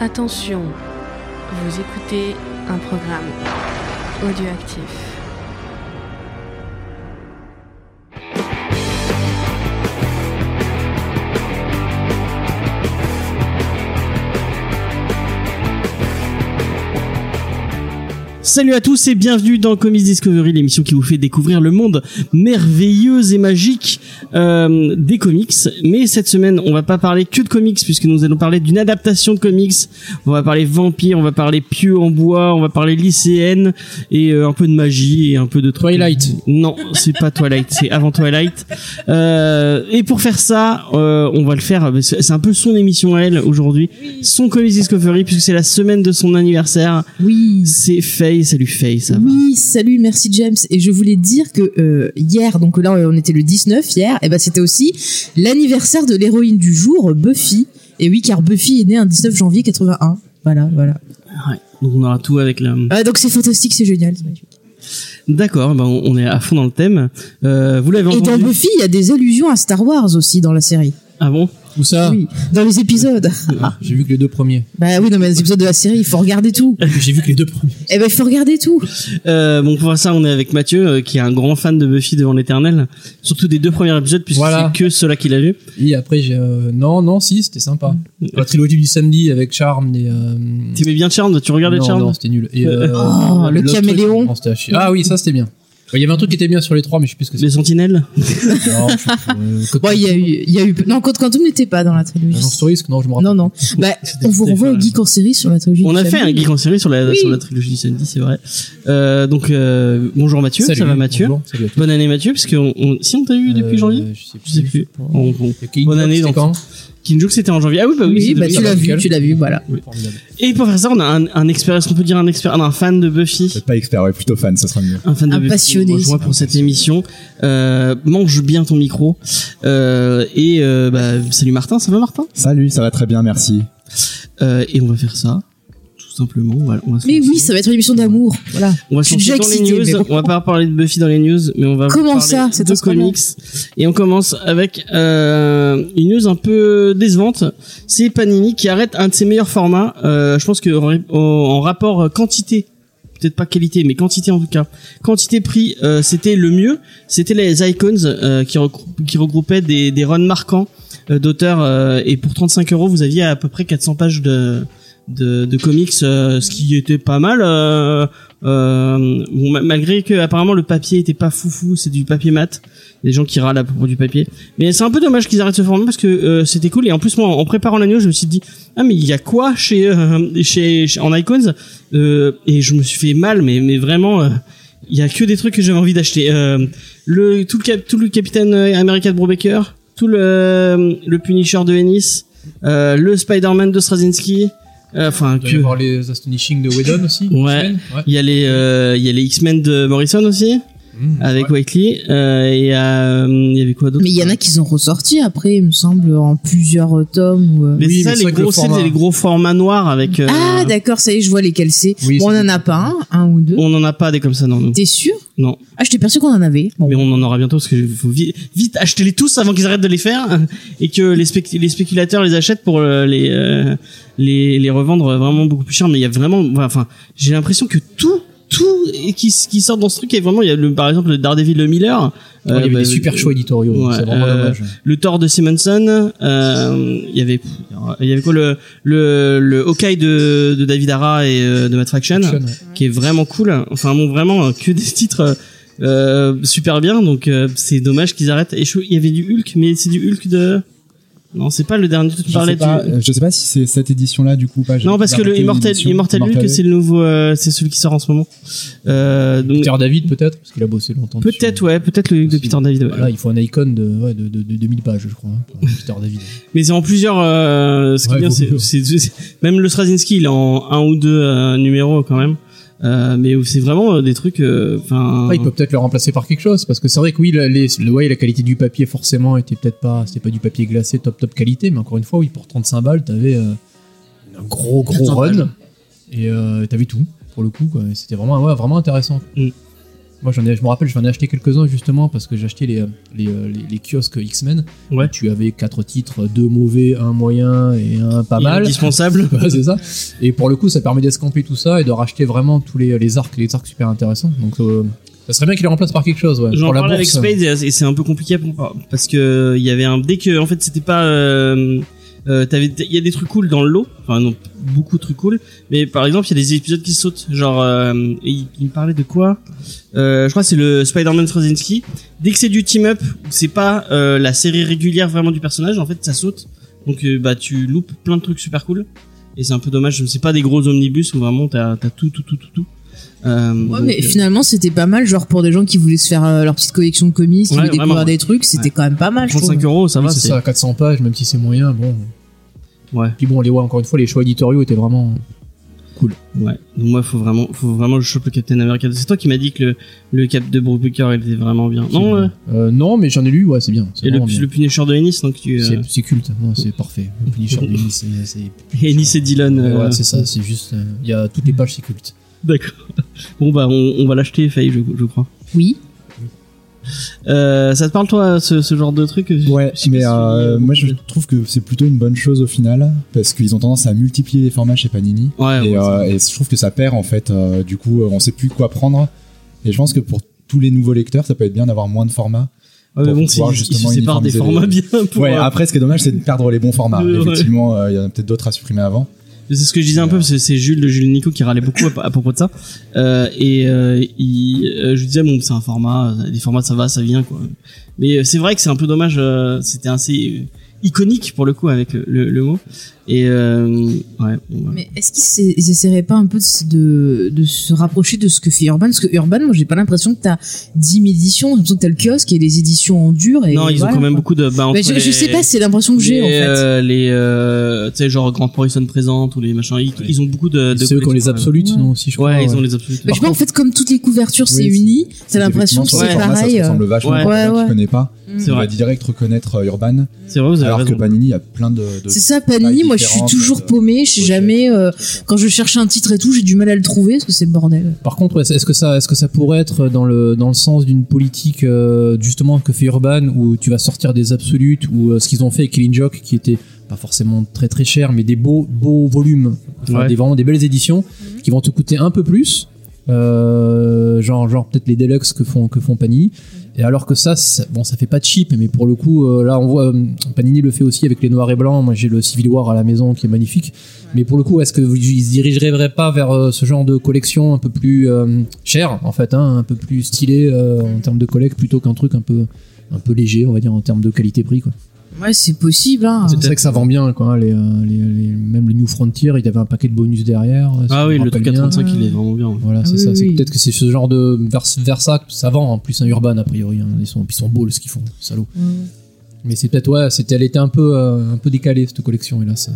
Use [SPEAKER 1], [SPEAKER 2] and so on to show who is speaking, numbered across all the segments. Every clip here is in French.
[SPEAKER 1] Attention, vous écoutez un programme audioactif.
[SPEAKER 2] Salut à tous et bienvenue dans Comics Discovery, l'émission qui vous fait découvrir le monde merveilleux et magique euh, des comics. Mais cette semaine, on va pas parler que de comics puisque nous allons parler d'une adaptation de comics. On va parler vampire, on va parler pieux en bois, on va parler lycéenne et euh, un peu de magie et un peu de trucs.
[SPEAKER 3] Twilight.
[SPEAKER 2] Non, c'est pas Twilight, c'est avant Twilight. Euh, et pour faire ça, euh, on va le faire. euh, C'est c'est un peu son émission à elle aujourd'hui, son Comics Discovery puisque c'est la semaine de son anniversaire.
[SPEAKER 4] Oui.
[SPEAKER 2] C'est Faye, salut Faye, ça va
[SPEAKER 4] Oui, salut, merci James. Et je voulais dire que euh, hier, donc là on était le 19 hier, et ben c'était aussi l'anniversaire de l'héroïne du jour, Buffy. Et oui, car Buffy est née un 19 janvier 81. Voilà, voilà.
[SPEAKER 2] Ouais, donc on aura tout avec la...
[SPEAKER 4] Ah, donc c'est fantastique, c'est génial. c'est magnifique.
[SPEAKER 2] D'accord, ben on on est à fond dans le thème. Euh, vous l'avez
[SPEAKER 4] Et
[SPEAKER 2] entendu
[SPEAKER 4] dans Buffy, il y a des allusions à Star Wars aussi dans la série.
[SPEAKER 2] Ah bon
[SPEAKER 3] Où ça Ah,
[SPEAKER 4] Oui, dans les épisodes.
[SPEAKER 3] J'ai vu que les deux premiers.
[SPEAKER 4] bah oui, non mais les épisodes de la série, il faut regarder tout.
[SPEAKER 3] J'ai vu que les deux premiers.
[SPEAKER 4] Eh ben il faut regarder tout.
[SPEAKER 2] euh, Bon, pour ça, on est avec Mathieu, euh, qui est un grand fan de Buffy devant l'éternel. Surtout des deux premiers épisodes, puisque
[SPEAKER 3] Voilà.
[SPEAKER 2] c'est que ceux-là qu'il a vu.
[SPEAKER 3] Et après, j'ai. euh, Non, non, si, c'était sympa.
[SPEAKER 4] Mm.
[SPEAKER 3] La trilogie du samedi avec Charme et. Euh...
[SPEAKER 2] T'aimais bien Charmed Tu regardais
[SPEAKER 3] non,
[SPEAKER 2] Charmed
[SPEAKER 3] Non, c'était nul. Et, euh,
[SPEAKER 4] Oh, le
[SPEAKER 3] l'autre truc,
[SPEAKER 4] caméléon.
[SPEAKER 3] non, c'était à chier. ah oui, ça c'était bien. Il y avait un truc qui était bien sur les trois, mais je sais plus ce que
[SPEAKER 2] Les
[SPEAKER 3] c'était.
[SPEAKER 2] Sentinelles
[SPEAKER 3] Non, je sais plus, euh, Code-
[SPEAKER 4] Bon, il y a eu, il y a eu. Non, Code Quantum n'était pas dans la
[SPEAKER 2] Ah
[SPEAKER 4] trilogie.
[SPEAKER 3] Agence Touriste, non, je me rappelle.
[SPEAKER 4] Non, non. Bah, on vous renvoie au geek en série sur la trilogie.
[SPEAKER 2] On
[SPEAKER 4] du
[SPEAKER 2] a fait un
[SPEAKER 4] samedi.
[SPEAKER 2] geek en série sur la,
[SPEAKER 4] Oui.
[SPEAKER 2] sur la trilogie du samedi, c'est vrai. Euh, donc, euh, bonjour Mathieu,
[SPEAKER 3] Salut,
[SPEAKER 2] ça va Mathieu
[SPEAKER 3] bonjour, salut à tous.
[SPEAKER 2] Bonne année Mathieu, puisque on, on- si on t'a eu depuis
[SPEAKER 3] Euh,
[SPEAKER 2] janvier
[SPEAKER 3] Je sais plus.
[SPEAKER 2] Je sais plus. On, on...
[SPEAKER 3] Et King
[SPEAKER 2] Bonne
[SPEAKER 3] Kong,
[SPEAKER 2] année,
[SPEAKER 3] c'était
[SPEAKER 2] donc.
[SPEAKER 3] quand
[SPEAKER 2] Kinjuk, c'était en janvier. Ah oui, bah oui,
[SPEAKER 4] Oui,
[SPEAKER 2] c'est
[SPEAKER 4] bah
[SPEAKER 2] depuis-
[SPEAKER 4] tu l'as vu,
[SPEAKER 3] Nickel.
[SPEAKER 4] tu l'as vu, voilà.
[SPEAKER 3] Formidable.
[SPEAKER 2] Et pour faire ça, on a un, un expert, est-ce qu'on peut dire un expert, un fan de Buffy
[SPEAKER 5] Peut-être pas expert, ouais, plutôt fan, ça sera mieux.
[SPEAKER 2] un fan de
[SPEAKER 4] Un
[SPEAKER 2] Buffy
[SPEAKER 4] passionné.
[SPEAKER 2] nous rejoint pour cette émission. Euh, mange bien ton micro. Euh, et euh, bah, salut Martin, ça va Martin
[SPEAKER 5] Salut, ça va très bien, merci.
[SPEAKER 2] Euh, Et on va faire ça, tout simplement. Voilà, on va se
[SPEAKER 4] Mais
[SPEAKER 2] lancer.
[SPEAKER 4] oui, ça va être une émission d'amour. Voilà.
[SPEAKER 2] on va
[SPEAKER 4] je
[SPEAKER 2] se
[SPEAKER 4] suis
[SPEAKER 2] lancer
[SPEAKER 4] déjà
[SPEAKER 2] dans les
[SPEAKER 4] excitée,
[SPEAKER 2] news.
[SPEAKER 4] mais bon.
[SPEAKER 2] On va pas parler de Buffy dans les news, mais on va
[SPEAKER 4] Comment
[SPEAKER 2] parler
[SPEAKER 4] ça C'est un
[SPEAKER 2] de
[SPEAKER 4] scandale.
[SPEAKER 2] comics. Et on commence avec euh, une news un peu décevante. C'est Panini qui arrête un de ses meilleurs formats. Euh, je pense que en- en rapport euh, quantité peut-être pas qualité, mais quantité en tout cas. Quantité prix, euh, c'était le mieux. C'était les icons euh, qui, regrou- qui regroupaient des, des runs marquants euh, d'auteurs. euh, et pour 35 euros, vous aviez à peu près 400 pages de, de, de comics, euh, ce qui était pas mal. euh, euh, bon, ma- malgré que apparemment le papier était pas foufou, c'est du papier mat. Il y a des gens qui râlent à propos du papier. Mais c'est un peu dommage qu'ils arrêtent ce format parce que euh, c'était cool. Et en plus, moi, en préparant l'agneau, je me suis dit, ah mais il y a quoi chez, euh, chez, chez- en icons Euh, Et je me suis fait mal, mais mais vraiment. euh, il y a que des trucs que j'avais envie d'acheter. Euh, le tout le cap, tout le capitaine euh, America de Brubaker, tout le le Punisher de Ennis, euh, le Spider-Man de Straczynski. euh, Enfin
[SPEAKER 3] Il doit y
[SPEAKER 2] que
[SPEAKER 3] avoir les Astonishing de Whedon aussi. cette
[SPEAKER 2] Ouais.
[SPEAKER 3] semaine. Ouais.
[SPEAKER 2] il y a les euh, il y a les X-Men de Morrison aussi
[SPEAKER 3] Mmh,
[SPEAKER 2] avec
[SPEAKER 3] ouais.
[SPEAKER 2] Whiteley. Euh, et il y a, euh, il y avait quoi d'autre
[SPEAKER 4] Mais il y en a qui sont ressortis après, il me semble, en plusieurs euh, tomes. ou, euh.
[SPEAKER 2] Mais
[SPEAKER 3] Oui,
[SPEAKER 2] c'est ça
[SPEAKER 3] mais c'est
[SPEAKER 2] les
[SPEAKER 3] vrai que le
[SPEAKER 2] gros
[SPEAKER 3] format-
[SPEAKER 2] c'est les gros formats noirs avec. euh,
[SPEAKER 4] Ah, d'accord, ça y est, je vois lesquels c'est.
[SPEAKER 3] Oui,
[SPEAKER 4] Bon, on
[SPEAKER 3] c'est-
[SPEAKER 4] en a pas un, un ou deux.
[SPEAKER 2] on n'en a pas des comme ça non nous.
[SPEAKER 4] T'es sûr
[SPEAKER 2] non
[SPEAKER 4] Ah, je t'ai perçu qu'on en avait. Bon.
[SPEAKER 2] mais on en aura bientôt parce que faut vite, vite acheter les tous avant qu'ils arrêtent de les faire et que les, spéc- les spéculateurs les achètent pour euh, les, euh, les les revendre vraiment beaucoup plus cher mais il y a vraiment enfin j'ai l'impression que tout tout et qui, s- qui sort dans ce truc et vraiment il y a le, par exemple le Daredevil de Miller
[SPEAKER 3] Il y
[SPEAKER 2] euh,
[SPEAKER 3] avait
[SPEAKER 2] bah,
[SPEAKER 3] des super choix éditoriaux.
[SPEAKER 2] ouais,
[SPEAKER 3] c'est vraiment
[SPEAKER 2] euh,
[SPEAKER 3] dommage.
[SPEAKER 2] le Thor de Simonson euh, il y avait il y avait quoi le le le Hawkeye de, de David Hara et euh, de Matt Fraction
[SPEAKER 3] Action, ouais.
[SPEAKER 2] qui est vraiment cool. Enfin bon, vraiment euh, que des titres euh, euh, super bien. Donc euh, c'est dommage qu'ils arrêtent. Et je- il y avait du Hulk, mais c'est du Hulk de. Non, c'est pas le dernier dont tu
[SPEAKER 5] Je
[SPEAKER 2] parlais.
[SPEAKER 5] sais, pas,
[SPEAKER 2] du-
[SPEAKER 5] euh, je sais pas si c'est cette édition-là, du coup, ou pas. j'ai
[SPEAKER 2] Non, parce que le
[SPEAKER 5] arrêté
[SPEAKER 2] Immortal,
[SPEAKER 5] l'édition.
[SPEAKER 2] Immortal Hulk,
[SPEAKER 5] Immortal
[SPEAKER 2] c'est le nouveau, euh, c'est celui qui sort en ce moment. Euh, donc
[SPEAKER 3] Peter David peut-être parce qu'il a bossé longtemps. dessus.
[SPEAKER 2] peut-être, ouais, peut-être le Hulk de
[SPEAKER 3] Aussi.
[SPEAKER 2] Peter David. ouais.
[SPEAKER 3] Bah Là, il faut un icon de, ouais, de, de, de 2000 pages, je crois. hein, pour Peter David.
[SPEAKER 2] Mais c'est en plusieurs. euh, ce qui est
[SPEAKER 3] Ouais,
[SPEAKER 2] bien,
[SPEAKER 3] vaut
[SPEAKER 2] c'est,
[SPEAKER 3] mieux.
[SPEAKER 2] c'est- c'est- même le Straczynski, il est en un ou deux euh, numéros quand même. Euh, mais c'est vraiment euh, des trucs. euh, Enfin.
[SPEAKER 3] Après, Ah, il peut peut-être le remplacer par quelque chose parce que c'est vrai que oui, la, les- le- ouais, la qualité du papier forcément était peut-être pas, c'était pas du papier glacé top top qualité, mais encore une fois, oui, pour 35 balles, t'avais euh, un gros gros
[SPEAKER 4] 400
[SPEAKER 3] run
[SPEAKER 4] balles.
[SPEAKER 3] et euh, t'avais tout pour le coup. quoi. Et C'était vraiment, ouais, vraiment intéressant.
[SPEAKER 2] Mm.
[SPEAKER 3] Moi, j'en ai, je me rappelle, j'en ai acheté quelques-uns justement parce que j'ai acheté les, euh, les, euh, les- les kiosques X-Men.
[SPEAKER 2] Ouais.
[SPEAKER 3] Tu avais quatre titres, deux mauvais, un moyen et un pas mal.
[SPEAKER 2] Indispensable.
[SPEAKER 3] Ouais, c'est ça. Et pour le coup, ça permet d'escamper tout ça et de racheter vraiment tous les, les arcs, les arcs super intéressants. Donc, euh, ça serait bien qu'il les remplace par quelque chose. Ouais.
[SPEAKER 2] J'en
[SPEAKER 3] Pour la
[SPEAKER 2] parlais avec
[SPEAKER 3] bourse,
[SPEAKER 2] Spade et et c'est un peu compliqué pour- parce que il y avait un dès que en fait c'était pas euh, euh, t'avais- il y a des trucs cool dans le lot enfin non beaucoup de trucs cool mais par exemple il y a des épisodes qui sautent genre euh, et il, il me parlait de quoi euh, je crois que c'est le Spider-Man Straczynski dès que c'est du team up c'est pas euh, la série régulière vraiment du personnage en fait ça saute donc euh, bah tu loupes plein de trucs super cool et c'est un peu dommage je ne sais pas des gros omnibus où vraiment t'as as tout tout tout tout tout Euh,
[SPEAKER 4] Ouais,
[SPEAKER 2] donc,
[SPEAKER 4] mais
[SPEAKER 2] euh,
[SPEAKER 4] finalement, c'était pas mal, genre pour des gens qui voulaient se faire euh, leur petite collection de comics, qui
[SPEAKER 2] Ouais,
[SPEAKER 4] voulaient découvrir
[SPEAKER 2] vraiment,
[SPEAKER 4] des trucs, c'était
[SPEAKER 2] Ouais.
[SPEAKER 4] quand même pas mal. je trouve.
[SPEAKER 2] 35 euros ça
[SPEAKER 3] Oui,
[SPEAKER 2] va
[SPEAKER 3] c'est
[SPEAKER 2] c'est
[SPEAKER 3] ça, 400 pages, même si c'est moyen. Bon.
[SPEAKER 2] Ouais.
[SPEAKER 3] Puis bon, les ouais, encore une fois, les choix éditoriaux étaient vraiment.
[SPEAKER 2] Ouais, donc moi faut vraiment, faut vraiment que je chope le Captain America. C'est toi qui m'as dit que le, le cap de Brooke Baker il était vraiment bien. Non, euh,
[SPEAKER 3] Euh, non, mais j'en ai lu. Ouais, c'est bien. C'est
[SPEAKER 2] et le,
[SPEAKER 3] vraiment bien.
[SPEAKER 2] le Punisher de Ennis, donc tu.
[SPEAKER 3] C'est
[SPEAKER 2] Euh,
[SPEAKER 3] c'est culte, non, c'est parfait. Le Punisher de Ennis, c'est- c'est.
[SPEAKER 2] Ennis et Dylan.
[SPEAKER 3] Ouais,
[SPEAKER 2] euh,
[SPEAKER 3] voilà, c'est ça, c'est juste. euh, Il y a toutes les pages, c'est culte.
[SPEAKER 2] D'accord. Bon bah on, on va l'acheter, Faye, je, je crois.
[SPEAKER 4] Oui.
[SPEAKER 2] Euh, ça te parle toi ce, ce genre de truc
[SPEAKER 5] Ouais,
[SPEAKER 2] Je sais
[SPEAKER 5] mais
[SPEAKER 2] pas si-
[SPEAKER 5] euh, moi je trouve que c'est plutôt une bonne chose au final parce qu'ils ont tendance à multiplier les formats chez Panini
[SPEAKER 2] Ah Ouais.
[SPEAKER 5] et,
[SPEAKER 2] ouais,
[SPEAKER 5] euh, et je trouve que ça perd en fait. euh, du coup, euh, on sait plus quoi prendre et je pense que pour tous les nouveaux lecteurs, ça peut être bien d'avoir moins de formats.
[SPEAKER 2] Ouais, mais
[SPEAKER 5] pour
[SPEAKER 2] bon, c'est
[SPEAKER 5] pouvoir
[SPEAKER 2] ils se
[SPEAKER 5] justement
[SPEAKER 2] séparent des
[SPEAKER 5] uniformiser
[SPEAKER 2] formats
[SPEAKER 5] les-
[SPEAKER 2] bien. Pour,
[SPEAKER 5] ouais,
[SPEAKER 2] euh,
[SPEAKER 5] après ce qui est dommage, c'est de perdre les bons formats.
[SPEAKER 2] Ouais, ouais.
[SPEAKER 5] Effectivement, euh, il y en a peut-être d'autres à supprimer avant.
[SPEAKER 2] C'est ce que je disais un peu, parce que c'est Jules de Jules Nico qui râlait beaucoup à, à propos de ça. Euh, et euh, il, euh, je lui disais, bon, c'est un format, euh, des formats ça va, ça vient, quoi. Mais euh, c'est vrai que c'est un peu dommage, euh, c'était assez euh, iconique pour le coup avec le, le- le mot. Et euh, ouais, bon, ouais.
[SPEAKER 4] Mais est-ce qu'ils s'é- ils essaieraient pas un peu de, s- de, de se rapprocher de ce que fait Urban Parce que Urban, moi, j'ai pas l'impression que t'as 10 000 éditions, j'ai l'impression que t'as le kiosque et les éditions en dur. Et
[SPEAKER 2] non, ils ont
[SPEAKER 4] voilà,
[SPEAKER 2] quand même
[SPEAKER 4] quoi.
[SPEAKER 2] beaucoup de. Bah, entre
[SPEAKER 4] Mais je, je
[SPEAKER 2] les-
[SPEAKER 4] sais pas, c'est l'impression que j'ai
[SPEAKER 2] les,
[SPEAKER 4] en fait.
[SPEAKER 2] euh, les euh, tu sais genre Grand Morrison présente ou les machins ils,
[SPEAKER 3] Ouais.
[SPEAKER 2] ils ont beaucoup de, de
[SPEAKER 3] C'est eux qui ont les
[SPEAKER 2] collections,
[SPEAKER 3] absolutes,
[SPEAKER 4] Ouais.
[SPEAKER 3] non aussi, je
[SPEAKER 2] ouais,
[SPEAKER 3] crois.
[SPEAKER 2] ils ont les absolutes
[SPEAKER 4] Mais Bah, je sais pas, en fait, comme toutes les couvertures,
[SPEAKER 5] Oui,
[SPEAKER 4] c'est
[SPEAKER 5] c'est-
[SPEAKER 4] uni, t'as
[SPEAKER 5] C'est
[SPEAKER 4] l'impression que
[SPEAKER 5] effectivement,
[SPEAKER 4] c'est
[SPEAKER 5] sur
[SPEAKER 4] pareil. euh.
[SPEAKER 5] les formats, Ça se ressemble vachement.
[SPEAKER 2] Ouais.
[SPEAKER 5] pour quelqu'un
[SPEAKER 4] Ouais, ouais.
[SPEAKER 5] qui connaît pas,
[SPEAKER 4] euh,
[SPEAKER 2] C'est
[SPEAKER 5] on
[SPEAKER 2] vrai.
[SPEAKER 5] va direct reconnaître euh, Urban.
[SPEAKER 2] c'est vrai vous avez
[SPEAKER 5] Alors que
[SPEAKER 2] raison
[SPEAKER 5] Panini, il y a plein de. de-
[SPEAKER 4] euh, C'est ça, Panini,
[SPEAKER 5] tailles
[SPEAKER 4] moi je suis
[SPEAKER 5] différentes,
[SPEAKER 4] toujours
[SPEAKER 5] euh,
[SPEAKER 4] paumée, je sais
[SPEAKER 5] ok.
[SPEAKER 4] jamais. euh, quand je cherche un titre et tout, j'ai du mal à le trouver parce que c'est le bordel.
[SPEAKER 3] Par contre, ouais, est-ce que ça, est-ce que ça pourrait être dans le dans le sens d'une politique euh, justement que fait Urban où tu vas sortir des absolutes ou euh, ce qu'ils ont fait avec Killing Joke qui était pas forcément très très cher mais des beaux beaux volumes, Enfin,
[SPEAKER 2] Ouais.
[SPEAKER 3] des vraiment des belles éditions qui vont te coûter un peu plus, euh, genre genre peut-être les deluxe que font que font Panini. Et alors que ça, ça- bon, ça fait pas cheap, mais pour le coup, euh, là, on voit, euh, Panini le fait aussi avec les noirs et blancs. Moi, j'ai le Civil War à la maison qui est magnifique. Mais pour le coup, est-ce que vous- ils se dirigeraient pas vers euh, ce genre de collection un peu plus euh, chère, en fait, hein, un peu plus stylé euh, en termes de collecte, plutôt qu'un truc un peu un peu léger, on va dire, en termes de qualité-prix, quoi.
[SPEAKER 4] Ouais, c'est possible, hein.
[SPEAKER 3] C'est vrai que ça vend bien, quoi. hein, Les, euh, les- les- même les New Frontier, il y avait un paquet de bonus derrière. euh, si
[SPEAKER 2] ah
[SPEAKER 3] je
[SPEAKER 2] oui
[SPEAKER 3] me
[SPEAKER 2] le
[SPEAKER 3] rappelle
[SPEAKER 2] truc
[SPEAKER 3] bien.
[SPEAKER 2] 45 il est vraiment bien
[SPEAKER 3] Voilà, c'est
[SPEAKER 4] Ah oui,
[SPEAKER 3] ça.
[SPEAKER 4] oui,
[SPEAKER 3] C'est
[SPEAKER 4] oui.
[SPEAKER 3] peut-être que c'est ce genre de vers, vers ça que ça vend, en plus un urban a priori. hein. Ils sont ils sont beaux ce qu'ils font, salaud. Mais c'est peut-être ouais, c'était elle était un peu euh, un peu décalée cette collection et là ça.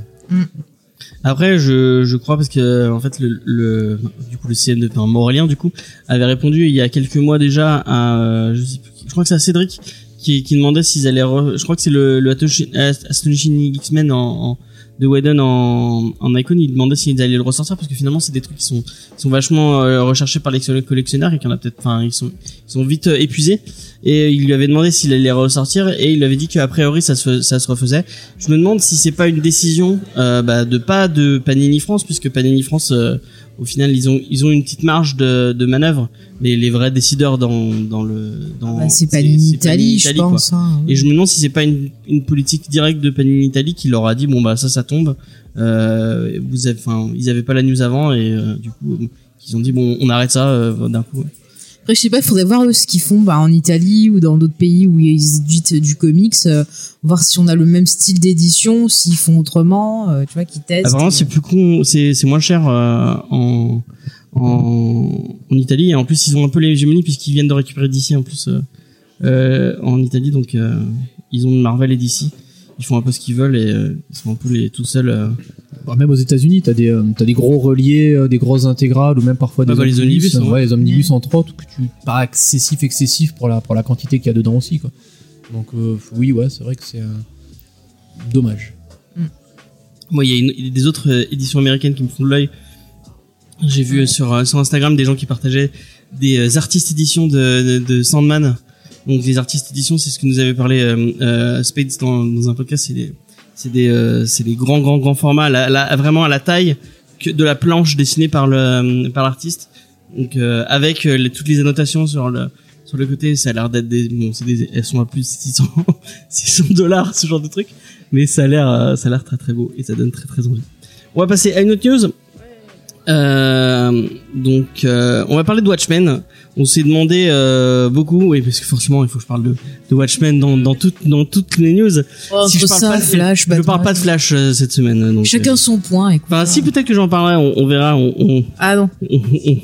[SPEAKER 2] Après, je, je crois parce que euh, en fait le, le du coup le CN de enfin, Morélien du coup avait répondu il y a quelques mois déjà à euh, je sais plus qui- je crois que c'est à Cédric qui, qui demandait s'ils allaient re- je crois que c'est le, le Atoshi- Ast- Astonishing X-Men en, en- de Whedon en, en icon il demandait s'ils allaient le ressortir parce que finalement c'est des trucs qui sont qui sont vachement euh, recherchés par les collectionneurs et qui en a peut-être enfin ils sont ils sont vite euh, épuisés et il lui avait demandé s'il allait les ressortir et il lui avait dit qu'a priori ça se, ça se refaisait je me demande si c'est pas une décision euh, bah, de pas de Panini France, puisque Panini France, euh, au final, ils ont ils ont une petite marge de, de manœuvre, mais les vrais décideurs dans dans le dans
[SPEAKER 4] Bah, c'est
[SPEAKER 2] c'est-
[SPEAKER 4] Panini
[SPEAKER 2] c'est Panini
[SPEAKER 4] Italie, je
[SPEAKER 2] Italie, quoi.
[SPEAKER 4] pense. hein.
[SPEAKER 2] Et je me demande si c'est pas une, une politique directe de Panini Italie qui leur a dit bon bah ça ça tombe, euh, vous avez, enfin ils avaient pas la news avant et euh, du coup ils ont dit bon on arrête ça euh, d'un coup.
[SPEAKER 4] Après, je sais pas, il faudrait voir eux, ce qu'ils font bah, en Italie ou dans d'autres pays où ils éditent du comics, euh, voir si on a le même style d'édition, s'ils font autrement, euh, tu vois, qu'ils testent.
[SPEAKER 2] Apparemment, c'est plus con, c'est c'est moins cher euh, en, en en Italie et en plus ils ont un peu l'hégémonie puisqu'ils viennent de récupérer DC en plus euh, euh, en Italie donc euh, ils ont Marvel et DC. Ils font un peu ce qu'ils veulent et euh, ils sont un peu les tout seuls. euh.
[SPEAKER 3] Bah, même aux États-Unis, t'as des euh, t'as des gros reliés, euh, des grosses intégrales ou même parfois des
[SPEAKER 2] Ah bah, les omnibus, Mm.
[SPEAKER 3] ouais,
[SPEAKER 2] ouais.
[SPEAKER 3] les omnibus entre autres que tu pas excessif excessif pour la pour la quantité qu'il y a dedans aussi quoi. Donc euh, oui ouais, c'est vrai que c'est euh, dommage.
[SPEAKER 2] Moi, il y a une- il y a des autres euh, éditions américaines qui me font de l'œil. J'ai vu sur, euh, sur Instagram des gens qui partageaient des euh, artistes éditions de, de, de Sandman. Donc les artistes éditions, c'est ce que nous avait parlé euh, euh, Spades dans, dans un podcast. C'est des, c'est des, euh, c'est des grands, grands, grands formats, la, la- vraiment à la taille que de la planche dessinée par le, euh, par l'artiste. Donc euh, avec euh, les- toutes les annotations sur le, sur le côté, ça a l'air d'être des, bon, c'est des, elles sont à plus de 600, 600 dollars, ce genre de truc. Mais ça a l'air, euh, ça a l'air très, très beau et ça donne très, très envie. On va passer à une autre news. Euh, donc, euh, on va parler de Watchmen. On s'est demandé euh, beaucoup, oui, parce que forcément, il faut que je parle de, de Watchmen dans, dans, toutes, dans toutes les news.
[SPEAKER 4] Oh,
[SPEAKER 2] Si
[SPEAKER 4] entre
[SPEAKER 2] je parle
[SPEAKER 4] ça,
[SPEAKER 2] pas de-
[SPEAKER 4] Flash,
[SPEAKER 2] Je ne
[SPEAKER 4] Batman.
[SPEAKER 2] parle pas de Flash euh, cette semaine. euh, Donc,
[SPEAKER 4] Chacun
[SPEAKER 2] euh,
[SPEAKER 4] son point. écoute. hein.
[SPEAKER 2] Enfin, si peut-être que j'en parlerai, on, on verra, on, on,
[SPEAKER 4] Ah non,
[SPEAKER 2] on, on-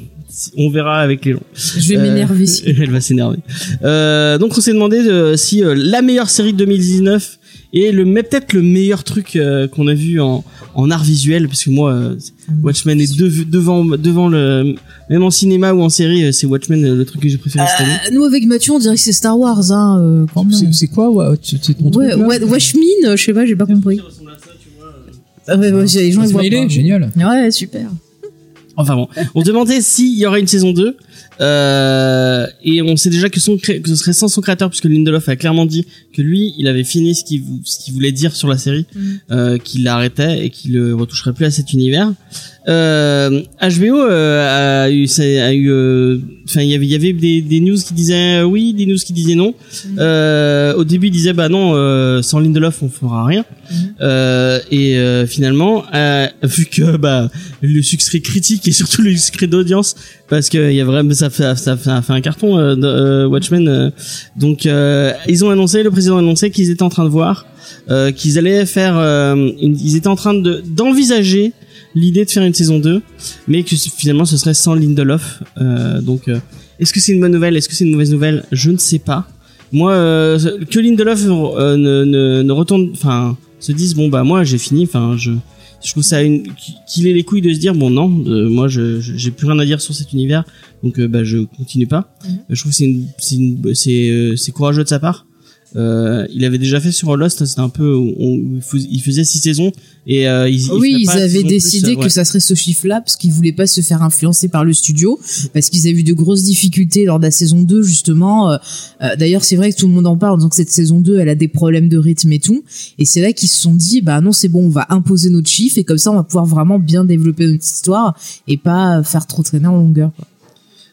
[SPEAKER 2] on verra avec les gens.
[SPEAKER 4] je vais
[SPEAKER 2] Euh,
[SPEAKER 4] m'énerver. si-
[SPEAKER 2] Elle va s'énerver. Euh, donc on s'est demandé euh, si euh, la meilleure série de 2019 et le mais peut-être le meilleur truc euh, qu'on a vu en, en art visuel, parce que moi euh,
[SPEAKER 4] Ah,
[SPEAKER 2] Watchmen est dev- devant devant le même en cinéma ou en série, euh, c'est Watchmen euh, le truc que j'ai préféré cette année.
[SPEAKER 4] Euh, nous, avec Mathieu, on dirait que c'est Star Wars, hein, euh,
[SPEAKER 2] Ah,
[SPEAKER 4] quand même.
[SPEAKER 3] C'est- C'est quoi ouais, tu- c'est ton
[SPEAKER 4] Ouais,
[SPEAKER 3] truc, là
[SPEAKER 4] Wa- Watchmen, euh, je sais pas, j'ai pas compris. Ah ouais, ouais, les gens, ils voient
[SPEAKER 3] Il est
[SPEAKER 4] pas.
[SPEAKER 3] génial.
[SPEAKER 4] Ouais, super.
[SPEAKER 2] Enfin bon, on se demandait s'il y aurait une saison 2. Euh, et on sait déjà que, son cré- que ce serait sans son créateur, puisque Lindelof a clairement dit que lui, il avait fini ce qu'il vou- ce qu'il voulait dire sur la série,
[SPEAKER 4] Mhm.
[SPEAKER 2] euh, qu'il l'arrêtait et qu'il ne retoucherait plus à cet univers. Euh, HBO euh, a eu, ça- a eu, euh, enfin il y avait, il y avait des, des news qui disaient euh, oui, des news qui disaient non. Euh, au début, ils disaient bah non, euh, sans Lindelof, on fera rien. Euh, et euh, finalement, euh, vu que bah le succès critique et surtout le succès d'audience, parce que il y a vraiment ça fait ça, fait- ça fait un carton euh, de- euh, Watchmen. euh. donc euh, ils ont annoncé, le président a annoncé qu'ils étaient en train de voir, euh, qu'ils allaient faire, euh, une- ils étaient en train de d'envisager l'idée de faire une saison 2 mais que c- finalement ce serait sans Lindelof. Euh, donc, euh, est-ce que c'est une bonne nouvelle Est-ce que c'est une mauvaise nouvelle Je ne sais pas. Moi, euh, que Lindelof euh, ne, ne, ne retourne, enfin, se dise bon bah moi j'ai fini. Enfin, je, je trouve ça une qu'il ait les couilles de se dire bon non, euh, moi je je- j'ai plus rien à dire sur cet univers, donc euh, bah je continue pas. Euh,
[SPEAKER 4] Mhm.
[SPEAKER 2] Je trouve que c'est une- c'est une- c'est euh, c'est courageux de sa part. Euh, il avait déjà fait sur Lost, hein, c'était un peu, on, il fais- il faisait six saisons et euh, il- il
[SPEAKER 4] oui,
[SPEAKER 2] ferait
[SPEAKER 4] ils
[SPEAKER 2] pas de
[SPEAKER 4] avaient
[SPEAKER 2] saison de plus,
[SPEAKER 4] décidé
[SPEAKER 2] euh, ouais.
[SPEAKER 4] que ça serait ce chiffre-là parce qu'ils voulaient pas se faire influencer par le studio parce qu'ils avaient eu de grosses difficultés lors de la saison 2 justement. Euh, euh, D'ailleurs, c'est vrai que tout le monde en parle en disant que cette saison 2, elle a des problèmes de rythme et tout. Et c'est là qu'ils se sont dit, bah non, c'est bon, on va imposer notre chiffre et comme ça, on va pouvoir vraiment bien développer notre histoire et pas faire trop traîner en longueur. quoi.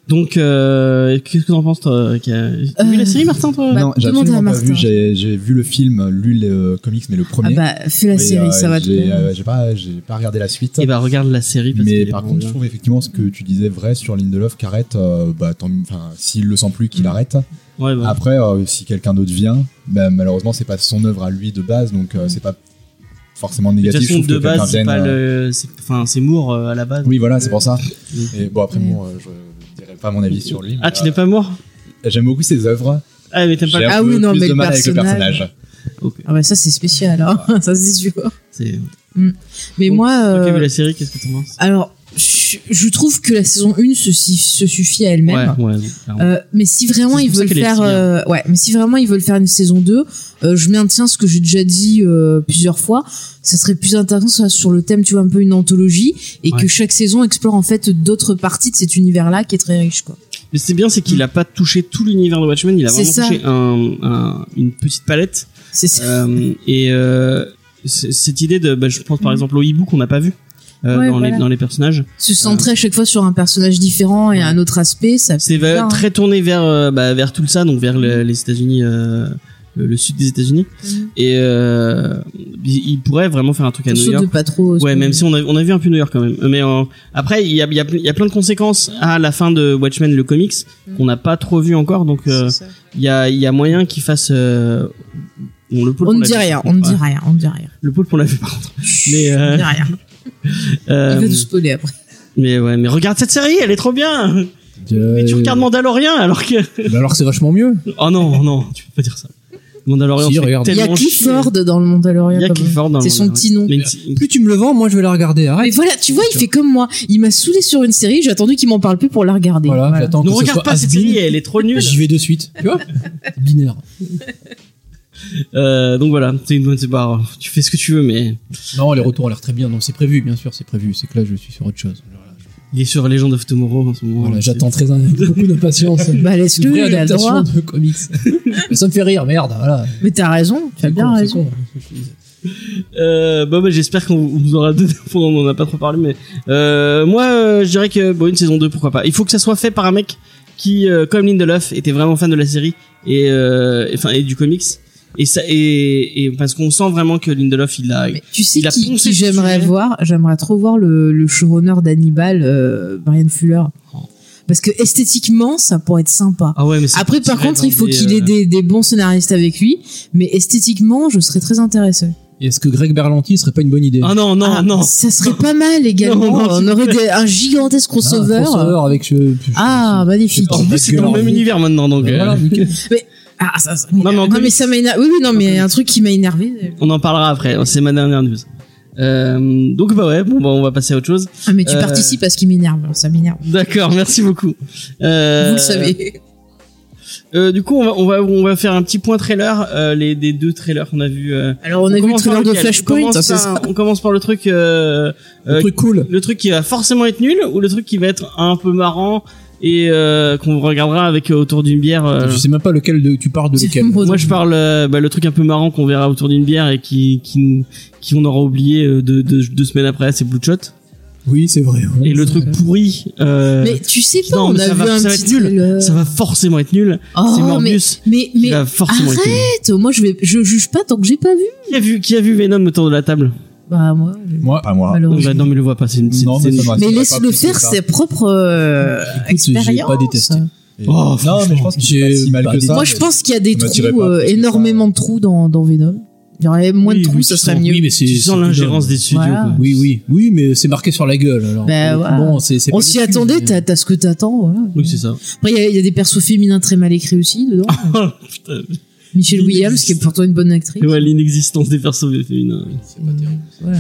[SPEAKER 2] Donc, euh, qu'est-ce que t'en penses, toi qui a- T'as vu
[SPEAKER 4] Euh,
[SPEAKER 2] la série, Martin, toi
[SPEAKER 4] bah,
[SPEAKER 5] non, j'ai
[SPEAKER 4] demandez à
[SPEAKER 5] absolument pas
[SPEAKER 4] Martin.
[SPEAKER 5] vu. J'ai j'ai vu le film, lu le euh, comics, mais le
[SPEAKER 4] Ah
[SPEAKER 5] premier.
[SPEAKER 4] bah fais la
[SPEAKER 5] Mais,
[SPEAKER 4] série,
[SPEAKER 5] euh,
[SPEAKER 4] ça va te
[SPEAKER 5] J'ai
[SPEAKER 4] plaire.
[SPEAKER 5] euh, j'ai pas, j'ai pas regardé la suite.
[SPEAKER 2] Eh bah, regarde la série. Parce
[SPEAKER 5] mais
[SPEAKER 2] qu'elle est
[SPEAKER 5] par
[SPEAKER 2] vraiment
[SPEAKER 5] contre, je
[SPEAKER 2] bien.
[SPEAKER 5] trouve effectivement ce que tu disais vrai sur Lindelof, qu'arrête, euh, bah, tant mieux. enfin, s'il le sent plus, qu'il
[SPEAKER 4] Mm.
[SPEAKER 5] arrête.
[SPEAKER 2] Ouais, bah,
[SPEAKER 5] Après, euh, si quelqu'un d'autre vient, bah, malheureusement, c'est pas son œuvre à lui de base, donc euh, c'est pas forcément
[SPEAKER 2] de toute
[SPEAKER 5] négatif.
[SPEAKER 2] façon,
[SPEAKER 5] je trouve
[SPEAKER 2] de
[SPEAKER 5] que quelqu'un
[SPEAKER 2] base, c'est
[SPEAKER 5] vienne,
[SPEAKER 2] pas
[SPEAKER 5] euh,
[SPEAKER 2] le. c'est- Enfin, c'est Moore euh, à la base.
[SPEAKER 5] Oui, voilà, c'est pour ça.
[SPEAKER 2] Oui.
[SPEAKER 5] Et bon, après,
[SPEAKER 4] Oui.
[SPEAKER 5] bon, euh, je dirais pas mon avis sur lui.
[SPEAKER 2] Mm. Ah,
[SPEAKER 5] mais,
[SPEAKER 2] tu n'es pas Moore
[SPEAKER 5] euh, J'aime beaucoup ses œuvres.
[SPEAKER 2] Ah, mais t'aimes
[SPEAKER 5] J'ai
[SPEAKER 2] pas.
[SPEAKER 5] un
[SPEAKER 4] Ah
[SPEAKER 5] peu
[SPEAKER 4] oui, non,
[SPEAKER 5] plus
[SPEAKER 4] mais
[SPEAKER 5] de
[SPEAKER 4] le
[SPEAKER 5] mal avec le
[SPEAKER 4] personnage.
[SPEAKER 5] personnage.
[SPEAKER 2] Ok.
[SPEAKER 4] Ah bah ça c'est spécial, hein. ça c'est sûr.
[SPEAKER 2] C'est.
[SPEAKER 4] Mais
[SPEAKER 2] Donc,
[SPEAKER 4] moi,
[SPEAKER 2] Toi qui as vu
[SPEAKER 4] euh,
[SPEAKER 2] la série, qu'est-ce que t'en penses
[SPEAKER 4] alors je, je trouve que la saison 1 se, se suffit à elle-même.
[SPEAKER 2] Ouais, ouais. donc, clairement.
[SPEAKER 4] Euh, mais si vraiment
[SPEAKER 2] C'est
[SPEAKER 4] ils
[SPEAKER 2] pour ça
[SPEAKER 4] veulent
[SPEAKER 2] qu'elle est
[SPEAKER 4] faire
[SPEAKER 2] si bien.
[SPEAKER 4] euh, ouais mais si vraiment ils veulent faire une saison 2 euh, je maintiens ce que j'ai déjà dit euh, plusieurs fois ça serait plus intéressant que ce soit sur le thème tu vois un peu une anthologie et
[SPEAKER 2] Ouais.
[SPEAKER 4] que chaque saison explore en fait d'autres parties de cet univers là qui est très riche quoi
[SPEAKER 2] Mais c'est bien, c'est qu'il a pas touché tout l'univers de Watchmen, il a
[SPEAKER 4] C'est
[SPEAKER 2] vraiment
[SPEAKER 4] ça.
[SPEAKER 2] touché un, un- une petite palette.
[SPEAKER 4] c'est ça
[SPEAKER 2] Euh, et euh, c- cette idée de, bah, je pense par
[SPEAKER 4] Mhm.
[SPEAKER 2] exemple au hibou qu'on n'a pas vu euh,
[SPEAKER 4] Ouais,
[SPEAKER 2] dans,
[SPEAKER 4] voilà.
[SPEAKER 2] les, dans les personnages.
[SPEAKER 4] se centrer à chaque fois sur un personnage différent et
[SPEAKER 2] euh. Ouais.
[SPEAKER 4] un autre aspect ça
[SPEAKER 2] C'est va-
[SPEAKER 4] bien, hein.
[SPEAKER 2] très tourné vers euh, bah, vers tout ça, donc vers
[SPEAKER 4] Mm.
[SPEAKER 2] le- les États-Unis, euh, le, le sud des États-Unis.
[SPEAKER 4] Mhm.
[SPEAKER 2] Et euh, il il pourrait vraiment faire un truc à New
[SPEAKER 4] Surtout
[SPEAKER 2] York.
[SPEAKER 4] de pas trop
[SPEAKER 2] Ouais, même si on a, on a vu un peu New York quand même. Mais euh, après, il y a, il y, a, il y a plein de conséquences à la fin de Watchmen, le comics,
[SPEAKER 4] Mhm.
[SPEAKER 2] qu'on n'a pas trop vu encore. Donc euh, il y, a, il y a moyen qu'il fasse. euh, bon, le pôle
[SPEAKER 4] on
[SPEAKER 2] qu'on
[SPEAKER 4] ne
[SPEAKER 2] l'a
[SPEAKER 4] dit
[SPEAKER 2] vu,
[SPEAKER 4] rien
[SPEAKER 2] par
[SPEAKER 4] on ne
[SPEAKER 2] contre,
[SPEAKER 4] dit
[SPEAKER 2] ouais.
[SPEAKER 4] rien on ne dit rien
[SPEAKER 2] Le pôle pour l'a vu par contre. Mais,
[SPEAKER 4] on ne dit
[SPEAKER 2] euh,
[SPEAKER 4] rien il
[SPEAKER 2] Euh,
[SPEAKER 4] veut nous spoiler après
[SPEAKER 2] Mais ouais, mais regarde cette série, elle est trop bien. Mais tu regardes Mandalorian alors que
[SPEAKER 3] Euh, Bah alors que c'est vachement mieux.
[SPEAKER 2] Oh non, non, tu peux pas dire ça. Mandalorian,
[SPEAKER 3] Si,
[SPEAKER 2] c'est
[SPEAKER 3] regarde.
[SPEAKER 4] il y a
[SPEAKER 2] tellement
[SPEAKER 4] Clifford
[SPEAKER 2] chier.
[SPEAKER 4] dans le Mandalorian
[SPEAKER 2] Il y a
[SPEAKER 4] quand même.
[SPEAKER 2] Clifford dans
[SPEAKER 4] c'est
[SPEAKER 2] le
[SPEAKER 4] son
[SPEAKER 2] Mandalorian.
[SPEAKER 4] petit nom
[SPEAKER 2] Mais une petite-
[SPEAKER 3] Plus tu me le vends, moi je vais la regarder.
[SPEAKER 4] Mais
[SPEAKER 3] Arrête.
[SPEAKER 4] voilà, tu vois, il
[SPEAKER 3] Sûr.
[SPEAKER 4] fait comme moi. Il m'a saoulé sur une série, j'ai attendu qu'il m'en parle plus pour la regarder.
[SPEAKER 3] Voilà, j'attends que
[SPEAKER 2] Ne
[SPEAKER 3] ce
[SPEAKER 2] regarde
[SPEAKER 3] soit
[SPEAKER 2] pas cette
[SPEAKER 3] Asbin.
[SPEAKER 2] série, elle est trop nulle.
[SPEAKER 3] J'y vais de suite. Tu vois Binaire.
[SPEAKER 2] Euh, donc voilà, c'est une bonne c'est pas- Tu fais ce que tu veux, mais
[SPEAKER 3] Non, les retours ont l'air très bien. Non, c'est prévu, bien sûr, c'est prévu. C'est que là, je suis sur autre chose. Voilà, je-
[SPEAKER 2] Il est sur Legend of Tomorrow en ce
[SPEAKER 4] Oh,
[SPEAKER 2] moment.
[SPEAKER 3] Voilà,
[SPEAKER 2] C'est-
[SPEAKER 3] j'attends très un- avec beaucoup d'impatience.
[SPEAKER 4] Bah
[SPEAKER 3] une
[SPEAKER 4] laisse-le,
[SPEAKER 3] vraie
[SPEAKER 4] il a le droit.
[SPEAKER 3] adaptation de comics. Mais ça me fait rire, merde. Voilà.
[SPEAKER 4] Mais t'as raison, tu as
[SPEAKER 3] C'est
[SPEAKER 4] bien
[SPEAKER 3] con, c'est
[SPEAKER 4] raison.
[SPEAKER 3] con.
[SPEAKER 2] Euh, bon, bah, j'espère qu'on vous aura donné. on n'en a pas trop parlé, mais euh, moi, euh, je dirais que bon, une saison 2, pourquoi pas. Il faut que ça soit fait par un mec qui, euh, comme Lindelof, était vraiment fan de la série et euh, et- enfin et, du comics. Et ça, et, et parce qu'on sent vraiment que Lindelof, il a.
[SPEAKER 4] Mais tu sais
[SPEAKER 2] Il a
[SPEAKER 4] qui,
[SPEAKER 2] poncé
[SPEAKER 4] qui
[SPEAKER 2] le
[SPEAKER 4] j'aimerais
[SPEAKER 2] sujet.
[SPEAKER 4] voir J'aimerais trop voir le, le showrunner d'Hannibal, euh, Brian Fuller. Parce que esthétiquement, ça pourrait être sympa.
[SPEAKER 2] Ah ouais, mais c'est-
[SPEAKER 4] Après, par
[SPEAKER 2] c'est
[SPEAKER 4] contre,
[SPEAKER 2] vrai,
[SPEAKER 4] il faut
[SPEAKER 2] dans des,
[SPEAKER 4] qu'il ait
[SPEAKER 2] euh,
[SPEAKER 4] des, des bons scénaristes avec lui, mais esthétiquement, je serais très intéressée.
[SPEAKER 3] Et Est-ce que Greg Berlanti serait pas une bonne idée Hein,
[SPEAKER 2] Ah non, non,
[SPEAKER 4] Ah,
[SPEAKER 2] non.
[SPEAKER 4] Ça serait pas mal également.
[SPEAKER 2] Non, non,
[SPEAKER 4] On
[SPEAKER 2] s'il
[SPEAKER 4] aurait des- un gigantesque crossover.
[SPEAKER 3] Ah, crossover avec. je- je-
[SPEAKER 4] Ah, magnifique.
[SPEAKER 2] En plus, c'est dans le même univers maintenant, donc. euh,
[SPEAKER 3] Voilà, nickel.
[SPEAKER 4] Ah, ça, ça-
[SPEAKER 2] Non, mais en
[SPEAKER 4] non, mais
[SPEAKER 2] comics.
[SPEAKER 4] ça m'a énervé. Oui, oui, non, mais un truc qui m'a énervé.
[SPEAKER 2] On en parlera après, c'est ma dernière news. Euh, donc bah ouais, bon bah on va passer à autre chose.
[SPEAKER 4] Ah, mais tu
[SPEAKER 2] Euh,
[SPEAKER 4] participes à ce qui m'énerve. alors Ça m'énerve.
[SPEAKER 2] D'accord, merci beaucoup. Euh,
[SPEAKER 4] Vous le savez.
[SPEAKER 2] euh, du coup on va, on va on va faire un petit point trailer euh, les des deux trailers qu'on a vu. euh,
[SPEAKER 4] Alors, on a vu le
[SPEAKER 2] commence par
[SPEAKER 4] trailer de
[SPEAKER 2] lequel on
[SPEAKER 4] Flashpoint. hein,
[SPEAKER 2] commence,
[SPEAKER 4] c'est
[SPEAKER 2] par,
[SPEAKER 4] ça.
[SPEAKER 2] on commence par le truc euh,
[SPEAKER 3] Le
[SPEAKER 2] euh,
[SPEAKER 3] truc cool.
[SPEAKER 2] le truc qui va forcément être nul ou le truc qui va être un peu marrant et euh, qu'on regardera avec euh, autour d'une bière. euh,
[SPEAKER 3] Je sais même pas lequel de- tu parles de lequel.
[SPEAKER 2] Moi, je parle euh, bah, le truc un peu marrant qu'on verra autour d'une bière et qui qui nous- qui on aura oublié euh, deux, deux, deux semaines après, c'est Blue Shot.
[SPEAKER 3] Oui, c'est vrai. hein.
[SPEAKER 2] Et le truc pourri, euh,
[SPEAKER 4] Mais tu sais pas,
[SPEAKER 2] Non,
[SPEAKER 4] on
[SPEAKER 2] mais
[SPEAKER 4] a
[SPEAKER 2] ça
[SPEAKER 4] vu
[SPEAKER 2] va-
[SPEAKER 4] un
[SPEAKER 2] ça va
[SPEAKER 4] petit
[SPEAKER 2] être nul.
[SPEAKER 4] trailer.
[SPEAKER 2] ça va forcément être nul. c'est
[SPEAKER 4] Oh, mais,
[SPEAKER 2] Morbius
[SPEAKER 4] mais,
[SPEAKER 2] qui
[SPEAKER 4] mais
[SPEAKER 2] va forcément être nul.
[SPEAKER 4] arrête, moi je vais, je juge pas tant que j'ai pas vu.
[SPEAKER 2] Qui a vu qui a vu Venom autour de la table
[SPEAKER 4] Bah moi, je-
[SPEAKER 3] Moi,
[SPEAKER 5] Pas moi.
[SPEAKER 4] malheureusement.
[SPEAKER 2] Bah, Non mais le vois pas, c'est une c'est-
[SPEAKER 5] Non, mais
[SPEAKER 2] c'est-
[SPEAKER 5] ça m'a-
[SPEAKER 4] Mais
[SPEAKER 5] ça m'a
[SPEAKER 4] laisse-le
[SPEAKER 5] pas plus
[SPEAKER 4] faire
[SPEAKER 5] que ça.
[SPEAKER 4] ses propres euh,
[SPEAKER 3] Écoute, j'ai pas
[SPEAKER 4] expériences.
[SPEAKER 3] détesté.
[SPEAKER 5] Et-
[SPEAKER 2] Oh,
[SPEAKER 5] non, mais je pense que c'est pas
[SPEAKER 3] j'ai
[SPEAKER 5] si mal
[SPEAKER 3] pas
[SPEAKER 5] que ça.
[SPEAKER 4] Moi, je pense qu'il y a des
[SPEAKER 5] Ça m'attirait
[SPEAKER 4] trous,
[SPEAKER 5] pas,
[SPEAKER 4] euh,
[SPEAKER 5] parce que ça-
[SPEAKER 4] énormément de trous dans, dans Venom. Il y aurait moins
[SPEAKER 2] Oui,
[SPEAKER 4] de trous,
[SPEAKER 2] oui,
[SPEAKER 4] ça
[SPEAKER 2] tu
[SPEAKER 4] serait
[SPEAKER 2] sens-
[SPEAKER 4] mieux.
[SPEAKER 3] Oui, mais c'est.
[SPEAKER 2] tu sens
[SPEAKER 3] c'est
[SPEAKER 2] l'ingérence
[SPEAKER 3] énorme.
[SPEAKER 2] des studios.
[SPEAKER 4] Voilà.
[SPEAKER 2] quoi.
[SPEAKER 3] Oui, oui, oui, mais c'est marqué sur la gueule. Alors,
[SPEAKER 4] Bah,
[SPEAKER 3] Donc,
[SPEAKER 4] voilà.
[SPEAKER 3] bon, c'est, c'est
[SPEAKER 4] On
[SPEAKER 3] pas
[SPEAKER 4] s'y
[SPEAKER 3] du cul,
[SPEAKER 4] attendait,
[SPEAKER 3] mais-
[SPEAKER 4] t'as t'as ce que t'attends. Voilà.
[SPEAKER 2] Oui, c'est ça.
[SPEAKER 4] Après, il y, a- il y a des persos féminins très mal écrits aussi dedans.
[SPEAKER 2] Oh, putain.
[SPEAKER 4] Michelle
[SPEAKER 2] Il
[SPEAKER 4] Williams,
[SPEAKER 2] existe.
[SPEAKER 4] qui est pourtant une bonne actrice.
[SPEAKER 2] Ouais, l'inexistence des persos féminins.
[SPEAKER 4] Euh, voilà.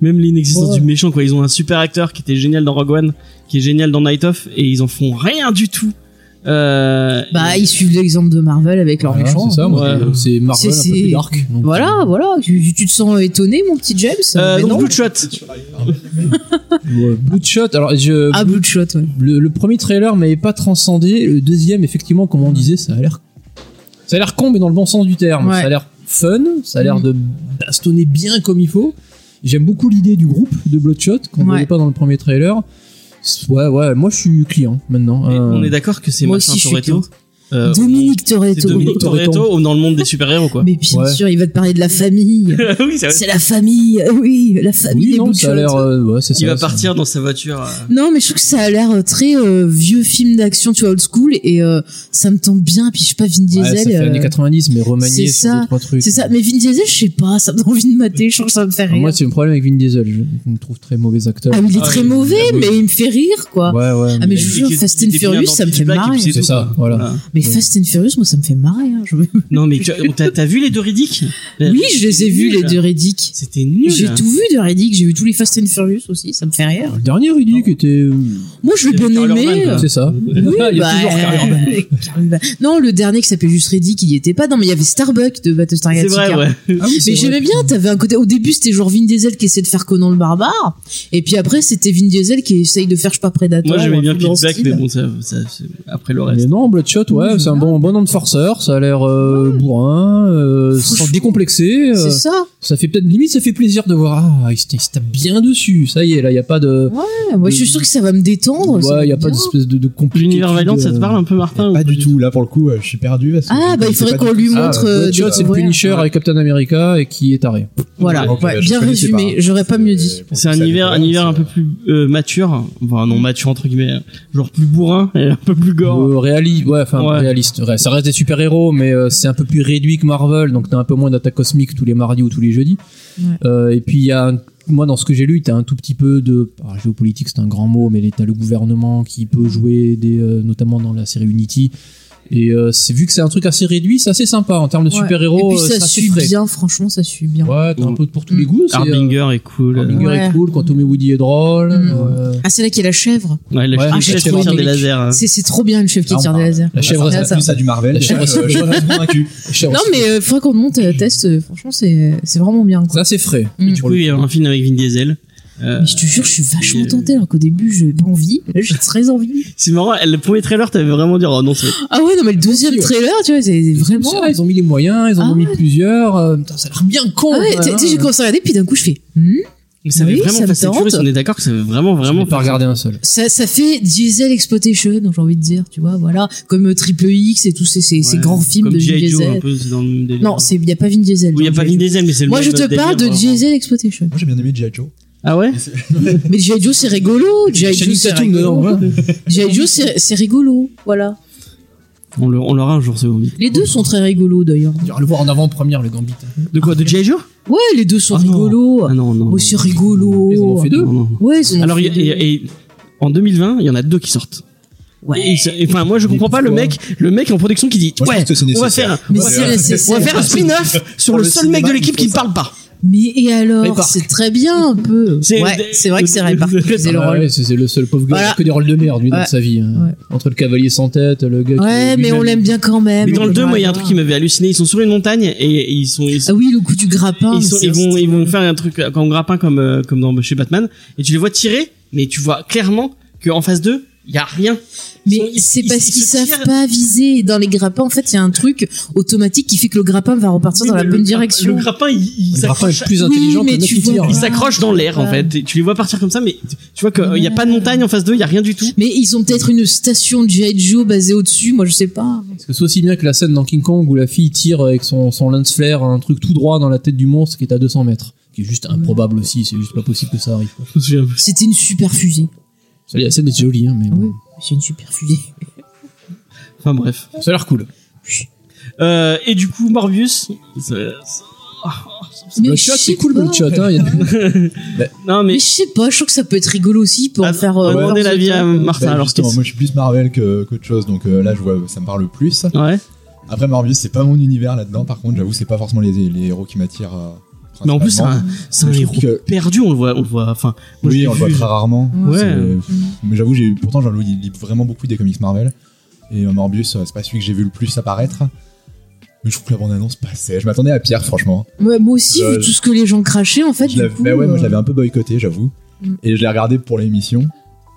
[SPEAKER 2] Même l'inexistence
[SPEAKER 4] Ouais.
[SPEAKER 2] du méchant quoi, ils ont un super acteur qui était génial dans Rogue One, qui est génial dans Night Of et ils en font rien du tout. Euh,
[SPEAKER 4] Bah,
[SPEAKER 2] et-
[SPEAKER 4] ils suivent l'exemple de Marvel avec leurs
[SPEAKER 3] Voilà,
[SPEAKER 4] méchants. hein.
[SPEAKER 3] c'est ça, moi,
[SPEAKER 2] Ouais.
[SPEAKER 3] c'est- c'est Marvel
[SPEAKER 4] C'est-
[SPEAKER 3] un peu
[SPEAKER 4] c'est-
[SPEAKER 3] plus dark. donc, euh.
[SPEAKER 4] Voilà, voilà. Tu, tu te sens étonné, mon petit James
[SPEAKER 2] euh,
[SPEAKER 4] Mais
[SPEAKER 2] donc
[SPEAKER 4] non.
[SPEAKER 2] Bloodshot.
[SPEAKER 3] euh, Ouais, Bloodshot, alors je,
[SPEAKER 4] Ah, Bloodshot, ouais.
[SPEAKER 3] le, le premier trailer m'avait pas transcendé, le deuxième effectivement comme on disait ça a l'air ça a l'air con mais dans le bon sens du terme,
[SPEAKER 4] Hmm. Ouais.
[SPEAKER 3] ça a l'air fun, ça a l'air
[SPEAKER 4] Mhm.
[SPEAKER 3] de bastonner bien comme il faut. J'aime beaucoup l'idée du groupe de Bloodshot qu'on
[SPEAKER 4] Ouais.
[SPEAKER 3] voyait pas dans le premier trailer. C'est- Ouais ouais, moi je suis client maintenant.
[SPEAKER 2] Et
[SPEAKER 3] Euh,
[SPEAKER 2] On est d'accord que c'est
[SPEAKER 4] Moi
[SPEAKER 2] Martin
[SPEAKER 4] aussi, je suis
[SPEAKER 2] Toretto.
[SPEAKER 4] cliente.
[SPEAKER 2] Euh,
[SPEAKER 4] Dominique
[SPEAKER 2] c'est
[SPEAKER 4] Toretto.
[SPEAKER 2] Dominique
[SPEAKER 3] Toretto.
[SPEAKER 2] Toretto dans le monde des super-héros quoi.
[SPEAKER 4] Mais bien
[SPEAKER 3] Ouais.
[SPEAKER 4] sûr, il va te parler de la famille.
[SPEAKER 2] oui, c'est vrai.
[SPEAKER 4] C'est la famille, euh, oui, la famille
[SPEAKER 3] oui,
[SPEAKER 4] des
[SPEAKER 3] non, ça a l'air
[SPEAKER 4] Bloodshot.
[SPEAKER 3] euh, ouais, c'est ça.
[SPEAKER 2] Il va
[SPEAKER 3] c'est-
[SPEAKER 2] partir dans sa voiture. euh,
[SPEAKER 4] Non, mais je trouve que ça a l'air euh, très euh, vieux film d'action, tu vois, old school, et euh, ça me tombe bien. Puis je sais pas, Vin
[SPEAKER 3] Ouais,
[SPEAKER 4] Diesel.
[SPEAKER 3] ça fait
[SPEAKER 4] euh,
[SPEAKER 3] années 90 mais remanié
[SPEAKER 4] c'est
[SPEAKER 3] sur
[SPEAKER 4] ça,
[SPEAKER 3] deux trois trucs.
[SPEAKER 4] c'est ça, mais Vin Diesel, je sais pas, ça me donne envie de mater, je trouve que ça me fait
[SPEAKER 3] Alors, Ah,
[SPEAKER 4] rire.
[SPEAKER 3] moi c'est un problème avec Vin Diesel, je je me trouve très mauvais acteur.
[SPEAKER 4] ah, mais il est
[SPEAKER 2] Ah,
[SPEAKER 4] très
[SPEAKER 2] oui,
[SPEAKER 4] mauvais,
[SPEAKER 3] oui.
[SPEAKER 4] mais il me fait rire, quoi.
[SPEAKER 3] Ouais ouais.
[SPEAKER 4] Ah, mais je
[SPEAKER 2] et
[SPEAKER 4] vous jure,
[SPEAKER 2] qu'il-
[SPEAKER 4] Fast
[SPEAKER 2] qu'il
[SPEAKER 4] and
[SPEAKER 2] était bien
[SPEAKER 4] Furious,
[SPEAKER 2] dans
[SPEAKER 4] ça me fait
[SPEAKER 2] Feedback, et puis
[SPEAKER 4] marrer.
[SPEAKER 2] C'est
[SPEAKER 3] C'est
[SPEAKER 2] tout,
[SPEAKER 3] ça,
[SPEAKER 2] quoi.
[SPEAKER 3] voilà.
[SPEAKER 4] Mais Fast and Furious, moi, ça me fait marrer. hein, je-
[SPEAKER 2] Non mais tu- t'as t'as vu les deux Riddick
[SPEAKER 4] Oui, je les ai vus, les deux Reddick.
[SPEAKER 2] C'était nul. hein.
[SPEAKER 4] J'ai tout vu de Reddick, j'ai vu tous les Fast and Furious aussi, ça me fait rire.
[SPEAKER 2] Ah.
[SPEAKER 3] Le dernier il qui était euh,
[SPEAKER 4] Moi, je l'ai bien
[SPEAKER 2] C'est Carl
[SPEAKER 4] aimé.
[SPEAKER 2] Urban, quoi.
[SPEAKER 3] c'est ça.
[SPEAKER 4] Oui,
[SPEAKER 3] Ah, il y a
[SPEAKER 4] bah,
[SPEAKER 3] toujours Carl Urban.
[SPEAKER 4] euh, Carl Urban. Non, le dernier qui s'appelait juste Reddick, il y était pas. Non, mais il y avait Starbuck de Battlestar
[SPEAKER 2] C'est
[SPEAKER 4] Galactica.
[SPEAKER 2] vrai, ouais.
[SPEAKER 3] ah
[SPEAKER 4] Mais j'aimais bien, t'avais un côté. Au début, c'était genre Vin Diesel qui essaie de faire Conan le barbare. Et puis après, c'était Vin Diesel qui essaye de faire Je suis pas prédateur.
[SPEAKER 2] Moi j'aimais
[SPEAKER 4] ou un
[SPEAKER 2] bien
[SPEAKER 4] truc dans ce
[SPEAKER 2] Feedback,
[SPEAKER 4] style.
[SPEAKER 2] mais bon, ça, ça- c'est après le
[SPEAKER 3] Mais
[SPEAKER 2] reste.
[SPEAKER 3] non, Bloodshot, ouais,
[SPEAKER 4] Oui,
[SPEAKER 3] c'est un bon, bon nom de forceur, ça a l'air euh, bourrin, euh,
[SPEAKER 4] Franchement,
[SPEAKER 3] sans décomplexer. euh,
[SPEAKER 4] C'est ça.
[SPEAKER 3] ça fait peut-être limite, ça fait plaisir de voir. Ah, il se, il se tape bien dessus, ça y est, là, il n'y a pas de.
[SPEAKER 4] Ouais, Moi, je suis sûr que ça va me détendre. ça va
[SPEAKER 3] ouais, il n'y a
[SPEAKER 4] être
[SPEAKER 3] pas
[SPEAKER 4] bien.
[SPEAKER 3] d'espèce de, euh, de compliqué.
[SPEAKER 2] L'univers Valiant, ça te parle un peu, Martin ou
[SPEAKER 5] Pas du tout, là pour le coup, euh, je suis perdu. parce que
[SPEAKER 4] Ah,
[SPEAKER 5] du
[SPEAKER 4] bah,
[SPEAKER 5] coup,
[SPEAKER 4] il
[SPEAKER 5] c'est
[SPEAKER 4] faudrait
[SPEAKER 5] pas
[SPEAKER 4] qu'on
[SPEAKER 5] du
[SPEAKER 4] lui
[SPEAKER 5] tout ça.
[SPEAKER 4] montre. euh,
[SPEAKER 3] Bloodshot, c'est le
[SPEAKER 4] ouais.
[SPEAKER 3] Punisher avec Captain America et qui est taré.
[SPEAKER 4] Voilà,
[SPEAKER 5] Ok,
[SPEAKER 4] ouais,
[SPEAKER 5] bah, je
[SPEAKER 4] bien
[SPEAKER 5] connaissais pas,
[SPEAKER 4] résumé.
[SPEAKER 5] hein.
[SPEAKER 4] J'aurais pas mieux dit.
[SPEAKER 5] Et pour le
[SPEAKER 2] C'est
[SPEAKER 5] coup,
[SPEAKER 2] un
[SPEAKER 5] ça
[SPEAKER 2] univers, un
[SPEAKER 5] décolle,
[SPEAKER 2] univers un
[SPEAKER 5] c'est-
[SPEAKER 2] peu plus euh, mature, enfin non mature entre guillemets, genre plus bourrin et un peu plus gore.
[SPEAKER 3] Euh, réali- ouais, enfin,
[SPEAKER 2] Ouais.
[SPEAKER 3] réaliste. Ouais, ça reste des super-héros, mais euh, c'est un peu plus réduit que Marvel, donc t'as un peu moins d'attaques cosmiques tous les mardis ou tous les jeudis.
[SPEAKER 4] Ouais.
[SPEAKER 3] Euh, et puis, il y a un- moi, dans ce que j'ai lu, t'as un tout petit peu de. ah, géopolitique, c'est un grand mot, mais t'as le gouvernement qui peut jouer, des, euh, notamment dans la série Unity. Et euh, c'est vu que c'est un truc assez réduit, c'est assez sympa en termes de
[SPEAKER 4] Ouais.
[SPEAKER 3] super-héros.
[SPEAKER 4] Et puis,
[SPEAKER 3] euh,
[SPEAKER 4] ça
[SPEAKER 3] c'est assez
[SPEAKER 4] suit
[SPEAKER 3] frais.
[SPEAKER 4] bien, franchement, ça suit bien.
[SPEAKER 3] Ouais, t'as un peu pour tous
[SPEAKER 4] Mm.
[SPEAKER 3] les goûts. c'est, euh,
[SPEAKER 2] Harbinger est cool. euh,
[SPEAKER 3] Harbinger
[SPEAKER 4] Ouais.
[SPEAKER 3] est cool, quand Tommy Woody est drôle.
[SPEAKER 4] Mm.
[SPEAKER 3] euh,
[SPEAKER 4] Ah, c'est là qu'il y a la chèvre.
[SPEAKER 2] Ouais, la
[SPEAKER 3] Ouais,
[SPEAKER 2] chèvre
[SPEAKER 3] ah,
[SPEAKER 2] qui
[SPEAKER 3] j'ai
[SPEAKER 2] tire
[SPEAKER 3] trouvé
[SPEAKER 2] des
[SPEAKER 4] Dominique.
[SPEAKER 2] lasers. hein.
[SPEAKER 4] C'est c'est trop bien le chef qui
[SPEAKER 3] Ah, on
[SPEAKER 4] tire des
[SPEAKER 3] parle.
[SPEAKER 4] lasers.
[SPEAKER 3] La chèvre,
[SPEAKER 5] Ah,
[SPEAKER 4] ça-
[SPEAKER 5] ça, ça du Marvel.
[SPEAKER 3] La chèvre, ça-
[SPEAKER 5] je je reste convaincu.
[SPEAKER 3] Cher-
[SPEAKER 4] Non, mais euh, faudrait qu'on monte euh, test. euh, Franchement, c'est c'est vraiment bien. quoi.
[SPEAKER 3] C'est assez frais.
[SPEAKER 4] Mm.
[SPEAKER 2] Du coup, il y a un film avec Vin Diesel. Euh,
[SPEAKER 4] Mais je te jure, je suis vachement
[SPEAKER 2] euh,
[SPEAKER 4] tentée alors qu'au début, je envie. J'ai très envie.
[SPEAKER 2] c'est marrant, elle- le premier trailer, t'avais vraiment dit, oh non, c'est
[SPEAKER 4] Ah ouais, non, mais le deuxième
[SPEAKER 3] Si, ouais.
[SPEAKER 4] trailer, tu vois, c'est c'est vraiment. euh,
[SPEAKER 3] C'est vrai, ils ont mis les moyens, ils en
[SPEAKER 4] Ah
[SPEAKER 3] ont mis
[SPEAKER 4] ouais.
[SPEAKER 3] plusieurs. euh, putain, ça a l'air bien con.
[SPEAKER 4] Ah ouais,
[SPEAKER 3] quand
[SPEAKER 4] tu
[SPEAKER 3] même,
[SPEAKER 4] sais, j'ai
[SPEAKER 3] hein.
[SPEAKER 4] commencé à regarder, puis d'un coup, je fais. hmm,
[SPEAKER 2] mais ça avait
[SPEAKER 4] Oui,
[SPEAKER 2] vraiment
[SPEAKER 4] ça me
[SPEAKER 2] Fast and
[SPEAKER 4] tente.
[SPEAKER 2] Furious, on est d'accord que ça avait vraiment,
[SPEAKER 3] Je
[SPEAKER 2] vraiment
[SPEAKER 3] n'ai pas regardé un seul.
[SPEAKER 4] Ça, ça fait Diesel Exploitation, j'ai envie de dire, tu vois, voilà. Comme euh, Triple X et tous ces, ces, ces
[SPEAKER 2] Ouais,
[SPEAKER 4] grands films
[SPEAKER 2] comme
[SPEAKER 4] de Vin
[SPEAKER 2] G.I. Joe, un
[SPEAKER 4] Diesel.
[SPEAKER 2] peu, c'est dans le même délire.
[SPEAKER 4] Non, il n'y a pas Vin Diesel.
[SPEAKER 2] Où il n'y a
[SPEAKER 4] dans
[SPEAKER 2] pas
[SPEAKER 4] G.I.
[SPEAKER 2] Vin
[SPEAKER 4] Joe.
[SPEAKER 2] Diesel, mais c'est le
[SPEAKER 4] Moi,
[SPEAKER 2] même
[SPEAKER 4] je te
[SPEAKER 2] délire,
[SPEAKER 4] parle de
[SPEAKER 2] vraiment.
[SPEAKER 4] Diesel Exploitation.
[SPEAKER 5] Moi j'ai bien aimé G.I. Joe.
[SPEAKER 2] Ah ouais?
[SPEAKER 4] Mais G.I. Joe, c'est rigolo. G.I. Joe,
[SPEAKER 3] Channing
[SPEAKER 4] c'est
[SPEAKER 3] Tatum dedans, hein.
[SPEAKER 4] rigolo.
[SPEAKER 3] ouais.
[SPEAKER 4] G.I. Joe, c'est c'est rigolo. Voilà.
[SPEAKER 2] On le- on l'aura un jour, c'est bon.
[SPEAKER 4] Les deux sont très rigolos, d'ailleurs.
[SPEAKER 3] On ira le voir en avant-première, le Gambit.
[SPEAKER 2] De quoi? De G.I. Joe?
[SPEAKER 4] Ouais, les deux sont
[SPEAKER 2] Ah non.
[SPEAKER 4] rigolos.
[SPEAKER 2] Ah non, non.
[SPEAKER 4] Oh,
[SPEAKER 2] non.
[SPEAKER 4] c'est
[SPEAKER 3] Ils en ont
[SPEAKER 4] rigolo.
[SPEAKER 3] fait deux.
[SPEAKER 2] Non, non.
[SPEAKER 4] Ouais, ils en ont
[SPEAKER 2] Alors,
[SPEAKER 4] fait
[SPEAKER 2] il y a-
[SPEAKER 4] deux.
[SPEAKER 2] il y a- et en 2020, il y en a deux qui sortent. Et
[SPEAKER 4] Ouais.
[SPEAKER 2] il se- et Enfin, moi, je comprends pas le mec, le mec en production qui dit
[SPEAKER 5] Moi, je
[SPEAKER 2] ouais,
[SPEAKER 5] pense que c'est
[SPEAKER 2] on va
[SPEAKER 5] nécessaire.
[SPEAKER 2] faire,
[SPEAKER 4] Mais
[SPEAKER 2] on va
[SPEAKER 4] c'est
[SPEAKER 2] faire-
[SPEAKER 4] nécessaire.
[SPEAKER 2] on va faire un spin-off sur
[SPEAKER 5] Pour
[SPEAKER 2] le
[SPEAKER 5] le
[SPEAKER 2] seul
[SPEAKER 5] cinéma,
[SPEAKER 2] mec de
[SPEAKER 5] il
[SPEAKER 2] l'équipe
[SPEAKER 5] faut
[SPEAKER 2] qui ne
[SPEAKER 5] ça.
[SPEAKER 2] parle pas.
[SPEAKER 4] Mais et
[SPEAKER 3] Ray
[SPEAKER 4] alors,
[SPEAKER 3] Park.
[SPEAKER 4] c'est très bien un peu.
[SPEAKER 2] C'est-
[SPEAKER 4] Ouais, c'est vrai que c'est Ray Park qui faisait le
[SPEAKER 3] Ah
[SPEAKER 4] rôle.
[SPEAKER 3] ouais, c'est c'est le seul pauvre gars
[SPEAKER 4] Voilà.
[SPEAKER 3] que des rôles de merde lui
[SPEAKER 4] Ouais.
[SPEAKER 3] dans sa vie. hein.
[SPEAKER 4] Ouais.
[SPEAKER 3] Entre le cavalier sans tête, le gars. qui
[SPEAKER 4] Ouais,
[SPEAKER 3] est
[SPEAKER 4] mais on
[SPEAKER 3] lui-même-
[SPEAKER 4] l'aime bien quand même.
[SPEAKER 2] Mais dans le 2, moi, il y a un
[SPEAKER 4] Voilà.
[SPEAKER 2] truc qui m'avait halluciné. Ils sont sur une montagne et et ils sont, ils sont-
[SPEAKER 4] Ah oui, le coup du grappin.
[SPEAKER 2] ils,
[SPEAKER 4] mais
[SPEAKER 2] sont-
[SPEAKER 4] c'est-
[SPEAKER 2] ils vont, ils vont faire un truc en grappin comme, euh, comme dans, chez Batman. Et tu les vois tirer, mais tu vois clairement qu'en face d'eux, il y a rien. Ils sont-
[SPEAKER 4] Mais
[SPEAKER 2] ils-
[SPEAKER 4] c'est
[SPEAKER 2] ils-
[SPEAKER 4] parce
[SPEAKER 2] ils
[SPEAKER 4] qu'ils
[SPEAKER 2] se
[SPEAKER 4] savent
[SPEAKER 2] tirent.
[SPEAKER 4] pas viser. Dans les grappins, en fait, il y a un truc automatique qui fait que le grappin va repartir
[SPEAKER 2] Oui,
[SPEAKER 4] dans la
[SPEAKER 2] mais
[SPEAKER 4] bonne
[SPEAKER 2] le grappin-
[SPEAKER 4] direction.
[SPEAKER 2] Le grappin, il, il
[SPEAKER 3] Le grappin
[SPEAKER 2] s'accroche
[SPEAKER 3] est plus
[SPEAKER 4] Oui,
[SPEAKER 3] intelligent
[SPEAKER 4] mais
[SPEAKER 3] que le mec
[SPEAKER 4] tu
[SPEAKER 3] qui
[SPEAKER 4] vois
[SPEAKER 3] tire.
[SPEAKER 4] pas.
[SPEAKER 2] il s'accroche dans l'air, en
[SPEAKER 4] Ouais.
[SPEAKER 2] fait. Et tu les vois partir comme ça, mais tu- tu vois qu'il n'y a pas de montagne en face d'eux, il y a rien du tout.
[SPEAKER 4] Mais ils ont peut-être une station de G.I. Joe basée au-dessus, moi je sais pas.
[SPEAKER 3] Parce que c'est aussi bien que la scène dans King Kong où la fille tire avec son, son lance flare un truc tout droit dans la tête du monstre qui est à 200 mètres. Qui est juste improbable aussi, c'est juste pas possible que ça arrive. quoi.
[SPEAKER 4] C'était une super fusée.
[SPEAKER 3] Ça, La scène est jolie, hein, mais
[SPEAKER 4] Oui,
[SPEAKER 3] bon.
[SPEAKER 4] c'est une super fusée.
[SPEAKER 2] Enfin, bref.
[SPEAKER 3] ça a l'air cool.
[SPEAKER 2] Euh, et du coup, Morbius. c'est-
[SPEAKER 4] Mais
[SPEAKER 3] Le
[SPEAKER 4] je
[SPEAKER 3] chat,
[SPEAKER 4] sais
[SPEAKER 3] c'est cool
[SPEAKER 4] pas.
[SPEAKER 3] le chat. Hein, il y a des-
[SPEAKER 2] Non,
[SPEAKER 4] Mais
[SPEAKER 2] mais.
[SPEAKER 4] je sais pas, je trouve que ça peut être rigolo aussi pour
[SPEAKER 2] Ah,
[SPEAKER 4] en faire.
[SPEAKER 2] on
[SPEAKER 4] euh,
[SPEAKER 2] va demander
[SPEAKER 4] voir ce
[SPEAKER 2] l'avis
[SPEAKER 4] truc.
[SPEAKER 2] à Martin.
[SPEAKER 5] Bah,
[SPEAKER 2] alors,
[SPEAKER 5] justement,
[SPEAKER 2] qu'est-ce-
[SPEAKER 5] moi je suis plus Marvel que- qu'autre chose, donc euh, là je vois ça me parle le plus.
[SPEAKER 2] ouais.
[SPEAKER 5] Après Morbius, c'est pas mon univers là-dedans. Par contre, j'avoue, c'est pas forcément les, les héros qui m'attirent. euh,
[SPEAKER 2] Mais en plus, c'est
[SPEAKER 5] principalement.
[SPEAKER 2] un, c'est un
[SPEAKER 5] Je
[SPEAKER 2] héros
[SPEAKER 5] trouve que-
[SPEAKER 2] perdu, on le voit, on le voit. Enfin, moi, je
[SPEAKER 5] oui,
[SPEAKER 2] l'ai
[SPEAKER 5] on le voit
[SPEAKER 2] vu.
[SPEAKER 5] très rarement.
[SPEAKER 2] Ouais.
[SPEAKER 5] C'est-
[SPEAKER 3] Mm.
[SPEAKER 5] Mais j'avoue, j'ai pourtant j'en lis lis vraiment beaucoup des comics Marvel. Et euh, Morbius, euh, c'est pas celui que j'ai vu le plus apparaître. Mais je trouve que la bande-annonce passait. Je m'attendais à Pierre, franchement.
[SPEAKER 4] Ouais, moi aussi,
[SPEAKER 5] Euh,
[SPEAKER 4] vu tout ce que les gens crachaient, en fait.
[SPEAKER 5] Je
[SPEAKER 4] Ah, du
[SPEAKER 5] l'avais-
[SPEAKER 4] coup,
[SPEAKER 5] bah ouais, moi je
[SPEAKER 4] euh,
[SPEAKER 5] l'avais un peu boycotté, j'avoue.
[SPEAKER 4] Mm.
[SPEAKER 5] Et je l'ai regardé pour l'émission.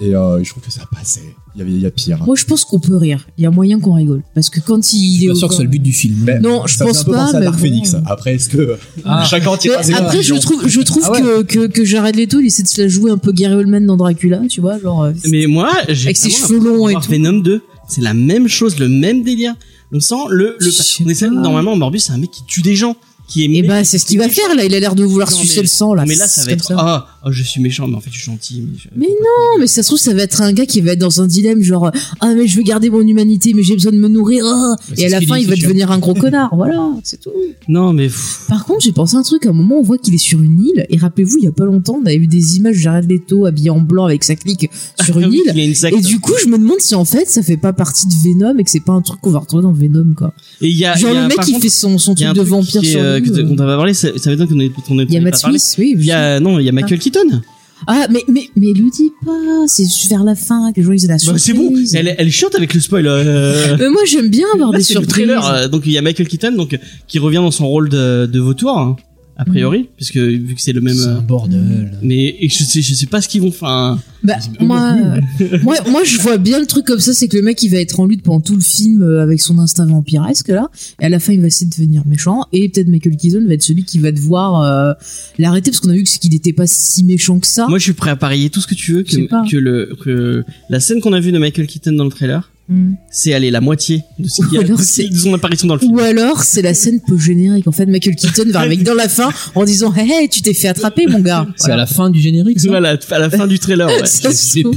[SPEAKER 5] Et euh, je trouve que ça passait. Il y avait il y a pire.
[SPEAKER 4] Moi, je pense qu'on peut rire. Il y a moyen qu'on rigole. Parce que quand
[SPEAKER 3] Je
[SPEAKER 4] il.
[SPEAKER 3] suis
[SPEAKER 4] est
[SPEAKER 3] pas
[SPEAKER 4] au
[SPEAKER 3] sûr que c'est le but du film.
[SPEAKER 5] Mais
[SPEAKER 4] non, je
[SPEAKER 5] ça fait
[SPEAKER 4] pense
[SPEAKER 5] un peu
[SPEAKER 4] pas,
[SPEAKER 5] penser à
[SPEAKER 4] mais
[SPEAKER 5] Dark
[SPEAKER 4] bon.
[SPEAKER 5] Phoenix. Après, est-ce que
[SPEAKER 3] Ah.
[SPEAKER 5] chacun
[SPEAKER 4] Mais
[SPEAKER 5] tira ses
[SPEAKER 4] après, je
[SPEAKER 5] conclusions
[SPEAKER 4] trouve, je trouve
[SPEAKER 3] Ah ouais.
[SPEAKER 4] que, que, que Jared Leto, il essaie de se la jouer un peu Gary Oldman dans Dracula, tu vois, genre. euh,
[SPEAKER 2] Mais moi, j'ai.
[SPEAKER 4] avec ses
[SPEAKER 2] vraiment
[SPEAKER 4] cheveux longs et
[SPEAKER 2] l'impression de voir Venom
[SPEAKER 4] tout.
[SPEAKER 2] 2, c'est la même chose, le même délire. On sent le.
[SPEAKER 4] Je
[SPEAKER 2] le
[SPEAKER 4] sais
[SPEAKER 2] on essaie-
[SPEAKER 4] pas.
[SPEAKER 2] normalement, Morbius, c'est un mec qui tue des gens. Qui est
[SPEAKER 4] Et
[SPEAKER 2] méchant.
[SPEAKER 4] bah, c'est ce qu'il va faire, là. Il a l'air de vouloir
[SPEAKER 2] Non,
[SPEAKER 4] sucer
[SPEAKER 2] mais-
[SPEAKER 4] le sang, là.
[SPEAKER 2] Mais là, ça va
[SPEAKER 4] comme
[SPEAKER 2] être. Ah, oh, je suis méchant, mais en fait, je suis gentil. mais je-
[SPEAKER 4] Mais Non, mais ça se trouve, ça va être un gars qui va être dans un dilemme, genre, ah, mais je veux garder mon humanité, mais j'ai besoin de me nourrir, ah.
[SPEAKER 3] Mais c'est
[SPEAKER 4] Et à
[SPEAKER 3] ce
[SPEAKER 4] la
[SPEAKER 3] qu'il
[SPEAKER 4] fin,
[SPEAKER 3] dit,
[SPEAKER 4] il va
[SPEAKER 3] c'est
[SPEAKER 4] devenir un gros connard. Voilà, c'est tout.
[SPEAKER 2] Non, mais. pff,
[SPEAKER 4] Par contre, j'ai pensé à un truc. À un moment, on voit qu'il est sur une île. Et rappelez-vous, il y a pas longtemps, on avait vu des images de Jared Leto habillé en blanc avec sa clique sur une
[SPEAKER 2] Ah oui,
[SPEAKER 4] île.
[SPEAKER 2] il y a une secte.
[SPEAKER 4] Et du coup, je me demande si en fait, ça fait pas partie de Venom et que c'est pas un truc qu'on va retrouver dans Venom, quoi.
[SPEAKER 2] Et il y a.
[SPEAKER 4] Genre
[SPEAKER 2] Ah, il y a-
[SPEAKER 4] le mec
[SPEAKER 2] par
[SPEAKER 4] qui
[SPEAKER 2] contre,
[SPEAKER 4] fait son, son
[SPEAKER 2] il y a
[SPEAKER 4] truc
[SPEAKER 2] un
[SPEAKER 4] de
[SPEAKER 2] truc
[SPEAKER 4] vampire
[SPEAKER 2] qui est,
[SPEAKER 4] sur
[SPEAKER 2] euh,
[SPEAKER 4] l'île,
[SPEAKER 2] que-
[SPEAKER 4] euh.
[SPEAKER 2] dont on va parler, ça ça m'étonne qu'on ait- qu'on ait
[SPEAKER 4] Il y a
[SPEAKER 2] pas
[SPEAKER 4] Matt
[SPEAKER 2] parlé.
[SPEAKER 4] Smith, oui.
[SPEAKER 2] Il y a, non, il y a Michael Keaton.
[SPEAKER 4] Ah, mais, mais, mais lui dis pas, c'est vers la fin que les gens ils ont la
[SPEAKER 2] Bah,
[SPEAKER 4] surprise.
[SPEAKER 2] c'est bon, elle, elle est chiante avec le spoil. euh.
[SPEAKER 4] Mais moi j'aime bien avoir
[SPEAKER 2] Là,
[SPEAKER 4] des
[SPEAKER 2] c'est le
[SPEAKER 4] surprises.
[SPEAKER 2] trailer. euh, Donc il y a Michael Keaton donc euh, qui revient dans son rôle de, de vautour hein, a priori
[SPEAKER 4] Mm.
[SPEAKER 2] puisque vu que c'est le même.
[SPEAKER 3] C'est
[SPEAKER 2] euh,
[SPEAKER 3] un Ah, bordel.
[SPEAKER 2] Mais et je sais je sais pas ce qu'ils vont faire. hein.
[SPEAKER 4] Bah, moi, euh, moi, moi, je vois bien le truc comme ça, c'est que le mec il va être en lutte pendant tout le film euh, avec son instinct vampiresque là, et à la fin il va essayer de devenir méchant, et peut-être Michael Keaton va être celui qui va devoir euh, l'arrêter parce qu'on a vu que c'est qu'il n'était pas si méchant que ça.
[SPEAKER 2] Moi je suis prêt à parier tout ce que tu veux
[SPEAKER 4] Ah. Je sais pas.
[SPEAKER 2] que, que le que la scène qu'on a vue de Michael Keaton dans le trailer
[SPEAKER 4] Hmm.
[SPEAKER 2] c'est aller la moitié de, ce qu'il y a-
[SPEAKER 4] Ou alors
[SPEAKER 2] de-
[SPEAKER 4] c'est-
[SPEAKER 2] de son apparition dans le film.
[SPEAKER 4] Ou alors c'est la scène post-générique. En fait, Michael Keaton va arriver dans la fin en disant Hey, hey, tu t'es fait attraper, mon gars.
[SPEAKER 3] C'est à la fin du générique, ça
[SPEAKER 2] À la, à la fin du traiailer. Ouais.
[SPEAKER 4] Ça se trouve-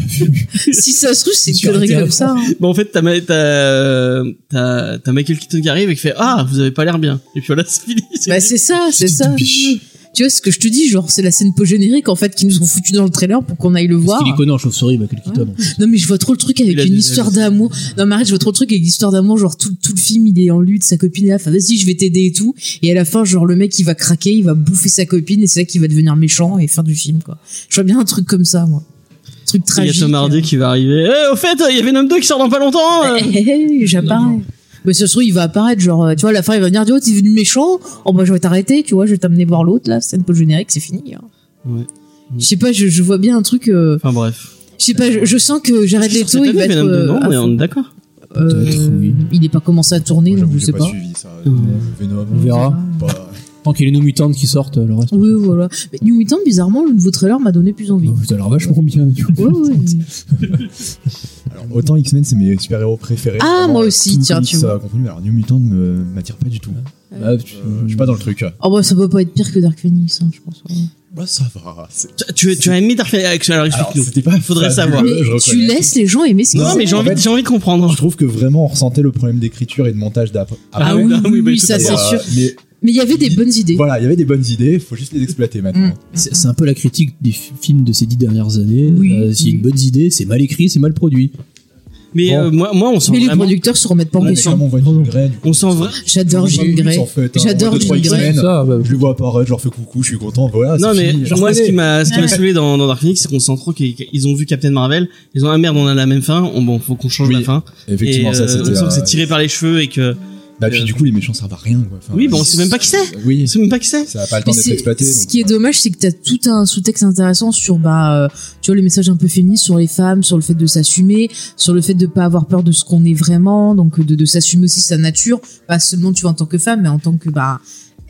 [SPEAKER 4] si ça se trouve, c'est une
[SPEAKER 3] Sur
[SPEAKER 4] connerie
[SPEAKER 3] RTL
[SPEAKER 4] comme ça. hein.
[SPEAKER 2] Bah en fait t'as Ma- t'as euh, t'as t'as Michael Keaton qui arrive et qui fait ah vous avez pas l'air bien et puis voilà c'est fini.
[SPEAKER 4] Bah, c'est ça, c'est ça.
[SPEAKER 3] Parce
[SPEAKER 4] Tu vois ce que je te dis, genre, c'est la scène post-générique en fait qui nous ont foutu dans le trailer pour qu'on aille le voir.
[SPEAKER 3] qu'il est connu en chauve-souris, bah, Michael Keaton. en plus.
[SPEAKER 4] Non mais je vois trop le truc
[SPEAKER 2] Il a
[SPEAKER 4] avec une
[SPEAKER 2] des
[SPEAKER 4] histoire
[SPEAKER 2] ailes aussi.
[SPEAKER 4] d'amour. Non mais arrête, je vois trop le truc avec l'histoire d'amour, genre tout, tout le film il est en lutte, sa copine est là, enfin vas-y je vais t'aider et tout. Et à la fin genre le mec il va craquer, il va bouffer sa copine et c'est là qu'il va devenir méchant et faire du film quoi. Je vois bien un truc comme ça moi. Un truc
[SPEAKER 2] Il y
[SPEAKER 4] tragique.
[SPEAKER 2] a
[SPEAKER 4] hein.
[SPEAKER 2] Tom Hardy qui va arriver. Eh, au fait, il y a Venom 2 qui sort dans pas longtemps. euh.
[SPEAKER 4] Hey, hey, hey, j'apparais. Mais ça se trouve il va apparaître genre euh, tu vois à la fin il va venir dire oh t'es devenu méchant, oh bah je vais t'arrêter tu vois je vais t'amener voir l'autre là, scène peu générique c'est fini. hein.
[SPEAKER 2] Ouais.
[SPEAKER 4] Je sais pas, je, je vois bien un truc. euh,
[SPEAKER 2] Enfin bref.
[SPEAKER 4] je sais pas, je, je sens que j'arrête les
[SPEAKER 2] Sur
[SPEAKER 4] taux,
[SPEAKER 2] cette
[SPEAKER 4] il va
[SPEAKER 2] année,
[SPEAKER 4] être.
[SPEAKER 2] Venom 2,
[SPEAKER 4] euh,
[SPEAKER 2] non,
[SPEAKER 4] à
[SPEAKER 2] mais
[SPEAKER 4] fond.
[SPEAKER 2] on est d'accord.
[SPEAKER 3] Peut-être, oui.
[SPEAKER 4] Il n'est pas commencé à tourner,
[SPEAKER 5] Moi,
[SPEAKER 4] donc
[SPEAKER 5] j'avoue,
[SPEAKER 4] je
[SPEAKER 5] j'ai
[SPEAKER 4] sais
[SPEAKER 5] pas,
[SPEAKER 4] pas.
[SPEAKER 5] suivi ça.
[SPEAKER 2] Mmh.
[SPEAKER 5] Euh, Venom,
[SPEAKER 3] On verra.
[SPEAKER 5] pas-
[SPEAKER 3] Tant qu'il y a les nos mutantes qui sortent, le reste.
[SPEAKER 4] Oui, voilà. Mais New Mutant, bizarrement, le nouveau trailer m'a donné plus envie.
[SPEAKER 3] Oh, ça a l'air vachement bien. du coup.
[SPEAKER 4] Ouais, ouais.
[SPEAKER 5] Alors, autant X-Men, c'est mes super-héros préférés.
[SPEAKER 4] Ah,
[SPEAKER 5] Vraiment,
[SPEAKER 4] moi aussi,
[SPEAKER 5] tout
[SPEAKER 4] tiens,
[SPEAKER 5] comics,
[SPEAKER 4] tu vois.
[SPEAKER 5] euh, confondu. Alors, New Mutant ne m'attire pas du tout.
[SPEAKER 3] Bah, tu-
[SPEAKER 5] Euh, je suis pas dans le truc.
[SPEAKER 4] Oh, bah, ça peut pas être pire que Dark Phoenix, hein, je pense. ouais.
[SPEAKER 5] Bah, ça va. c'est-
[SPEAKER 2] Tu- Tu, tu as aimé Dark Phoenix Alors
[SPEAKER 5] Alors,
[SPEAKER 2] explique-nous.
[SPEAKER 5] c'était pas.
[SPEAKER 2] Faudrait
[SPEAKER 5] fabuleux,
[SPEAKER 2] savoir.
[SPEAKER 5] Ah, je
[SPEAKER 4] Mais tu
[SPEAKER 5] reconnais.
[SPEAKER 4] laisses les gens aimer ce qu'ils
[SPEAKER 2] Non, mais j'ai
[SPEAKER 5] en
[SPEAKER 2] envie,
[SPEAKER 5] fait-
[SPEAKER 2] j'ai envie de
[SPEAKER 5] Je
[SPEAKER 2] comprendre.
[SPEAKER 5] trouve que vraiment, on ressentait le problème d'écriture et de montage d'après.
[SPEAKER 2] Ah
[SPEAKER 4] oui,
[SPEAKER 2] oui,
[SPEAKER 4] oui,
[SPEAKER 2] oui, bah,
[SPEAKER 4] oui,
[SPEAKER 2] tout
[SPEAKER 4] ça
[SPEAKER 2] à
[SPEAKER 4] c'est
[SPEAKER 5] Mais,
[SPEAKER 2] fait.
[SPEAKER 5] euh,
[SPEAKER 4] sûr.
[SPEAKER 5] Mais
[SPEAKER 4] Mais il y avait des Mm. bonnes idées.
[SPEAKER 5] voilà, il y avait des bonnes idées, faut juste les exploiter maintenant.
[SPEAKER 3] C'est c'est un peu la critique des fi- films de ces dix dernières années.
[SPEAKER 4] Oui,
[SPEAKER 3] Euh, S'il y a une
[SPEAKER 4] oui.
[SPEAKER 3] bonne idée, c'est mal écrit, c'est mal produit.
[SPEAKER 2] Mais
[SPEAKER 3] Bon.
[SPEAKER 2] euh, moi, moi, on sent
[SPEAKER 4] Mais les
[SPEAKER 2] vraiment.
[SPEAKER 4] producteurs se remettent pas en
[SPEAKER 5] Ouais, mais
[SPEAKER 4] question.
[SPEAKER 5] comme on voit Jean Grey, du coup,
[SPEAKER 2] On sent vrai.
[SPEAKER 4] J'adore
[SPEAKER 5] je vois
[SPEAKER 4] Gilles
[SPEAKER 5] plus,
[SPEAKER 4] Grey.
[SPEAKER 5] en fait, hein.
[SPEAKER 4] J'adore
[SPEAKER 5] On voit deux, trois
[SPEAKER 4] Gilles Grey.
[SPEAKER 5] X-Men,
[SPEAKER 3] Ça, bah,
[SPEAKER 5] Je les vois apparaître, je leur fais coucou, je suis content, voilà.
[SPEAKER 2] Non
[SPEAKER 5] c'est
[SPEAKER 2] mais
[SPEAKER 5] fini.
[SPEAKER 2] moi ce qui m'a ce qui m'a
[SPEAKER 4] Ouais.
[SPEAKER 2] saoulé dans, dans Dark Phoenix c'est qu'on sent trop qu'ils qu'ils ont vu Captain Marvel ils ont ah merde on a la même fin on, bon faut qu'on change
[SPEAKER 5] Oui.
[SPEAKER 2] la fin et
[SPEAKER 5] Effectivement,
[SPEAKER 2] euh,
[SPEAKER 5] ça c'était.
[SPEAKER 2] on sent
[SPEAKER 5] euh,
[SPEAKER 2] que c'est tiré par les cheveux et que
[SPEAKER 5] Bah, puis
[SPEAKER 2] euh,
[SPEAKER 5] du coup, les méchants servent à rien, quoi. Enfin,
[SPEAKER 2] oui bon on sait même pas qui
[SPEAKER 4] Ah.
[SPEAKER 2] c'est on
[SPEAKER 5] Oui,
[SPEAKER 2] sait même pas qui c'est
[SPEAKER 5] ça a pas le
[SPEAKER 4] Mais
[SPEAKER 5] temps d'être
[SPEAKER 4] c'est-
[SPEAKER 5] exploité.
[SPEAKER 4] ce
[SPEAKER 5] donc,
[SPEAKER 4] qui est
[SPEAKER 5] euh,
[SPEAKER 4] dommage, c'est que t'as tout un sous-texte intéressant sur, bah, euh, tu vois, le message un peu féministe sur les femmes, sur le fait de s'assumer, sur le fait de pas avoir peur de ce qu'on est vraiment, donc de, de s'assumer aussi sa nature, pas seulement tu vois en tant que femme, mais en tant que bah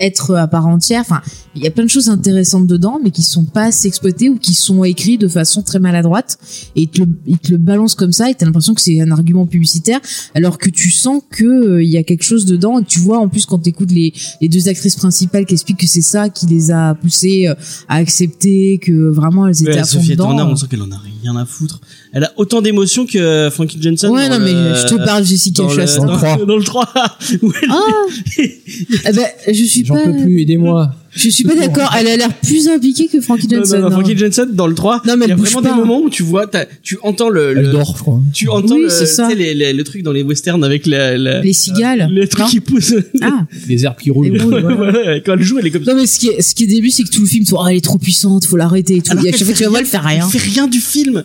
[SPEAKER 4] être à part entière. Enfin, il y a plein de choses intéressantes dedans, mais qui sont pas assez exploitées ou qui sont écrites de façon très maladroite et ils te le, ils te le balancent comme ça et t'as l'impression que c'est un argument publicitaire, alors que tu sens que euh, il y a quelque chose dedans. Et tu vois en plus quand t'écoutes les les deux actrices principales qui expliquent que c'est ça qui les a poussées euh, à accepter que vraiment elles étaient
[SPEAKER 2] Ouais,
[SPEAKER 4] à fond
[SPEAKER 2] Sophie
[SPEAKER 4] dedans. euh.
[SPEAKER 2] Turner on sent qu'elle en a rien à foutre elle a autant d'émotions que euh, Frankie Johnson
[SPEAKER 4] ouais,
[SPEAKER 2] dans
[SPEAKER 4] non, mais euh,
[SPEAKER 2] le-
[SPEAKER 4] je te parle Jessica
[SPEAKER 2] dans le,
[SPEAKER 4] Chastain.
[SPEAKER 3] Dans le trois.
[SPEAKER 2] dans le 3 où elle-
[SPEAKER 4] Ah, Eh ben, je suis
[SPEAKER 3] J'en
[SPEAKER 4] pas,
[SPEAKER 3] peux plus, aidez-moi.
[SPEAKER 4] je suis pas d'accord. Elle a l'air plus impliquée que Frankie
[SPEAKER 2] Non, non,
[SPEAKER 4] Johnson.
[SPEAKER 2] non,
[SPEAKER 4] hein.
[SPEAKER 2] Frankie Johnson dans le 3
[SPEAKER 4] Non, mais
[SPEAKER 2] il y a
[SPEAKER 4] elle bouge
[SPEAKER 2] vraiment
[SPEAKER 4] pas.
[SPEAKER 2] des moments où tu vois t'as- tu entends le, le-
[SPEAKER 3] Elle dort, je crois.
[SPEAKER 2] tu entends
[SPEAKER 4] Oui,
[SPEAKER 2] le,
[SPEAKER 4] c'est ça.
[SPEAKER 2] tu sais, les- les- le truc dans les westerns avec la, la-
[SPEAKER 4] Les cigales.
[SPEAKER 2] le truc
[SPEAKER 4] Non
[SPEAKER 2] qui pousse
[SPEAKER 4] Ah.
[SPEAKER 3] Les herbes qui roulent.
[SPEAKER 4] Et bon, voilà.
[SPEAKER 2] Voilà, quand elle joue elle est comme ça
[SPEAKER 4] Non, mais ce qui est, ce qui est début, c'est que tout le film, tu vois, Ah, elle est trop puissante, faut l'arrêter et tout.
[SPEAKER 2] Alors
[SPEAKER 4] Et à
[SPEAKER 2] qu'elle
[SPEAKER 4] chaque fois,
[SPEAKER 2] fait
[SPEAKER 4] tu vas voir,
[SPEAKER 2] rien.
[SPEAKER 4] elle fait
[SPEAKER 2] Elle
[SPEAKER 4] rien.
[SPEAKER 2] fait rien du film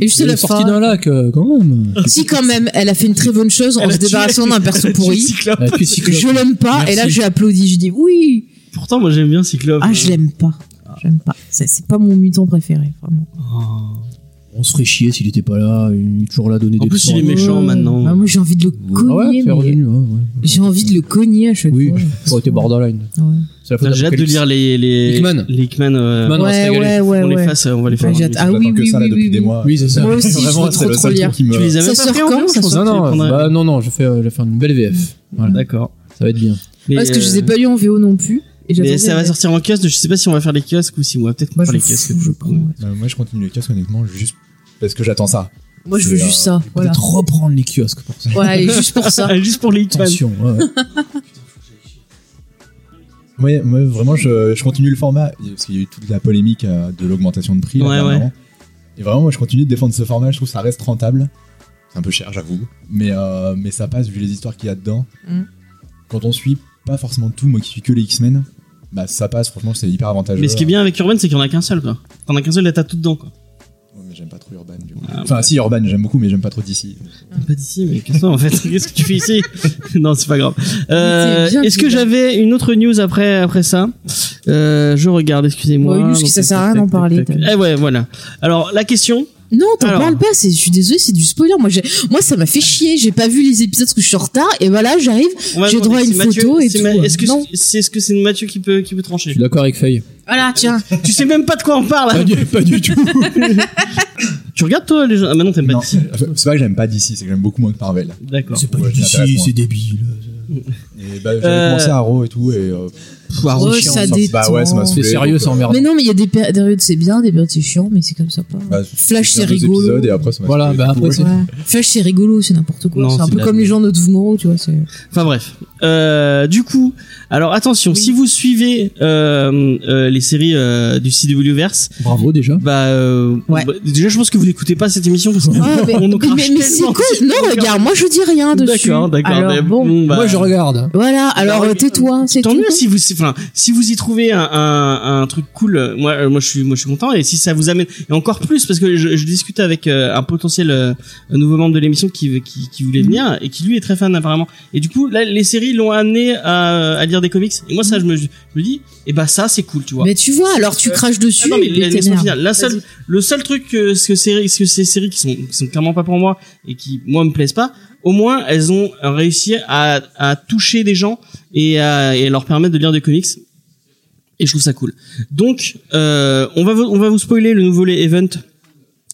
[SPEAKER 4] Et juste à
[SPEAKER 3] Elle
[SPEAKER 4] la
[SPEAKER 3] est sortie
[SPEAKER 4] fin.
[SPEAKER 3] d'un lac, euh, quand même.
[SPEAKER 4] Si, quand même, elle a fait une très bonne chose en
[SPEAKER 2] Elle a
[SPEAKER 4] se
[SPEAKER 2] tué-
[SPEAKER 4] débarrassant d'un perso
[SPEAKER 2] Tu
[SPEAKER 4] pourri.
[SPEAKER 2] sais, Cyclope.
[SPEAKER 3] Elle a tué Cyclope.
[SPEAKER 4] Je l'aime pas, et là,
[SPEAKER 3] Merci.
[SPEAKER 4] j'ai applaudi. Je dis oui.
[SPEAKER 2] Pourtant, moi j'aime bien Cyclope.
[SPEAKER 4] Ah, je l'aime pas. J'aime pas. C'est c'est pas mon mutant préféré, vraiment.
[SPEAKER 2] Oh.
[SPEAKER 3] On se ferait chier s'il était pas là. Il est toujours là à donner
[SPEAKER 2] En
[SPEAKER 3] des
[SPEAKER 2] plus, il
[SPEAKER 3] leçons.
[SPEAKER 2] est méchant
[SPEAKER 4] Ouais.
[SPEAKER 2] maintenant.
[SPEAKER 4] Ah, moi, j'ai envie de le
[SPEAKER 3] Ah ouais,
[SPEAKER 4] cogner.
[SPEAKER 3] c'est
[SPEAKER 4] mais
[SPEAKER 3] revenu. hein, ouais.
[SPEAKER 4] j'ai envie de le cogner à chaque
[SPEAKER 3] Oui,
[SPEAKER 4] fois.
[SPEAKER 3] ça aurait été borderline.
[SPEAKER 4] Ouais.
[SPEAKER 3] C'est la faute
[SPEAKER 2] J'ai hâte de
[SPEAKER 3] d'Apocalypse.
[SPEAKER 2] lire les. les
[SPEAKER 3] Hickman.
[SPEAKER 2] Les Hickman. euh,
[SPEAKER 3] Hickman, on va se
[SPEAKER 4] Ouais,
[SPEAKER 3] régaler.
[SPEAKER 4] ouais, ouais,
[SPEAKER 2] on les
[SPEAKER 4] ouais.
[SPEAKER 2] fasse, euh, on va les faire.
[SPEAKER 4] Ouais, j'ai hâte. Ah oui,
[SPEAKER 5] j'attends que
[SPEAKER 4] oui,
[SPEAKER 5] ça, là,
[SPEAKER 4] oui,
[SPEAKER 5] depuis
[SPEAKER 4] oui,
[SPEAKER 5] des
[SPEAKER 4] oui.
[SPEAKER 5] mois.
[SPEAKER 3] Oui, c'est ça.
[SPEAKER 4] Moi aussi, je
[SPEAKER 5] Vraiment,
[SPEAKER 4] veux
[SPEAKER 5] c'est
[SPEAKER 4] trop,
[SPEAKER 5] le
[SPEAKER 4] trop
[SPEAKER 5] seul
[SPEAKER 4] lire.
[SPEAKER 5] truc qui me.
[SPEAKER 2] Tu les as
[SPEAKER 4] Ça
[SPEAKER 2] même
[SPEAKER 4] sort
[SPEAKER 2] pas fait en
[SPEAKER 4] quand,
[SPEAKER 2] VO,
[SPEAKER 4] ça
[SPEAKER 2] je pensais
[SPEAKER 4] sort
[SPEAKER 2] que
[SPEAKER 3] Non,
[SPEAKER 2] tu les
[SPEAKER 3] non,
[SPEAKER 2] prendrais.
[SPEAKER 3] bah, non, non, je vais faire, je vais faire une belle VF. Voilà.
[SPEAKER 2] D'accord.
[SPEAKER 3] Ça va être bien.
[SPEAKER 2] Mais,
[SPEAKER 4] Parce que je les ai
[SPEAKER 2] euh,
[SPEAKER 4] pas lus en VO non plus.
[SPEAKER 2] Mais
[SPEAKER 4] Et j'attendais
[SPEAKER 2] ça va
[SPEAKER 4] avec-
[SPEAKER 2] sortir en kiosque. Je sais pas si on va faire les kiosques ou si on va peut-être
[SPEAKER 4] Moi,
[SPEAKER 2] faire
[SPEAKER 4] je
[SPEAKER 2] les
[SPEAKER 4] fous,
[SPEAKER 2] kiosques.
[SPEAKER 4] je prends, ouais.
[SPEAKER 5] Euh, Moi, je continue les casques, honnêtement, juste parce que j'attends ça.
[SPEAKER 4] Moi, je veux
[SPEAKER 5] C'est,
[SPEAKER 4] juste
[SPEAKER 5] euh,
[SPEAKER 4] ça. Voilà.
[SPEAKER 3] Peut-être reprendre les kiosques pour ça.
[SPEAKER 4] Voilà, allez, juste pour ça.
[SPEAKER 2] Ah, juste pour les Hickman.
[SPEAKER 3] Attention. ouais, ouais.
[SPEAKER 5] Ouais, moi, vraiment, je, je continue le format parce qu'il y a eu toute la polémique euh, de l'augmentation de prix. là,
[SPEAKER 2] Ouais,
[SPEAKER 5] dernièrement. Et vraiment, moi, je continue de défendre ce format. Je trouve que ça reste rentable. C'est un peu cher, j'avoue, mais euh, mais ça passe vu les histoires qu'il y a dedans.
[SPEAKER 4] Mm.
[SPEAKER 5] Quand on suit pas forcément tout, moi qui suis que les X-Men, bah ça passe. Franchement, c'est hyper avantageux.
[SPEAKER 2] Mais ce qui est bien avec Urban, c'est qu'il y en a qu'un seul, quoi. T'en as qu'un seul, là, t'as tout dedans, quoi.
[SPEAKER 5] Ouais, mais j'aime pas trop Urban. Du coup.
[SPEAKER 2] Ah,
[SPEAKER 5] Enfin, si Urban, j'aime beaucoup, mais j'aime pas trop d'ici.
[SPEAKER 2] Pas d'ici, mais qu'est-ce que en fait Qu'est-ce que tu fais ici Non, c'est pas grave. Euh,
[SPEAKER 4] Mais c'est bien
[SPEAKER 2] Est-ce que
[SPEAKER 4] bizarre.
[SPEAKER 2] j'avais une autre news après après ça Euh, Je regarde, excusez-moi.
[SPEAKER 4] Ouais, Luce, que ça sert à rien d'en parler, t'as
[SPEAKER 2] Eh ouais, voilà. Alors la question.
[SPEAKER 4] Non, t'en
[SPEAKER 2] Alors.
[SPEAKER 4] parles pas. c'est- Je suis désolée, c'est du spoiler. Moi, j'ai- moi, ça m'a fait chier. J'ai pas vu les épisodes parce que je suis en retard. Et voilà, j'arrive.
[SPEAKER 2] on va
[SPEAKER 4] J'ai
[SPEAKER 2] demander
[SPEAKER 4] droit à
[SPEAKER 2] si
[SPEAKER 4] une
[SPEAKER 2] Mathieu-
[SPEAKER 4] photo et
[SPEAKER 2] c'est
[SPEAKER 4] tout,
[SPEAKER 2] Ma-
[SPEAKER 4] euh,
[SPEAKER 2] Est-ce que
[SPEAKER 4] non.
[SPEAKER 2] c'est est-ce que c'est Mathieu qui peut qui peut trancher
[SPEAKER 3] Je suis d'accord avec Faye.
[SPEAKER 4] Voilà, tiens.
[SPEAKER 2] Tu sais même pas de quoi on
[SPEAKER 3] Pas
[SPEAKER 2] parle. hein.
[SPEAKER 3] du, pas du tout.
[SPEAKER 2] tu regardes toi les gens Ah bah non, t'aimes pas
[SPEAKER 5] Non,
[SPEAKER 2] d'ici.
[SPEAKER 5] c'est pas que j'aime pas d'ici, c'est que j'aime beaucoup moins que Marvel.
[SPEAKER 2] D'accord.
[SPEAKER 3] C'est pas
[SPEAKER 5] Ouais,
[SPEAKER 3] du
[SPEAKER 5] je m'intéresse
[SPEAKER 3] DC,
[SPEAKER 5] moins.
[SPEAKER 3] c'est débile.
[SPEAKER 5] Et bah, j'avais
[SPEAKER 2] Euh,
[SPEAKER 5] commencé à Arrow et tout, et euh,
[SPEAKER 4] Arrow, Ouais, chiant, Oh, ça ça. détend.
[SPEAKER 5] bah ouais, ça m'a
[SPEAKER 3] C'est
[SPEAKER 5] saoulé,
[SPEAKER 3] sérieux,
[SPEAKER 5] donc,
[SPEAKER 3] c'est
[SPEAKER 5] euh,
[SPEAKER 3] emmerdant.
[SPEAKER 4] Mais non, mais il y a des périodes c'est bien, des périodes c'est chiant, mais c'est comme ça pas.
[SPEAKER 5] bah,
[SPEAKER 4] Flash,
[SPEAKER 5] j'ai
[SPEAKER 4] c'est
[SPEAKER 5] fait deux
[SPEAKER 4] rigolo.
[SPEAKER 5] épisodes et après, ça m'a
[SPEAKER 3] Voilà,
[SPEAKER 5] saoulé,
[SPEAKER 3] bah
[SPEAKER 5] du coup,
[SPEAKER 3] après, c'est.
[SPEAKER 4] Ouais. Flash c'est rigolo, c'est n'importe quoi.
[SPEAKER 2] Non,
[SPEAKER 4] C'est un
[SPEAKER 2] c'est
[SPEAKER 4] peu
[SPEAKER 2] de la
[SPEAKER 4] comme les
[SPEAKER 2] merde.
[SPEAKER 4] gens de Tomorrow, tu vois. c'est-
[SPEAKER 2] Enfin bref. Euh, du coup, alors attention, si vous suivez euh, euh, les séries euh, du CW verse,
[SPEAKER 3] Bravo déjà.
[SPEAKER 2] Bah, euh,
[SPEAKER 4] Ouais.
[SPEAKER 2] bah, déjà, je pense que vous n'écoutez pas cette émission parce que
[SPEAKER 4] Ah, mais
[SPEAKER 2] on nous
[SPEAKER 4] mais-
[SPEAKER 2] crache
[SPEAKER 4] mais- mais c'est
[SPEAKER 2] tellement
[SPEAKER 4] quoi
[SPEAKER 2] dessus.
[SPEAKER 4] Non, regarde, moi je dis rien dessus.
[SPEAKER 2] D'accord, d'accord.
[SPEAKER 4] Alors,
[SPEAKER 2] mais
[SPEAKER 4] bon.
[SPEAKER 2] bah,
[SPEAKER 3] Moi je regarde.
[SPEAKER 4] Voilà, alors
[SPEAKER 2] Bah,
[SPEAKER 4] euh, tais-toi, c'est
[SPEAKER 2] Tant
[SPEAKER 4] tout.
[SPEAKER 2] mieux si vous, enfin, si vous y trouvez un, un, un truc cool. euh, Moi, euh, moi, je suis, moi, je suis content. Et si ça vous amène, et encore plus, parce que je, je discute avec euh, un
[SPEAKER 4] Mhm.
[SPEAKER 2] potentiel euh, un nouveau membre de l'émission qui, qui, qui voulait venir et qui lui est très fan apparemment. Et du coup, là, les séries, ils l'ont amené à, à lire des comics. Et moi, ça,
[SPEAKER 4] Mhm.
[SPEAKER 2] je me, je me dis, eh ben, ça, c'est cool, tu vois.
[SPEAKER 4] Mais tu vois, alors tu craches dessus.
[SPEAKER 2] Ah non, mais
[SPEAKER 4] et
[SPEAKER 2] la, la-
[SPEAKER 4] t'énerves.
[SPEAKER 2] finale. La seule, le seul truc que ce que c'est, ce que ces séries qui sont, qui sont clairement pas pour moi et qui, moi, me plaisent pas, au moins, elles ont réussi à, à toucher des gens et à, et à leur permettre de lire des comics. Et je trouve ça cool. Donc, euh, on va, vous- on va vous spoiler le nouveau event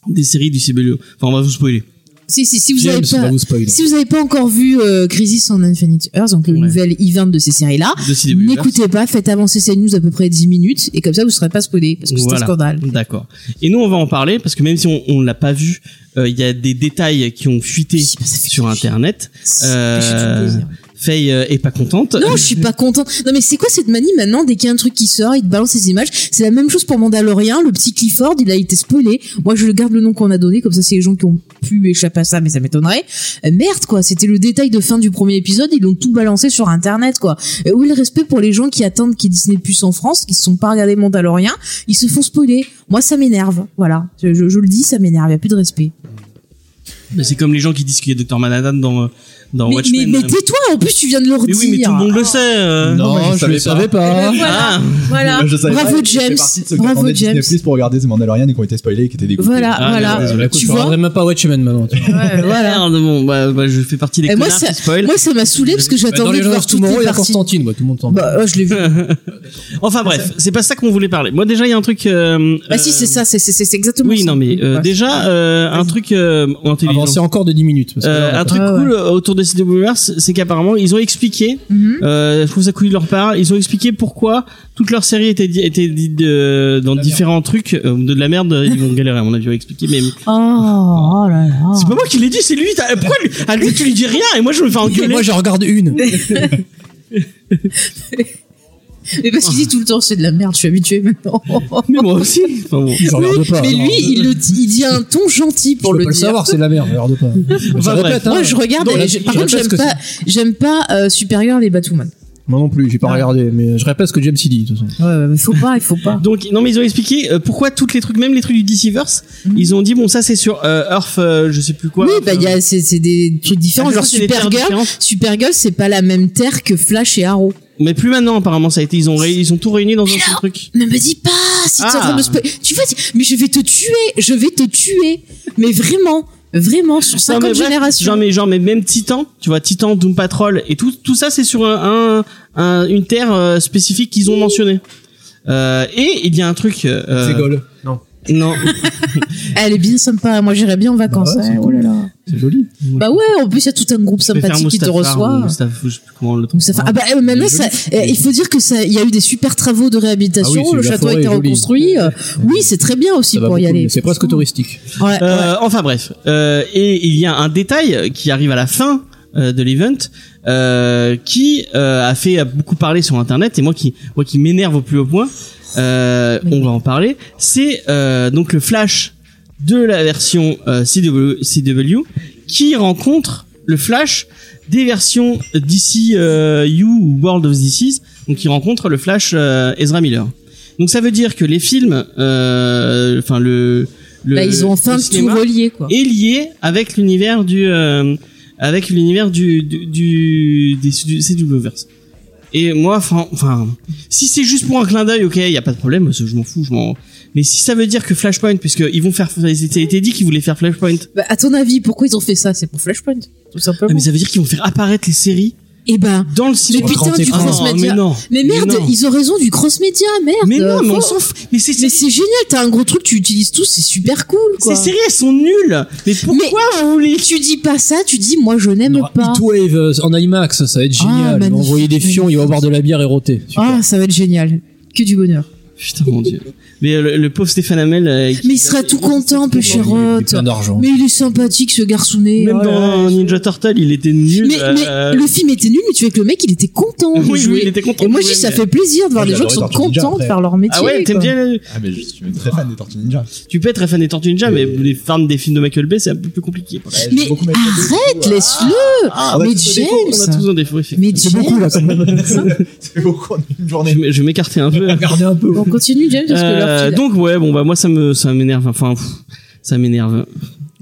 [SPEAKER 2] des séries du CBLE. Enfin, on va vous spoiler.
[SPEAKER 4] Si, si, si vous
[SPEAKER 3] James
[SPEAKER 4] n'avez
[SPEAKER 3] va
[SPEAKER 4] pas.
[SPEAKER 3] vous spoiler.
[SPEAKER 4] Si vous n'avez pas encore vu euh, Crisis on Infinite Earth, donc le
[SPEAKER 2] Ouais.
[SPEAKER 4] nouvel event de ces séries-là,
[SPEAKER 2] De CW.
[SPEAKER 4] n'écoutez pas, faites avancer ces news à peu près 10 minutes, et comme ça vous ne serez pas spoilé, parce que c'est
[SPEAKER 2] Voilà.
[SPEAKER 4] un scandale.
[SPEAKER 2] D'accord. Et nous, on va en parler parce que même si on, on l'a pas vu, euh, il y a des détails qui ont fuité
[SPEAKER 4] Oui, bah, ça fait
[SPEAKER 2] sur
[SPEAKER 4] chier.
[SPEAKER 2] Internet.
[SPEAKER 4] Ça fait chier du plaisir.
[SPEAKER 2] Euh, Faye euh, est pas contente.
[SPEAKER 4] Non, je suis pas contente. Non, mais c'est quoi cette manie maintenant Dès qu'il y a un truc qui sort, il te balance ces images. C'est la même chose pour Mandalorian. Le petit Clifford, il a été spoilé. Moi, je garde le nom qu'on a donné, comme ça, c'est les gens qui ont pu échapper à ça, mais ça m'étonnerait. Euh, merde, quoi. C'était le détail de fin du premier épisode. Ils l'ont tout balancé sur Internet, quoi. Euh, où est le respect pour les gens qui attendent qu'il y ait Disney Plus en France, qui se sont pas regardés Mandalorian Ils se font spoiler. Moi, ça m'énerve. Voilà. Je, je- je le dis, ça m'énerve. Il y a plus de respect.
[SPEAKER 2] Mais c'est comme les gens qui disent qu'il y a Dr Manhattan dans euh, dans
[SPEAKER 4] Mais, mais,
[SPEAKER 2] Watchmen.
[SPEAKER 4] mais tais-toi, en plus, tu viens de leur
[SPEAKER 2] Mais
[SPEAKER 4] dire.
[SPEAKER 2] oui, mais tout le monde le sait. euh.
[SPEAKER 5] Non, moi,
[SPEAKER 3] Non, je
[SPEAKER 5] je
[SPEAKER 3] le savais
[SPEAKER 5] savais
[SPEAKER 3] pas. Eh ben,
[SPEAKER 2] Ah,
[SPEAKER 4] Euh, Voilà.
[SPEAKER 5] Moi, je savais
[SPEAKER 4] Bravo,
[SPEAKER 5] pas, je fais
[SPEAKER 4] James.
[SPEAKER 5] partie de ceux qui
[SPEAKER 4] Bravo,
[SPEAKER 5] attendaient Disney
[SPEAKER 4] James.
[SPEAKER 5] Plus pour regarder The Mandalorian et qui ont été spoilés et qui étaient dégoûtés.
[SPEAKER 4] Voilà,
[SPEAKER 2] Ah,
[SPEAKER 4] voilà.
[SPEAKER 2] désolé,
[SPEAKER 3] Là,
[SPEAKER 4] tu
[SPEAKER 3] tu
[SPEAKER 4] vois
[SPEAKER 3] vois même pas Watchmen maintenant. tu vois.
[SPEAKER 4] Ouais, voilà.
[SPEAKER 2] merde, bon, bah, bah, je fais partie des
[SPEAKER 4] Et moi,
[SPEAKER 2] connards
[SPEAKER 4] ça-
[SPEAKER 2] qui spoilent.
[SPEAKER 4] Moi, ça m'a saoulé parce que
[SPEAKER 3] Bah, Dans
[SPEAKER 4] j'attendais
[SPEAKER 3] les
[SPEAKER 4] de voir
[SPEAKER 3] joueurs
[SPEAKER 4] toutes
[SPEAKER 3] Tomorrow,
[SPEAKER 4] les
[SPEAKER 3] il y a
[SPEAKER 4] parties.
[SPEAKER 3] Constantine, ouais, tout le monde s'en bat.
[SPEAKER 4] Bah, oh, je l'ai vu.
[SPEAKER 2] enfin bref, c'est pas ça qu'on voulait parler. Moi déjà il y a un truc. euh,
[SPEAKER 4] Bah, si,
[SPEAKER 2] euh,
[SPEAKER 4] c'est ça, c'est- c'est c'est exactement
[SPEAKER 2] Oui
[SPEAKER 4] ça.
[SPEAKER 2] non mais euh,
[SPEAKER 4] Ouais.
[SPEAKER 2] déjà euh, un
[SPEAKER 4] Vas-y.
[SPEAKER 2] truc euh, en intelligence.
[SPEAKER 3] Avancer encore de 10 minutes. parce que
[SPEAKER 2] Euh,
[SPEAKER 3] là,
[SPEAKER 2] un truc
[SPEAKER 4] Ouais, ouais.
[SPEAKER 2] cool euh, autour de CW, c'est c'est qu'apparemment ils ont expliqué
[SPEAKER 4] Mhm.
[SPEAKER 2] Euh, je trouve ça cool de leur part. Ils ont expliqué pourquoi toute leur série était, di- était di- de- dans
[SPEAKER 3] La
[SPEAKER 2] différents trucs, euh, de la merde. Ils vont galérer, à mon avis, à expliquer. Mais
[SPEAKER 4] Oh, oh là là.
[SPEAKER 2] c'est pas moi qui l'ai dit, c'est lui. T'as- Pourquoi lui- à lui tu lui dis rien et moi je me fais engueuler
[SPEAKER 3] Moi, j'en regarde une.
[SPEAKER 4] Mais parce qu'il dit tout le temps, c'est de la merde, je suis habitué maintenant.
[SPEAKER 2] Mais moi aussi. Enfin, bon.
[SPEAKER 3] J'en
[SPEAKER 4] Oui,
[SPEAKER 3] regarde pas.
[SPEAKER 4] mais
[SPEAKER 3] non.
[SPEAKER 4] lui, il, le dit, il dit à un ton gentil
[SPEAKER 3] Je
[SPEAKER 4] pour
[SPEAKER 3] peux
[SPEAKER 4] le
[SPEAKER 3] pas le
[SPEAKER 4] dire.
[SPEAKER 3] savoir, c'est de la merde. Je regarde pas.
[SPEAKER 2] Enfin,
[SPEAKER 3] Je
[SPEAKER 2] bref.
[SPEAKER 3] répète, hein.
[SPEAKER 4] Moi, je regarde,
[SPEAKER 3] Non,
[SPEAKER 4] et
[SPEAKER 3] là,
[SPEAKER 4] je-
[SPEAKER 3] je
[SPEAKER 4] par contre,
[SPEAKER 3] répète ce
[SPEAKER 4] j'aime
[SPEAKER 3] que
[SPEAKER 4] pas, j'aime pas euh, Superior les Batwoman.
[SPEAKER 3] Moi non plus, j'ai pas regardé, mais je répète ce que James il dit. De toute façon.
[SPEAKER 4] Ouais, ouais, mais faut pas, il faut pas.
[SPEAKER 2] Donc non mais ils ont expliqué euh, pourquoi toutes les trucs, même les trucs du DCverse,
[SPEAKER 4] Mhm.
[SPEAKER 2] ils ont dit bon ça c'est sur euh, Earth, euh, je sais plus quoi.
[SPEAKER 4] oui, bah, il y
[SPEAKER 2] euh,
[SPEAKER 4] a, c'est c'est des trucs différents.
[SPEAKER 2] je
[SPEAKER 4] Genre,
[SPEAKER 2] crois que Ah, c'est des terres
[SPEAKER 4] Supergirl,
[SPEAKER 2] différentes.
[SPEAKER 4] Supergirl, c'est pas la même terre que Flash et Arrow.
[SPEAKER 2] Mais plus maintenant apparemment ça a été, ils ont ré- ils ont tout réuni dans un seul truc.
[SPEAKER 4] Ne me dis pas si tu es en
[SPEAKER 3] Ah.
[SPEAKER 4] train de me spoiler. Tu vois, tu- mais je vais te tuer, je vais te tuer. Mais vraiment, vraiment, sur
[SPEAKER 2] Non,
[SPEAKER 4] 50
[SPEAKER 2] mais bref,
[SPEAKER 4] générations.
[SPEAKER 2] Genre mais genre mais même Titan, tu vois Titan, Doom Patrol et tout tout ça c'est sur un, un- un- une terre euh, spécifique qu'ils ont mentionné. Euh, et il y a un truc. euh,
[SPEAKER 3] C'est Gaulle. Non.
[SPEAKER 2] non.
[SPEAKER 4] Elle est bien sympa, moi j'irais bien en vacances.
[SPEAKER 3] Bah ouais,
[SPEAKER 4] hein,
[SPEAKER 3] c'est
[SPEAKER 4] oh là là.
[SPEAKER 3] C'est joli.
[SPEAKER 4] Bah ouais, en plus il y a tout un groupe
[SPEAKER 2] je vais faire
[SPEAKER 4] sympathique qui te
[SPEAKER 2] Mustapha ou
[SPEAKER 4] reçoit.
[SPEAKER 2] Mustapha, je sais plus comment on le trouve.
[SPEAKER 4] Donc ça fait- Ah bah eh, maintenant
[SPEAKER 3] Il est
[SPEAKER 4] ça, eh, il faut dire que ça, il y a eu des super travaux de réhabilitation,
[SPEAKER 3] Ah oui, c'est
[SPEAKER 4] le
[SPEAKER 3] la
[SPEAKER 4] château a
[SPEAKER 3] forêt
[SPEAKER 4] été
[SPEAKER 3] est jolie.
[SPEAKER 4] reconstruit. euh, Oui, c'est très bien aussi
[SPEAKER 3] Ça va
[SPEAKER 4] pour y
[SPEAKER 3] beaucoup
[SPEAKER 4] aller.
[SPEAKER 3] mieux. C'est presque touristique.
[SPEAKER 4] Ouais, ouais.
[SPEAKER 2] Euh, Enfin bref, euh, et il y a un détail qui arrive à la fin euh, de l'event euh, qui euh, a fait beaucoup parler sur internet et moi qui moi qui m'énerve au plus haut point. euh, on va en parler. C'est euh, donc le flash de la version euh, CW, CW qui rencontre le flash des versions DC euh, U ou World of DCs donc qui rencontre le flash euh, Ezra Miller. Donc ça veut dire que les films, euh, enfin le, le
[SPEAKER 4] Bah, ils ont enfin
[SPEAKER 2] le
[SPEAKER 4] tout
[SPEAKER 2] cinéma-
[SPEAKER 4] relié quoi.
[SPEAKER 2] est lié avec l'univers du euh, avec l'univers du du, du des du CWverse. Et moi, fran- enfin, si c'est juste pour un clin d'œil, ok, il y a pas de problème, parce que je m'en fous, je m'en. Mais si ça veut dire que Flashpoint, puisque ils vont faire, il était dit qu'ils voulaient faire Flashpoint,
[SPEAKER 4] Bah, à ton avis, pourquoi ils ont fait ça C'est pour Flashpoint, tout
[SPEAKER 2] Ah,
[SPEAKER 4] simplement.
[SPEAKER 2] mais ça veut dire qu'ils vont faire apparaître les séries
[SPEAKER 4] Et ben,
[SPEAKER 2] dans le cinéma.
[SPEAKER 4] putain,
[SPEAKER 2] Ah,
[SPEAKER 4] du
[SPEAKER 2] non,
[SPEAKER 4] transmédia.
[SPEAKER 2] Mais non,
[SPEAKER 4] mais merde,
[SPEAKER 2] non.
[SPEAKER 4] ils ont raison du cross-média, merde.
[SPEAKER 2] Mais non, mais on
[SPEAKER 4] Faut-
[SPEAKER 2] s'en fout. Mais ces
[SPEAKER 4] Mais
[SPEAKER 2] séries,
[SPEAKER 4] c'est génial, t'as un gros truc, tu utilises tout, c'est super cool,
[SPEAKER 2] ces
[SPEAKER 4] quoi.
[SPEAKER 2] séries, elles sont nulles. Mais pourquoi vous voulez
[SPEAKER 4] Tu dis pas ça, tu dis moi je n'aime
[SPEAKER 3] Non,
[SPEAKER 4] pas.
[SPEAKER 3] Heatwave euh, en IMAX, ça va être génial.
[SPEAKER 4] magnifique,
[SPEAKER 3] Envoyer des fions, il va boire de la bière et rôter.
[SPEAKER 4] Ah, ça va être génial. Que du bonheur.
[SPEAKER 2] Putain, mon dieu. Mais euh, le, le pauvre Stéphane Hamel. euh, qui-
[SPEAKER 4] Mais il sera tout content,
[SPEAKER 3] Il est
[SPEAKER 4] Pécherotte.
[SPEAKER 3] plein d'argent.
[SPEAKER 4] Mais il est sympathique, ce garçonnet.
[SPEAKER 2] Même
[SPEAKER 4] Oh là
[SPEAKER 2] dans
[SPEAKER 4] là.
[SPEAKER 2] Ninja Turtle, il était nul.
[SPEAKER 4] Mais,
[SPEAKER 2] euh,
[SPEAKER 4] mais le film était nul, mais tu vois que le mec, il était content de
[SPEAKER 2] Oui,
[SPEAKER 4] jouer.
[SPEAKER 2] oui, il était content.
[SPEAKER 4] Et moi,
[SPEAKER 2] de
[SPEAKER 4] je dis,
[SPEAKER 2] jouer,
[SPEAKER 4] ça
[SPEAKER 2] mais-
[SPEAKER 4] fait plaisir de voir
[SPEAKER 5] Moi,
[SPEAKER 4] les gens qui sont
[SPEAKER 5] j'adorais Tortue Ninja,
[SPEAKER 4] contents de
[SPEAKER 5] après.
[SPEAKER 4] faire leur métier.
[SPEAKER 2] Ah ouais, t'aimes
[SPEAKER 4] quoi.
[SPEAKER 2] bien. le-
[SPEAKER 5] Ah, mais je suis même très fan des Tortues Ninja.
[SPEAKER 2] Tu peux être un fan des Tortues Ninja, mais les fans des films de Michael Bay, c'est un peu plus compliqué.
[SPEAKER 5] Ouais, j'ai
[SPEAKER 4] Mais
[SPEAKER 5] beaucoup aimé le film.
[SPEAKER 4] arrête, laisse-le.
[SPEAKER 2] Ah,
[SPEAKER 4] mais
[SPEAKER 2] on a tous des
[SPEAKER 4] James.
[SPEAKER 2] défauts, On a tous un défaut, effectivement.
[SPEAKER 4] Mais James.
[SPEAKER 5] C'est beaucoup en une journée.
[SPEAKER 2] Je vais- Je vais m'écarter un peu.
[SPEAKER 3] Regardez un peu.
[SPEAKER 4] On continue, James, parce que
[SPEAKER 2] Euh,
[SPEAKER 4] leur fil-
[SPEAKER 2] donc ouais, bon bah moi ça me ça m'énerve. Enfin, pff, ça m'énerve.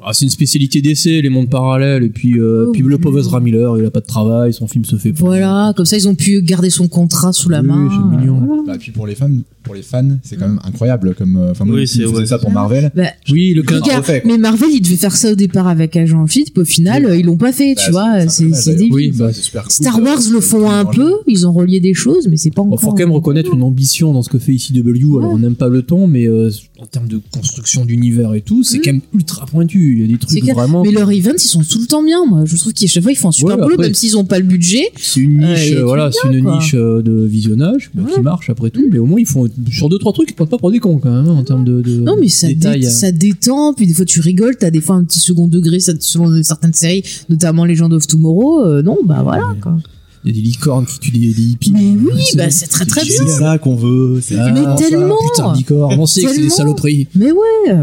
[SPEAKER 3] Ah, c'est une spécialité d'essai, les mondes parallèles. Et puis, euh,
[SPEAKER 4] Oh,
[SPEAKER 3] puis le
[SPEAKER 4] oui.
[SPEAKER 3] pauvre Ezra Miller, il a pas de travail, son film se fait. pas.
[SPEAKER 4] Voilà, comme ça ils ont pu garder son contrat sous la
[SPEAKER 3] Oui,
[SPEAKER 4] main.
[SPEAKER 3] c'est mignon.
[SPEAKER 4] Voilà.
[SPEAKER 5] Bah, puis pour les fans, pour les fans, c'est quand même incroyable. Comme, euh, enfin, moi,
[SPEAKER 2] Oui,
[SPEAKER 5] ils
[SPEAKER 2] c'est
[SPEAKER 5] faisaient
[SPEAKER 2] vrai.
[SPEAKER 5] ça pour Marvel.
[SPEAKER 4] Bah,
[SPEAKER 3] Oui, le
[SPEAKER 5] Ils l'ont
[SPEAKER 3] cadre.
[SPEAKER 4] Regarde,
[SPEAKER 5] refait, quoi.
[SPEAKER 4] mais Marvel, ils devaient faire ça au départ avec Agent Philippe, au final,
[SPEAKER 5] Oui.
[SPEAKER 4] euh, ils l'ont pas fait, tu
[SPEAKER 5] Bah,
[SPEAKER 4] vois, c'est
[SPEAKER 5] incroyable,
[SPEAKER 4] c'est
[SPEAKER 5] d'ailleurs.
[SPEAKER 4] débile.
[SPEAKER 3] Oui, bah,
[SPEAKER 5] c'est super cool. Euh,
[SPEAKER 4] Star Wars le font un peu, ils ont relié des choses, mais c'est pas
[SPEAKER 3] Bon,
[SPEAKER 4] encore.
[SPEAKER 3] faut quand même reconnaître une ambition dans ce que fait ICW. Alors,
[SPEAKER 4] Ouais.
[SPEAKER 3] on n'aime pas le ton, mais euh, en termes de construction d'univers et tout, c'est
[SPEAKER 4] Mm.
[SPEAKER 3] quand même ultra pointu. Il y a des
[SPEAKER 4] C'est
[SPEAKER 3] trucs
[SPEAKER 4] clair.
[SPEAKER 3] vraiment.
[SPEAKER 4] Mais leurs events, ils sont tout le temps bien, moi. Je trouve qu'à chaque fois, ils font un super
[SPEAKER 3] Ouais,
[SPEAKER 4] boulot,
[SPEAKER 3] après-
[SPEAKER 4] même s'ils ont pas le budget.
[SPEAKER 3] C'est une
[SPEAKER 4] Ouais,
[SPEAKER 3] niche,
[SPEAKER 4] et
[SPEAKER 3] euh,
[SPEAKER 4] tu
[SPEAKER 3] voilà,
[SPEAKER 4] le
[SPEAKER 3] c'est une
[SPEAKER 4] quoi.
[SPEAKER 3] niche euh, de visionnage bah, qui marche après tout, mais au moins ils font sur deux trois trucs ils portent pas pour des cons quand même hein, en termes de, de
[SPEAKER 4] Non, mais ça,
[SPEAKER 3] détails. euh,
[SPEAKER 4] dé- ça détend, puis des fois, tu rigoles, t'as des fois un petit second degré, ça- selon certaines séries, notamment Legend of Tomorrow. euh, non, bah voilà, quoi.
[SPEAKER 3] Il y a des licornes qui tuent des, des hippies.
[SPEAKER 4] Mais oui,
[SPEAKER 3] C'est-
[SPEAKER 4] bah, c'est très, très
[SPEAKER 3] génial.
[SPEAKER 5] C'est ça qu'on veut. c'est-
[SPEAKER 3] Ah,
[SPEAKER 4] Mais
[SPEAKER 3] ça,
[SPEAKER 4] tellement
[SPEAKER 3] Putain, de licornes, on sait que c'est des
[SPEAKER 4] Tellement
[SPEAKER 3] saloperies.
[SPEAKER 4] Mais ouais,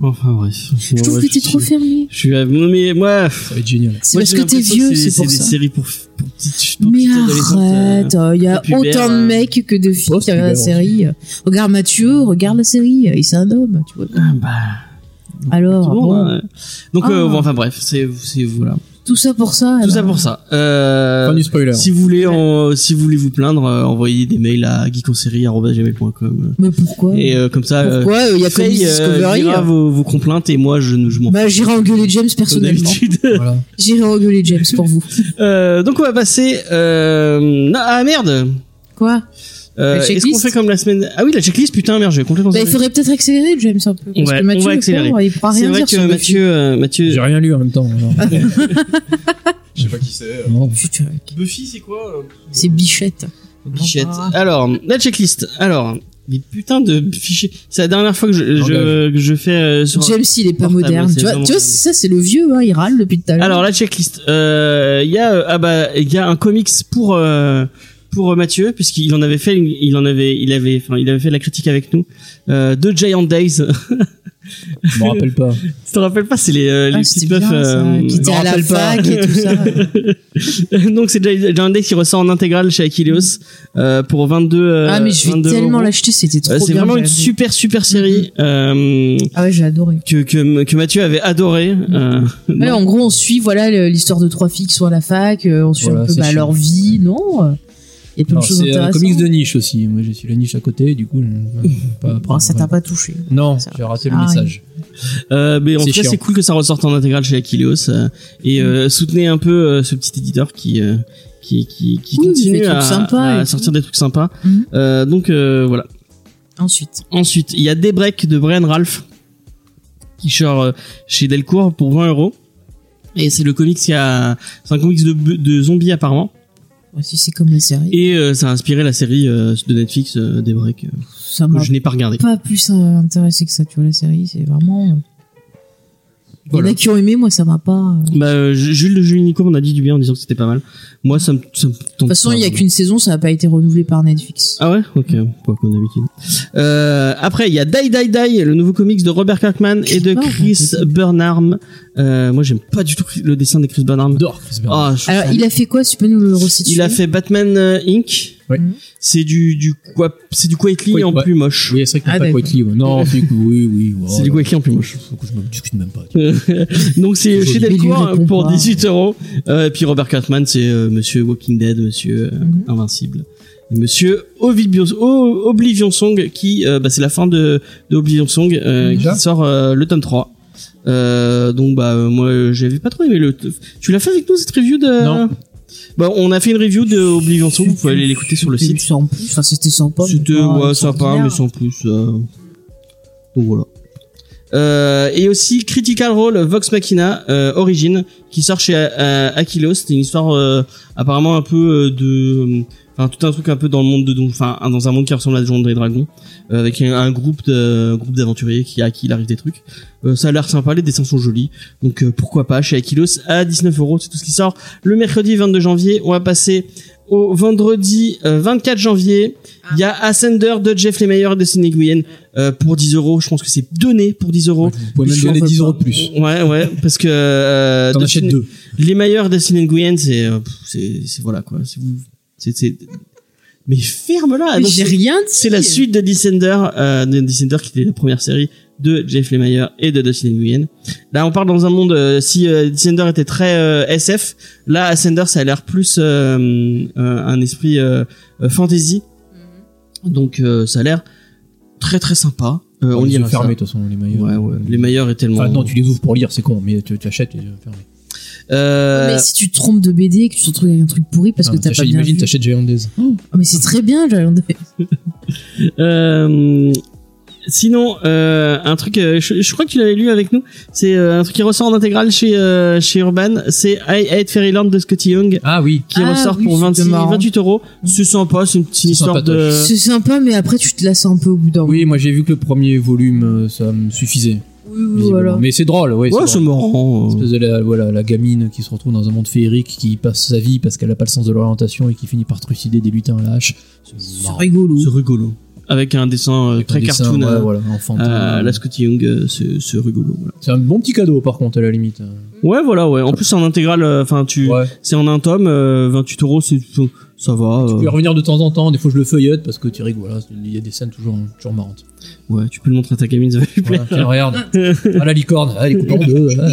[SPEAKER 2] Enfin bref.
[SPEAKER 4] je trouve que t'es trop fermé.
[SPEAKER 2] Je suis. euh, non, Mais moi.
[SPEAKER 3] Ça va être génial.
[SPEAKER 4] C'est
[SPEAKER 2] moi,
[SPEAKER 4] parce
[SPEAKER 2] j'ai
[SPEAKER 4] que t'es
[SPEAKER 2] l'impression
[SPEAKER 4] vieux, c'est pour
[SPEAKER 2] C'est des
[SPEAKER 4] ça.
[SPEAKER 2] séries pour, pour petites. pour
[SPEAKER 4] Mais
[SPEAKER 2] petites adolescentes,
[SPEAKER 4] arrête,
[SPEAKER 2] euh.
[SPEAKER 4] il y a
[SPEAKER 2] populaire,
[SPEAKER 4] autant de
[SPEAKER 2] euh,
[SPEAKER 4] mecs que de filles qui regardent la
[SPEAKER 3] post-pubère
[SPEAKER 4] série. Regarde Mathieu, regarde la série, et c'est un homme, tu vois.
[SPEAKER 2] Ah, bah,
[SPEAKER 4] Alors,
[SPEAKER 2] tout le monde,
[SPEAKER 4] Oh, bon,
[SPEAKER 2] hein. Donc,
[SPEAKER 4] Ah. bah.
[SPEAKER 2] euh, bon, enfin bref, c'est c'est- voilà.
[SPEAKER 4] tout ça pour ça.
[SPEAKER 2] Tout
[SPEAKER 4] alors.
[SPEAKER 2] ça pour ça. Euh,
[SPEAKER 3] Fin du spoiler.
[SPEAKER 2] Si vous voulez, en- si vous voulez vous plaindre, euh, envoyez des mails à geekonserie@gmail.com
[SPEAKER 4] Mais pourquoi
[SPEAKER 2] et euh, comme ça, euh,
[SPEAKER 4] Pourquoi il y a que
[SPEAKER 2] Faye,
[SPEAKER 4] Miss
[SPEAKER 2] euh,
[SPEAKER 4] Discovery
[SPEAKER 2] dira
[SPEAKER 4] euh,
[SPEAKER 2] vos, vos complaintes et moi je, ne- je m'en fous
[SPEAKER 4] Bah, j'irai engueuler James
[SPEAKER 2] comme
[SPEAKER 4] personnellement.
[SPEAKER 2] d'habitude.
[SPEAKER 3] Voilà.
[SPEAKER 4] J'irai engueuler James pour vous.
[SPEAKER 2] Euh, donc on va passer. Euh... Ah merde.
[SPEAKER 4] Quoi
[SPEAKER 2] Euh,
[SPEAKER 4] La
[SPEAKER 2] Est-ce qu'on
[SPEAKER 4] checklist
[SPEAKER 2] fait comme la semaine Ah oui, la checklist. Putain merde, j'ai complètement.
[SPEAKER 4] Bah, Il
[SPEAKER 2] zappé.
[SPEAKER 4] faudrait peut-être accélérer James un peu. Parce
[SPEAKER 2] Ouais,
[SPEAKER 4] que
[SPEAKER 2] on
[SPEAKER 4] Mathieu,
[SPEAKER 2] va
[SPEAKER 4] le
[SPEAKER 2] accélérer.
[SPEAKER 4] pauvre, il pourra
[SPEAKER 2] C'est
[SPEAKER 4] rien
[SPEAKER 2] vrai
[SPEAKER 4] dire
[SPEAKER 2] que
[SPEAKER 4] sur
[SPEAKER 2] Mathieu, euh, Mathieu.
[SPEAKER 3] J'ai rien lu en même temps. alors.
[SPEAKER 5] Je sais pas qui c'est. euh.
[SPEAKER 3] Non.
[SPEAKER 4] Buffy. Ah, Putain,
[SPEAKER 2] Buffy, c'est quoi
[SPEAKER 4] C'est Bichette.
[SPEAKER 2] Bichette.
[SPEAKER 3] Ah.
[SPEAKER 2] Alors, la checklist. Alors, les putains de fichiers. C'est la dernière fois que je, je,
[SPEAKER 3] Engage.
[SPEAKER 2] que je fais euh, sur.
[SPEAKER 4] James, il est pas
[SPEAKER 2] portable,
[SPEAKER 4] moderne.
[SPEAKER 2] c'est
[SPEAKER 4] Tu vois,
[SPEAKER 2] vraiment
[SPEAKER 4] tu vois,
[SPEAKER 2] moderne.
[SPEAKER 4] ça, c'est le vieux, hein, il râle depuis tout à l'heure.
[SPEAKER 2] Alors la checklist, euh, il y a euh, ah bah il y a un comics pour euh, pour euh, Mathieu puisqu'il en avait fait une- il en avait il avait enfin il avait fait la critique avec nous euh, de Giant Days.
[SPEAKER 3] Je m'en rappelle pas.
[SPEAKER 2] tu te rappelles pas c'est les, euh, les
[SPEAKER 4] Ah,
[SPEAKER 2] petites
[SPEAKER 4] c'était
[SPEAKER 2] meufs
[SPEAKER 4] bien, ça,
[SPEAKER 2] euh,
[SPEAKER 4] qui était
[SPEAKER 3] me
[SPEAKER 4] à la
[SPEAKER 3] rappelle pas.
[SPEAKER 4] fac et tout ça.
[SPEAKER 2] Donc c'est Gi- Giant Days qui ressort en intégrale chez Aquileos euh, pour 22 euh,
[SPEAKER 4] Ah, mais je vais
[SPEAKER 2] 22
[SPEAKER 4] tellement
[SPEAKER 2] euros.
[SPEAKER 4] l'acheter, c'était trop
[SPEAKER 2] Euh,
[SPEAKER 4] bien.
[SPEAKER 2] c'est vraiment
[SPEAKER 4] j'ai
[SPEAKER 2] une
[SPEAKER 4] adoré.
[SPEAKER 2] super super série euh,
[SPEAKER 4] Ah ouais, j'ai adoré.
[SPEAKER 2] que, que que Mathieu avait adoré. Euh,
[SPEAKER 4] Ouais, en gros, on suit voilà le- l'histoire de trois filles qui sont à la fac, euh, on suit
[SPEAKER 3] Voilà,
[SPEAKER 4] un peu
[SPEAKER 3] c'est
[SPEAKER 4] bah,
[SPEAKER 3] chiant.
[SPEAKER 4] leur vie, non euh, Il y a plein
[SPEAKER 3] Alors,
[SPEAKER 4] de choses
[SPEAKER 2] euh,
[SPEAKER 3] C'est un
[SPEAKER 4] intéressantes.
[SPEAKER 3] comics de niche aussi. Moi, je suis la niche à côté, du coup. je- pas-
[SPEAKER 4] Oh, ça t'a
[SPEAKER 3] voilà.
[SPEAKER 4] pas touché.
[SPEAKER 3] Non,
[SPEAKER 4] Ça-
[SPEAKER 3] j'ai raté le
[SPEAKER 4] Ah,
[SPEAKER 3] message.
[SPEAKER 2] Euh, mais en
[SPEAKER 3] C'est
[SPEAKER 2] tout cas,
[SPEAKER 3] chiant.
[SPEAKER 2] c'est cool que ça ressorte en intégrale chez Aquileos euh, et euh, soutenez un peu euh, ce petit éditeur qui euh, qui qui, qui
[SPEAKER 4] Oui, il fait
[SPEAKER 2] continue
[SPEAKER 4] des trucs
[SPEAKER 2] à,
[SPEAKER 4] sympas
[SPEAKER 2] à
[SPEAKER 4] et tout.
[SPEAKER 2] sortir des trucs sympas.
[SPEAKER 4] Mhm.
[SPEAKER 2] Euh, donc euh, voilà.
[SPEAKER 4] Ensuite,
[SPEAKER 2] Ensuite, il y a des breaks de Brian Ralph qui sort euh, chez Delcourt pour 20 euros. Et c'est le comics qui a, c'est un comics de, bu- de zombies apparemment.
[SPEAKER 4] Ouais, si c'est comme la série,
[SPEAKER 2] Et euh, ça a inspiré la série euh, de Netflix euh, des breaks euh,
[SPEAKER 4] ça
[SPEAKER 2] que
[SPEAKER 4] m'a
[SPEAKER 2] je n'ai pas regardé.
[SPEAKER 4] pas plus euh, intéressé que ça, tu vois, la série, c'est vraiment... euh, Il y
[SPEAKER 3] Voilà.
[SPEAKER 4] en a qui ont aimé, moi ça m'a pas... euh. De
[SPEAKER 2] Bah, euh, Jules de Jules Nico on a dit du bien en disant que c'était pas mal. Moi, ça me, ça me tente
[SPEAKER 4] toute façon,
[SPEAKER 2] pas
[SPEAKER 4] il y a
[SPEAKER 2] vraiment.
[SPEAKER 4] qu'une saison, ça n'a pas été renouvelé par Netflix.
[SPEAKER 2] Ah ouais Ok, pas comme d'habitude. Euh, après, il y a Die Die Die, le nouveau comics de Robert Kirkman et de
[SPEAKER 4] Oh,
[SPEAKER 2] Chris Burnham. Euh, moi, j'aime pas du tout le dessin des Chris Burnham.
[SPEAKER 3] J'adore Chris Bernard.
[SPEAKER 2] Ah, je-
[SPEAKER 4] Alors, il a fait quoi Tu peux nous le resituer
[SPEAKER 2] il a fait Batman euh, Inc.
[SPEAKER 3] Oui.
[SPEAKER 4] Mhm.
[SPEAKER 2] C'est du du quoi C'est du Quietly
[SPEAKER 3] Oui,
[SPEAKER 2] en
[SPEAKER 3] ouais.
[SPEAKER 2] plus moche.
[SPEAKER 3] Oui, c'est vrai que
[SPEAKER 4] Ah,
[SPEAKER 3] pas
[SPEAKER 4] d'accord.
[SPEAKER 3] Quickly. ouais. Non, c'est que oui, oui.
[SPEAKER 2] C'est du Quietly en plus moche.
[SPEAKER 3] Faut que je me discute même pas.
[SPEAKER 2] Donc c'est euh,
[SPEAKER 3] Joli.
[SPEAKER 2] chez
[SPEAKER 4] Mais lui
[SPEAKER 2] Delcourt
[SPEAKER 4] répond
[SPEAKER 2] pour
[SPEAKER 4] pas.
[SPEAKER 2] 18 euros. Euh, et puis Robert Kirkman, c'est euh, Monsieur Walking Dead, Monsieur euh,
[SPEAKER 4] Mhm.
[SPEAKER 2] Invincible. Et Monsieur Ovidius- O- Oblivion Song, qui euh, bah, c'est la fin de, de Oblivion Song, euh,
[SPEAKER 4] Mhm.
[SPEAKER 2] qui sort euh, le tome 3. Euh, donc bah euh, moi euh, j'avais pas trop aimé le t- tu l'as fait avec nous cette review de
[SPEAKER 3] Non.
[SPEAKER 2] bah on a fait une review de Oblivion Song vous pouvez aller l'écouter sur le
[SPEAKER 4] C'était
[SPEAKER 2] site
[SPEAKER 4] sans plus, enfin c'était sympa. mais
[SPEAKER 2] c'était
[SPEAKER 4] pas
[SPEAKER 2] ouais sympa
[SPEAKER 4] extraordinaire.
[SPEAKER 2] mais sans plus euh. donc voilà euh, et aussi Critical Role Vox Machina euh, Origin qui sort chez euh, Aquilos c'est une histoire euh, apparemment un peu euh, de enfin tout un truc un peu dans le monde de Don- enfin un- dans un monde qui ressemble à Donjons et Dragons euh, avec un, un groupe de groupe d'aventuriers qui à qui il arrive des trucs Euh, ça a l'air sympa les dessins sont jolis donc euh, pourquoi pas chez Aquilos à 19 euros c'est tout ce qui sort le mercredi 22 janvier on va passer au vendredi euh, 24 janvier il y a Ascender de Jeff Lemire et de Sidney Nguyen euh, pour 10 euros je pense que c'est donné pour 10 euros
[SPEAKER 3] Vous pouvez
[SPEAKER 2] Je
[SPEAKER 3] même donner
[SPEAKER 2] l'en veux
[SPEAKER 3] 10 euros
[SPEAKER 2] pas.
[SPEAKER 3] de plus.
[SPEAKER 2] Ouais, ouais, parce que
[SPEAKER 4] Bah,
[SPEAKER 2] euh,
[SPEAKER 3] T'en
[SPEAKER 2] de
[SPEAKER 3] achètes
[SPEAKER 2] Sin-
[SPEAKER 3] deux.
[SPEAKER 2] Les meilleurs de Sin Nguyen, c'est euh, pff, c'est c'est voilà quoi. C'est vous, c'est c'est. Mais ferme là.
[SPEAKER 4] Mais Ah, J'ai rien dit.
[SPEAKER 2] C'est la suite de Descender, euh, de Descender qui était la première série de Jeff Lemire et de Dustin Nguyen. Là, on part dans un monde euh, si euh, Descender était très euh, SF, là Ascender ça a l'air plus euh, euh, un esprit euh, euh, fantasy. Donc euh, ça a l'air très très sympa. Euh, on
[SPEAKER 3] les
[SPEAKER 2] y
[SPEAKER 3] yeux
[SPEAKER 2] va. ça.
[SPEAKER 3] fermés, de toute façon, les maillots.
[SPEAKER 2] Ouais, ouais. Les meilleurs est tellement.
[SPEAKER 3] Enfin, non, tu les ouvres pour lire, c'est con, mais tu, tu achètes les yeux fermés.
[SPEAKER 2] Euh,
[SPEAKER 4] Mais si tu te trompes de BD et que tu te retrouves avec un truc pourri parce
[SPEAKER 3] Ah,
[SPEAKER 4] que t'as pas
[SPEAKER 3] t'achètes-
[SPEAKER 4] bien
[SPEAKER 3] Imagine,
[SPEAKER 4] vu.
[SPEAKER 3] t'achètes Gigandaise.
[SPEAKER 4] Ah, mais c'est très bien, Giant Days.
[SPEAKER 2] Euh, sinon, euh, un truc, euh, je, je crois que tu l'avais lu avec nous. C'est euh, un truc qui ressort en intégrale chez euh, chez Urban. C'est I Hate Fairyland de Scotty Young
[SPEAKER 3] Ah oui.
[SPEAKER 2] qui
[SPEAKER 4] Ah
[SPEAKER 2] ressort
[SPEAKER 4] oui,
[SPEAKER 2] pour
[SPEAKER 4] c'est
[SPEAKER 2] 26,
[SPEAKER 4] marrant.
[SPEAKER 2] 28 euros. C'est sympa, c'est une petite
[SPEAKER 3] C'est
[SPEAKER 2] histoire de.
[SPEAKER 3] sympatoche.
[SPEAKER 4] C'est sympa, mais après, tu te lasses un peu au bout d'un moment.
[SPEAKER 3] Oui, moi j'ai vu que le premier volume, euh, ça me suffisait.
[SPEAKER 4] Oui, oui,
[SPEAKER 3] visiblement.
[SPEAKER 4] voilà.
[SPEAKER 3] Mais c'est drôle, ouais.
[SPEAKER 2] Ouais,
[SPEAKER 3] drôle.
[SPEAKER 2] c'est marrant. euh.
[SPEAKER 3] Espèce de la, voilà, la gamine qui se retrouve dans un monde féerique, qui passe sa vie parce qu'elle a pas le sens de l'orientation et qui finit par trucider des lutins à la hache. C'est
[SPEAKER 4] C'est
[SPEAKER 3] marrant.
[SPEAKER 4] rigolo.
[SPEAKER 2] C'est rigolo. Avec un dessin euh,
[SPEAKER 3] Avec
[SPEAKER 2] très
[SPEAKER 3] un dessin,
[SPEAKER 2] cartoon.
[SPEAKER 3] ouais,
[SPEAKER 2] euh,
[SPEAKER 3] voilà, enfantin.
[SPEAKER 2] à la Scotty Young, euh, c'est c'est rigolo. Voilà.
[SPEAKER 3] C'est un bon petit cadeau par contre à la limite.
[SPEAKER 4] Mm.
[SPEAKER 2] Ouais, voilà, ouais. En plus, c'est en intégrale. euh, Enfin, tu,
[SPEAKER 3] Ouais.
[SPEAKER 2] c'est en un tome. euh, 28 euros, c'est ça va.
[SPEAKER 3] Tu
[SPEAKER 2] euh.
[SPEAKER 3] peux y revenir de temps en temps, des fois je le feuillette parce que tu rigoles, voilà, il y a des scènes toujours, toujours marrantes.
[SPEAKER 2] ouais, tu peux le montrer à ta gamine, ça va lui plaire.
[SPEAKER 3] Voilà, tiens, regarde, ah la licorne, ah, elle est coupée en deux. ah.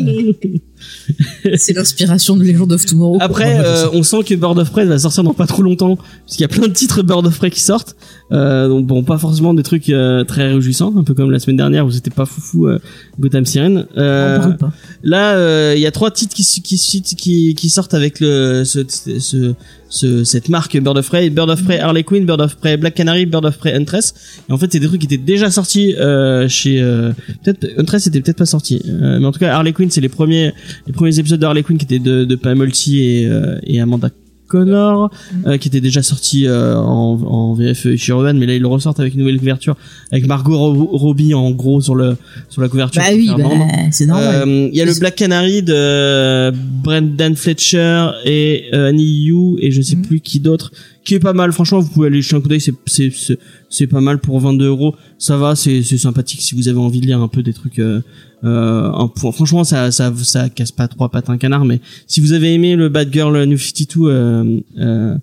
[SPEAKER 4] Euh, C'est l'inspiration de Legend of Tomorrow.
[SPEAKER 2] Après,
[SPEAKER 3] Ouais,
[SPEAKER 2] euh, on sent que Bird of Prey va sortir dans pas trop longtemps, parce qu'il y a plein de titres Bird of Prey qui sortent. Euh, donc bon, pas forcément des trucs euh, très réjouissants, un peu comme la semaine dernière où c'était pas foufou euh, Gotham Siren. Euh,
[SPEAKER 4] On parle pas.
[SPEAKER 2] là, euh, il y a trois titres qui, su- qui, suitent- qui, qui sortent avec le, ce, ce, ce- cette marque Bird of Prey. Bird of Prey
[SPEAKER 4] Mhm.
[SPEAKER 2] Harley Quinn, Bird of Prey Black Canary, Bird of Prey Huntress. Et en fait, c'est des trucs qui étaient déjà sortis euh, chez... Euh, peut-être Huntress était peut-être pas sorti. Euh, mais en tout cas, Harley Quinn, c'est les premiers, les premiers épisodes de Harley Quinn qui étaient de, de Pamulti et, euh, et Amanda Connor,
[SPEAKER 4] Mhm.
[SPEAKER 2] euh, qui étaient déjà sortis euh, en, en VF chez Urban, mais là ils le ressortent avec une nouvelle couverture, avec Margot Ro- Robbie en gros sur le sur la couverture.
[SPEAKER 4] Bah
[SPEAKER 2] pour
[SPEAKER 4] oui,
[SPEAKER 2] faire
[SPEAKER 4] bah,
[SPEAKER 2] vendre.
[SPEAKER 4] c'est normal.
[SPEAKER 2] Euh, Il y a le
[SPEAKER 4] Ils-
[SPEAKER 2] Black Canary de euh, Brendan Fletcher et euh, Annie Yu et je sais
[SPEAKER 4] Mhm.
[SPEAKER 2] plus qui d'autre, qui est pas mal. Franchement, vous pouvez aller jeter un coup d'œil, c'est- c'est c'est- c'est pas mal pour 22 euros. Ça va, c'est c'est sympathique si vous avez envie de lire un peu des trucs. Euh, euh, en point. Franchement, ça, ça ça casse pas trois pattes un canard, mais si vous avez aimé le Bad Girl New 52, euh, euh,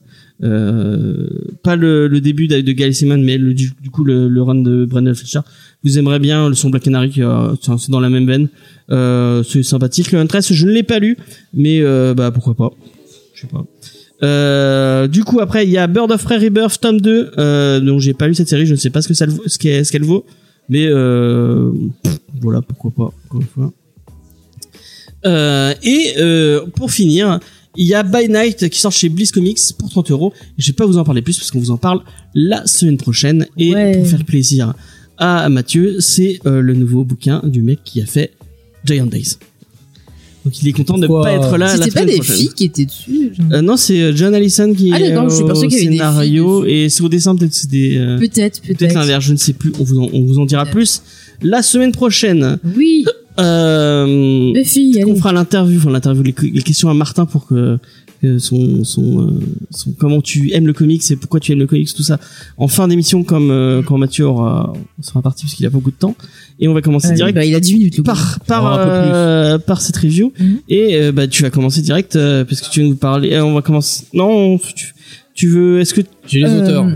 [SPEAKER 2] euh, pas le, le début de, de Gary Seaman, mais le, du, du coup le, le run de Brendan Fletcher, vous aimerez bien le son Black Canary, qui, euh, c'est c'est dans la même veine. Euh, c'est sympathique. Le Huntress, je ne l'ai pas lu, mais euh, bah pourquoi pas. Je sais pas. Euh, du coup après il y a Bird of Prey Rebirth tome 2 euh, donc j'ai pas lu cette série je ne sais pas ce que ça le vaut- ce qu'est- ce qu'elle vaut mais euh, pff, voilà pourquoi pas encore une fois euh, et euh, pour finir il y a By Night qui sort chez Bliss Comics pour 30 euros je vais pas vous en parler plus parce qu'on vous en parle la semaine prochaine et
[SPEAKER 4] Ouais.
[SPEAKER 2] pour faire plaisir à Mathieu c'est euh, le nouveau bouquin du mec qui a fait Giant Days donc il est content
[SPEAKER 3] Pourquoi
[SPEAKER 2] de pas être là la
[SPEAKER 4] C'était
[SPEAKER 2] semaine
[SPEAKER 4] pas des
[SPEAKER 2] prochaine.
[SPEAKER 4] filles qui étaient dessus. genre.
[SPEAKER 2] Euh, non, c'est euh, John Allison qui
[SPEAKER 4] Ah,
[SPEAKER 2] est euh,
[SPEAKER 4] d'accord, je suis
[SPEAKER 2] au
[SPEAKER 4] persuadée qu'il y avait des
[SPEAKER 2] scénario
[SPEAKER 4] filles
[SPEAKER 2] et c'est au dessin peut-être c'est des euh,
[SPEAKER 4] Peut-être,
[SPEAKER 2] peut-être
[SPEAKER 4] peut-être.
[SPEAKER 2] l'inverse, je ne sais plus. On vous en, on vous en dira
[SPEAKER 4] Peut-être.
[SPEAKER 2] plus la semaine prochaine.
[SPEAKER 4] oui,
[SPEAKER 2] Euh,
[SPEAKER 4] les filles,
[SPEAKER 2] on
[SPEAKER 4] allez.
[SPEAKER 2] fera l'interview, enfin l'interview, les, les questions à Martin pour que, que son, son, euh, son- comment tu aimes le comics et pourquoi tu aimes le comics, tout ça en fin d'émission comme euh, quand Mathieu aura sera parti parce qu'il a pas beaucoup de temps et on va commencer
[SPEAKER 4] Ah oui,
[SPEAKER 2] direct
[SPEAKER 4] bah, il a 10 minutes le gars.
[SPEAKER 2] par par
[SPEAKER 3] aura un peu plus.
[SPEAKER 2] euh, par cette review
[SPEAKER 4] Mhm.
[SPEAKER 2] et euh, bah tu vas commencer direct euh, parce que tu veux nous parler euh, on va commencer non tu, tu veux est-ce que
[SPEAKER 3] J'ai les
[SPEAKER 4] Euh,
[SPEAKER 3] auteurs.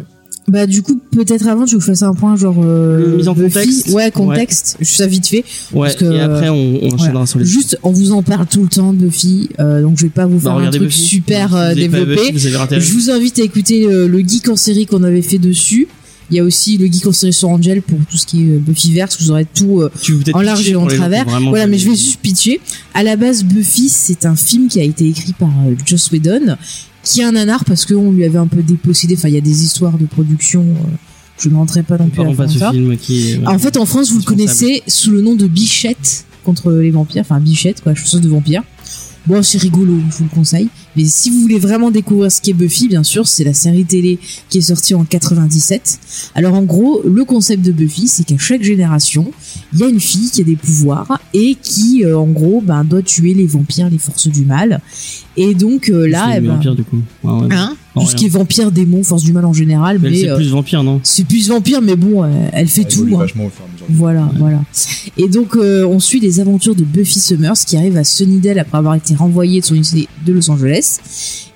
[SPEAKER 4] Bah du coup peut-être avant je vous fasse un point genre euh,
[SPEAKER 2] Le mise en
[SPEAKER 4] Buffy.
[SPEAKER 2] contexte.
[SPEAKER 4] Ouais contexte. Je ça vite fait.
[SPEAKER 2] ouais
[SPEAKER 4] Parce que,
[SPEAKER 2] et après on, on enchaînera sur les
[SPEAKER 4] Juste on vous en parle tout le temps de Buffy. euh, donc je vais pas vous
[SPEAKER 2] Bah,
[SPEAKER 4] faire un
[SPEAKER 2] regardez
[SPEAKER 4] truc
[SPEAKER 2] Buffy.
[SPEAKER 4] super euh,
[SPEAKER 2] Si vous avez pas Buffy,
[SPEAKER 4] développé.
[SPEAKER 2] vous avez raté la-
[SPEAKER 4] Je vous invite à écouter euh, le geek en série qu'on avait fait dessus. Il y a aussi le geek en série sur Angel pour tout ce qui est euh, Buffyverse. Vous aurez tout. euh,
[SPEAKER 2] tu veux peut-être
[SPEAKER 4] en large
[SPEAKER 2] pitcher
[SPEAKER 4] et en
[SPEAKER 2] pour les gens qui
[SPEAKER 4] travers.
[SPEAKER 2] vraiment
[SPEAKER 4] Voilà, mais je vais
[SPEAKER 2] jamais-
[SPEAKER 4] juste pitcher. À la base, Buffy, c'est un film qui a été écrit par euh, Joss Whedon, qui est un nanar parce qu'on lui avait un peu dépossédé. Enfin, il y a des histoires de production. euh, je ne rentrerai pas non plus à
[SPEAKER 2] Parlons
[SPEAKER 4] fond
[SPEAKER 2] pas de ce
[SPEAKER 4] ça.
[SPEAKER 2] film qui est-
[SPEAKER 4] En fait, en France, vous le connaissez sous le nom de Bichette contre les vampires, enfin Bichette, quoi, chose de vampire. Bon, c'est rigolo, je vous le conseille. Mais si vous voulez vraiment découvrir ce qu'est Buffy, bien sûr, c'est la série télé qui est sortie en 97. Alors en gros, le concept de Buffy, c'est qu'à chaque génération, il y a une fille qui a des pouvoirs et qui, euh, en gros, ben, doit tuer les vampires, les forces du mal. Et donc euh, là,
[SPEAKER 2] C'est
[SPEAKER 4] eh
[SPEAKER 2] les
[SPEAKER 4] ben,
[SPEAKER 2] vampires, du coup Ah Ouais, ouais.
[SPEAKER 4] hein,
[SPEAKER 2] Bon,
[SPEAKER 4] tout ce
[SPEAKER 2] rien.
[SPEAKER 4] qui est vampire, démon, force du mal en général,
[SPEAKER 2] Mais elle,
[SPEAKER 4] mais
[SPEAKER 2] c'est
[SPEAKER 4] euh,
[SPEAKER 2] plus vampire non
[SPEAKER 4] c'est plus vampire, mais bon, euh, elle fait
[SPEAKER 5] Elle évolue
[SPEAKER 4] tout. hein.
[SPEAKER 5] vachement au fur et à mesure.
[SPEAKER 4] Voilà, voilà. Et donc, euh, on suit les aventures de Buffy Summers qui arrive à Sunnydale après avoir été renvoyée de son lycée de Los Angeles.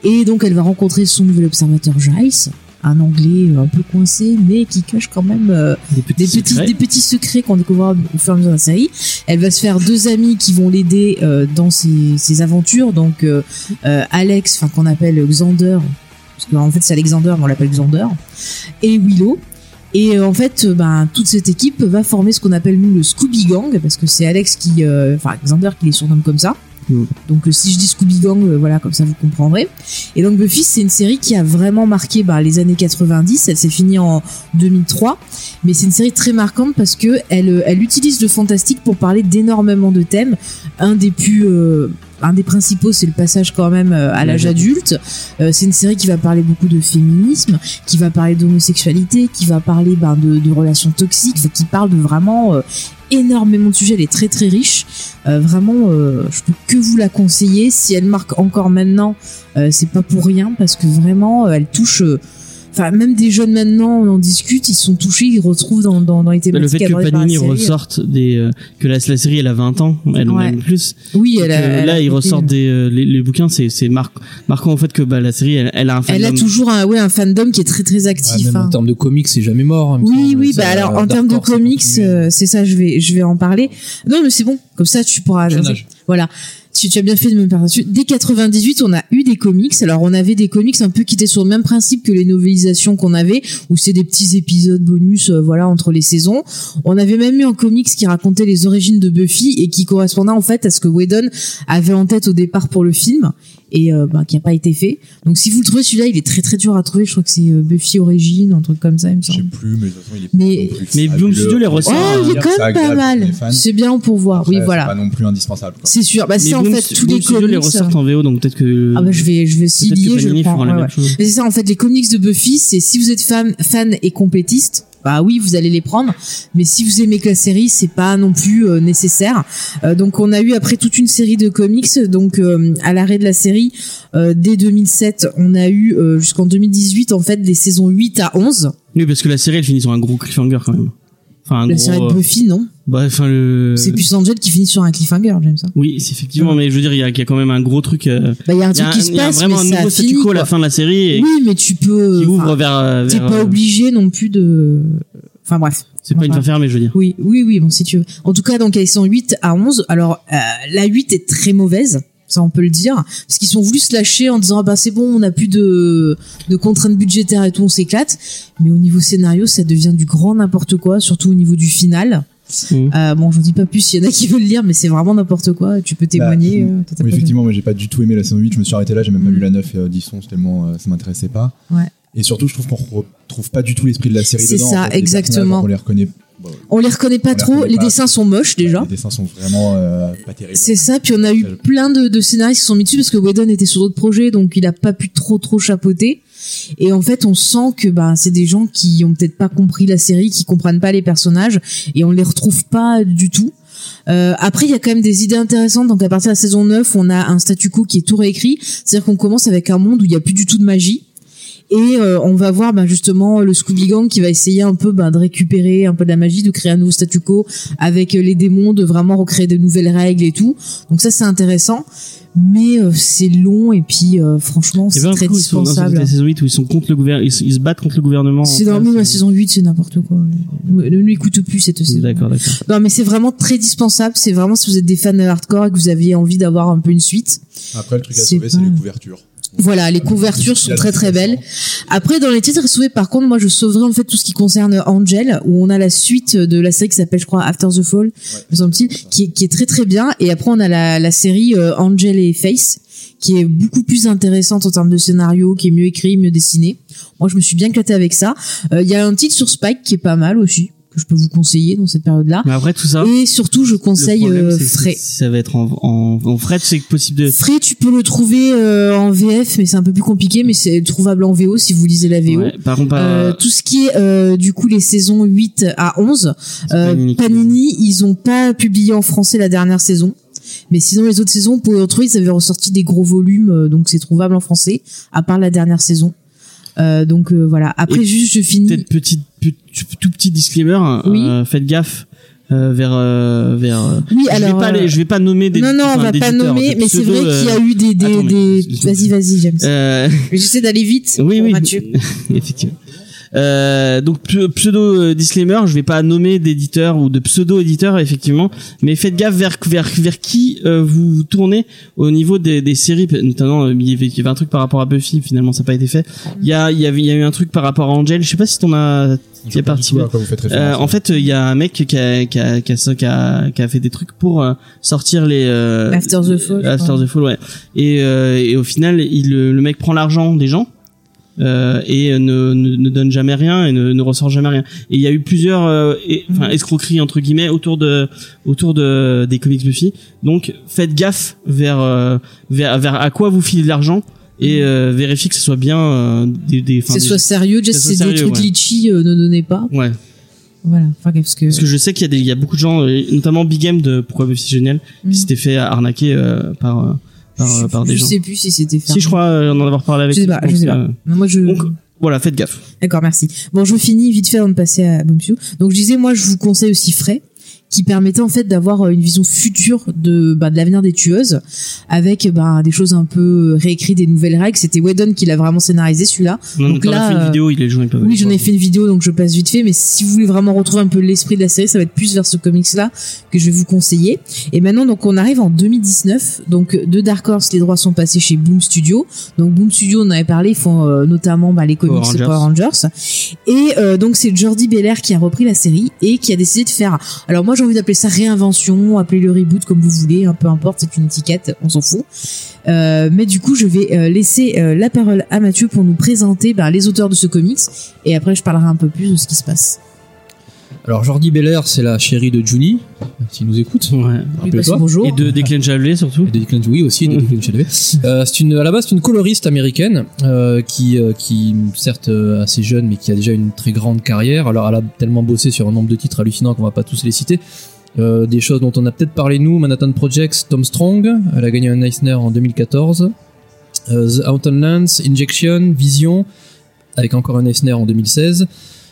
[SPEAKER 4] Et donc, elle va rencontrer son nouvel observateur Giles, un anglais euh, un peu coincé, mais qui cache quand même euh,
[SPEAKER 2] Des petits,
[SPEAKER 4] des petits,
[SPEAKER 2] secrets.
[SPEAKER 4] des petits secrets qu'on découvrira au fur et à mesure de la série. Elle va se faire deux amis qui vont l'aider euh, dans ses, ses aventures. Donc euh, euh, Alex, enfin qu'on appelle Xander, parce qu'en fait c'est Alexander, mais on l'appelle Xander, et Willow. Et euh, en fait, euh, ben, toute cette équipe va former ce qu'on appelle nous le Scooby Gang, parce que c'est Alex qui, euh, enfin Xander qui les surnomme comme ça.
[SPEAKER 2] Mm.
[SPEAKER 4] Donc euh, si je dis Scooby Gang, euh, voilà, comme ça vous comprendrez. Et donc Buffy, c'est une série qui a vraiment marqué ben, les années 90. Elle s'est finie en 2003 mais c'est une série très marquante parce que elle, euh, elle utilise le fantastique pour parler d'énormément de thèmes. Un des plus euh, un des principaux, c'est le passage quand même euh, à l'âge adulte. Euh, c'est une série qui va parler beaucoup de féminisme, qui va parler d'homosexualité, qui va parler ben, de, de relations toxiques, enfin, qui parle de vraiment euh, énormément de sujets. Elle est très très riche. Euh, vraiment, euh, je peux que vous la conseiller. Si elle marque encore maintenant, euh, c'est pas pour rien parce que vraiment, euh, elle touche. euh, Enfin, même des jeunes maintenant, on en discute, ils sont touchés, ils retrouvent dans, dans, dans les
[SPEAKER 2] Bah, le fait
[SPEAKER 4] thématiques
[SPEAKER 2] que
[SPEAKER 4] abordées par la
[SPEAKER 2] Panini
[SPEAKER 4] série.
[SPEAKER 2] ressorte des euh, que la, la série elle a 20 ans, elle en a
[SPEAKER 4] Ouais.
[SPEAKER 2] même plus.
[SPEAKER 4] Oui, elle
[SPEAKER 2] Donc,
[SPEAKER 4] a-
[SPEAKER 2] euh,
[SPEAKER 4] elle
[SPEAKER 2] là
[SPEAKER 4] a
[SPEAKER 2] ils
[SPEAKER 4] compris. hein.
[SPEAKER 2] ressortent des euh, les, les bouquins, c'est c'est mar- marquant en fait que bah, la série elle, elle a un
[SPEAKER 4] Elle a
[SPEAKER 2] fandom.
[SPEAKER 4] toujours un, ouais, un fandom qui est très très
[SPEAKER 3] Ouais,
[SPEAKER 4] actif.
[SPEAKER 3] même
[SPEAKER 4] hein.
[SPEAKER 3] en termes de comics, c'est jamais mort. hein, il me
[SPEAKER 4] Oui,
[SPEAKER 3] semble.
[SPEAKER 4] oui,
[SPEAKER 3] Ça,
[SPEAKER 4] bah alors en
[SPEAKER 3] Dark
[SPEAKER 4] termes de
[SPEAKER 3] Horse, ça
[SPEAKER 4] comics,
[SPEAKER 3] continue.
[SPEAKER 4] euh, c'est ça, je vais, je vais en parler. Non, mais c'est bon, comme ça tu pourras.
[SPEAKER 3] J'en ai.
[SPEAKER 4] Voilà, tu, tu as bien fait de me perdre dessus. Dès 98, on a eu des comics. Alors on avait des comics un peu qui étaient sur le même principe que les novelisations qu'on avait, où c'est des petits épisodes bonus, euh, voilà, entre les saisons. On avait même eu un comics qui racontait les origines de Buffy et qui correspondait en fait à ce que Whedon avait en tête au départ pour le film et euh, bah, qui n'a pas été fait. Donc si vous le trouvez celui-là, il est très très dur à trouver. Je crois que c'est euh, Buffy Origine, un truc comme ça, il me
[SPEAKER 5] Je
[SPEAKER 4] semble.
[SPEAKER 5] sais plus, mais de toute façon, il est
[SPEAKER 4] Mais-
[SPEAKER 5] pas non plus
[SPEAKER 2] Mais Bloom
[SPEAKER 5] fabuleux.
[SPEAKER 2] Studio les ressort.
[SPEAKER 4] Ouais,
[SPEAKER 2] Ah,
[SPEAKER 4] il est quand
[SPEAKER 5] C'est
[SPEAKER 4] même pas
[SPEAKER 5] agréable pour
[SPEAKER 4] mal.
[SPEAKER 5] les fans.
[SPEAKER 4] C'est bien pour voir.
[SPEAKER 5] Après,
[SPEAKER 4] oui,
[SPEAKER 5] c'est Pas
[SPEAKER 4] voilà.
[SPEAKER 5] non plus indispensable. quoi.
[SPEAKER 4] C'est sûr. Bah,
[SPEAKER 2] Mais
[SPEAKER 4] c'est en
[SPEAKER 2] Boom-
[SPEAKER 4] fait tous
[SPEAKER 2] Boom
[SPEAKER 4] les
[SPEAKER 2] Studio les
[SPEAKER 4] comics. euh,
[SPEAKER 2] ressortent en VO, donc peut-être que
[SPEAKER 4] Ah bah je vais, je vais s'y
[SPEAKER 2] peut-être
[SPEAKER 4] lier,
[SPEAKER 2] que
[SPEAKER 4] je le
[SPEAKER 2] Panini
[SPEAKER 4] prends.
[SPEAKER 2] fera
[SPEAKER 4] Ouais,
[SPEAKER 2] la
[SPEAKER 4] ouais.
[SPEAKER 2] même chose.
[SPEAKER 4] Mais c'est ça, en fait, les comics de Buffy, c'est si vous êtes fan, fan et complétiste, bah oui, vous allez les prendre. Mais si vous aimez que la série, c'est pas non plus euh, nécessaire. Euh, donc on a eu après toute une série de comics. Donc euh, à l'arrêt de la série, euh, dès 2007, on a eu euh, jusqu'en 2018 en fait des saisons 8 à 11.
[SPEAKER 2] Oui, parce que la série elle finit sur un gros cliffhanger quand même. Enfin un
[SPEAKER 4] la série
[SPEAKER 2] gros.
[SPEAKER 4] de
[SPEAKER 2] euh,
[SPEAKER 4] Buffy, non
[SPEAKER 2] bah, enfin le.
[SPEAKER 4] C'est Puissant Angel qui finit sur un cliffhanger, j'aime ça.
[SPEAKER 2] Oui, c'est effectivement, mais je veux dire, il y a, il y a quand même un gros truc. euh,
[SPEAKER 4] Bah il y a un
[SPEAKER 2] Il y
[SPEAKER 4] truc
[SPEAKER 2] a,
[SPEAKER 4] qui se
[SPEAKER 2] il y a
[SPEAKER 4] passe, mais
[SPEAKER 2] vraiment un
[SPEAKER 4] ça
[SPEAKER 2] nouveau
[SPEAKER 4] a
[SPEAKER 2] statu
[SPEAKER 4] fini.
[SPEAKER 2] quo à la
[SPEAKER 4] quoi.
[SPEAKER 2] fin de la série et
[SPEAKER 4] Oui, mais tu peux.
[SPEAKER 2] qui
[SPEAKER 4] enfin,
[SPEAKER 2] ouvre vers. euh,
[SPEAKER 4] T'es
[SPEAKER 2] vers,
[SPEAKER 4] pas
[SPEAKER 2] euh,
[SPEAKER 4] obligé non plus de. Enfin bref.
[SPEAKER 2] C'est pas une
[SPEAKER 4] Enfin,
[SPEAKER 2] fin fermée, je veux dire.
[SPEAKER 4] Oui, oui, oui, bon, si tu veux. En tout cas, donc, ils sont 8 à 11. Alors, euh, la 8 est très mauvaise. Ça, on peut le dire. Parce qu'ils sont voulu se lâcher en disant, ah bah, c'est bon, on n'a plus de, de contraintes budgétaires et tout, on s'éclate. Mais au niveau scénario, ça devient du grand n'importe quoi, surtout au niveau du final.
[SPEAKER 5] Mmh.
[SPEAKER 2] Mhm.
[SPEAKER 4] Euh, bon, j'en dis pas plus, il y en a qui veulent le lire, mais c'est vraiment n'importe quoi. Tu peux témoigner.
[SPEAKER 5] Bah,
[SPEAKER 4] euh, t'as- t'as
[SPEAKER 5] Oui,
[SPEAKER 4] pas-
[SPEAKER 5] effectivement, moi j'ai pas du tout aimé la saison 8, je me suis arrêté là, j'ai même pas
[SPEAKER 4] Mm.
[SPEAKER 5] vu la 9 et euh, 10 11 tellement euh, ça m'intéressait pas.
[SPEAKER 4] Ouais.
[SPEAKER 5] Et surtout, je trouve qu'on retrouve pas du tout l'esprit de la série
[SPEAKER 4] C'est
[SPEAKER 5] dedans.
[SPEAKER 4] ça,
[SPEAKER 5] en fait, les
[SPEAKER 4] exactement.
[SPEAKER 5] personnages, On les reconnaît. bon,
[SPEAKER 4] On les reconnaît pas
[SPEAKER 5] On les
[SPEAKER 4] trop,
[SPEAKER 5] reconnaît
[SPEAKER 4] les
[SPEAKER 5] pas.
[SPEAKER 4] dessins sont moches déjà.
[SPEAKER 5] Les dessins sont vraiment euh, pas terribles.
[SPEAKER 4] C'est ça, puis on a eu
[SPEAKER 5] Euh,
[SPEAKER 4] plein de, de scénaristes qui se sont mis dessus parce que Whedon était sur d'autres projets, donc il a pas pu trop trop chapeauter. Et en fait, on sent que bah, c'est des gens qui ont peut-être pas compris la série, qui comprennent pas les personnages, et on les retrouve pas du tout. Euh, après, il y a quand même des idées intéressantes. Donc à partir de la saison 9, on a un statu quo qui est tout réécrit. C'est-à-dire qu'on commence avec un monde où il y a plus du tout de magie. Et euh, on va voir bah, justement le Scooby Gang qui va essayer un peu bah, de récupérer un peu de la magie, de créer un nouveau statu quo avec euh, les démons, de vraiment recréer de nouvelles règles et tout. Donc ça c'est intéressant, mais euh, c'est long et puis euh, franchement
[SPEAKER 2] Et
[SPEAKER 4] c'est
[SPEAKER 2] ben,
[SPEAKER 4] très
[SPEAKER 2] du coup, ils sont dans cette-
[SPEAKER 4] dispensable.
[SPEAKER 2] la saison 8 où ils sont contre le gouvernement, ils, se- ils se battent contre le gouvernement.
[SPEAKER 4] C'est
[SPEAKER 2] en
[SPEAKER 4] dans
[SPEAKER 2] place,
[SPEAKER 4] même la
[SPEAKER 2] euh,
[SPEAKER 4] saison 8, c'est n'importe quoi. Ne ne l'écoute plus cette saison.
[SPEAKER 2] D'accord, d'accord.
[SPEAKER 4] Non mais c'est vraiment très dispensable, c'est vraiment si vous êtes des fans de hardcore et que vous aviez envie d'avoir un peu une suite.
[SPEAKER 5] Après, le truc à
[SPEAKER 4] C'est
[SPEAKER 5] sauver, c'est
[SPEAKER 4] pas-
[SPEAKER 5] les couvertures.
[SPEAKER 4] Voilà, les couvertures sont très très belles. Après, dans les titres sauvés, par contre, moi, je sauverai en fait tout ce qui concerne Angel, où on a la suite de la série qui s'appelle, je crois, After the Fall, me semble-t-il, qui, est- qui est très très bien. Et après, on a la, la série euh, Angel et Face, qui est beaucoup plus intéressante en termes de scénario, qui est mieux écrit, mieux dessiné. Moi, je me suis bien éclatée avec ça. Euh, Il y a un titre sur Spike qui est pas mal aussi, que je peux vous conseiller dans cette période-là.
[SPEAKER 2] Mais après tout ça, le
[SPEAKER 4] Et surtout, je conseille
[SPEAKER 2] Ah. problème,
[SPEAKER 4] euh,
[SPEAKER 2] c'est que
[SPEAKER 4] Frey.
[SPEAKER 2] Ça va être en, en, en fret, c'est possible de.
[SPEAKER 4] Frey, tu peux le trouver euh, en VF, mais c'est un peu plus compliqué, mais c'est trouvable en VO si vous lisez la VO.
[SPEAKER 2] Ouais, par contre, pas.
[SPEAKER 4] Euh, tout ce qui est euh, du coup les saisons 8 à 11 euh,
[SPEAKER 2] Panini qui
[SPEAKER 4] Panini ils ont pas publié en français la dernière saison mais sinon les autres saisons pour retrouver ils avaient ressorti des gros volumes euh, donc c'est trouvable en français à part la dernière saison Euh, donc euh, voilà après
[SPEAKER 2] Et
[SPEAKER 4] juste je finis
[SPEAKER 2] Peut-être petit, petit- tout petit disclaimer.
[SPEAKER 4] Oui.
[SPEAKER 2] euh, faites gaffe. euh, vers euh, vers. euh,
[SPEAKER 4] Oui,
[SPEAKER 2] je
[SPEAKER 4] alors.
[SPEAKER 2] vais pas
[SPEAKER 4] euh,
[SPEAKER 2] les- je vais pas nommer des.
[SPEAKER 4] non, non, on
[SPEAKER 2] enfin,
[SPEAKER 4] va
[SPEAKER 2] des
[SPEAKER 4] pas
[SPEAKER 2] éditeurs,
[SPEAKER 4] nommer,
[SPEAKER 2] des
[SPEAKER 4] mais c'est vrai
[SPEAKER 2] pseudos, euh,
[SPEAKER 4] qu'il y a eu des. des,
[SPEAKER 2] attends, mais-
[SPEAKER 4] des- Vas-y, vas-y, James.
[SPEAKER 2] euh,
[SPEAKER 4] Mais J'essaie d'aller vite.
[SPEAKER 2] oui,
[SPEAKER 4] pour
[SPEAKER 2] oui,
[SPEAKER 4] Mathieu.
[SPEAKER 2] effectivement. Euh, donc pse- pseudo euh, disclaimer, je vais pas nommer d'éditeur ou de pseudo éditeur effectivement, mais faites gaffe vers vers vers qui euh, vous tournez au niveau des, des séries, notamment euh, il y avait- il y avait un truc par rapport à Buffy, finalement ça n'a pas été fait. Il y a il y avait il y a eu un truc par rapport à Angel, je sais pas si t'en as
[SPEAKER 5] Je
[SPEAKER 2] qui est
[SPEAKER 5] sais pas du
[SPEAKER 2] parti.
[SPEAKER 5] tout à quoi vous faites
[SPEAKER 2] Euh,
[SPEAKER 5] référence. hein.
[SPEAKER 2] en fait, il y a un mec qui a, qui a, qui a, qui a- qui a fait des trucs pour euh, sortir les... euh,
[SPEAKER 4] After the Fall, je
[SPEAKER 2] After
[SPEAKER 4] crois.
[SPEAKER 2] the Fall, ouais. Et, euh, et au final, il, le le mec prend l'argent des gens euh, et ne, ne, ne donne jamais rien et ne, ne ressort jamais rien. Et il y a eu plusieurs euh, et-
[SPEAKER 4] Mhm.
[SPEAKER 2] enfin, escroqueries, entre guillemets, autour, de, autour de, des comics Buffy. Donc, faites gaffe vers, euh, vers, vers à quoi vous filez de l'argent et euh, vérifiez que ce soit bien euh, des... des enfin,
[SPEAKER 4] C'est
[SPEAKER 2] des-
[SPEAKER 4] Mhm. soit sérieux, Jess,
[SPEAKER 2] soit
[SPEAKER 4] c'est des
[SPEAKER 2] sérieux,
[SPEAKER 4] trucs
[SPEAKER 2] ouais.
[SPEAKER 4] litchi, euh, ne donnez pas.
[SPEAKER 2] Ouais.
[SPEAKER 4] Voilà, enfin, parce que.
[SPEAKER 2] Parce que je sais qu'il y a des, il y a beaucoup de gens, euh, notamment Big Game de Pourquoi Buffy Génial,
[SPEAKER 4] Mm.
[SPEAKER 2] qui s'étaient fait arnaquer euh, par, euh, par, euh, par des
[SPEAKER 4] je
[SPEAKER 2] gens.
[SPEAKER 4] sais plus si c'était fait.
[SPEAKER 2] Si je crois euh, en avoir parlé avec.
[SPEAKER 4] Je sais pas,
[SPEAKER 2] donc,
[SPEAKER 4] je sais pas.
[SPEAKER 2] euh,
[SPEAKER 4] Mais Moi, je.
[SPEAKER 2] Donc, voilà, faites gaffe.
[SPEAKER 4] D'accord, merci. Bon, je finis vite fait avant de passer à Bumsio. Donc, je disais, moi, je vous conseille aussi Fray, qui permettait en fait d'avoir euh, une vision future de, bah, de l'avenir des tueuses, avec bah, des choses un peu réécrites, des nouvelles règles. C'était Whedon qui l'a vraiment scénarisé, celui-là.
[SPEAKER 2] On
[SPEAKER 4] Donc
[SPEAKER 2] en a
[SPEAKER 4] là,
[SPEAKER 2] fait une
[SPEAKER 4] euh,
[SPEAKER 2] vidéo, il est joué pas mal.
[SPEAKER 4] Oui, j'en ai fait une vidéo, donc je passe vite fait, mais si vous voulez vraiment retrouver un peu l'esprit de la série, ça va être plus vers ce comics-là que je vais vous conseiller. Et maintenant, donc, on arrive en 2019. Donc, euh, de Dark Horse, les droits sont passés chez Boom Studio. Donc, Boom Studio, on en avait parlé, ils font euh, notamment bah, les comics
[SPEAKER 2] Power
[SPEAKER 4] de
[SPEAKER 2] Rangers.
[SPEAKER 4] Power Rangers. Et euh, donc, c'est Jordi Belair qui a repris la série et qui a décidé de faire... Alors, moi, j'ai envie d'appeler ça réinvention, appeler le reboot comme vous voulez, hein, peu importe, c'est une étiquette, on s'en fout. Euh, mais du coup, je vais euh, laisser euh, la parole à Mathieu pour nous présenter bah, les auteurs de ce comics et après je parlerai un peu plus de ce qui se passe.
[SPEAKER 3] Alors Jordi Belair, c'est la chérie de Juni, s'il nous écoute.
[SPEAKER 2] Ouais.
[SPEAKER 4] Oui,
[SPEAKER 3] Rappelle-toi.
[SPEAKER 4] parce que bonjour.
[SPEAKER 2] Et de Declan Javelet surtout.
[SPEAKER 3] Et de Declan Dewey aussi, de
[SPEAKER 2] Mm.
[SPEAKER 3] Declan Chalvet. Euh, c'est une, à la base, c'est une coloriste américaine euh, qui, euh, qui, certes, euh, assez jeune, mais qui a déjà une très grande carrière. Alors, elle a tellement bossé sur un nombre de titres hallucinants qu'on va pas tous les citer. Euh, des choses dont on a peut-être parlé nous, Manhattan Projects, Tom Strong, elle a gagné un Eisner en 2014, euh, The Outlands, Injection, Vision, avec encore un Eisner en 2016.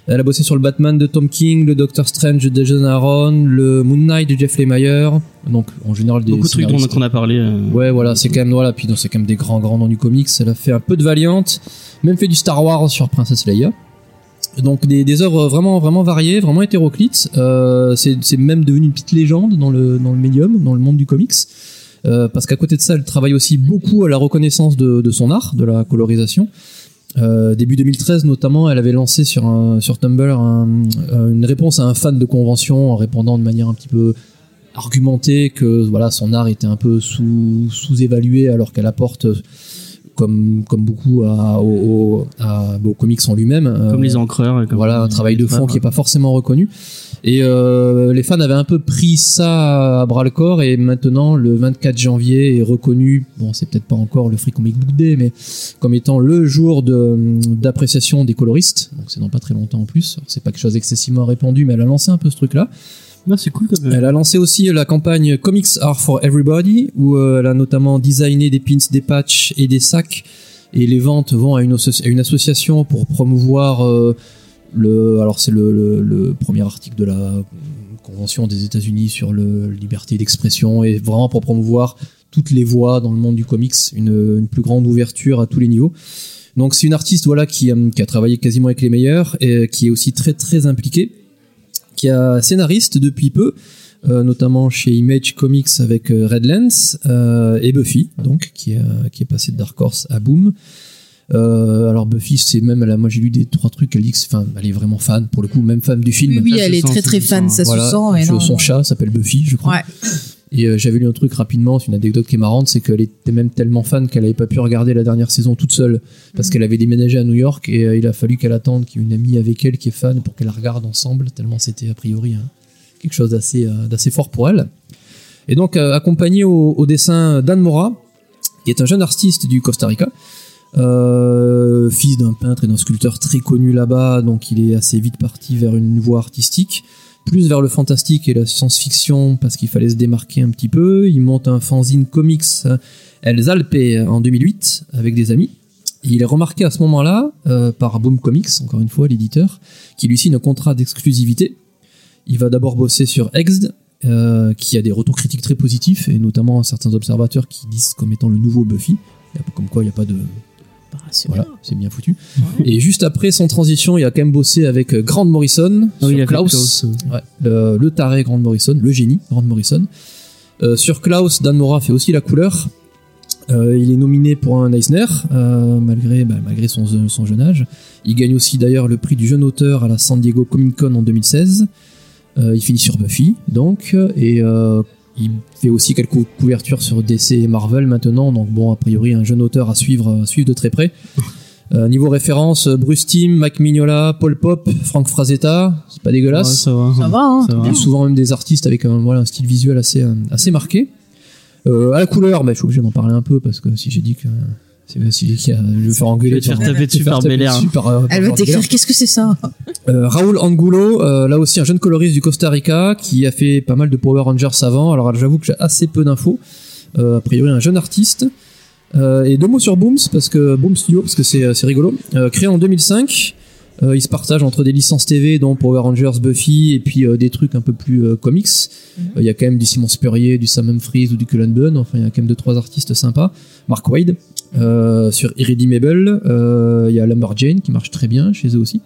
[SPEAKER 3] Elle a bossé sur le Batman de Tom King, le Doctor Strange de Jason Aaron, le Moon Knight de Jeff Lemire, donc en général des
[SPEAKER 2] Beaucoup de trucs dont
[SPEAKER 3] scénaristes.
[SPEAKER 2] on a parlé. euh,
[SPEAKER 3] Ouais, voilà, c'est quand même voilà. Puis donc, c'est quand même des grands grands noms du comics. Elle a fait un peu de Valiant, même fait du Star Wars sur Princess Leia. Donc des, des œuvres vraiment vraiment variées, vraiment hétéroclites. Euh, c'est c'est même devenu une petite légende dans le dans le médium, dans le monde du comics. Euh, parce qu'à côté de ça, elle travaille aussi beaucoup à la reconnaissance de, de son art, de la colorisation. Euh, début 2013 notamment, elle avait lancé sur un, sur Tumblr un- euh, une réponse à un fan de convention en répondant de manière un petit peu argumentée que voilà son art était un peu sous sous évalué alors qu'elle apporte euh, comme comme beaucoup à, au, au- à- aux comics en lui-même. euh,
[SPEAKER 2] Comme les hein. encreurs. et comme-
[SPEAKER 3] voilà un travail de fond qui est pas forcément reconnu et euh, les fans avaient un peu pris ça à bras le corps et maintenant le 24 janvier est reconnu bon c'est peut-être pas encore le Free Comic Book Day mais comme étant le jour de d'appréciation des coloristes donc c'est dans pas très longtemps en plus Alors, c'est pas quelque chose d'excessivement répandu mais elle a lancé un peu ce truc là
[SPEAKER 2] Non, c'est cool. Comme...
[SPEAKER 3] Euh, elle a lancé aussi la campagne Comics Are for Everybody, où euh, elle a notamment designé des pins, des patchs et des sacs. Et les ventes vont à une, asso- à une association pour promouvoir euh, le. Alors, c'est le, le- le premier article de la Convention des États-Unis sur le liberté d'expression, et vraiment pour promouvoir toutes les voix dans le monde du comics, une, une plus grande ouverture à tous les niveaux. Donc, c'est une artiste voilà, qui, euh, qui a travaillé quasiment avec les meilleurs et euh, qui est aussi très très impliquée, qui est scénariste depuis peu euh, notamment chez Image Comics avec euh, Redlands euh, et Buffy, donc qui, a- qui est passé de Dark Horse à Boom. Euh, alors Buffy, c'est même là, moi j'ai lu des trois trucs. Elle dit que c'est- enfin, elle est vraiment fan pour le coup, même fan du film.
[SPEAKER 4] oui, oui,
[SPEAKER 2] ça se
[SPEAKER 4] elle est
[SPEAKER 2] sent,
[SPEAKER 4] très
[SPEAKER 2] ça
[SPEAKER 4] très
[SPEAKER 2] se
[SPEAKER 4] fan,
[SPEAKER 2] sent.
[SPEAKER 4] ça
[SPEAKER 3] Voilà,
[SPEAKER 4] se sent. et
[SPEAKER 3] je-
[SPEAKER 4] non,
[SPEAKER 3] son
[SPEAKER 4] non.
[SPEAKER 3] chat s'appelle Buffy, je crois.
[SPEAKER 4] Ouais.
[SPEAKER 3] Et euh, j'avais lu un truc rapidement, c'est une anecdote qui est marrante, c'est qu'elle était même tellement fan qu'elle avait pas pu regarder la dernière saison toute seule parce
[SPEAKER 4] Mhm.
[SPEAKER 3] qu'elle avait déménagé à New York et euh, il a fallu qu'elle attende qu'il y ait une amie avec elle qui est fan pour qu'elle la regarde ensemble, tellement c'était a priori hein, quelque chose d'assez euh, d'assez fort pour elle. Et donc euh, accompagnée au, au dessin d'Anne Mora, qui est un jeune artiste du Costa Rica. euh, fils d'un peintre et d'un sculpteur très connu là-bas, donc il est assez vite parti vers une voie artistique plus vers le fantastique et la science-fiction parce qu'il fallait se démarquer un petit peu. Il monte un fanzine comics euh, Els Alpes en 2008 avec des amis. Il est remarqué à ce moment-là euh, par Boom Comics, encore une fois l'éditeur, qui lui signe un contrat d'exclusivité Il va d'abord bosser sur Exd, euh, qui a des retours critiques très positifs, et notamment certains observateurs qui disent comme étant le nouveau Buffy. Il y a- Comme quoi, il n'y a pas de.
[SPEAKER 4] Bah,
[SPEAKER 3] Voilà, c'est bien foutu. Et juste après son transition, il a quand même bossé avec euh, Grant
[SPEAKER 2] Ah
[SPEAKER 3] Morrison,
[SPEAKER 2] oui,
[SPEAKER 3] sur
[SPEAKER 2] il a fait
[SPEAKER 3] Klaus,
[SPEAKER 2] Klaus, euh.
[SPEAKER 3] Ouais, le, le taré Grant Morrison, le génie Grant Morrison. Euh, sur Klaus, Dan Mora fait aussi la couleur. Euh, il est nominé pour un Eisner, euh, malgré, bah, malgré son, son jeune âge. Il gagne aussi d'ailleurs le prix du jeune auteur à la San Diego Comic Con en 2016. Euh, il finit sur Buffy, donc, et euh, il fait aussi quelques cou- couvertures sur DC et Marvel maintenant, donc bon, a priori, un jeune auteur à suivre, à suivre de très près. Euh, niveau référence, Bruce Timm, Mac Mignola, Paul Pop, Frank Frazetta, c'est pas dégueulasse.
[SPEAKER 2] Ouais, ça va.
[SPEAKER 4] Ça va, hein
[SPEAKER 2] Ça va.
[SPEAKER 3] Bien. souvent même des artistes avec un, voilà, un style visuel assez, euh, assez marqué. Euh, à la couleur, bah, je suis obligé d'en parler un peu parce que si j'ai dit que. euh, c'est- Si j'ai dit qu'il y a- je vais me faire engueuler.
[SPEAKER 2] Tu vas te
[SPEAKER 3] par-
[SPEAKER 2] faire taper dessus
[SPEAKER 3] je vais me
[SPEAKER 2] par
[SPEAKER 3] taper
[SPEAKER 2] Bel Air.
[SPEAKER 3] dessus par, euh, par
[SPEAKER 4] Elle
[SPEAKER 3] Bel
[SPEAKER 4] va
[SPEAKER 3] Air.
[SPEAKER 4] t'écrire qu'est-ce que c'est ça
[SPEAKER 3] Euh, Raoul Angulo, euh, là aussi un jeune coloriste du Costa Rica qui a fait pas mal de Power Rangers avant. Alors j'avoue que j'ai assez peu d'infos. Euh, a priori un jeune artiste. Euh, et deux mots sur Booms parce que Boom Studio parce que c'est c'est rigolo. Euh, créé en 2005, euh, il se partage entre des licences TV dont Power Rangers, Buffy et puis euh, des trucs un peu plus euh, comics. Euh,
[SPEAKER 2] Mhm.
[SPEAKER 3] Il y a quand même du Simon Spurrier, du Sam Humphries ou du Cullen Bunn. Enfin il y a quand même deux trois artistes sympas. Mark Wade euh, sur Irredeemable. Euh, Il y a Lumberjane qui marche très bien chez eux aussi.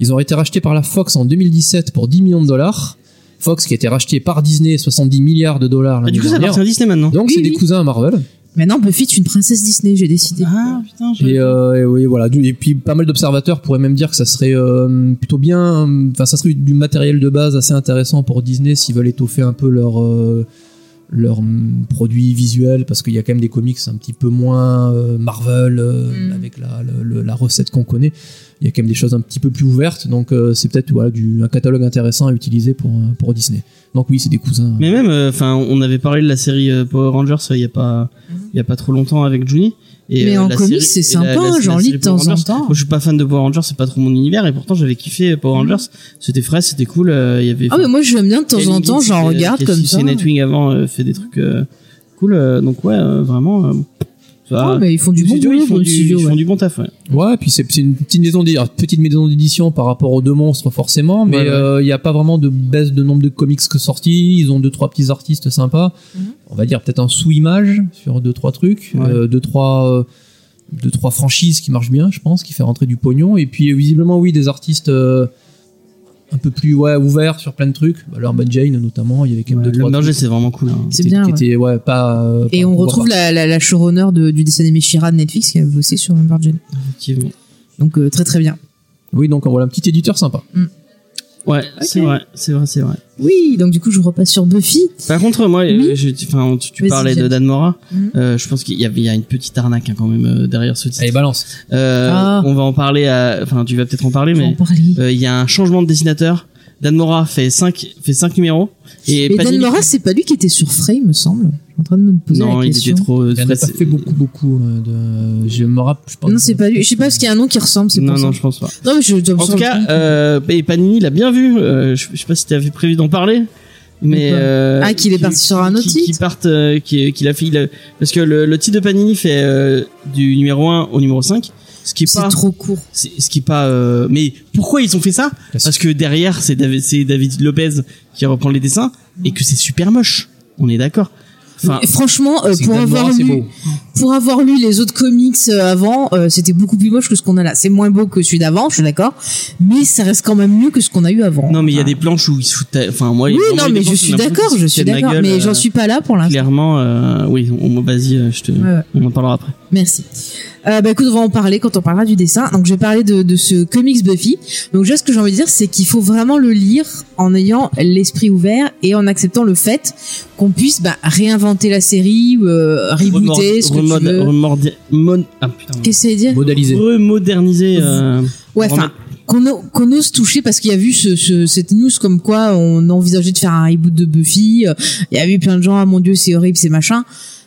[SPEAKER 3] Ils ont été rachetés par la Fox en 2017 pour 10 millions de dollars. Fox qui a été racheté par Disney 70 milliards de dollars
[SPEAKER 2] Ah,
[SPEAKER 3] l'année
[SPEAKER 2] du coup, ça
[SPEAKER 3] dernière.
[SPEAKER 2] appartient à Disney maintenant.
[SPEAKER 3] Donc
[SPEAKER 4] Oui,
[SPEAKER 3] c'est des
[SPEAKER 4] oui.
[SPEAKER 3] cousins à Marvel.
[SPEAKER 4] Maintenant, Buffy est une princesse Disney, j'ai décidé.
[SPEAKER 2] Ah putain, je-
[SPEAKER 3] Et, euh, et oui, voilà. Du- Et puis pas mal d'observateurs pourraient même dire que ça serait euh, plutôt bien. Enfin, ça serait du matériel de base assez intéressant pour Disney s'ils veulent étoffer un peu leur euh, leur hum, produit visuel parce qu'il y a quand même des comics un petit peu moins euh, Marvel euh,
[SPEAKER 4] Mm.
[SPEAKER 3] avec la, le- le- la recette qu'on connaît. Il y a quand même des choses un petit peu plus ouvertes, donc euh, c'est peut-être voilà, du- un catalogue intéressant à utiliser pour euh, pour Disney. Donc oui, c'est des cousins. euh,
[SPEAKER 2] Mais même, euh, enfin, on avait parlé de la série euh, Power Rangers euh, il y a pas, il y a pas trop longtemps avec Juni. Et,
[SPEAKER 4] Mhm. Mais
[SPEAKER 2] euh,
[SPEAKER 4] en
[SPEAKER 2] la
[SPEAKER 4] comics,
[SPEAKER 2] série-
[SPEAKER 4] c'est
[SPEAKER 2] et la- la-
[SPEAKER 4] sympa,
[SPEAKER 2] la
[SPEAKER 4] j'en
[SPEAKER 2] série
[SPEAKER 4] lis de
[SPEAKER 2] Power
[SPEAKER 4] temps en
[SPEAKER 2] Rangers.
[SPEAKER 4] temps.
[SPEAKER 2] Moi, je suis pas fan de Power Rangers, c'est pas trop mon univers, et pourtant j'avais kiffé euh, Power Rangers. C'était frais, c'était cool. euh, Il y avait.
[SPEAKER 4] Mhm. Ah, mais moi, j'aime bien de temps en
[SPEAKER 2] Ellie
[SPEAKER 4] temps,
[SPEAKER 2] Gibbs
[SPEAKER 4] j'en
[SPEAKER 2] qui fait-
[SPEAKER 4] regarde
[SPEAKER 2] qui a
[SPEAKER 4] comme
[SPEAKER 2] sucé
[SPEAKER 4] ça.
[SPEAKER 2] Nightwing avant euh, fait des trucs euh, cool. euh, donc ouais, euh, vraiment. euh, ça-
[SPEAKER 4] Ah, mais ils font du
[SPEAKER 2] les
[SPEAKER 4] bon
[SPEAKER 2] studios,
[SPEAKER 4] boulot
[SPEAKER 2] ils font
[SPEAKER 4] pour le
[SPEAKER 2] du-
[SPEAKER 4] studio,
[SPEAKER 2] ils
[SPEAKER 4] ouais.
[SPEAKER 2] font du bon taf. ouais.
[SPEAKER 3] Ouais, puis c'est c'est une petite maison d'édition, petite maison d'édition par rapport aux deux monstres forcément, mais
[SPEAKER 2] Ouais,
[SPEAKER 3] euh,
[SPEAKER 2] ouais.
[SPEAKER 3] il n'y a pas vraiment de baisse de nombre de comics que sortis. Ils ont deux trois petits artistes sympas.
[SPEAKER 4] Mhm.
[SPEAKER 3] On va dire peut-être un sous-image sur deux trois trucs,
[SPEAKER 2] Ouais.
[SPEAKER 3] euh, deux trois euh, deux trois franchises qui marchent bien, je pense, qui fait rentrer du pognon. Et puis euh, visiblement oui, des artistes euh, un peu plus ouais ouverts sur plein de trucs. Bah, L'Urban Jane notamment, il y avait quand même
[SPEAKER 2] Ouais,
[SPEAKER 3] deux trois.
[SPEAKER 2] L'homme
[SPEAKER 3] trucs
[SPEAKER 2] d'Angers, c'est vraiment cool. hein.
[SPEAKER 3] qui
[SPEAKER 4] C'est
[SPEAKER 3] étaient-
[SPEAKER 4] bien,
[SPEAKER 3] qui
[SPEAKER 4] ouais.
[SPEAKER 3] étaient, ouais, pas, euh,
[SPEAKER 4] Et
[SPEAKER 3] pas-
[SPEAKER 4] on
[SPEAKER 3] pas
[SPEAKER 4] retrouve
[SPEAKER 3] partis.
[SPEAKER 4] la, la, la showrunner de- du dessin animé Shira de Netflix qui a bossé sur Lumberjane.
[SPEAKER 2] Effectivement.
[SPEAKER 4] Donc euh, très très bien.
[SPEAKER 3] Oui, donc voilà un petit éditeur sympa.
[SPEAKER 2] Ouais, c'est vrai, c'est vrai, c'est vrai.
[SPEAKER 4] Oui, donc du coup je repasse sur Buffy.
[SPEAKER 2] Par contre, moi,
[SPEAKER 4] Oui.
[SPEAKER 2] euh, je- enfin, tu, tu
[SPEAKER 4] Vas-y,
[SPEAKER 2] parlais de
[SPEAKER 4] James.
[SPEAKER 2] Dan Mora.
[SPEAKER 4] Mhm.
[SPEAKER 2] Euh, je pense qu'il y, a- il y a une petite arnaque hein, quand même euh, derrière ce titre.
[SPEAKER 3] Allez, balance.
[SPEAKER 2] Euh,
[SPEAKER 4] Ah.
[SPEAKER 2] On va en parler. à- Enfin, tu vas peut-être en parler,
[SPEAKER 4] On va en
[SPEAKER 2] mais
[SPEAKER 4] parler.
[SPEAKER 2] euh, il y a un changement de dessinateur. Dan Mora fait 5 fait cinq numéros et
[SPEAKER 4] Mais Dan
[SPEAKER 2] Panini-
[SPEAKER 4] Mora, c'est pas lui qui était sur Frey, me semble. Je suis en train de me poser
[SPEAKER 2] Non,
[SPEAKER 4] la
[SPEAKER 2] il
[SPEAKER 4] question.
[SPEAKER 2] était trop. euh,
[SPEAKER 3] Il n'y en a pas fait beaucoup, beaucoup. euh, de... Je me rappelle, je pense.
[SPEAKER 4] Non, c'est pas lui. Je sais pas parce qu'il y a un nom qui ressemble. C'est
[SPEAKER 2] Non,
[SPEAKER 4] pour
[SPEAKER 2] non,
[SPEAKER 4] ça.
[SPEAKER 2] je pense pas.
[SPEAKER 4] Non, mais je. je me
[SPEAKER 2] En tout
[SPEAKER 4] sens-
[SPEAKER 2] cas, euh, et Panini l'a bien vu. euh, je, je sais pas si t'avais prévu d'en parler, mais
[SPEAKER 4] Pourquoi
[SPEAKER 2] euh,
[SPEAKER 4] Ah, qu'il est parti sur un autre
[SPEAKER 2] qui- Qui
[SPEAKER 4] titre
[SPEAKER 2] parte, euh, qui, qui l'a fait, il a- parce que le, le titre de Panini fait euh, du numéro 1 au numéro 5, ce qui est
[SPEAKER 4] c'est
[SPEAKER 2] pas,
[SPEAKER 4] trop court.
[SPEAKER 2] c'est- ce qui est pas. euh, mais pourquoi ils ont fait ça
[SPEAKER 3] Parce-
[SPEAKER 2] Parce que derrière, c'est David, c'est David Lopez qui reprend les dessins et que c'est super moche. On est d'accord. Enfin,
[SPEAKER 4] Et franchement, euh,
[SPEAKER 3] C'est
[SPEAKER 4] pour
[SPEAKER 3] Dan Mora,
[SPEAKER 4] avoir
[SPEAKER 3] c'est
[SPEAKER 4] lu,
[SPEAKER 3] beau.
[SPEAKER 4] pour avoir lu les autres comics euh, avant, euh, c'était beaucoup plus moche que ce qu'on a là. C'est moins beau que celui d'avant, je suis d'accord, mais ça reste quand même mieux que ce qu'on a eu avant.
[SPEAKER 2] non, mais il y a
[SPEAKER 4] Enfin,
[SPEAKER 2] des planches où ils se foutent. ta- Enfin, moi,
[SPEAKER 4] Oui,
[SPEAKER 2] vraiment,
[SPEAKER 4] non,
[SPEAKER 2] il y a
[SPEAKER 4] mais
[SPEAKER 2] des
[SPEAKER 4] je
[SPEAKER 2] planches où
[SPEAKER 4] suis
[SPEAKER 2] j'ai l'impression
[SPEAKER 4] d'accord,
[SPEAKER 2] qu'ils
[SPEAKER 4] je
[SPEAKER 2] se
[SPEAKER 4] suis
[SPEAKER 2] foutent de ma
[SPEAKER 4] d'accord,
[SPEAKER 2] gueule,
[SPEAKER 4] mais
[SPEAKER 2] euh,
[SPEAKER 4] j'en suis pas là pour l'instant.
[SPEAKER 2] Clairement, euh, oui, on, vas-y, euh, je te,
[SPEAKER 4] Ouais, ouais.
[SPEAKER 2] on en parlera après.
[SPEAKER 4] Merci. Euh, bah écoute, on va en parler quand on parlera du dessin. Donc je vais parler de, de ce comics Buffy. Donc déjà ce que j'ai envie de dire, c'est qu'il faut vraiment le lire en ayant l'esprit ouvert et en acceptant le fait qu'on puisse bah, réinventer la série, ou, euh, rebooter, ce que
[SPEAKER 2] Remod-
[SPEAKER 4] tu veux.
[SPEAKER 2] remordi- mon- ah, putain.
[SPEAKER 4] Qu'est-ce que ça veut dire
[SPEAKER 3] Modalisé.
[SPEAKER 2] Remoderniser. euh,
[SPEAKER 4] Ouais, enfin,
[SPEAKER 2] remettre-
[SPEAKER 4] qu'on o- qu'on ose toucher parce qu'il y a vu ce, ce- cette news comme quoi on envisageait de faire un reboot de Buffy. euh, Il y a eu plein de gens, ah mon dieu, c'est horrible, c'est machin.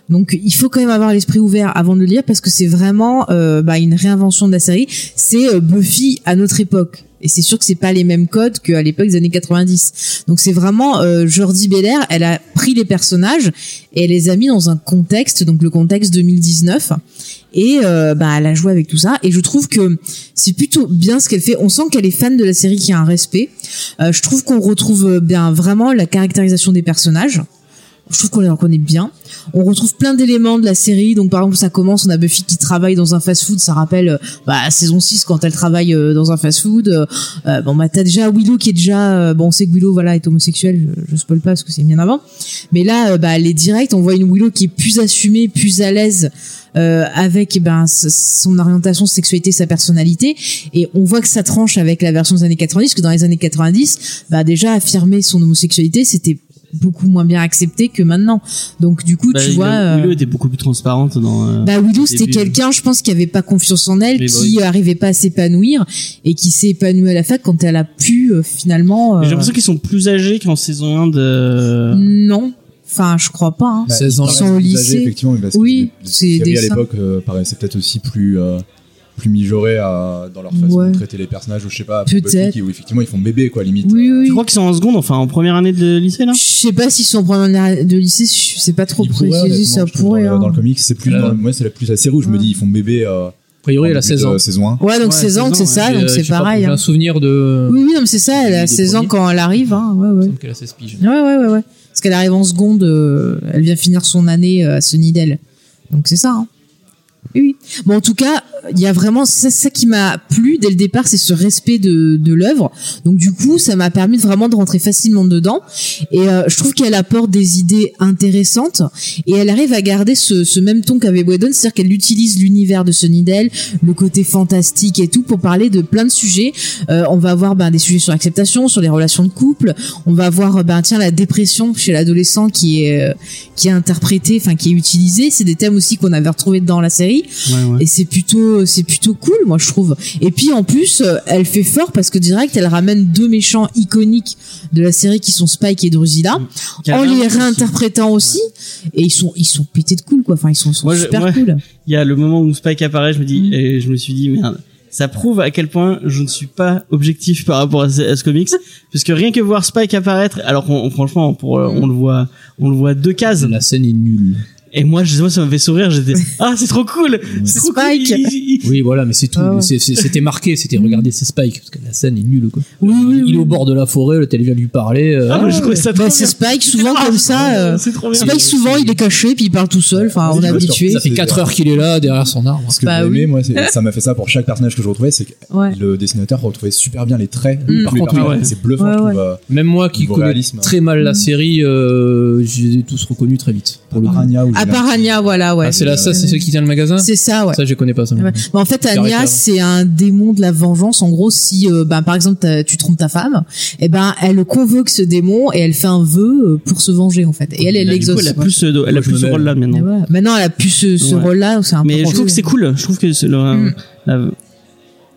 [SPEAKER 4] Donc il faut quand même avoir l'esprit ouvert avant de le lire parce que c'est vraiment euh, bah, une réinvention de la série. C'est euh, Buffy à notre époque. Et c'est sûr que c'est pas les mêmes codes qu'à l'époque des années 90. Donc c'est vraiment euh, Jordi Belair, elle a pris les personnages et elle les a mis dans un contexte, donc le contexte 2019. Et euh, bah elle a joué avec tout ça. Et je trouve que c'est plutôt bien ce qu'elle fait. On sent qu'elle est fan de la série, qui a un respect. Euh, je trouve qu'on retrouve euh, bien vraiment la caractérisation des personnages. Je trouve qu'on les reconnaît bien. On retrouve plein d'éléments de la série. Donc par exemple, ça commence, on a Buffy qui travaille dans un fast-food. Ça rappelle euh, bah, saison 6 quand elle travaille euh, dans un fast-food. Euh, euh, bon, bah, t'as déjà Willow qui est déjà... euh, bon, on sait que Willow voilà, est homosexuelle. Je, je spoil pas parce que c'est bien avant. Mais là, euh, bah, elle est directe. On voit une Willow qui est plus assumée, plus à l'aise euh, avec eh ben, s- son orientation, sa sexualité, sa personnalité. Et on voit que ça tranche avec la version des années 90, parce que dans les années 90, bah, déjà affirmer son homosexualité, c'était beaucoup moins bien accepté que maintenant. Donc du coup,
[SPEAKER 2] Bah,
[SPEAKER 4] tu
[SPEAKER 2] il-
[SPEAKER 4] vois... euh,
[SPEAKER 2] Willow était beaucoup plus transparente dans. euh,
[SPEAKER 4] bah Willow c'était
[SPEAKER 2] début, hein.
[SPEAKER 4] quelqu'un je pense qui avait pas confiance en elle
[SPEAKER 2] Mais bah
[SPEAKER 4] qui
[SPEAKER 2] oui.
[SPEAKER 4] arrivait pas à s'épanouir et qui s'est épanouie à la fac quand elle a pu euh, finalement
[SPEAKER 2] Mais J'ai
[SPEAKER 4] euh,
[SPEAKER 2] l'impression euh, qu'ils sont plus âgés qu'en saison 1 de.
[SPEAKER 4] non enfin je crois pas hein.
[SPEAKER 5] Bah,
[SPEAKER 3] 16 ans.
[SPEAKER 5] ils
[SPEAKER 4] Ils sont
[SPEAKER 5] paraissent
[SPEAKER 4] au
[SPEAKER 5] plus
[SPEAKER 4] lycée.
[SPEAKER 5] âgés, effectivement, mais parce que
[SPEAKER 4] Oui,
[SPEAKER 5] les- les
[SPEAKER 4] c'est
[SPEAKER 5] séries
[SPEAKER 4] des
[SPEAKER 5] à l'époque euh, paraissaient peut-être aussi plus euh, plus mijaurées à- dans leur façon
[SPEAKER 4] Ouais.
[SPEAKER 5] de traiter les personnages, ou je sais pas,
[SPEAKER 4] Peut-être.
[SPEAKER 5] Buffy, qui- où effectivement ils font bébé quoi limite.
[SPEAKER 4] oui oui
[SPEAKER 2] Tu crois hein qu'ils sont en seconde, enfin en première année de lycée là
[SPEAKER 4] je sais pas s'ils sont en première année de lycée je sais pas trop
[SPEAKER 5] Ils pourraient,
[SPEAKER 4] préciser
[SPEAKER 5] honnêtement,
[SPEAKER 4] ça
[SPEAKER 5] je trouve, dans
[SPEAKER 4] pourrait
[SPEAKER 5] le-
[SPEAKER 4] hein.
[SPEAKER 5] Dans le comics, c'est plus
[SPEAKER 3] Là.
[SPEAKER 5] dans le- moi c'est la plus la série où je me
[SPEAKER 4] Ouais.
[SPEAKER 5] dis ils font bébé euh,
[SPEAKER 3] A priori,
[SPEAKER 5] en
[SPEAKER 3] elle a
[SPEAKER 5] début
[SPEAKER 3] 16
[SPEAKER 5] de
[SPEAKER 3] ans.
[SPEAKER 5] saison 1.
[SPEAKER 4] ouais donc
[SPEAKER 2] Ouais,
[SPEAKER 4] 16 ans
[SPEAKER 2] ouais,
[SPEAKER 4] c'est ça
[SPEAKER 3] J'ai, euh,
[SPEAKER 4] donc
[SPEAKER 3] je
[SPEAKER 4] c'est
[SPEAKER 3] sais pas,
[SPEAKER 4] pareil
[SPEAKER 3] J'ai
[SPEAKER 4] hein.
[SPEAKER 3] un souvenir de.
[SPEAKER 4] oui oui non mais c'est ça elle a
[SPEAKER 3] des
[SPEAKER 4] 16 ans
[SPEAKER 3] premiers.
[SPEAKER 4] quand elle arrive hein. ouais
[SPEAKER 3] Il me
[SPEAKER 4] ouais
[SPEAKER 3] semble qu'elle a 16 piges.
[SPEAKER 4] ouais ouais ouais, ouais. parce qu'elle arrive en seconde euh, elle vient finir son année euh, à Sunnydale donc c'est ça hein. oui oui Bon, en tout cas, il y a vraiment ça, ça qui m'a plu dès le départ, c'est ce respect de, de l'œuvre. Donc du coup, ça m'a permis de vraiment de rentrer facilement dedans. Et euh, je trouve qu'elle apporte des idées intéressantes et elle arrive à garder ce, ce même ton qu'avait Whedon, c'est-à-dire qu'elle utilise l'univers de Sunnydale, le côté fantastique et tout pour parler de plein de sujets. Euh, on va avoir ben, des sujets sur l'acceptation, sur les relations de couple. On va avoir ben tiens la dépression chez l'adolescent qui est euh, qui est interprétée, enfin qui est utilisée. C'est des thèmes aussi qu'on avait retrouvés dans la série
[SPEAKER 2] Ouais, ouais.
[SPEAKER 4] et c'est plutôt euh, c'est plutôt cool moi je trouve et puis en plus euh, elle fait fort parce que direct elle ramène deux méchants iconiques de la série qui sont Spike et Drusilla
[SPEAKER 2] Mm.
[SPEAKER 4] en
[SPEAKER 2] Carrément,
[SPEAKER 4] les
[SPEAKER 2] aussi.
[SPEAKER 4] réinterprétant aussi et ils sont ils sont pétés de cool quoi enfin ils sont, sont
[SPEAKER 2] Moi, je-
[SPEAKER 4] super
[SPEAKER 2] ouais.
[SPEAKER 4] cool
[SPEAKER 2] Il y a le moment où Spike apparaît, je me dis,
[SPEAKER 4] Mm.
[SPEAKER 2] et je me suis dit, merde. Ça prouve à quel point je ne suis pas objectif par rapport à ce, à ce comics, parce que rien que voir Spike apparaître, alors qu'on on- franchement, pour, euh,
[SPEAKER 4] Mm.
[SPEAKER 2] on le voit, on le voit deux cases,
[SPEAKER 3] La scène est nulle.
[SPEAKER 2] et moi, je, moi ça m'a fait sourire, j'étais, ah c'est trop cool, c'est trop cool,
[SPEAKER 4] Spike.
[SPEAKER 2] il- il- il-
[SPEAKER 3] Oui, voilà, mais c'est tout.
[SPEAKER 4] Ah ouais. Mm.
[SPEAKER 3] C'est- c'est- C'était marqué, c'était regardez, c'est Spike, parce que la scène est nulle. Quoi.
[SPEAKER 4] Oui,
[SPEAKER 3] il,
[SPEAKER 4] oui,
[SPEAKER 3] il est
[SPEAKER 4] oui.
[SPEAKER 3] au bord de la forêt, le télé vient lui parler. euh,
[SPEAKER 2] Ah, mais je trouvais ça trop
[SPEAKER 4] Bah, c'est
[SPEAKER 2] bien.
[SPEAKER 4] Spike souvent
[SPEAKER 2] Ah,
[SPEAKER 4] comme ça
[SPEAKER 2] c'est-
[SPEAKER 4] euh,
[SPEAKER 2] c'est trop bien.
[SPEAKER 4] Spike souvent il est caché puis il parle tout seul enfin on est
[SPEAKER 5] Ouais,
[SPEAKER 4] habitué
[SPEAKER 3] ça fait
[SPEAKER 5] c'est-
[SPEAKER 3] 4 heures qu'il est là derrière son arbre.
[SPEAKER 5] Ce que
[SPEAKER 4] Bah
[SPEAKER 5] j'ai
[SPEAKER 4] oui.
[SPEAKER 5] aimé, moi, c'est- ça m'a fait ça pour chaque personnage que je retrouvais, c'est que
[SPEAKER 4] ouais
[SPEAKER 5] le dessinateur retrouvait super bien les traits.
[SPEAKER 4] Mm.
[SPEAKER 5] de
[SPEAKER 3] Par
[SPEAKER 5] tous les
[SPEAKER 3] contre, oui,
[SPEAKER 5] personnages.
[SPEAKER 2] ouais.
[SPEAKER 5] c'est bluffant,
[SPEAKER 4] Ouais,
[SPEAKER 5] je trouve.
[SPEAKER 4] ouais.
[SPEAKER 5] euh,
[SPEAKER 3] Même moi qui
[SPEAKER 5] Niveau
[SPEAKER 3] connais
[SPEAKER 5] réalisme.
[SPEAKER 3] très mal la
[SPEAKER 4] Mm. Ah,
[SPEAKER 3] série, euh, je les ai tous reconnus très vite. Pour le coup.
[SPEAKER 5] Parania ou
[SPEAKER 4] à part Anya voilà ouais
[SPEAKER 3] Ah, c'est là, ça, c'est celle qui tient le magasin
[SPEAKER 4] bah, c'est ça ouais Ah, bah,
[SPEAKER 3] Ça, je connais pas ça.
[SPEAKER 2] Mhm.
[SPEAKER 4] Ouais. Mais en fait,
[SPEAKER 3] Carré,
[SPEAKER 4] Anya,
[SPEAKER 3] carré.
[SPEAKER 4] c'est un démon de la vengeance. En gros, si, euh, ben, par exemple, t'as- tu trompes ta femme, eh ben, elle convoque ce démon et elle fait un vœu euh, pour se venger, en fait. Et elle, elle
[SPEAKER 2] Là, du coup,
[SPEAKER 4] l'exauce.
[SPEAKER 2] elle a plus, euh, elle a
[SPEAKER 3] Moi, je
[SPEAKER 2] plus
[SPEAKER 3] me
[SPEAKER 2] ce
[SPEAKER 3] mêle.
[SPEAKER 2] rôle-là maintenant.
[SPEAKER 4] Mais voilà. Maintenant, elle a plus ce, ce
[SPEAKER 2] Ouais.
[SPEAKER 4] rôle-là. C'est un peu
[SPEAKER 2] Mais je
[SPEAKER 4] compliqué.
[SPEAKER 2] trouve que c'est cool. Je trouve que c'est le.
[SPEAKER 4] Mm.
[SPEAKER 2] la-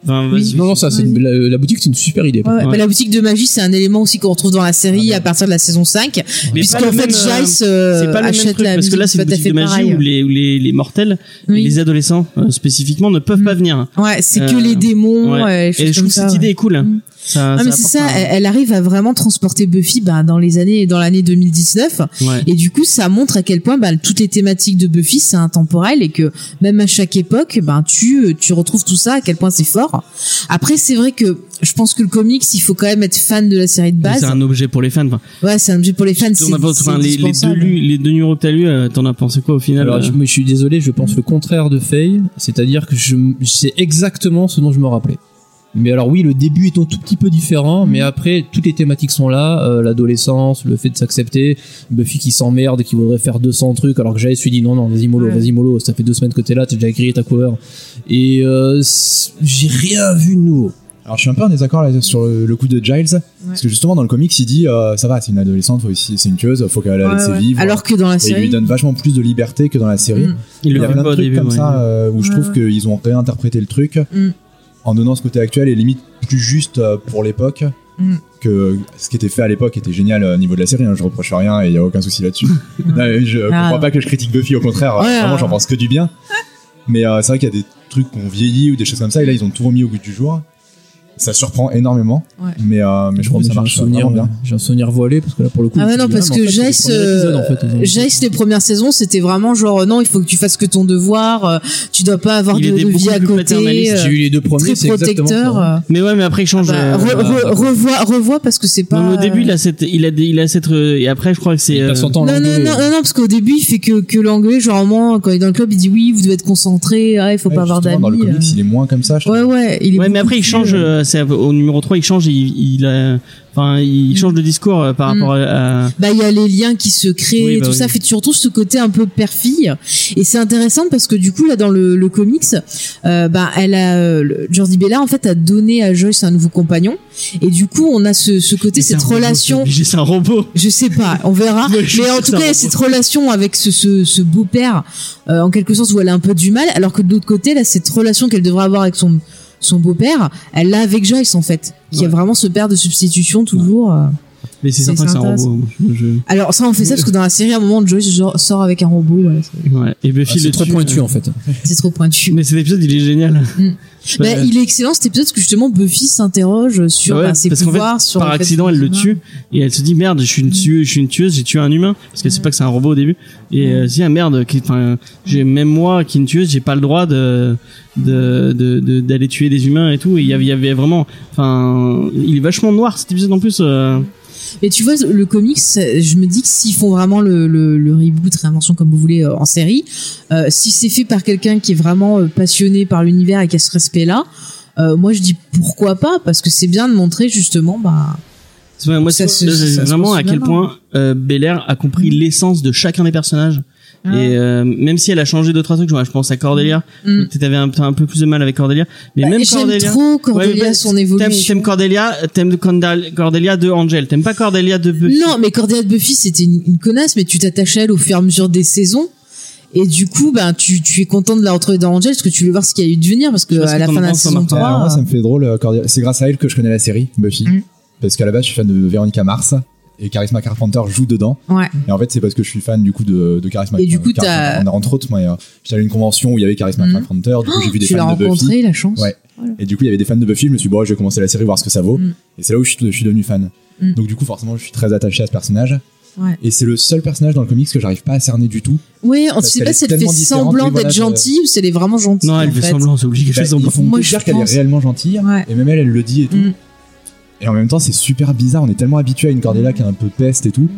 [SPEAKER 2] Enfin,
[SPEAKER 4] Oui.
[SPEAKER 2] vas-y.
[SPEAKER 3] Non, non, ça, c'est une- euh, la, la boutique, c'est une super idée.
[SPEAKER 4] Ouais, ouais.
[SPEAKER 2] Ouais.
[SPEAKER 4] Mais la boutique de magie, c'est un élément aussi qu'on retrouve dans la série à partir de la saison 5.
[SPEAKER 2] Mais pas
[SPEAKER 4] Puisqu'en
[SPEAKER 2] le
[SPEAKER 4] fait,
[SPEAKER 2] même, euh,
[SPEAKER 4] Giles euh,
[SPEAKER 2] c'est pas le même
[SPEAKER 4] achète
[SPEAKER 2] truc
[SPEAKER 4] la
[SPEAKER 2] parce que là,
[SPEAKER 4] musique
[SPEAKER 2] c'est une
[SPEAKER 4] tout à
[SPEAKER 2] boutique
[SPEAKER 4] fait
[SPEAKER 2] de magie
[SPEAKER 4] pareil.
[SPEAKER 2] où les, où les, les mortels,
[SPEAKER 4] Oui.
[SPEAKER 2] et les adolescents euh, spécifiquement, ne peuvent pas venir.
[SPEAKER 4] Ouais, c'est que
[SPEAKER 2] Euh,
[SPEAKER 4] les démons.
[SPEAKER 2] ouais.
[SPEAKER 4] euh, les choses
[SPEAKER 2] Et je trouve
[SPEAKER 4] comme ça,
[SPEAKER 2] cette
[SPEAKER 4] ouais.
[SPEAKER 2] idée est cool.
[SPEAKER 4] Mm.
[SPEAKER 2] Ça,
[SPEAKER 4] Ah, mais c'est ça, elle, elle arrive à vraiment transporter Buffy ben, dans les années, dans l'année 2019.
[SPEAKER 2] Ouais.
[SPEAKER 4] Et du coup, ça montre à quel point bah, toutes les thématiques de Buffy, c'est intemporel et que même à chaque époque, ben tu, tu retrouves tout ça, à quel point c'est fort. Après, c'est vrai que je pense que le comics, il faut quand même être fan de la série de
[SPEAKER 2] C'est
[SPEAKER 4] base.
[SPEAKER 2] un objet pour les fans. Enfin,
[SPEAKER 4] Ouais, c'est un objet pour les fans.
[SPEAKER 2] t'en as
[SPEAKER 4] c'est-
[SPEAKER 2] pas-
[SPEAKER 4] c'est
[SPEAKER 2] enfin, les, les deux,
[SPEAKER 4] indispensable.
[SPEAKER 2] lus- les deux numéros que t'as lu, t'en as pensé quoi au final
[SPEAKER 3] Alors,
[SPEAKER 2] euh,
[SPEAKER 3] je, moi, je suis désolé, je pense le contraire de Faye, c'est-à-dire que je c'est exactement ce dont je me rappelais. Mais alors oui, le début est un tout petit peu différent,
[SPEAKER 4] Mm.
[SPEAKER 3] mais après toutes les thématiques sont là, euh, l'adolescence, le fait de s'accepter, Buffy qui s'emmerde, qui voudrait faire 200 trucs, alors que j'avais suis dit non non, vas-y mollo,
[SPEAKER 4] Ouais.
[SPEAKER 3] vas-y mollo, ça fait deux semaines que t'es là, t'as déjà grillé ta couleur, et euh, c'est- j'ai rien vu de nouveau.
[SPEAKER 5] Alors je suis un peu en désaccord là, sur le le coup de Giles, parce que justement dans le comics il dit euh, ça va, c'est une adolescente, faut aussi- c'est une tueuse, faut qu'elle
[SPEAKER 4] Ouais,
[SPEAKER 5] laisse
[SPEAKER 4] ouais.
[SPEAKER 5] vivre.
[SPEAKER 4] Alors que dans la
[SPEAKER 5] et il
[SPEAKER 4] série.
[SPEAKER 5] lui donne vachement plus de liberté que dans la série.
[SPEAKER 4] Mm.
[SPEAKER 2] Il
[SPEAKER 5] il y
[SPEAKER 2] le
[SPEAKER 5] a
[SPEAKER 2] fait
[SPEAKER 5] plein
[SPEAKER 2] pas
[SPEAKER 5] de
[SPEAKER 2] au
[SPEAKER 5] trucs
[SPEAKER 2] début.
[SPEAKER 5] comme
[SPEAKER 2] ouais.
[SPEAKER 5] ça euh, où je
[SPEAKER 4] Ouais,
[SPEAKER 5] trouve
[SPEAKER 4] ouais.
[SPEAKER 5] qu'ils ont réinterprété le truc
[SPEAKER 4] Mm.
[SPEAKER 5] en donnant ce côté actuel et limite plus juste euh, pour l'époque.
[SPEAKER 4] Mm.
[SPEAKER 5] Que ce qui était fait à l'époque était génial euh, au niveau de la série, hein, je reproche rien et il n'y a aucun souci là-dessus. Non, mais je
[SPEAKER 4] Ah.
[SPEAKER 5] comprends pas que je critique Buffy, au contraire,
[SPEAKER 4] Ouais,
[SPEAKER 5] vraiment
[SPEAKER 4] ouais.
[SPEAKER 5] j'en pense que du bien. Mais euh, c'est vrai qu'il y a des trucs qu'on vieillit ou des choses comme ça, et là ils ont tout remis au goût du jour. ça surprend énormément.
[SPEAKER 4] Ouais.
[SPEAKER 5] Mais, euh, mais je trouve que ça
[SPEAKER 3] j'ai un
[SPEAKER 5] marche
[SPEAKER 3] souvenir,
[SPEAKER 5] vraiment bien.
[SPEAKER 3] j'ai un souvenir voilé parce que là pour le coup.
[SPEAKER 4] Ah
[SPEAKER 3] je me
[SPEAKER 4] ouais,
[SPEAKER 3] suis
[SPEAKER 4] non,
[SPEAKER 3] dit,
[SPEAKER 4] parce
[SPEAKER 3] mais
[SPEAKER 4] que
[SPEAKER 3] en fait, c'est
[SPEAKER 4] Jace, euh,
[SPEAKER 3] le premier épisode, en fait, ils ont-
[SPEAKER 4] Jace, les premières saisons, c'était vraiment genre, euh, non, il faut que tu fasses que ton devoir, euh, tu dois pas avoir
[SPEAKER 2] Il
[SPEAKER 4] de,
[SPEAKER 2] était
[SPEAKER 4] de vie
[SPEAKER 2] beaucoup
[SPEAKER 4] à
[SPEAKER 2] plus
[SPEAKER 4] côté,
[SPEAKER 2] paternaliste,
[SPEAKER 4] euh,
[SPEAKER 3] J'ai eu les deux premiers,
[SPEAKER 4] très
[SPEAKER 3] c'est exactement
[SPEAKER 4] protecteur.
[SPEAKER 3] ça. hein.
[SPEAKER 4] euh,
[SPEAKER 2] Mais ouais, mais après, il change.
[SPEAKER 4] bah,
[SPEAKER 2] euh,
[SPEAKER 4] re- re- revois, revois parce que c'est pas.
[SPEAKER 2] non, mais au début, il a cette, il a, des- il a cette, euh, et après, je crois que c'est.
[SPEAKER 3] Il
[SPEAKER 2] euh,
[SPEAKER 3] passe son temps à
[SPEAKER 4] Non, non,
[SPEAKER 3] l'anglais.
[SPEAKER 4] non, non, non, parce qu'au début, il fait que, que l'anglais. Genre, à un moment, quand il est dans le club, il dit oui, vous devez être concentré, ah, il faut
[SPEAKER 5] Ouais,
[SPEAKER 4] pas avoir
[SPEAKER 5] justement,
[SPEAKER 4] d'amis.
[SPEAKER 5] Dans le comics,
[SPEAKER 4] euh.
[SPEAKER 5] il est moins comme ça. je trouve.
[SPEAKER 4] Ouais, ouais, il est
[SPEAKER 2] Ouais, mais
[SPEAKER 4] beaucoup
[SPEAKER 2] après, il
[SPEAKER 4] plus,
[SPEAKER 2] change.
[SPEAKER 4] euh,
[SPEAKER 2] euh, c'est au numéro 3 il change. Il, il, a- enfin, il change de discours euh, par
[SPEAKER 4] Mm.
[SPEAKER 2] rapport à. à-
[SPEAKER 4] bah il y a les liens qui se créent
[SPEAKER 2] Oui,
[SPEAKER 4] et
[SPEAKER 2] bah
[SPEAKER 4] tout
[SPEAKER 2] oui.
[SPEAKER 4] ça fait surtout ce côté un peu père-fille et c'est intéressant parce que du coup là dans le, le comics euh, bah elle a euh, le- Jordi Bella en fait a donné à Joyce un nouveau compagnon et du coup on a ce, ce côté
[SPEAKER 2] C'est un
[SPEAKER 4] cette
[SPEAKER 2] robot, c'est
[SPEAKER 4] relation
[SPEAKER 2] obligé, C'est un robot.
[SPEAKER 4] je sais pas, on verra.
[SPEAKER 2] Ouais, je
[SPEAKER 4] mais en
[SPEAKER 2] sais
[SPEAKER 4] tout
[SPEAKER 2] ça,
[SPEAKER 4] cas, il y a
[SPEAKER 2] moi.
[SPEAKER 4] cette relation avec ce, ce, ce beau-père, euh, en quelque sorte, où elle a un peu du mal, alors que de l'autre côté, là, cette relation qu'elle devrait avoir avec son, son beau-père, elle l'a avec Joyce, en fait. Qui
[SPEAKER 2] Ouais.
[SPEAKER 4] a vraiment ce père de substitution, toujours. euh.
[SPEAKER 2] Mais c'est
[SPEAKER 4] C'est
[SPEAKER 2] certain que c'est un
[SPEAKER 4] intéressant.
[SPEAKER 2] robot. Je- je-
[SPEAKER 4] Alors, ça, on fait ça parce que dans la série, à un moment, Joyce genre, sort avec un robot. voilà, c'est-
[SPEAKER 2] ouais. Et Buffy
[SPEAKER 3] Ah,
[SPEAKER 2] le
[SPEAKER 3] C'est euh, très
[SPEAKER 2] tue.
[SPEAKER 3] pointu en fait.
[SPEAKER 4] C'est trop pointu.
[SPEAKER 2] Mais cet épisode, il est génial.
[SPEAKER 4] Mm.
[SPEAKER 2] Bah,
[SPEAKER 4] Bah, il est excellent cet épisode parce que justement Buffy s'interroge sur
[SPEAKER 2] Ouais,
[SPEAKER 4] bah, ses
[SPEAKER 2] parce qu'en fait,
[SPEAKER 4] pouvoirs, sur
[SPEAKER 2] par
[SPEAKER 4] le fait
[SPEAKER 2] accident,
[SPEAKER 4] qu'il
[SPEAKER 2] elle
[SPEAKER 4] est
[SPEAKER 2] le
[SPEAKER 4] humain.
[SPEAKER 2] tue et elle se dit merde, je suis une tueuse, je suis une tueuse, j'ai tué un humain parce qu'elle sait pas que c'est un robot au début. Et euh, si ah, merde, qui- enfin, j'ai même moi qui est une tueuse, j'ai pas le droit de de- de- de- d'aller tuer des humains et tout. Et il y avait- il y avait vraiment, enfin, il est vachement noir cet épisode en plus. euh,
[SPEAKER 4] Mais tu vois, le comics, je me dis que s'ils font vraiment le, le, le reboot, réinvention comme vous voulez euh, en série, euh, si c'est fait par quelqu'un qui est vraiment euh, passionné par l'univers et qui a ce respect-là, euh, moi je dis pourquoi pas, parce que c'est bien de montrer justement, bah,
[SPEAKER 2] C'est vrai, moi,
[SPEAKER 4] Ça
[SPEAKER 2] c'est
[SPEAKER 4] se-
[SPEAKER 2] c'est
[SPEAKER 4] ça se
[SPEAKER 2] vraiment à
[SPEAKER 4] consomme
[SPEAKER 2] quel
[SPEAKER 4] bien, hein.
[SPEAKER 2] point euh, Belair a compris
[SPEAKER 4] Mm.
[SPEAKER 2] l'essence de chacun des personnages.
[SPEAKER 4] Ah.
[SPEAKER 2] Et euh, même si elle a changé deux trois trucs, genre, je pense à Cordelia.
[SPEAKER 4] hmm.
[SPEAKER 2] Peut-être t'avais un, t'as un peu plus de mal avec Cordelia, mais
[SPEAKER 4] Bah,
[SPEAKER 2] euh, même
[SPEAKER 4] j'aime
[SPEAKER 2] Cordelia.
[SPEAKER 4] trop
[SPEAKER 2] Ouais, mais
[SPEAKER 4] Cordelia,
[SPEAKER 2] bah,
[SPEAKER 4] son
[SPEAKER 2] T'aimes,
[SPEAKER 4] évolution.
[SPEAKER 2] t'aimes Cordelia, t'aimes Condal- Cordelia de Angel. T'aimes pas Cordelia de Buffy.
[SPEAKER 4] Non, mais Cordelia de Buffy, c'était une, une connasse, mais tu t'attaches à elle au fur et à mesure des saisons. Et du coup, ben, tu, tu es content de la retrouver dans Angel, parce que tu veux voir ce qu'il y a eu de venir, parce que
[SPEAKER 2] Je sais pas ce
[SPEAKER 4] à
[SPEAKER 2] que
[SPEAKER 4] la
[SPEAKER 2] t'en
[SPEAKER 4] fin de la
[SPEAKER 2] penses,
[SPEAKER 4] saison
[SPEAKER 2] Martin.
[SPEAKER 4] 3.
[SPEAKER 5] Alors, moi, ça me fait drôle, euh, Cordelia. C'est grâce à elle que je connais la série, Buffy.
[SPEAKER 4] hein. Mm.
[SPEAKER 5] Parce qu'à la base, je suis fan de Véronica Mars. Et Charisma Carpenter joue dedans.
[SPEAKER 4] euh, Ouais.
[SPEAKER 5] Et en fait, c'est parce que je suis fan du coup de, de Charisma
[SPEAKER 4] Mm. Et du coup,
[SPEAKER 5] Carpenter.
[SPEAKER 4] t'as-
[SPEAKER 5] On a entre autres, moi, euh, j'étais allé à une convention où il y avait Charisma
[SPEAKER 4] Mm.
[SPEAKER 5] Carpenter. Du coup, j'ai vu des
[SPEAKER 4] tu l'as
[SPEAKER 5] fans de Buffy.
[SPEAKER 4] rencontré, la chance.
[SPEAKER 5] Ouais. Et du coup, il y avait des fans de Buffy. Je me suis dit, bon, je vais commencer la série, voir ce que ça vaut.
[SPEAKER 4] Mm.
[SPEAKER 5] Et c'est là où je suis, je suis devenu fan.
[SPEAKER 4] Mm.
[SPEAKER 5] Donc, du coup, forcément, je suis très attaché à ce personnage.
[SPEAKER 4] Ouais.
[SPEAKER 5] Et c'est le seul personnage dans le comics que j'arrive pas à cerner du tout.
[SPEAKER 4] Oui, on ne
[SPEAKER 5] Parce
[SPEAKER 4] sait
[SPEAKER 5] qu'elle
[SPEAKER 4] pas
[SPEAKER 5] est
[SPEAKER 4] si elle fait
[SPEAKER 5] tellement différente,
[SPEAKER 4] semblant
[SPEAKER 5] oui, voilà,
[SPEAKER 4] d'être
[SPEAKER 5] c'est-
[SPEAKER 4] gentille ou si elle est vraiment gentille.
[SPEAKER 2] Non, elle
[SPEAKER 4] en
[SPEAKER 2] fait
[SPEAKER 4] fait.
[SPEAKER 2] semblant, c'est obligé qu'elle
[SPEAKER 5] Bah,
[SPEAKER 2] fasse
[SPEAKER 5] ils
[SPEAKER 2] semblant.
[SPEAKER 5] font
[SPEAKER 4] Moi,
[SPEAKER 5] que
[SPEAKER 4] je
[SPEAKER 5] dire qu'elle est
[SPEAKER 4] pense-
[SPEAKER 5] réellement gentille.
[SPEAKER 4] Ouais.
[SPEAKER 5] Et même elle, elle le dit et tout.
[SPEAKER 4] Mm.
[SPEAKER 5] Et en même temps, c'est super bizarre. On est tellement habitué à une Cordelia qui est un peu peste et tout.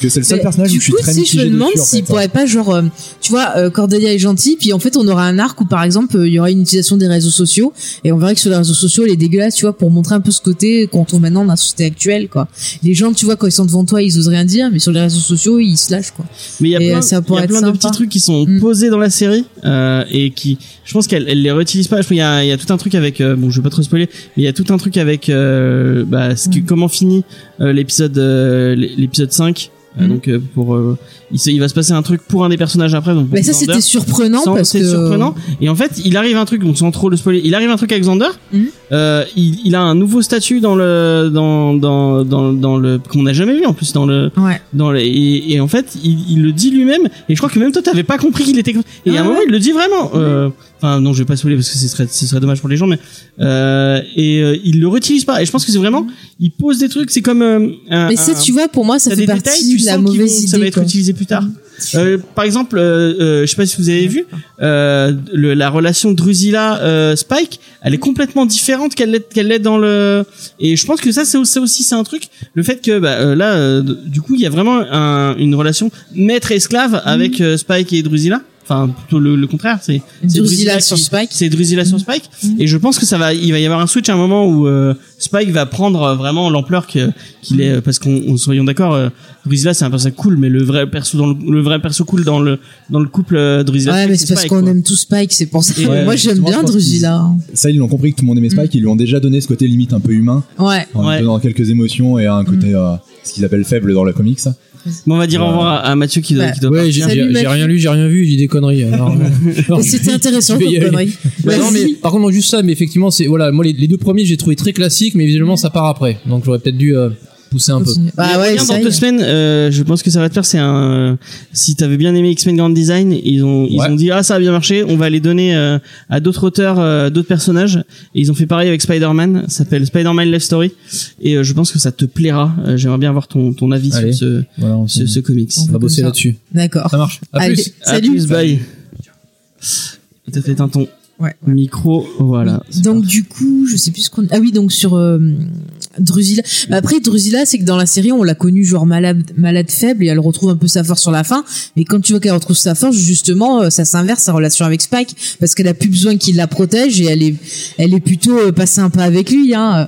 [SPEAKER 5] Que c'est le seul
[SPEAKER 4] Mais
[SPEAKER 5] personnage
[SPEAKER 4] du
[SPEAKER 5] où je suis
[SPEAKER 4] coup,
[SPEAKER 5] très
[SPEAKER 4] si je
[SPEAKER 5] mitigé
[SPEAKER 4] me demande
[SPEAKER 5] dessus, en
[SPEAKER 4] s'il
[SPEAKER 5] fait.
[SPEAKER 4] pourrait pas, genre, euh, tu vois, euh, Cordelia est gentille, puis en fait, on aura un arc où, par exemple, euh, il y aura une utilisation des réseaux sociaux, et on verra que sur les réseaux sociaux, elle est dégueulasse, tu vois, pour montrer un peu ce côté qu'on trouve maintenant dans la société actuelle, quoi. Les gens, tu vois, quand ils sont devant toi, ils osent rien dire, mais sur les réseaux sociaux, ils se lâchent, quoi.
[SPEAKER 2] Mais il y a
[SPEAKER 4] Et,
[SPEAKER 2] plein,
[SPEAKER 4] euh, ça
[SPEAKER 2] il y
[SPEAKER 4] pourrait
[SPEAKER 2] a
[SPEAKER 4] être
[SPEAKER 2] plein de
[SPEAKER 4] sympa.
[SPEAKER 2] petits trucs qui sont
[SPEAKER 4] Mm.
[SPEAKER 2] posés dans la série euh, et qui, je pense qu'elle elle les réutilise pas. Je pense qu'il y a, il y a tout un truc avec, euh, bon, je vais pas trop spoiler, mais il y a tout un truc avec euh, bah, ce que-
[SPEAKER 4] Mm.
[SPEAKER 2] comment finit euh, l'épisode euh, l'é- l'épisode 5 Euh,
[SPEAKER 4] Mm.
[SPEAKER 2] Donc euh, pour, euh, il, se- il va se passer un truc pour un des personnages après. Donc pour
[SPEAKER 4] Mais ça,
[SPEAKER 2] Xander.
[SPEAKER 4] c'était surprenant,
[SPEAKER 2] Sans-
[SPEAKER 4] parce
[SPEAKER 2] c'est
[SPEAKER 4] que.
[SPEAKER 2] surprenant. Et en fait, il arrive un truc, donc sans trop le spoiler, il arrive un truc avec Xander.
[SPEAKER 4] Mhm.
[SPEAKER 2] Euh, il, il a un nouveau statut dans le dans dans dans, dans le qu'on n'a jamais vu en plus dans le
[SPEAKER 4] Ouais.
[SPEAKER 2] dans le et, et en fait il, il le dit lui-même et je crois que même toi t'avais pas compris qu'il était comme- et à
[SPEAKER 4] Ah
[SPEAKER 2] un moment il le dit vraiment Euh, enfin non je vais pas spoiler parce que ce serait ce serait dommage pour les gens mais euh, et euh, il le réutilise pas et je pense que c'est vraiment il pose des trucs c'est comme euh, un-
[SPEAKER 4] Mmh. Mais ça,
[SPEAKER 2] un-
[SPEAKER 4] tu vois, pour moi, ça
[SPEAKER 2] t'as
[SPEAKER 4] fait
[SPEAKER 2] des détails,
[SPEAKER 4] partie
[SPEAKER 2] tu
[SPEAKER 4] de la
[SPEAKER 2] sens qu'ils
[SPEAKER 4] mauvaise
[SPEAKER 2] vont-
[SPEAKER 4] idée.
[SPEAKER 2] ça va être
[SPEAKER 4] quoi. Mmh.
[SPEAKER 2] utilisé plus tard. Euh, par exemple, euh, euh, je sais pas si vous avez vu euh, le- la relation Drusilla euh, Spike, elle
[SPEAKER 4] Mmh.
[SPEAKER 2] est complètement différente qu'elle l'est qu'elle l'est dans le et je pense que ça c'est au- ça aussi c'est un truc le fait que bah, euh, là euh, du coup il y a vraiment un- une relation maître esclave
[SPEAKER 4] Mmh.
[SPEAKER 2] avec euh, Spike et Drusilla. Enfin plutôt le, le contraire, c'est c'est
[SPEAKER 4] Drusilla sur
[SPEAKER 2] qui-
[SPEAKER 4] Spike.
[SPEAKER 2] c'est Drusilla sur Spike
[SPEAKER 4] Mhm.
[SPEAKER 2] et je pense que ça va il va y avoir un switch à un moment où euh, Spike va prendre euh, vraiment l'ampleur que- qu'il est euh, parce qu'on on- soyons d'accord euh, Drusilla c'est un personnage cool mais le vrai perso dans le, le vrai perso cool dans le dans le couple euh, Drusilla
[SPEAKER 4] Ouais,
[SPEAKER 2] Spike,
[SPEAKER 4] mais c'est parce
[SPEAKER 2] Spike,
[SPEAKER 4] qu'on
[SPEAKER 2] quoi.
[SPEAKER 4] aime tout Spike, c'est pour ça.
[SPEAKER 2] Et
[SPEAKER 5] ouais,
[SPEAKER 4] Moi, j'aime
[SPEAKER 5] justement,
[SPEAKER 4] bien
[SPEAKER 5] je pense
[SPEAKER 4] Drusilla.
[SPEAKER 5] Ça, ils l'ont compris que tout le monde aimait Spike. Ils lui ont déjà donné ce côté limite un peu humain.
[SPEAKER 4] Mm. hein. Ouais. Mm.
[SPEAKER 5] En lui
[SPEAKER 2] Ouais.
[SPEAKER 5] donnant quelques émotions et un côté, euh, ce qu'ils appellent faible dans le comics.
[SPEAKER 2] Bon, on va dire au revoir à, à Mathieu qui doit,
[SPEAKER 4] Ouais.
[SPEAKER 2] qui doit
[SPEAKER 3] Ouais, j'ai
[SPEAKER 4] Salut,
[SPEAKER 3] j'ai- j'ai
[SPEAKER 4] Mathieu.
[SPEAKER 3] rien lu, j'ai rien vu, j'ai dit des conneries. Alors,
[SPEAKER 4] Mais C'était intéressant
[SPEAKER 3] Tu
[SPEAKER 4] comme
[SPEAKER 3] vas y aller.
[SPEAKER 4] connerie.
[SPEAKER 3] Bah non,
[SPEAKER 4] Vas-y.
[SPEAKER 3] mais par contre, non, juste ça, mais effectivement, c'est voilà, moi les, les deux premiers, j'ai trouvé très classique, mais visuellement ça part après. Donc j'aurais peut-être dû euh, pousser un peu.
[SPEAKER 4] Continue. Bah ouais,
[SPEAKER 2] Regarde,
[SPEAKER 4] ça
[SPEAKER 2] dans
[SPEAKER 4] y
[SPEAKER 2] deux
[SPEAKER 4] est.
[SPEAKER 2] semaines, euh, je pense que ça va te faire. C'est un. euh, Si t'avais bien aimé X-Men Grand Design, ils ont ils
[SPEAKER 3] Ouais.
[SPEAKER 2] ont dit ah ça a bien marché, on va les donner euh, à d'autres auteurs, euh, d'autres personnages. Et ils ont fait pareil avec Spider-Man. Ça s'appelle Spider-Man Love Story. Et euh, je pense que ça te plaira. Euh, J'aimerais bien avoir ton ton avis
[SPEAKER 3] Allez.
[SPEAKER 2] sur ce,
[SPEAKER 3] Voilà, on,
[SPEAKER 2] ce,
[SPEAKER 3] on
[SPEAKER 2] ce comics.
[SPEAKER 4] On
[SPEAKER 3] va
[SPEAKER 4] Comme
[SPEAKER 3] bosser
[SPEAKER 4] ça.
[SPEAKER 3] là-dessus.
[SPEAKER 4] D'accord.
[SPEAKER 3] Ça marche. À
[SPEAKER 4] Allez,
[SPEAKER 3] plus.
[SPEAKER 2] À
[SPEAKER 4] Salut.
[SPEAKER 2] plus, bye. Et T'as fait un ton
[SPEAKER 4] Ouais.
[SPEAKER 2] micro, voilà. c'est
[SPEAKER 4] Donc du coup, je sais plus ce qu'on. Ah oui, donc sur euh, Drusilla. Mais après Drusilla, c'est que dans la série, on l'a connue genre malade, malade faible et elle retrouve un peu sa force sur la fin. Mais quand tu vois qu'elle retrouve sa force, justement, euh, ça s'inverse sa relation avec Spike parce qu'elle a plus besoin qu'il la protège et elle est, elle est plutôt euh, pas sympa avec lui, hein. euh,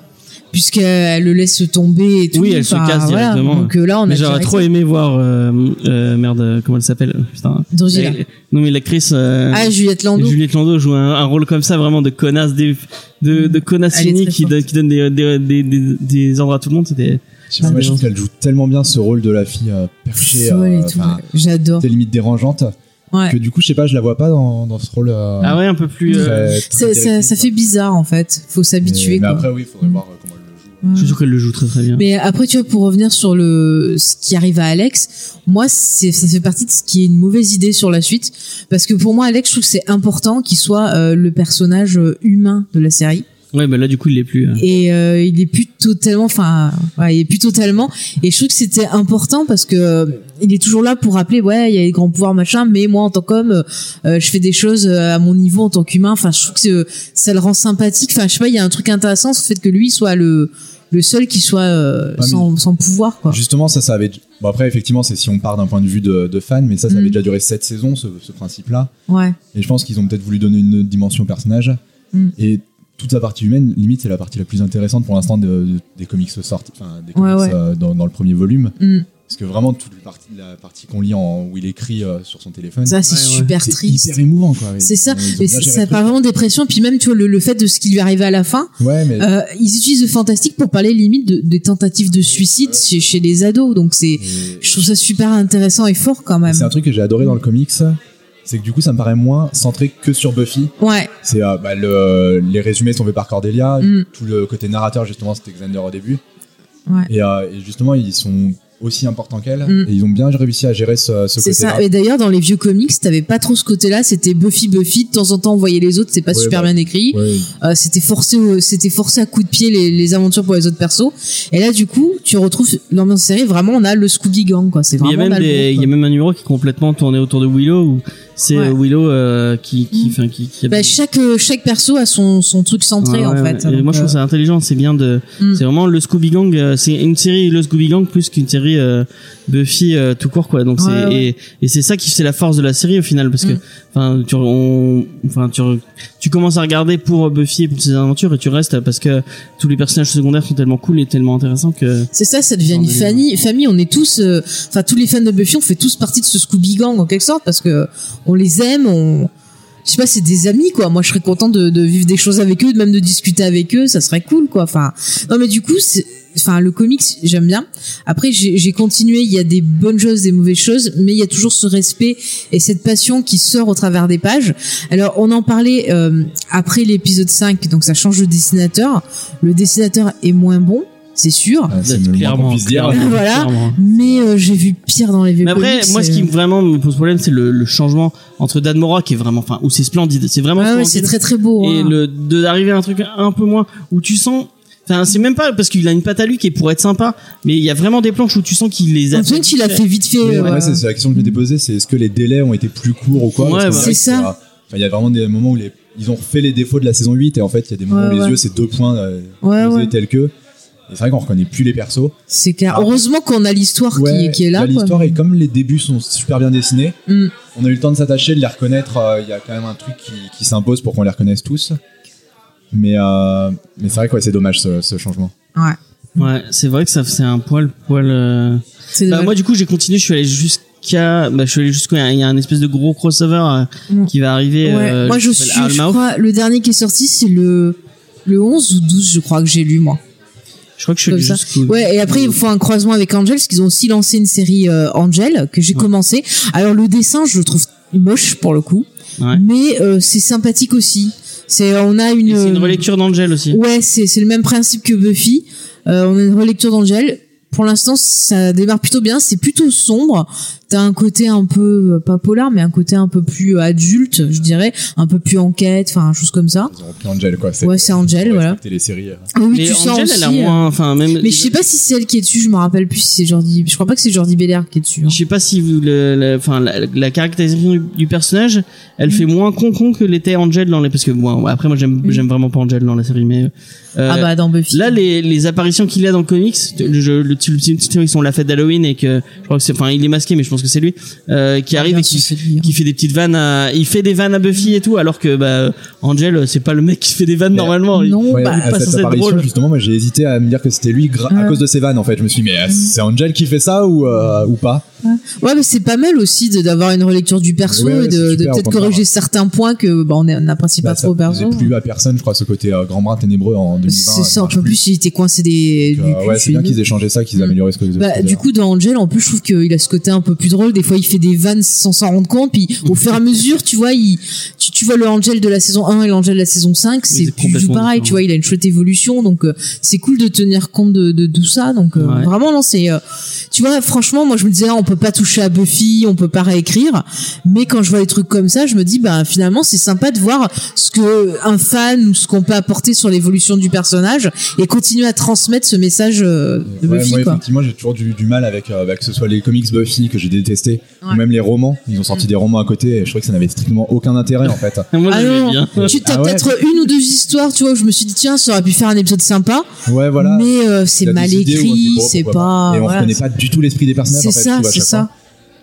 [SPEAKER 4] Puisqu'elle le laisse tomber et tout.
[SPEAKER 2] Oui, elle se
[SPEAKER 4] Enfin,
[SPEAKER 2] casse directement.
[SPEAKER 4] Donc euh, là, on
[SPEAKER 2] Mais
[SPEAKER 4] a
[SPEAKER 2] j'aurais
[SPEAKER 4] direct-
[SPEAKER 2] trop aimé voir euh, euh, merde euh, comment elle s'appelle putain
[SPEAKER 4] euh, Drusilla.
[SPEAKER 2] Elle- non mais l'actrice euh,
[SPEAKER 4] Ah, Juliette Landau.
[SPEAKER 2] Juliette Landau joue un, un rôle comme ça vraiment de connasse des, de, de connasse
[SPEAKER 4] Elle est
[SPEAKER 2] unique
[SPEAKER 4] très
[SPEAKER 2] qui,
[SPEAKER 4] forte.
[SPEAKER 2] donne- qui donne des, des, des, des, des ordres à tout le monde c'était
[SPEAKER 5] Je sais pas, moi, je trouve qu'elle joue tellement bien ce rôle de la fille euh, perchée,
[SPEAKER 4] Folle et
[SPEAKER 5] euh,
[SPEAKER 4] tout,
[SPEAKER 5] enfin,
[SPEAKER 4] ouais. J'adore.
[SPEAKER 5] t'es limite dérangeante,
[SPEAKER 4] Ouais.
[SPEAKER 5] que du coup, je sais pas, je la vois pas dans, dans ce rôle. euh,
[SPEAKER 2] ah ouais un peu plus euh,
[SPEAKER 4] Ça,
[SPEAKER 5] très- très
[SPEAKER 4] ça,
[SPEAKER 5] directrice,
[SPEAKER 4] ça
[SPEAKER 5] quoi.
[SPEAKER 4] fait bizarre en fait. Faut s'habituer.
[SPEAKER 5] Mais, mais
[SPEAKER 4] quoi.
[SPEAKER 5] après, oui, faudrait
[SPEAKER 4] Mm.
[SPEAKER 5] voir euh, comment elle le joue.
[SPEAKER 2] je suis sûr qu'elle le joue très très bien
[SPEAKER 4] Mais après, tu vois, pour revenir sur le ce qui arrive à Alex, moi, c'est ça fait partie de ce qui est une mauvaise idée sur la suite, parce que pour moi, Alex, je trouve que c'est important qu'il soit euh, le personnage euh, humain de la série,
[SPEAKER 2] ouais bah là du coup il l'est plus euh.
[SPEAKER 4] et euh, il est plus totalement, enfin, ouais, il est plus totalement, et je trouve que c'était important parce que euh, il est toujours là pour rappeler, ouais, il y a les grands pouvoirs machin, mais moi, en tant qu'homme, euh, euh, je fais des choses euh, à mon niveau en tant qu'humain, enfin, je trouve que euh, ça le rend sympathique, enfin, je sais pas, il y a un truc intéressant sur le fait que lui soit le le seul qui soit euh,
[SPEAKER 5] Ah, mais-
[SPEAKER 4] sans, sans pouvoir quoi.
[SPEAKER 5] Justement, ça, ça avait. Bon, après, effectivement, c'est si on part d'un point de vue de, de fan, mais ça, ça
[SPEAKER 4] Mm.
[SPEAKER 5] avait déjà duré 7 saisons, ce, ce principe-là.
[SPEAKER 4] Ouais.
[SPEAKER 5] Et je pense qu'ils ont peut-être voulu donner une autre dimension au personnage.
[SPEAKER 4] Mm.
[SPEAKER 5] Et toute la partie humaine, limite, c'est la partie la plus intéressante pour l'instant de- de- des comics sortis, enfin, des comics
[SPEAKER 4] ouais.
[SPEAKER 5] euh, dans, dans le premier volume.
[SPEAKER 4] Mm.
[SPEAKER 5] Parce que vraiment, toute la partie, la partie qu'on lit en, où il écrit euh, sur son téléphone,
[SPEAKER 4] Ça, c'est
[SPEAKER 2] Ouais, ouais.
[SPEAKER 4] super
[SPEAKER 5] c'est
[SPEAKER 4] triste.
[SPEAKER 5] hyper émouvant, quoi.
[SPEAKER 4] C'est ça.
[SPEAKER 5] Ils ont
[SPEAKER 4] Mais
[SPEAKER 5] bien géré
[SPEAKER 4] ça
[SPEAKER 5] le
[SPEAKER 4] part
[SPEAKER 5] truc.
[SPEAKER 4] vraiment dépression. Puis même, tu vois, le, le fait de ce qui lui arrivait à la fin,
[SPEAKER 5] Ouais, mais.
[SPEAKER 4] euh, ils utilisent le fantastique pour parler limite de, des tentatives de suicide chez, chez les ados. Donc c'est,
[SPEAKER 5] Et-
[SPEAKER 4] je Mm. trouve ça super intéressant et fort quand même.
[SPEAKER 5] euh, C'est un truc que j'ai adoré dans le comics, c'est que du coup ça me paraît moins centré que sur Buffy.
[SPEAKER 4] Ouais.
[SPEAKER 5] C'est euh, bah, le- les résumés sont faits par Cordelia,
[SPEAKER 4] Mm.
[SPEAKER 5] tout le côté narrateur justement c'était Xander au début.
[SPEAKER 4] Ouais.
[SPEAKER 5] Et, euh, et justement ils sont aussi importants qu'elle
[SPEAKER 4] Mm.
[SPEAKER 5] et ils ont bien réussi à gérer ce, ce
[SPEAKER 4] C'est
[SPEAKER 5] côté-là.
[SPEAKER 4] ça. Et d'ailleurs, dans les vieux comics, t'avais pas trop ce côté-là. C'était Buffy, Buffy. De temps en temps, on voyait les autres. C'est pas
[SPEAKER 5] Ouais,
[SPEAKER 4] super
[SPEAKER 5] bah,
[SPEAKER 4] bien écrit.
[SPEAKER 5] Ouais.
[SPEAKER 4] Euh, c'était forcé, au- c'était forcé à coups de pied les, les aventures pour les autres persos. Et là, du coup, tu retrouves dans l'ambiance série vraiment on a le Scooby Gang quoi. C'est
[SPEAKER 2] il
[SPEAKER 4] vraiment
[SPEAKER 2] y a même
[SPEAKER 4] on le
[SPEAKER 2] des,
[SPEAKER 4] groupe.
[SPEAKER 2] il y a même un numéro qui est complètement tourné autour de Willow où c'est
[SPEAKER 4] Ouais.
[SPEAKER 2] euh, Willow euh, qui qui
[SPEAKER 4] Mm.
[SPEAKER 2] enfin qui, qui a-
[SPEAKER 4] Bah, chaque, euh, chaque perso a son, son truc centré
[SPEAKER 2] Ouais,
[SPEAKER 4] en
[SPEAKER 2] ouais,
[SPEAKER 4] fait.
[SPEAKER 2] ouais. Et
[SPEAKER 4] Donc,
[SPEAKER 2] moi je trouve
[SPEAKER 4] euh,
[SPEAKER 2] ça intelligent, c'est bien de.
[SPEAKER 4] Mm.
[SPEAKER 2] C'est vraiment le Scooby Gang, euh, c'est une série le Scooby Gang plus qu'une série euh, Buffy euh, tout court quoi. Donc
[SPEAKER 4] Ouais,
[SPEAKER 2] c'est
[SPEAKER 4] ouais.
[SPEAKER 2] et, et c'est ça qui fait la force de la série au final parce que
[SPEAKER 4] Mm.
[SPEAKER 2] enfin tu on enfin tu re- tu commences à regarder pour euh, Buffy et pour ses aventures et tu restes parce que tous les personnages secondaires sont tellement cool et tellement intéressants que
[SPEAKER 5] Ah,
[SPEAKER 4] C'est ça, ça devient
[SPEAKER 2] Sans
[SPEAKER 4] une
[SPEAKER 2] délire.
[SPEAKER 4] famille. Famille, on est tous, euh, enfin tous les fans de Buffy, on fait tous partie de ce Scooby Gang en quelque sorte parce que on les aime, on, je sais pas, c'est des amis quoi. Moi, je serais content de, de vivre des choses avec eux, de même de discuter avec eux, ça serait cool quoi. Enfin, non mais du coup, c'est- enfin le comics, j'aime bien. Après, j'ai j'ai continué. Il y a des bonnes choses, des mauvaises choses, mais il y a toujours ce respect et cette passion qui sort au travers des pages. Alors, on en parlait euh, après l'épisode 5, donc ça change de dessinateur. Le dessinateur est moins bon, c'est sûr.
[SPEAKER 5] Ah, c'est le moins qu'on puisse dire.
[SPEAKER 2] clairement,
[SPEAKER 4] Voilà.
[SPEAKER 2] clairement.
[SPEAKER 4] Mais euh, j'ai vu pire dans les vieux
[SPEAKER 2] Mais après,
[SPEAKER 4] comics,
[SPEAKER 2] moi, ce
[SPEAKER 4] euh.
[SPEAKER 2] qui vraiment me pose problème, c'est le, le changement entre Dan Mora, qui est vraiment, enfin, où c'est splendide, c'est vraiment
[SPEAKER 4] Ah Ouais, ouais, c'est
[SPEAKER 2] splendide,
[SPEAKER 4] très très beau.
[SPEAKER 2] et
[SPEAKER 4] hein.
[SPEAKER 2] le de d'arriver à un truc un peu moins où tu sens enfin c'est même pas parce qu'il a une patte à lui qui est pour être sympa mais il y a vraiment des planches où tu sens qu'il les
[SPEAKER 4] On
[SPEAKER 2] a
[SPEAKER 4] sent qu'il a fait vite fait.
[SPEAKER 5] Mais
[SPEAKER 4] euh,
[SPEAKER 5] ouais,
[SPEAKER 4] ouais.
[SPEAKER 5] c'est c'est la question que je m'étais posée, c'est est-ce que les délais ont été plus courts ou quoi
[SPEAKER 2] Ouais,
[SPEAKER 5] Parce qu'on
[SPEAKER 2] bah.
[SPEAKER 5] dirait
[SPEAKER 4] C'est
[SPEAKER 5] que
[SPEAKER 4] ça.
[SPEAKER 5] a- enfin, Il y a vraiment des moments où les- ils ont refait les défauts de la saison 8 et en fait il y a des moments
[SPEAKER 4] Ouais,
[SPEAKER 5] où les
[SPEAKER 4] ouais.
[SPEAKER 5] yeux c'est deux points euh,
[SPEAKER 4] Ouais,
[SPEAKER 5] posés
[SPEAKER 4] ouais.
[SPEAKER 5] tels que. Et c'est vrai qu'on reconnaît plus les persos.
[SPEAKER 4] C'est clair.
[SPEAKER 5] Ah.
[SPEAKER 4] Heureusement qu'on a l'histoire qui,
[SPEAKER 5] Ouais,
[SPEAKER 4] qui est
[SPEAKER 5] il y
[SPEAKER 4] là.
[SPEAKER 5] a
[SPEAKER 4] quoi.
[SPEAKER 5] L'histoire et comme les débuts sont super bien dessinés,
[SPEAKER 4] Mm.
[SPEAKER 5] on a eu le temps de s'attacher, de les reconnaître. euh, Il y a quand même un truc qui, qui s'impose pour qu'on les reconnaisse tous. Mais, euh, mais c'est vrai que ouais, c'est dommage ce, ce changement.
[SPEAKER 4] Ouais.
[SPEAKER 2] ouais c'est vrai que ça c'est un poil poil euh,
[SPEAKER 4] C'est
[SPEAKER 2] Bah,
[SPEAKER 4] dommage.
[SPEAKER 2] moi du coup j'ai continué je suis allé jusqu'à bah, je suis allé jusqu'au il y a un espèce de gros crossover euh,
[SPEAKER 4] Mm.
[SPEAKER 2] qui va arriver
[SPEAKER 4] Ouais.
[SPEAKER 2] euh,
[SPEAKER 4] Moi, je
[SPEAKER 2] qui s'appelle
[SPEAKER 4] suis,
[SPEAKER 2] Al
[SPEAKER 4] je
[SPEAKER 2] Mao.
[SPEAKER 4] crois, le dernier qui est sorti, c'est le le 11 ou 12, je crois que j'ai lu moi.
[SPEAKER 2] je crois que je suis
[SPEAKER 4] Comme
[SPEAKER 2] allé
[SPEAKER 4] ça.
[SPEAKER 2] jusqu'au
[SPEAKER 4] Ouais, et après il faut un croisement avec Angel, parce qu'ils ont aussi lancé une série euh, Angel que j'ai
[SPEAKER 2] Ouais.
[SPEAKER 4] commencé. Alors le dessin, je le trouve moche pour le coup,
[SPEAKER 2] Ouais.
[SPEAKER 4] mais euh, c'est sympathique aussi. C'est on a
[SPEAKER 2] Et
[SPEAKER 4] une
[SPEAKER 2] c'est une
[SPEAKER 4] euh,
[SPEAKER 2] relecture d'Angel aussi
[SPEAKER 4] Ouais, c'est c'est le même principe que Buffy. Euh, on a une relecture d'Angel Pour l'instant, ça démarre plutôt bien. C'est plutôt sombre. T'as un côté un peu euh, pas polar, mais un côté un peu plus euh, adulte, je dirais, un peu plus enquête, enfin, chose comme ça.
[SPEAKER 5] Ils ont repris Angel, quoi.
[SPEAKER 4] Ouais, c'est Angel,
[SPEAKER 5] pour
[SPEAKER 4] voilà.
[SPEAKER 5] respecter les séries. euh.
[SPEAKER 4] Ah oui,
[SPEAKER 2] mais
[SPEAKER 4] tu sens
[SPEAKER 2] Angel,
[SPEAKER 4] aussi,
[SPEAKER 2] elle a
[SPEAKER 4] euh,
[SPEAKER 2] moins. Enfin, même.
[SPEAKER 4] Mais je sais pas si c'est elle qui est dessus. Je me rappelle plus si c'est Jordi. Je crois pas que c'est Jordi Belair qui est dessus. hein.
[SPEAKER 2] Je sais pas si vous, le, le- enfin, la, la caractérisation du, du personnage, elle fait moins con-con que l'était Angel dans les, parce que moi, après moi j'aime,
[SPEAKER 4] Mm.
[SPEAKER 2] j'aime vraiment pas Angel dans la série, mais euh,
[SPEAKER 4] ah bah dans Buffy.
[SPEAKER 2] là les, les apparitions qu'il a dans le comics, le, jeu- le, petit- le petit petit- ils sont la fête d'Halloween et que je crois que c'est, enfin il est masqué mais je pense que c'est lui euh,
[SPEAKER 4] Ah,
[SPEAKER 2] qui arrive et qui,
[SPEAKER 4] hein.
[SPEAKER 2] qui fait des petites vannes, à, il fait des vannes à Buffy et tout, alors que bah Angel c'est pas le mec qui fait des vannes
[SPEAKER 5] Mais-
[SPEAKER 2] normalement. Il-
[SPEAKER 4] Non,
[SPEAKER 5] Ouais,
[SPEAKER 4] bah,
[SPEAKER 5] à
[SPEAKER 2] pas
[SPEAKER 5] cette
[SPEAKER 2] censé être
[SPEAKER 5] apparition,
[SPEAKER 2] drôle.
[SPEAKER 5] justement, moi j'ai hésité à me dire que c'était lui gra- à
[SPEAKER 4] Ouais.
[SPEAKER 5] cause de ses vannes en fait. Je me suis dit, mais euh, c'est Angel qui fait ça ou, euh, ou pas
[SPEAKER 4] ouais, mais c'est pas mal aussi de- d'avoir une relecture du perso
[SPEAKER 5] Ouais, ouais,
[SPEAKER 4] et de,
[SPEAKER 5] c'est
[SPEAKER 4] de
[SPEAKER 5] super,
[SPEAKER 4] peut-être
[SPEAKER 5] au contraire.
[SPEAKER 4] corriger certains points que bah, on est- on n'apprécie
[SPEAKER 5] Bah,
[SPEAKER 4] pas trop au
[SPEAKER 5] Ça
[SPEAKER 4] perso.
[SPEAKER 5] plaisait plus à personne, je crois, ce côté euh, grand bras ténébreux en 2020.
[SPEAKER 4] C'est ça,
[SPEAKER 5] marche
[SPEAKER 4] un peu plus il était coincé des.
[SPEAKER 5] Donc,
[SPEAKER 4] du
[SPEAKER 5] euh,
[SPEAKER 4] cul
[SPEAKER 5] ouais, c'est
[SPEAKER 4] chez
[SPEAKER 5] bien
[SPEAKER 4] nous.
[SPEAKER 5] qu'ils aient changé ça, qu'ils aient
[SPEAKER 4] Mm.
[SPEAKER 5] amélioré ce côté.
[SPEAKER 4] Bah, du coup, dans Angel, en plus, je trouve qu'il a ce côté un peu plus drôle. Des fois, il fait des vannes sans s'en rendre compte. Puis, au fur et à mesure, tu vois, il, tu, tu vois le Angel de la saison 1 et l'Angel de la saison 5,
[SPEAKER 2] c'est
[SPEAKER 4] c'est plus du tout
[SPEAKER 2] complètement
[SPEAKER 4] pareil.
[SPEAKER 2] différent.
[SPEAKER 4] Tu vois, il a une chouette évolution. Donc, euh, c'est cool de tenir compte de, de tout ça. Donc, euh,
[SPEAKER 2] Ouais.
[SPEAKER 4] vraiment, non, c'est, euh, tu vois, franchement, moi, je me disais, ah, on peut pas toucher à Buffy, on peut pas réécrire. Mais quand je vois des trucs comme ça, je me dis, bah, finalement, c'est sympa de voir ce que un fan ou ce qu'on peut apporter sur l'évolution du personnage et continuer à transmettre ce message euh, de
[SPEAKER 5] Ouais,
[SPEAKER 4] Buffy,
[SPEAKER 5] moi,
[SPEAKER 4] quoi.
[SPEAKER 5] effectivement, j'ai toujours du, du mal avec, euh, bah, que ce soit les comics Buffy que j'ai détesté,
[SPEAKER 4] Ouais. Mm.
[SPEAKER 5] ou même les romans. Ils ont sorti des romans à côté et je trouvais que ça n'avait strictement aucun intérêt en fait.
[SPEAKER 2] Moi
[SPEAKER 4] Ah
[SPEAKER 2] j'aimais
[SPEAKER 4] non,
[SPEAKER 2] bien.
[SPEAKER 4] tu t'as
[SPEAKER 5] Ah ouais.
[SPEAKER 4] peut-être une ou deux histoires, tu vois, où je me suis dit tiens, ça aurait pu faire un épisode sympa,
[SPEAKER 5] Ouais, voilà.
[SPEAKER 4] mais euh,
[SPEAKER 5] Il y
[SPEAKER 4] c'est
[SPEAKER 5] a des
[SPEAKER 4] mal
[SPEAKER 5] idées où on se dit,
[SPEAKER 4] écrit,
[SPEAKER 5] bon,
[SPEAKER 4] c'est
[SPEAKER 5] pourquoi
[SPEAKER 4] pas.
[SPEAKER 5] Et on ne
[SPEAKER 4] voilà.
[SPEAKER 5] connaît pas du tout l'esprit des personnages en
[SPEAKER 4] C'est
[SPEAKER 5] fait.
[SPEAKER 4] ça,
[SPEAKER 5] tu vois, à
[SPEAKER 4] c'est
[SPEAKER 5] chaque
[SPEAKER 4] ça.
[SPEAKER 5] fois.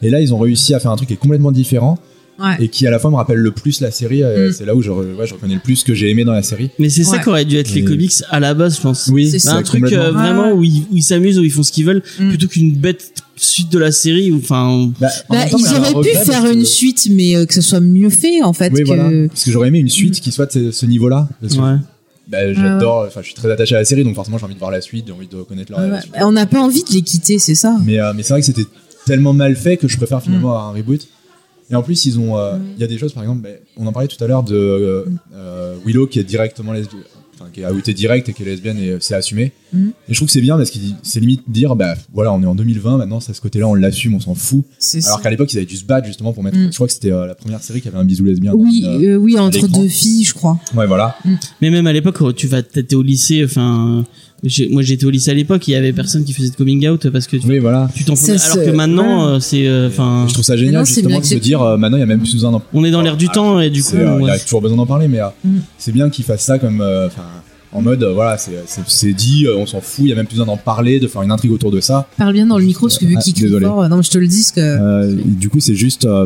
[SPEAKER 5] Et là, ils ont réussi à faire un truc qui est complètement différent
[SPEAKER 4] Ouais.
[SPEAKER 5] et qui à la fois me rappelle le plus la série. euh,
[SPEAKER 4] Mm.
[SPEAKER 5] C'est là où je, re- ouais, je reconnais le plus ce que j'ai aimé dans la série.
[SPEAKER 2] Mais c'est ça
[SPEAKER 4] Ouais.
[SPEAKER 2] qu'aurait dû être les
[SPEAKER 5] Et-
[SPEAKER 2] comics à la base, je pense.
[SPEAKER 5] Oui,
[SPEAKER 4] C'est
[SPEAKER 2] C'est
[SPEAKER 4] ça,
[SPEAKER 2] un truc euh, vraiment où ils où ils s'amusent, où ils font ce qu'ils veulent,
[SPEAKER 4] Mm.
[SPEAKER 2] plutôt qu'une bête suite de la série. ou Enfin,
[SPEAKER 4] Bah, ils auraient pu faire une suite, mais euh, que ce soit mieux fait en fait.
[SPEAKER 5] Oui,
[SPEAKER 4] que... Mm.
[SPEAKER 5] voilà. Parce que j'aurais aimé une suite qui soit de ce, ce niveau-là. Parce que,
[SPEAKER 2] ouais.
[SPEAKER 5] bah, j'adore, enfin, je suis très attaché à la série, donc forcément, j'ai envie de voir la suite, j'ai envie de reconnaître leur.
[SPEAKER 4] Ouais,
[SPEAKER 5] la
[SPEAKER 4] ouais.
[SPEAKER 5] suite.
[SPEAKER 4] bah, On n'a pas envie de les quitter, c'est ça.
[SPEAKER 5] Mais, euh, mais c'est vrai que c'était tellement mal fait que je préfère finalement
[SPEAKER 4] Mm.
[SPEAKER 5] à un reboot. Et en plus, ils ont, euh, il y a des choses, par exemple, ben, on en parlait tout à l'heure de euh, euh, Willow qui est directement lesbienne, enfin, qui est outée direct et qui est lesbienne et euh, c'est assumé.
[SPEAKER 4] Mm.
[SPEAKER 5] Et je trouve que c'est bien parce que c'est limite dire, bah voilà, on est en 2020, maintenant, c'est ce côté-là, on l'assume, on s'en fout.
[SPEAKER 4] C'est ça.
[SPEAKER 5] Alors qu'à l'époque, ils avaient dû se battre justement pour mettre.
[SPEAKER 4] Mm.
[SPEAKER 5] Je crois que c'était euh, la première série qui avait un bisou lesbien.
[SPEAKER 4] Oui,
[SPEAKER 5] dans une,
[SPEAKER 4] euh, oui, entre
[SPEAKER 5] l'écran.
[SPEAKER 4] deux filles, je crois.
[SPEAKER 5] euh, Ouais, voilà.
[SPEAKER 2] Mais même à l'époque, quand tu vas, t'étais au lycée. Enfin, j'ai- moi j'étais au lycée à l'époque, il y avait personne qui faisait de coming out parce que tu
[SPEAKER 5] Oui, voilà.
[SPEAKER 2] tu t'en fous.
[SPEAKER 4] Ça,
[SPEAKER 2] Alors que
[SPEAKER 4] c'est-
[SPEAKER 2] maintenant, euh, c'est, euh, enfin,
[SPEAKER 5] je trouve ça
[SPEAKER 4] Mais
[SPEAKER 5] génial
[SPEAKER 4] non, c'est bien
[SPEAKER 5] justement de se
[SPEAKER 4] accepté.
[SPEAKER 5] dire, euh, maintenant, il y a même plus besoin d'en
[SPEAKER 2] on est dans l'air du
[SPEAKER 5] Ah,
[SPEAKER 2] temps et du coup,
[SPEAKER 5] C'est, euh, Il y
[SPEAKER 2] ouais.
[SPEAKER 5] a toujours besoin d'en parler, mais euh,
[SPEAKER 4] Mm.
[SPEAKER 5] c'est bien qu'ils fassent ça comme. euh, 'fin, en mode, euh, voilà, c'est- c'est c'est dit, euh, on s'en fout, il y a même plus besoin d'en parler, de faire une intrigue autour de ça.
[SPEAKER 4] Parle bien dans le micro parce que vu
[SPEAKER 5] Ah,
[SPEAKER 4] qu'il crie
[SPEAKER 5] désolé.
[SPEAKER 4] fort, euh, non, mais je te le dis, parce que
[SPEAKER 5] Euh, du coup, c'est juste. euh,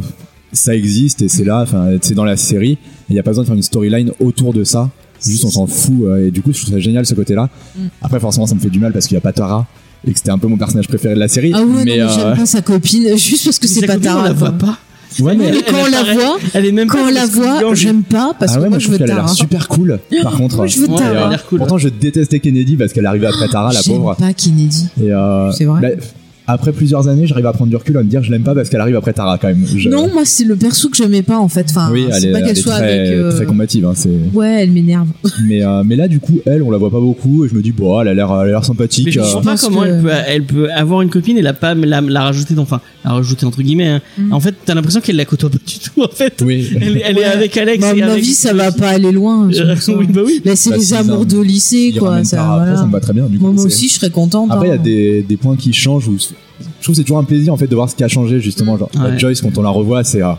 [SPEAKER 5] ça existe et c'est là, enfin, c'est dans la série. Il n'y a pas besoin de faire une storyline autour de ça. Juste, on s'en fout. euh, et du coup, je trouve ça génial ce côté-là.
[SPEAKER 4] Mm.
[SPEAKER 5] Après, forcément, ça me fait du mal parce qu'il n'y a pas Tara et que c'était un peu mon personnage préféré de la série.
[SPEAKER 4] ah ouais, non, mais
[SPEAKER 5] euh,
[SPEAKER 4] j'aime pas sa copine juste parce que
[SPEAKER 2] Mais
[SPEAKER 4] c'est
[SPEAKER 2] sa
[SPEAKER 4] pas
[SPEAKER 2] copine,
[SPEAKER 4] Tara.
[SPEAKER 2] On la voit
[SPEAKER 4] quoi.
[SPEAKER 2] pas.
[SPEAKER 5] ouais, mais.
[SPEAKER 4] Mais quand on la
[SPEAKER 2] apparaît-
[SPEAKER 4] voit,
[SPEAKER 2] Elle est même
[SPEAKER 4] quand
[SPEAKER 2] pas
[SPEAKER 4] on la
[SPEAKER 2] parce que
[SPEAKER 4] voit,
[SPEAKER 2] Scully,
[SPEAKER 4] j'aime pas parce
[SPEAKER 5] ah
[SPEAKER 4] que
[SPEAKER 5] ouais,
[SPEAKER 4] moi
[SPEAKER 5] moi,
[SPEAKER 4] je veux
[SPEAKER 5] trouve
[SPEAKER 4] hein.
[SPEAKER 5] qu'elle a
[SPEAKER 4] Tara.
[SPEAKER 5] l'air super cool. Par contre, euh,
[SPEAKER 4] Moi, je veux
[SPEAKER 2] Ouais, elle
[SPEAKER 4] Tara.
[SPEAKER 2] a l'air cool.
[SPEAKER 5] pourtant, je détestais Kennedy parce qu'elle arrivait après Tara, Ah, la
[SPEAKER 4] J'aime
[SPEAKER 5] pauvre.
[SPEAKER 4] pas Kennedy.
[SPEAKER 5] Et euh,
[SPEAKER 4] C'est vrai.
[SPEAKER 5] bah, après plusieurs années, j'arrive à prendre du recul à me dire je l'aime pas parce qu'elle arrive après Tara quand même. Je-
[SPEAKER 4] Non, moi c'est le perso que j'aimais pas en fait. Enfin,
[SPEAKER 5] oui, elle
[SPEAKER 4] c'est
[SPEAKER 5] est,
[SPEAKER 4] pas
[SPEAKER 5] elle
[SPEAKER 4] qu'elle
[SPEAKER 5] est
[SPEAKER 4] soit
[SPEAKER 5] très,
[SPEAKER 4] avec. euh,
[SPEAKER 5] très combative. hein, c'est-
[SPEAKER 4] Ouais, elle m'énerve.
[SPEAKER 5] mais, euh, mais là, du coup, elle, on la voit pas beaucoup et je me dis, bon, elle a l'air, elle a l'air sympathique.
[SPEAKER 2] Mais je
[SPEAKER 5] euh,
[SPEAKER 2] comprends pas
[SPEAKER 4] Parce
[SPEAKER 2] comment
[SPEAKER 4] que-
[SPEAKER 2] elle, peut, elle peut avoir une copine et la pas la, la rajouter dans, enfin la rajouter entre guillemets. hein.
[SPEAKER 4] Mm.
[SPEAKER 2] En fait, t'as l'impression qu'elle la côtoie pas du tout. En fait,
[SPEAKER 5] Oui.
[SPEAKER 2] elle, elle est
[SPEAKER 4] Ouais.
[SPEAKER 2] avec Alex.
[SPEAKER 4] Bah, à
[SPEAKER 2] et
[SPEAKER 4] mon
[SPEAKER 2] avec-
[SPEAKER 4] avis, ça va pas aller loin. hein, sur
[SPEAKER 2] Euh,
[SPEAKER 4] ça.
[SPEAKER 2] oui, bah oui.
[SPEAKER 4] Là, c'est
[SPEAKER 5] Bah,
[SPEAKER 4] les
[SPEAKER 5] s'ils
[SPEAKER 4] amours
[SPEAKER 5] ramènent-
[SPEAKER 4] de lycée,
[SPEAKER 5] il
[SPEAKER 4] quoi.
[SPEAKER 5] ramène
[SPEAKER 4] Ça,
[SPEAKER 5] Tara après,
[SPEAKER 4] voilà.
[SPEAKER 5] ça me va très bien. Du coup,
[SPEAKER 4] moi, moi
[SPEAKER 5] c'est-
[SPEAKER 4] aussi, je serais contente.
[SPEAKER 5] Après, il y a
[SPEAKER 4] hein.
[SPEAKER 5] des, des points qui changent. Où... Je trouve que c'est toujours un plaisir en fait de voir ce qui a changé justement. Genre,
[SPEAKER 2] Ouais.
[SPEAKER 5] Joyce, quand on la revoit, c'est. euh,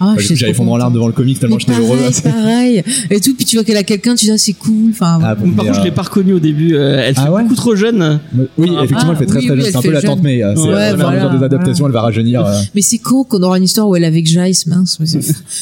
[SPEAKER 4] Ah,
[SPEAKER 5] j'ai-
[SPEAKER 4] j'étais
[SPEAKER 5] J'allais
[SPEAKER 4] trop
[SPEAKER 5] fondre en larmes
[SPEAKER 4] contente.
[SPEAKER 5] devant le comic tellement j'étais
[SPEAKER 4] Mais
[SPEAKER 5] heureux.
[SPEAKER 4] pareil, pareil. Et tout, puis tu vois qu'elle a quelqu'un, tu dis, ah, c'est cool. Enfin,
[SPEAKER 5] Ah, bon,
[SPEAKER 2] Par
[SPEAKER 5] mais,
[SPEAKER 2] contre, je
[SPEAKER 5] euh,
[SPEAKER 2] l'ai pas reconnue au début. euh, elle fait
[SPEAKER 5] Ah ouais
[SPEAKER 2] beaucoup trop jeune.
[SPEAKER 5] Oui,
[SPEAKER 2] Ah,
[SPEAKER 5] effectivement, elle fait très
[SPEAKER 4] oui,
[SPEAKER 5] très
[SPEAKER 4] oui,
[SPEAKER 5] jeune.
[SPEAKER 4] elle
[SPEAKER 5] C'est un
[SPEAKER 4] fait
[SPEAKER 5] peu la
[SPEAKER 4] jeune.
[SPEAKER 5] tante May. euh, C'est
[SPEAKER 2] Ouais,
[SPEAKER 5] euh, au fur et à
[SPEAKER 4] voilà,
[SPEAKER 5] mesure des adaptations,
[SPEAKER 4] voilà.
[SPEAKER 5] elle va rajeunir. euh.
[SPEAKER 4] Mais c'est con qu'on aura une histoire où elle est avec Jace, mince. mais c'est-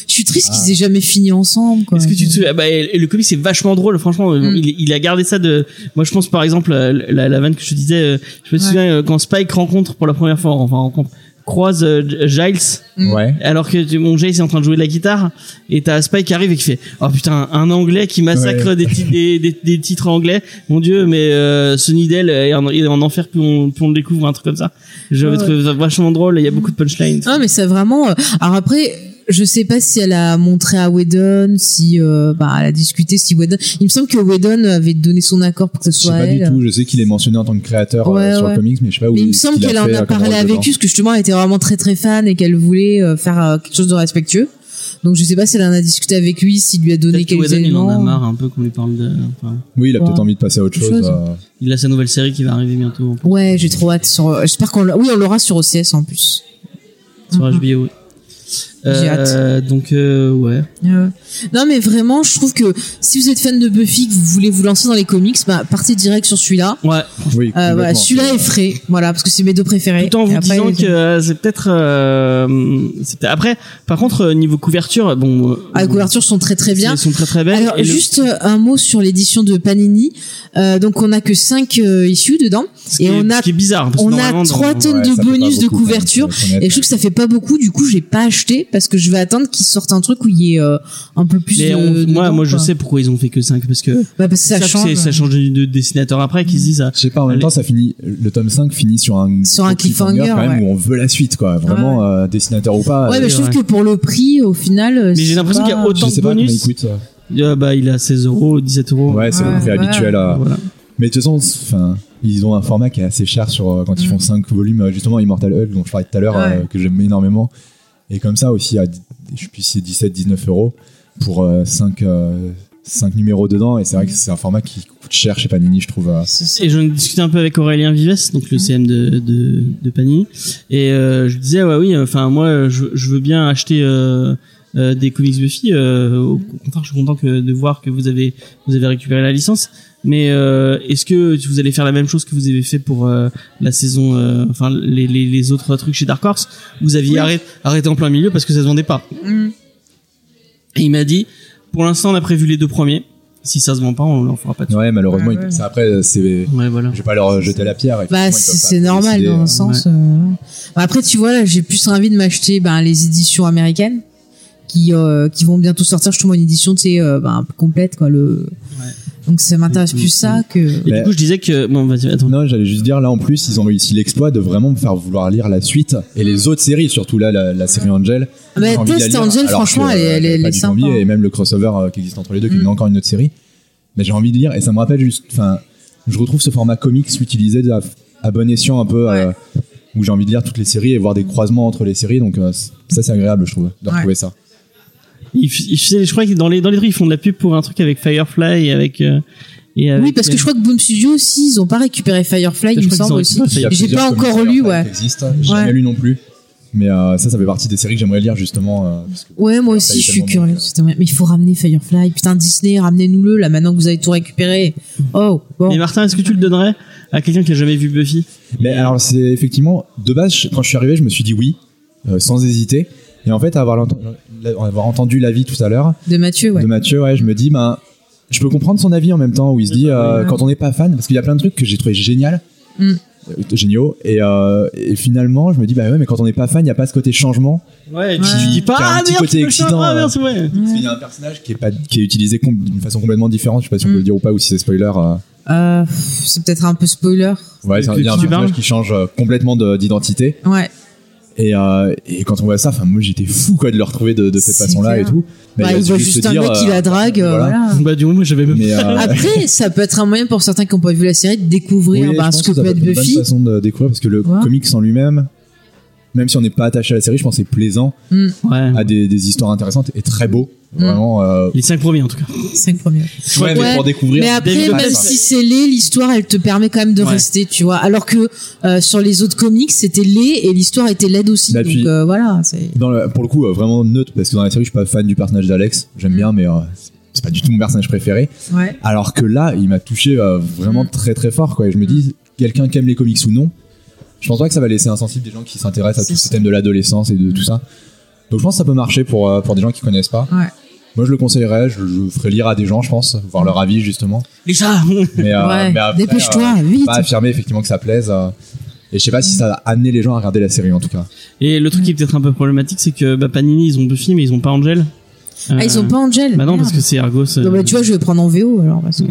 [SPEAKER 4] Je suis triste
[SPEAKER 5] Ah.
[SPEAKER 4] qu'ils aient jamais fini ensemble, quoi.
[SPEAKER 2] Est-ce que tu te souviens- bah, et- et le comic c'est vachement drôle, franchement. euh,
[SPEAKER 4] Mm.
[SPEAKER 2] Il, il a gardé ça de. Moi, je pense par exemple euh, la, la vanne que je te disais. euh, Je me
[SPEAKER 4] Ouais.
[SPEAKER 2] souviens euh, quand Spike rencontre pour la première fois, enfin rencontre, croise euh, G- Giles.
[SPEAKER 4] Mm.
[SPEAKER 5] Ouais.
[SPEAKER 2] alors que tu- mon Jay c'est en train de jouer de la guitare et t'as Spike qui arrive et qui fait oh putain un anglais qui massacre
[SPEAKER 5] Ouais.
[SPEAKER 2] des, ti- des, des, des titres anglais mon dieu mais euh, Sunny Dale est en, est en enfer plus on, plus on le découvre un truc comme ça j'avais
[SPEAKER 4] Ouais.
[SPEAKER 2] trouvé ça vachement drôle et il y a beaucoup de punchlines
[SPEAKER 4] Ah, mais c'est vraiment. euh, Alors après, je sais pas si elle a montré à Whedon, si euh, bah, elle a discuté, si Whedon. Il me semble que Whedon avait donné son accord pour que ce
[SPEAKER 5] Je sais
[SPEAKER 4] soit
[SPEAKER 5] pas
[SPEAKER 4] elle.
[SPEAKER 5] du tout, je sais qu'il est mentionné en tant que créateur euh,
[SPEAKER 4] Ouais,
[SPEAKER 5] sur
[SPEAKER 4] ouais.
[SPEAKER 5] le comics, mais je sais pas où
[SPEAKER 4] Mais il me
[SPEAKER 5] ce
[SPEAKER 4] semble
[SPEAKER 5] qu'il
[SPEAKER 4] qu'elle en
[SPEAKER 5] fait,
[SPEAKER 4] a
[SPEAKER 5] euh, comme
[SPEAKER 4] parlé
[SPEAKER 5] rôle
[SPEAKER 4] avec
[SPEAKER 5] dedans.
[SPEAKER 4] eux, parce que justement, elle était vraiment très très fan et qu'elle voulait euh, faire euh, quelque chose de respectueux. Donc je sais pas si elle en a discuté avec lui, s'il lui a donné
[SPEAKER 2] Peut-être que
[SPEAKER 4] quelques
[SPEAKER 2] Whedon, il en a
[SPEAKER 4] éléments.
[SPEAKER 2] marre un peu qu'on lui parle de. enfin,
[SPEAKER 5] Oui, il a peut-être
[SPEAKER 4] Ouais.
[SPEAKER 5] envie de passer à autre
[SPEAKER 4] Autre
[SPEAKER 5] chose.
[SPEAKER 4] chose.
[SPEAKER 5] euh,
[SPEAKER 2] il a sa nouvelle série qui va arriver bientôt
[SPEAKER 4] Ouais, j'ai trop hâte. Sur... euh, J'espère qu'on l'a- oui, on l'aura sur OCS en plus.
[SPEAKER 2] sur
[SPEAKER 4] Mhm.
[SPEAKER 2] HBO. ouais.
[SPEAKER 4] J'ai hâte.
[SPEAKER 2] Donc euh, ouais.
[SPEAKER 4] Ouais. Non, mais vraiment, je trouve que si vous êtes fan de Buffy, que vous voulez vous lancer dans les comics, bah, partez direct sur celui-là.
[SPEAKER 2] Ouais.
[SPEAKER 5] Oui,
[SPEAKER 4] Euh, voilà,
[SPEAKER 5] complètement.
[SPEAKER 4] celui-là est frais, voilà, parce que c'est mes deux préférés.
[SPEAKER 2] Tout en vous
[SPEAKER 4] Et après,
[SPEAKER 2] disant
[SPEAKER 4] les-
[SPEAKER 2] que euh, c'est peut-être. euh, c'est peut-être- Après, par contre, euh, niveau couverture, bon. euh,
[SPEAKER 4] Ah, les couvertures sont très très bien.
[SPEAKER 2] Elles sont très très belles.
[SPEAKER 4] Alors
[SPEAKER 2] et le-
[SPEAKER 4] juste euh, un mot sur l'édition de Panini. Euh, donc on a que 5 issues dedans
[SPEAKER 2] ce qui
[SPEAKER 4] et
[SPEAKER 2] est-
[SPEAKER 4] on a
[SPEAKER 2] ce qui est bizarre. parce que
[SPEAKER 4] on a
[SPEAKER 2] normalement, dans-
[SPEAKER 4] trois tonnes
[SPEAKER 5] Ouais,
[SPEAKER 4] de
[SPEAKER 5] ça fait pas
[SPEAKER 4] bonus de
[SPEAKER 5] beaucoup, quand même,
[SPEAKER 4] couverture.
[SPEAKER 5] faut être honnête.
[SPEAKER 4] Et je trouve que ça fait pas beaucoup, du coup j'ai pas acheté parce que je vais attendre qu'ils sortent un truc où il y ait euh, un peu plus
[SPEAKER 2] Mais
[SPEAKER 4] de.
[SPEAKER 2] on- moi,
[SPEAKER 4] dedans,
[SPEAKER 2] moi, je
[SPEAKER 4] quoi.
[SPEAKER 2] sais pourquoi ils ont fait que 5 parce que
[SPEAKER 4] Ouais, parce que ça
[SPEAKER 2] savent que c'est-
[SPEAKER 4] change.
[SPEAKER 2] ça change de, de dessinateur après qu'ils se disent ah,
[SPEAKER 5] Je sais pas, en même
[SPEAKER 2] Allez.
[SPEAKER 5] temps, ça finit, le tome 5 finit sur un,
[SPEAKER 4] Sur un cliffhanger,
[SPEAKER 5] quand même,
[SPEAKER 4] ouais.
[SPEAKER 5] où on veut la suite, quoi. Vraiment, euh, dessinateur ou pas.
[SPEAKER 4] Ouais,
[SPEAKER 5] euh,
[SPEAKER 4] mais je trouve
[SPEAKER 2] ouais.
[SPEAKER 4] que pour le prix, au final. euh,
[SPEAKER 2] Mais j'ai
[SPEAKER 4] c'est
[SPEAKER 2] l'impression
[SPEAKER 4] pas-
[SPEAKER 2] qu'il y a autant
[SPEAKER 5] je sais
[SPEAKER 2] de
[SPEAKER 5] pas combien il
[SPEAKER 2] bonus.
[SPEAKER 5] coûte. euh.
[SPEAKER 2] Ah, bah il a 16 euros, 17 euros.
[SPEAKER 5] Ouais, c'est
[SPEAKER 4] Ouais,
[SPEAKER 5] à peu
[SPEAKER 4] ouais.
[SPEAKER 5] près habituel. euh.
[SPEAKER 2] Voilà.
[SPEAKER 5] Mais de toute façon, c'est- enfin, ils ont un format qui est assez cher sur euh, quand ils font 5 volumes, euh, justement Immortal Hulk, dont je parlais tout à l'heure,
[SPEAKER 4] Mm. Ouais.
[SPEAKER 5] euh, que j'aime énormément. Et comme ça aussi, à, d- je sais plus si c'est 17-19 euros pour euh, 5, numéros dedans. Et c'est vrai que c'est un format qui coûte cher chez Panini, je trouve. euh.
[SPEAKER 2] Et j'en ai discuté un peu avec Aurélien Vives, donc
[SPEAKER 5] Mhm.
[SPEAKER 2] le CM de, de, de Panini. Et euh, je lui disais, ouais, oui, enfin, moi, je, je veux bien acheter euh, euh, des comics Buffy. euh, au contraire, je suis content que, de voir que vous avez, vous avez récupéré la licence. Mais euh, est-ce que vous allez faire la même chose que vous avez fait pour euh, la saison, euh, enfin, les, les, les autres trucs chez Dark Horse Vous aviez arrêt- arrêté en plein milieu parce que ça se vendait pas.
[SPEAKER 4] Mm.
[SPEAKER 2] Et il m'a dit, pour l'instant, on a prévu les deux premiers. Si ça se vend pas, on leur fera pas de
[SPEAKER 5] Ouais, malheureusement,
[SPEAKER 4] Ouais,
[SPEAKER 5] ils-
[SPEAKER 4] ouais.
[SPEAKER 5] ça, après, euh, c'est.
[SPEAKER 2] Ouais, voilà.
[SPEAKER 5] Je vais pas leur jeter la pierre. effectivement,
[SPEAKER 4] Bah,
[SPEAKER 5] ils
[SPEAKER 4] c'est
[SPEAKER 5] peuvent pas
[SPEAKER 4] c'est normal
[SPEAKER 5] décider,
[SPEAKER 4] dans
[SPEAKER 5] euh.
[SPEAKER 4] un sens. euh. Bah, après, tu vois, là, j'ai plus envie de m'acheter ben, les éditions américaines qui euh, qui vont bientôt sortir. Je trouve une édition, tu sais, euh, ben, complète quoi. Le
[SPEAKER 2] Ouais.
[SPEAKER 4] donc ça m'intéresse
[SPEAKER 2] Mm,
[SPEAKER 4] plus
[SPEAKER 2] mm,
[SPEAKER 4] ça que.
[SPEAKER 2] Et
[SPEAKER 5] Mais-
[SPEAKER 2] du coup, je disais que. Bon, vas-y, attends.
[SPEAKER 5] Non, j'allais juste dire, là en plus, ils ont réussi l'exploit de vraiment me faire vouloir lire la suite et les autres séries, surtout là, la, la série Angel.
[SPEAKER 4] Mais
[SPEAKER 5] J'ai envie de la
[SPEAKER 4] Test
[SPEAKER 5] lire,
[SPEAKER 4] Angel,
[SPEAKER 5] alors
[SPEAKER 4] Bah, franchement,
[SPEAKER 5] que,
[SPEAKER 4] elle est-
[SPEAKER 5] euh,
[SPEAKER 4] elle est-
[SPEAKER 5] j'avais
[SPEAKER 4] elle
[SPEAKER 5] pas
[SPEAKER 4] est
[SPEAKER 5] du tout
[SPEAKER 4] sympa,
[SPEAKER 5] envie,
[SPEAKER 4] hein.
[SPEAKER 5] Et même le crossover euh, qui existe entre les deux, qui
[SPEAKER 4] Mm.
[SPEAKER 5] est encore une autre série. Mais j'ai envie de lire et ça me rappelle juste. Enfin, je retrouve ce format comics utilisé à, à bon escient un peu. euh, où j'ai envie de lire toutes les séries et voir des croisements entre les séries, donc euh, c- ça c'est agréable, je trouve, de
[SPEAKER 4] Ouais.
[SPEAKER 5] retrouver ça.
[SPEAKER 2] Ils f- ils faisaient- je crois que dans les, dans les trucs, ils font de la pub pour un truc avec Firefly et avec. euh, et avec euh,
[SPEAKER 4] Oui, parce que je crois que Boom Studio aussi, ils ont pas récupéré Firefly,
[SPEAKER 2] Je
[SPEAKER 4] il
[SPEAKER 2] crois
[SPEAKER 4] me
[SPEAKER 2] qu'ils
[SPEAKER 4] semble
[SPEAKER 2] ont
[SPEAKER 4] aussi.
[SPEAKER 2] récupéré Firefly.
[SPEAKER 5] Il y a
[SPEAKER 4] J'ai
[SPEAKER 5] plusieurs
[SPEAKER 4] pas
[SPEAKER 5] comics
[SPEAKER 4] encore
[SPEAKER 5] d'ailleurs,
[SPEAKER 4] lu,
[SPEAKER 5] qui
[SPEAKER 4] ouais.
[SPEAKER 5] existent. J'ai
[SPEAKER 4] Ouais.
[SPEAKER 5] jamais lu non plus. Mais euh, ça, ça fait partie des séries que j'aimerais lire justement. euh, parce que-
[SPEAKER 4] Ouais, moi
[SPEAKER 5] Firefly
[SPEAKER 4] aussi,
[SPEAKER 5] est
[SPEAKER 4] je suis
[SPEAKER 5] tellement bon
[SPEAKER 4] curieuse.
[SPEAKER 5] que-
[SPEAKER 4] Putain, Mais il faut ramener Firefly. Putain, Disney, ramenez-nous-le, là, maintenant que vous avez tout récupéré.
[SPEAKER 2] Mm.
[SPEAKER 4] Oh,
[SPEAKER 2] Mais
[SPEAKER 4] bon.
[SPEAKER 2] Martin, est-ce que tu le donnerais à quelqu'un qui a jamais vu Buffy
[SPEAKER 5] Mais alors, c'est effectivement, de base, je- quand je suis arrivé, je me suis dit oui, euh, sans hésiter. Et en fait, avoir, l'ent- avoir entendu l'avis tout à l'heure
[SPEAKER 4] De Mathieu, ouais.
[SPEAKER 5] de Mathieu, ouais, je me dis, ben, je peux comprendre son avis en même temps, où il se dit, euh,
[SPEAKER 4] oui.
[SPEAKER 5] quand on n'est pas fan, parce qu'il y a plein de trucs que j'ai trouvé génial,
[SPEAKER 4] Mm.
[SPEAKER 5] euh, géniaux, et, euh, et finalement, je me dis, bah ouais, mais quand on n'est pas fan, il n'y a pas ce côté changement.
[SPEAKER 2] Ouais,
[SPEAKER 4] puis
[SPEAKER 2] tu
[SPEAKER 4] tu
[SPEAKER 2] dis pas.
[SPEAKER 5] qui a un
[SPEAKER 2] Ah
[SPEAKER 5] petit
[SPEAKER 2] merde,
[SPEAKER 5] côté
[SPEAKER 2] tu peux faire-
[SPEAKER 5] excitant,
[SPEAKER 2] ah,
[SPEAKER 5] euh.
[SPEAKER 2] merde, c'est vrai.
[SPEAKER 5] Parce qu'il y a un personnage qui est, pas, qui est utilisé com- d'une façon complètement différente, je sais pas si on peut
[SPEAKER 4] Mm.
[SPEAKER 5] le dire ou pas, ou si c'est spoiler. euh.
[SPEAKER 4] Euh, c'est peut-être un peu spoiler.
[SPEAKER 5] ouais, c'est un-
[SPEAKER 2] Que
[SPEAKER 5] il y a un
[SPEAKER 2] tu
[SPEAKER 5] personnage
[SPEAKER 2] parles
[SPEAKER 5] qui change euh, complètement de- d'identité.
[SPEAKER 4] Ouais.
[SPEAKER 5] Et, euh, et quand on voit ça, enfin moi j'étais fou quoi de le retrouver de, de cette
[SPEAKER 4] C'est
[SPEAKER 5] façon-là et
[SPEAKER 4] clair.
[SPEAKER 5] tout. Mais
[SPEAKER 4] Bah,
[SPEAKER 5] il a
[SPEAKER 4] il
[SPEAKER 5] dû
[SPEAKER 4] voit juste
[SPEAKER 5] se
[SPEAKER 4] un
[SPEAKER 5] dire,
[SPEAKER 4] mec qui
[SPEAKER 5] euh,
[SPEAKER 4] la drague, euh,
[SPEAKER 5] voilà.
[SPEAKER 4] voilà.
[SPEAKER 2] Bah, du coup, moi, j'avais même.
[SPEAKER 5] Mais, euh,
[SPEAKER 4] Après, ça peut être un moyen pour certains qui n'ont pas vu la série de découvrir
[SPEAKER 5] oui,
[SPEAKER 4] bah,
[SPEAKER 5] je pense
[SPEAKER 4] ce que
[SPEAKER 5] ça
[SPEAKER 4] peut être
[SPEAKER 5] une bonne
[SPEAKER 4] Buffy.
[SPEAKER 5] façon de découvrir parce que le
[SPEAKER 4] Ouais.
[SPEAKER 5] comics en lui-même, même si on n'est pas attaché à la série, je pense que c'est plaisant,
[SPEAKER 2] Ouais.
[SPEAKER 5] a des, des histoires intéressantes et très beau.
[SPEAKER 4] Mm.
[SPEAKER 5] Vraiment. euh,
[SPEAKER 2] Les 5 premiers, en tout cas.
[SPEAKER 4] Cinq premières.
[SPEAKER 5] je crois
[SPEAKER 4] Ouais,
[SPEAKER 5] que
[SPEAKER 4] mais-
[SPEAKER 5] pour découvrir.
[SPEAKER 4] Mais après,
[SPEAKER 2] David
[SPEAKER 4] même
[SPEAKER 2] Bates.
[SPEAKER 4] si c'est laid, l'histoire, elle te permet quand même de
[SPEAKER 2] Ouais.
[SPEAKER 4] rester, tu vois. Alors que euh, sur les autres comics, c'était laid et l'histoire était laide aussi.
[SPEAKER 5] Là,
[SPEAKER 4] donc
[SPEAKER 5] Bah, puis-
[SPEAKER 4] euh, voilà, c'est.
[SPEAKER 5] dans le- pour le coup, euh, vraiment neutre parce que dans la série, je suis pas fan du personnage d'Alex. J'aime
[SPEAKER 4] Mm.
[SPEAKER 5] bien, mais euh, c'est- c'est pas du tout mon personnage préféré.
[SPEAKER 4] Ouais.
[SPEAKER 5] Alors que là, il m'a touché euh, vraiment
[SPEAKER 4] Mm.
[SPEAKER 5] très très fort. Quoi. Et je me dis, quelqu'un qui aime les comics ou non, je pense pas que ça va laisser insensible des gens qui s'intéressent à
[SPEAKER 4] C'est
[SPEAKER 5] tous ces
[SPEAKER 4] ça.
[SPEAKER 5] thèmes de l'adolescence et de tout ça. Donc je pense que ça peut marcher pour, euh, pour des gens qui connaissent pas.
[SPEAKER 4] Ouais.
[SPEAKER 5] Moi, je le conseillerais, je, je ferais lire à des gens, je pense, voir leur avis justement.
[SPEAKER 2] Les chats
[SPEAKER 5] Mais, euh,
[SPEAKER 4] Ouais.
[SPEAKER 5] mais après,
[SPEAKER 4] Dépêche-toi,
[SPEAKER 5] euh, je peux
[SPEAKER 4] vite.
[SPEAKER 5] Pas affirmer effectivement que ça plaise. euh, et je sais pas si ça a amené les gens à regarder la série en tout cas.
[SPEAKER 2] Et le truc qui est peut-être un peu problématique, c'est que bah, Panini, ils ont Buffy, mais ils ont pas Angel.
[SPEAKER 4] Ah,
[SPEAKER 5] euh,
[SPEAKER 4] ils ont pas Angel
[SPEAKER 2] Bah non, parce que
[SPEAKER 4] Merde.
[SPEAKER 2] c'est Argos. euh,
[SPEAKER 4] Non, bah, tu vois, je vais prendre en VO alors. Parce que...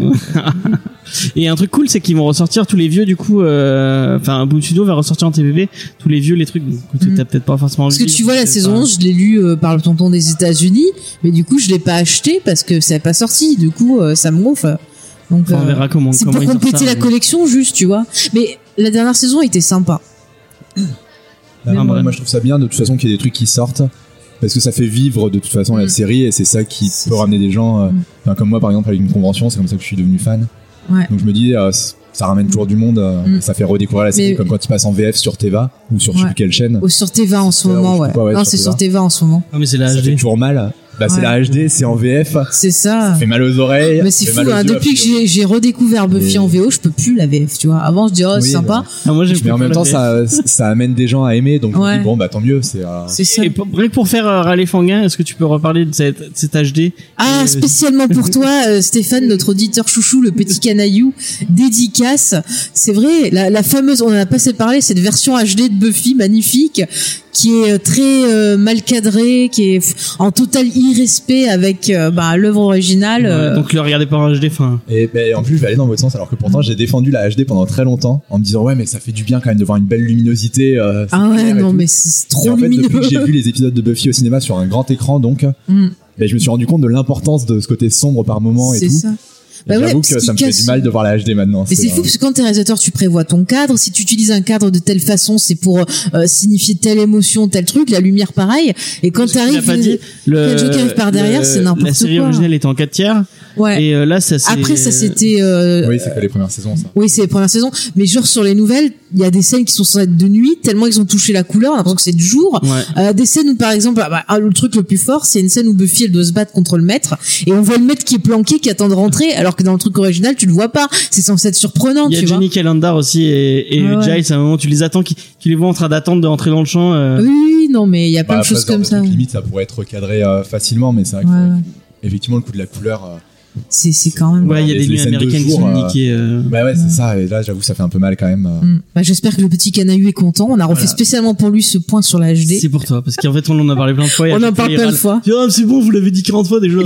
[SPEAKER 2] Et un truc cool, c'est qu'ils vont ressortir tous les vieux, du coup, euh, enfin, Boom Studio va ressortir en TPB tous les vieux, les trucs que tu-
[SPEAKER 4] Mm.
[SPEAKER 2] t'as peut-être pas forcément
[SPEAKER 4] Parce que
[SPEAKER 2] envie,
[SPEAKER 4] tu vois, la
[SPEAKER 2] sais
[SPEAKER 4] saison
[SPEAKER 2] pas.
[SPEAKER 4] 11, je l'ai lu euh, par le tonton des États-Unis, mais du coup, je l'ai pas acheté parce que ça n'est pas sorti. Du coup, euh, ça me gonfle. Donc,
[SPEAKER 2] Enfin, on
[SPEAKER 4] euh,
[SPEAKER 2] verra comment,
[SPEAKER 4] c'est
[SPEAKER 2] comment
[SPEAKER 4] pour
[SPEAKER 2] ils sortent hein. ça,
[SPEAKER 4] compléter la
[SPEAKER 2] mais-
[SPEAKER 4] collection, juste, tu vois. Mais la dernière saison était sympa.
[SPEAKER 5] Non,
[SPEAKER 2] Ah,
[SPEAKER 5] moi,
[SPEAKER 2] bref.
[SPEAKER 5] moi, je trouve ça bien de toute façon qu'il y ait des trucs qui sortent parce que ça fait vivre de toute façon la
[SPEAKER 4] Mm.
[SPEAKER 5] série et c'est ça qui
[SPEAKER 4] C'est
[SPEAKER 5] peut
[SPEAKER 4] ça.
[SPEAKER 5] ramener des gens. euh,
[SPEAKER 4] Mm.
[SPEAKER 5] enfin, comme moi par exemple avec une convention, c'est comme ça que je suis devenu fan.
[SPEAKER 4] Ouais.
[SPEAKER 5] Donc je me dis euh, c- ça ramène toujours du monde, euh,
[SPEAKER 4] Mm.
[SPEAKER 5] ça fait redécouvrir la série
[SPEAKER 4] Mais-
[SPEAKER 5] comme quand ils passent en VF sur Teva ou sur je sais
[SPEAKER 4] Ouais.
[SPEAKER 5] plus quelle chaîne.
[SPEAKER 4] Au Oh, sur Teva en ce
[SPEAKER 5] Ouais,
[SPEAKER 4] moment,
[SPEAKER 5] je
[SPEAKER 4] ouais.
[SPEAKER 5] sais pas, ouais,
[SPEAKER 4] Non,
[SPEAKER 5] sur
[SPEAKER 4] c'est sur
[SPEAKER 5] Teva.
[SPEAKER 4] Teva en ce moment.
[SPEAKER 2] Non, mais c'est la
[SPEAKER 5] Ça fait
[SPEAKER 2] HD.
[SPEAKER 5] toujours mal. Bah, C'est
[SPEAKER 4] Ouais.
[SPEAKER 5] la HD, c'est en VF, ça
[SPEAKER 4] C'est ça.
[SPEAKER 5] fait mal aux oreilles.
[SPEAKER 4] Mais c'est
[SPEAKER 5] ça fait
[SPEAKER 4] fou,
[SPEAKER 5] mal aux
[SPEAKER 4] hein,
[SPEAKER 5] yeux,
[SPEAKER 4] depuis que
[SPEAKER 5] puis-
[SPEAKER 4] j'ai- j'ai redécouvert Buffy
[SPEAKER 5] Mais-
[SPEAKER 4] en VO, je peux plus la VF, tu vois. Avant, je dis, oh, c'est
[SPEAKER 5] Oui, bah
[SPEAKER 4] sympa.
[SPEAKER 2] Ah, moi, j'aime
[SPEAKER 5] Mais en même temps, ça, ça amène des gens à aimer, donc je me
[SPEAKER 4] Ouais.
[SPEAKER 5] dis, bon, bah tant mieux. C'est euh,
[SPEAKER 4] C'est ça.
[SPEAKER 2] Et pour, rien que pour faire euh, râler Fanguin, est-ce que tu peux reparler de cette, cette HD
[SPEAKER 4] Ah,
[SPEAKER 2] Euh,
[SPEAKER 4] spécialement pour toi, euh, Stéphane, notre auditeur chouchou, le petit canaillou, dédicace. C'est vrai, la, la fameuse, on en a pas assez parlé, cette version HD de Buffy magnifique, qui est euh, très euh, mal cadrée, qui est f- en total irrespect avec euh, bah, l'œuvre originale. euh,
[SPEAKER 2] Donc, le regardez pas en HD, fin.
[SPEAKER 5] Et ben, en plus, je vais aller dans votre sens, alors que
[SPEAKER 4] Mm.
[SPEAKER 5] pourtant, j'ai défendu la HD pendant très longtemps en me disant, ouais, mais ça fait du bien quand même de voir une belle luminosité. euh, c'est
[SPEAKER 4] ah ouais,
[SPEAKER 5] clair et
[SPEAKER 4] non,
[SPEAKER 5] tout.
[SPEAKER 4] mais c'est
[SPEAKER 5] Et
[SPEAKER 4] trop
[SPEAKER 5] en fait,
[SPEAKER 4] lumineux.
[SPEAKER 5] depuis que j'ai vu les épisodes de Buffy au cinéma sur un grand écran, donc,
[SPEAKER 4] Mm,
[SPEAKER 5] ben, je me suis rendu compte de l'importance de ce côté sombre par moment et
[SPEAKER 4] c'est
[SPEAKER 5] tout.
[SPEAKER 4] ça.
[SPEAKER 5] Et
[SPEAKER 4] Bah ouais,
[SPEAKER 5] J'avoue
[SPEAKER 4] parce
[SPEAKER 5] que
[SPEAKER 4] qu'il
[SPEAKER 5] ça me fait
[SPEAKER 4] casse-
[SPEAKER 5] du mal de voir la HD maintenant.
[SPEAKER 4] Mais c'est fou
[SPEAKER 5] euh,
[SPEAKER 4] parce que quand t'es réalisateur, tu prévois ton cadre. Si tu utilises un cadre de telle façon, c'est pour euh, signifier telle émotion, tel truc. La lumière, pareil. Et quand
[SPEAKER 2] Parce que tu
[SPEAKER 4] t'arrives,
[SPEAKER 2] l'as pas dit, le,
[SPEAKER 4] Quel jeu qui arrive par derrière,
[SPEAKER 2] le-
[SPEAKER 4] c'est n'importe
[SPEAKER 2] La série
[SPEAKER 4] quoi.
[SPEAKER 2] originelle était en 4 tiers,
[SPEAKER 4] ouais.
[SPEAKER 2] et euh, là, ça c'est-
[SPEAKER 4] Après, ça c'était. euh,
[SPEAKER 5] Oui, c'est que les premières saisons, ça.
[SPEAKER 4] Oui, c'est les premières saisons. Mais genre sur les nouvelles, il y a des scènes qui sont censées être de nuit tellement ils ont touché la couleur, on a l'impression que c'est de jour.
[SPEAKER 2] Ouais.
[SPEAKER 4] Euh, des scènes où par exemple, ah bah, ah, le truc le plus fort, c'est une scène où Buffy elle doit se battre contre le maître et on voit le maître qui est planqué, qui attend de rentrer, alors que dans le truc original tu le vois pas. C'est censé être surprenant,
[SPEAKER 2] Il y a
[SPEAKER 4] tu vois.
[SPEAKER 2] Johnny Calendar aussi et, et
[SPEAKER 4] Ah ouais.
[SPEAKER 2] Giles, à un moment, tu les attends, qui- tu les vois en train d'attendre de rentrer dans le champ. euh,
[SPEAKER 4] Oui, oui, non, mais il y a
[SPEAKER 5] Bah,
[SPEAKER 4] plein de
[SPEAKER 5] après,
[SPEAKER 4] choses
[SPEAKER 5] ce genre
[SPEAKER 4] comme
[SPEAKER 5] de
[SPEAKER 4] ça.
[SPEAKER 5] truc, Limite, ça pourrait être recadré euh, facilement, mais c'est vrai
[SPEAKER 4] Ouais,
[SPEAKER 5] que,
[SPEAKER 4] ouais.
[SPEAKER 5] effectivement, le coup de la couleur. euh,
[SPEAKER 4] C'est c'est quand même.
[SPEAKER 2] Ouais, il y a
[SPEAKER 5] Les-
[SPEAKER 2] des
[SPEAKER 5] les
[SPEAKER 2] nuits
[SPEAKER 5] scènes de
[SPEAKER 2] américaines qui
[SPEAKER 5] jour,
[SPEAKER 2] sont
[SPEAKER 5] euh,
[SPEAKER 2] niquées. euh.
[SPEAKER 5] Bah ouais, c'est ça. Et là, j'avoue, ça fait un peu mal quand même. euh.
[SPEAKER 4] Mm. Bah, J'espère que le petit canaillou est content. On a refait spécialement pour lui ce point sur la HD.
[SPEAKER 2] C'est pour toi, parce qu'en fait, on en a parlé plein de fois.
[SPEAKER 4] On en parle plein de fois.
[SPEAKER 2] Ah, c'est bon, vous l'avez dit 40 fois déjà.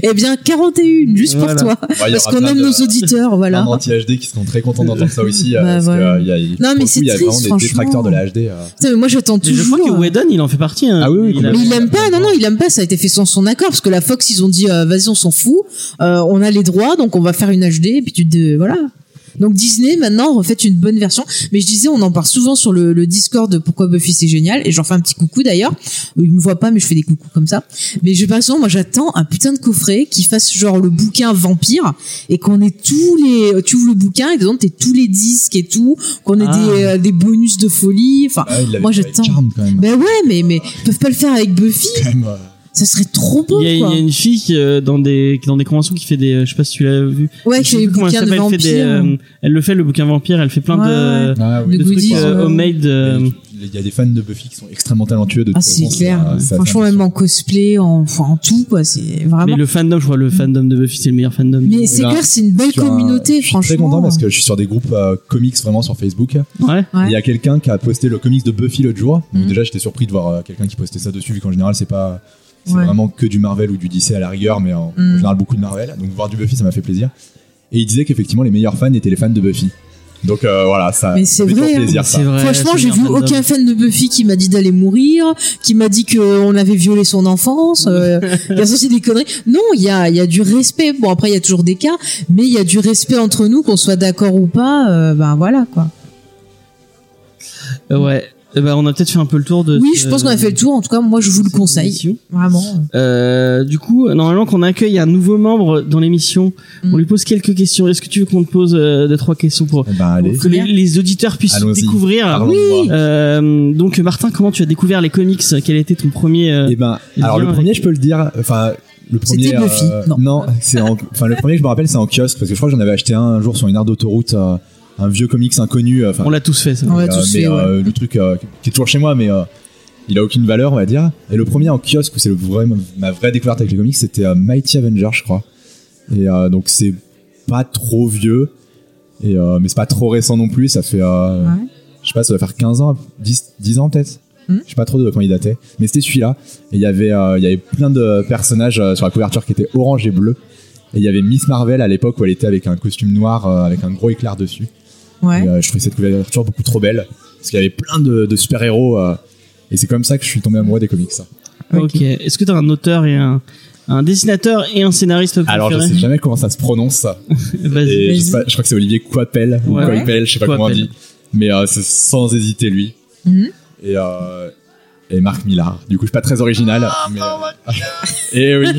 [SPEAKER 4] Eh bien, 41, juste
[SPEAKER 2] Voilà.
[SPEAKER 4] pour toi.
[SPEAKER 5] Bah, il y
[SPEAKER 4] Parce
[SPEAKER 5] aura
[SPEAKER 4] qu'on
[SPEAKER 5] plein
[SPEAKER 4] aime
[SPEAKER 5] de-
[SPEAKER 4] nos auditeurs,
[SPEAKER 5] plein
[SPEAKER 4] voilà.
[SPEAKER 5] d'anti-HD qui seront très contents d'entendre ça aussi. euh,
[SPEAKER 4] Bah,
[SPEAKER 5] parce que,
[SPEAKER 4] voilà.
[SPEAKER 5] euh, il y a, il-
[SPEAKER 4] Non,
[SPEAKER 5] pour
[SPEAKER 4] mais
[SPEAKER 5] le
[SPEAKER 4] c'est
[SPEAKER 5] coup, il y a
[SPEAKER 4] triste,
[SPEAKER 5] vraiment des détracteurs de la HD. euh.
[SPEAKER 4] Putain, mais moi j'attends
[SPEAKER 2] Mais je
[SPEAKER 4] toujours.
[SPEAKER 2] crois que Whedon, il en fait partie. hein.
[SPEAKER 5] Ah oui, oui,
[SPEAKER 2] il a-
[SPEAKER 4] Mais il aime pas, non, non, il aime pas, ça a été fait sans son accord, parce que la Fox, ils ont dit, euh, vas-y, on s'en fout, euh, on a les droits, donc on va faire une HD, et puis tu te, voilà. Donc Disney, maintenant, refait une bonne version. Mais je disais, on en parle souvent sur le, le Discord de pourquoi Buffy c'est génial, et j'en fais un petit coucou d'ailleurs. Ils me voient pas, mais je fais des coucous comme ça. Mais je, par exemple, moi j'attends un putain de coffret qui fasse genre le bouquin vampire, et qu'on ait tous les, euh, tu ouvres le bouquin, et dedans t'es tous les disques et tout, qu'on ait
[SPEAKER 2] Ah.
[SPEAKER 4] des, euh, des bonus de folie, enfin.
[SPEAKER 5] Ah, il l'avait
[SPEAKER 4] Moi,
[SPEAKER 5] fait avec
[SPEAKER 4] j'attends.
[SPEAKER 5] Charmed, quand même.
[SPEAKER 4] Ben ouais, mais mais ils peuvent pas le faire avec Buffy.
[SPEAKER 5] Quand même, euh,
[SPEAKER 4] Ça serait trop beau,
[SPEAKER 2] Il y, a, il y a
[SPEAKER 4] quoi.
[SPEAKER 2] une fille qui, euh, dans des qui, dans des conventions qui fait des euh, je sais pas si tu l'as vu
[SPEAKER 4] Ouais,
[SPEAKER 2] Je sais
[SPEAKER 4] j'ai eu
[SPEAKER 2] plus comment elle
[SPEAKER 4] bouquin de
[SPEAKER 2] s'appelle, elle,
[SPEAKER 4] vampire.
[SPEAKER 2] fait des, euh, elle le fait le bouquin vampire elle fait plein de,
[SPEAKER 5] ah oui.
[SPEAKER 4] De
[SPEAKER 2] de trucs
[SPEAKER 4] goodies,
[SPEAKER 2] euh,
[SPEAKER 4] ouais.
[SPEAKER 2] homemade euh,
[SPEAKER 5] Et Il y a des fans de Buffy qui sont extrêmement talentueux de
[SPEAKER 4] Ah,
[SPEAKER 5] toute
[SPEAKER 4] c'est
[SPEAKER 5] façon,
[SPEAKER 4] clair.
[SPEAKER 5] euh, ça-
[SPEAKER 4] Franchement,
[SPEAKER 5] ça-
[SPEAKER 4] même en cosplay, en, enfin, en tout, quoi. C'est
[SPEAKER 2] mais
[SPEAKER 4] vraiment.
[SPEAKER 2] le fandom je crois le fandom de Buffy c'est le meilleur fandom
[SPEAKER 4] Ah Mais, c'est
[SPEAKER 5] Là,
[SPEAKER 4] clair, c'est une belle
[SPEAKER 5] sur un-
[SPEAKER 4] communauté,
[SPEAKER 5] je suis
[SPEAKER 4] franchement.
[SPEAKER 5] très content parce que je suis sur des groupes euh, comics vraiment sur Facebook.
[SPEAKER 2] ouais
[SPEAKER 4] Ouais.
[SPEAKER 5] Il y a quelqu'un qui a posté le comics de Buffy l'autre jour. Donc
[SPEAKER 4] Mhm.
[SPEAKER 5] déjà, j'étais surpris de voir euh, quelqu'un qui postait ça dessus, vu qu'en général, c'est pas c'est
[SPEAKER 4] Ouais.
[SPEAKER 5] vraiment que du Marvel ou du DC à la rigueur, mais en, en
[SPEAKER 4] Mhm.
[SPEAKER 5] général beaucoup de Marvel. Donc voir du Buffy, ça m'a fait plaisir. Et il disait qu'effectivement, les meilleurs fans étaient les fans de Buffy. Donc euh, voilà, ça
[SPEAKER 4] Mais c'est
[SPEAKER 5] fait toujours
[SPEAKER 4] vrai, hein.
[SPEAKER 5] plaisir. ça.
[SPEAKER 2] c'est vrai
[SPEAKER 4] Franchement,
[SPEAKER 2] c'est
[SPEAKER 4] j'ai
[SPEAKER 2] le
[SPEAKER 4] vu
[SPEAKER 2] meilleur fandom.
[SPEAKER 4] aucun fan de Buffy qui m'a dit d'aller mourir, qui m'a dit qu'on avait violé son enfance. Euh, il y a ça, c'est des conneries. Non, il y a, il y a du respect. Bon, après, il y a toujours des cas, mais il y a du respect entre nous, qu'on soit d'accord ou pas. euh, ben voilà, quoi.
[SPEAKER 2] Euh, ouais Eh ben, on a peut-être fait un peu le tour de
[SPEAKER 4] Oui,
[SPEAKER 2] ce-
[SPEAKER 4] je pense qu'on a fait le tour. En tout cas, moi, je vous le
[SPEAKER 2] cette
[SPEAKER 4] conseille.
[SPEAKER 2] émission.
[SPEAKER 4] Vraiment.
[SPEAKER 2] Euh, du coup, normalement, qu'on accueille un nouveau membre dans l'émission,
[SPEAKER 4] Mm.
[SPEAKER 2] on lui pose quelques questions. Est-ce que tu veux qu'on te pose euh, deux, trois questions pour,
[SPEAKER 5] Eh ben, allez,
[SPEAKER 2] pour que les, les auditeurs puissent
[SPEAKER 5] Allons-y.
[SPEAKER 2] découvrir
[SPEAKER 5] parlons-moi.
[SPEAKER 2] Euh, donc Martin, comment tu as découvert les comics Quel était ton premier euh,
[SPEAKER 5] Eh ben,
[SPEAKER 2] Il
[SPEAKER 5] alors
[SPEAKER 2] vient
[SPEAKER 5] le premier,
[SPEAKER 2] avec-
[SPEAKER 5] je peux le dire. Enfin, le premier. euh,
[SPEAKER 4] C'était Buffy, non.
[SPEAKER 5] c'est en- enfin le premier que je me rappelle, c'est en kiosque parce que je crois que j'en avais acheté un un jour sur une aire d'autoroute, euh, un vieux comics inconnu. euh, Enfin,
[SPEAKER 2] On l'a tous fait ça.
[SPEAKER 4] On l'a
[SPEAKER 5] mais, euh,
[SPEAKER 4] tous
[SPEAKER 5] mais,
[SPEAKER 4] fait, ouais.
[SPEAKER 5] euh, le truc euh, qui est toujours chez moi, mais euh, il a aucune valeur, on va dire. Et le premier en kiosque où c'est le vrai, ma vraie découverte avec les comics, c'était euh, Mighty Avenger, je crois. Et euh, donc c'est pas trop vieux. Et, euh, mais c'est pas trop récent non plus, ça fait, euh,
[SPEAKER 4] Ouais.
[SPEAKER 5] je sais pas, ça doit faire 15 ans, 10, 10 ans peut-être
[SPEAKER 4] Mhm.
[SPEAKER 5] Je sais pas trop de quand il datait, mais c'était celui-là. Et il y avait, euh, il y avait plein de personnages euh, sur la couverture qui étaient orange et bleu. Et il y avait Miss Marvel à l'époque où elle était avec un costume noir euh, avec un gros éclair dessus.
[SPEAKER 4] Ouais.
[SPEAKER 5] Et, euh, je trouvais cette couverture beaucoup trop belle parce qu'il y avait plein de, de super héros. et c'est comme ça que je suis tombé amoureux des comics. ça.
[SPEAKER 2] Ok. Est-ce que t'as un auteur et un, un dessinateur et un scénariste préféré
[SPEAKER 5] Alors je sais jamais comment ça se prononce. ça.
[SPEAKER 2] Vas-y.
[SPEAKER 5] Et je, sais
[SPEAKER 4] Vas-y.
[SPEAKER 5] pas, je crois que c'est Olivier Coipel, ou
[SPEAKER 2] Ouais.
[SPEAKER 5] Coipel, je sais pas comment on
[SPEAKER 2] Coipel.
[SPEAKER 5] dit. Mais euh, c'est sans hésiter lui.
[SPEAKER 4] Mhm.
[SPEAKER 5] Et, euh, et Marc Millard. Du coup, je suis pas très original. mais, euh, et oui,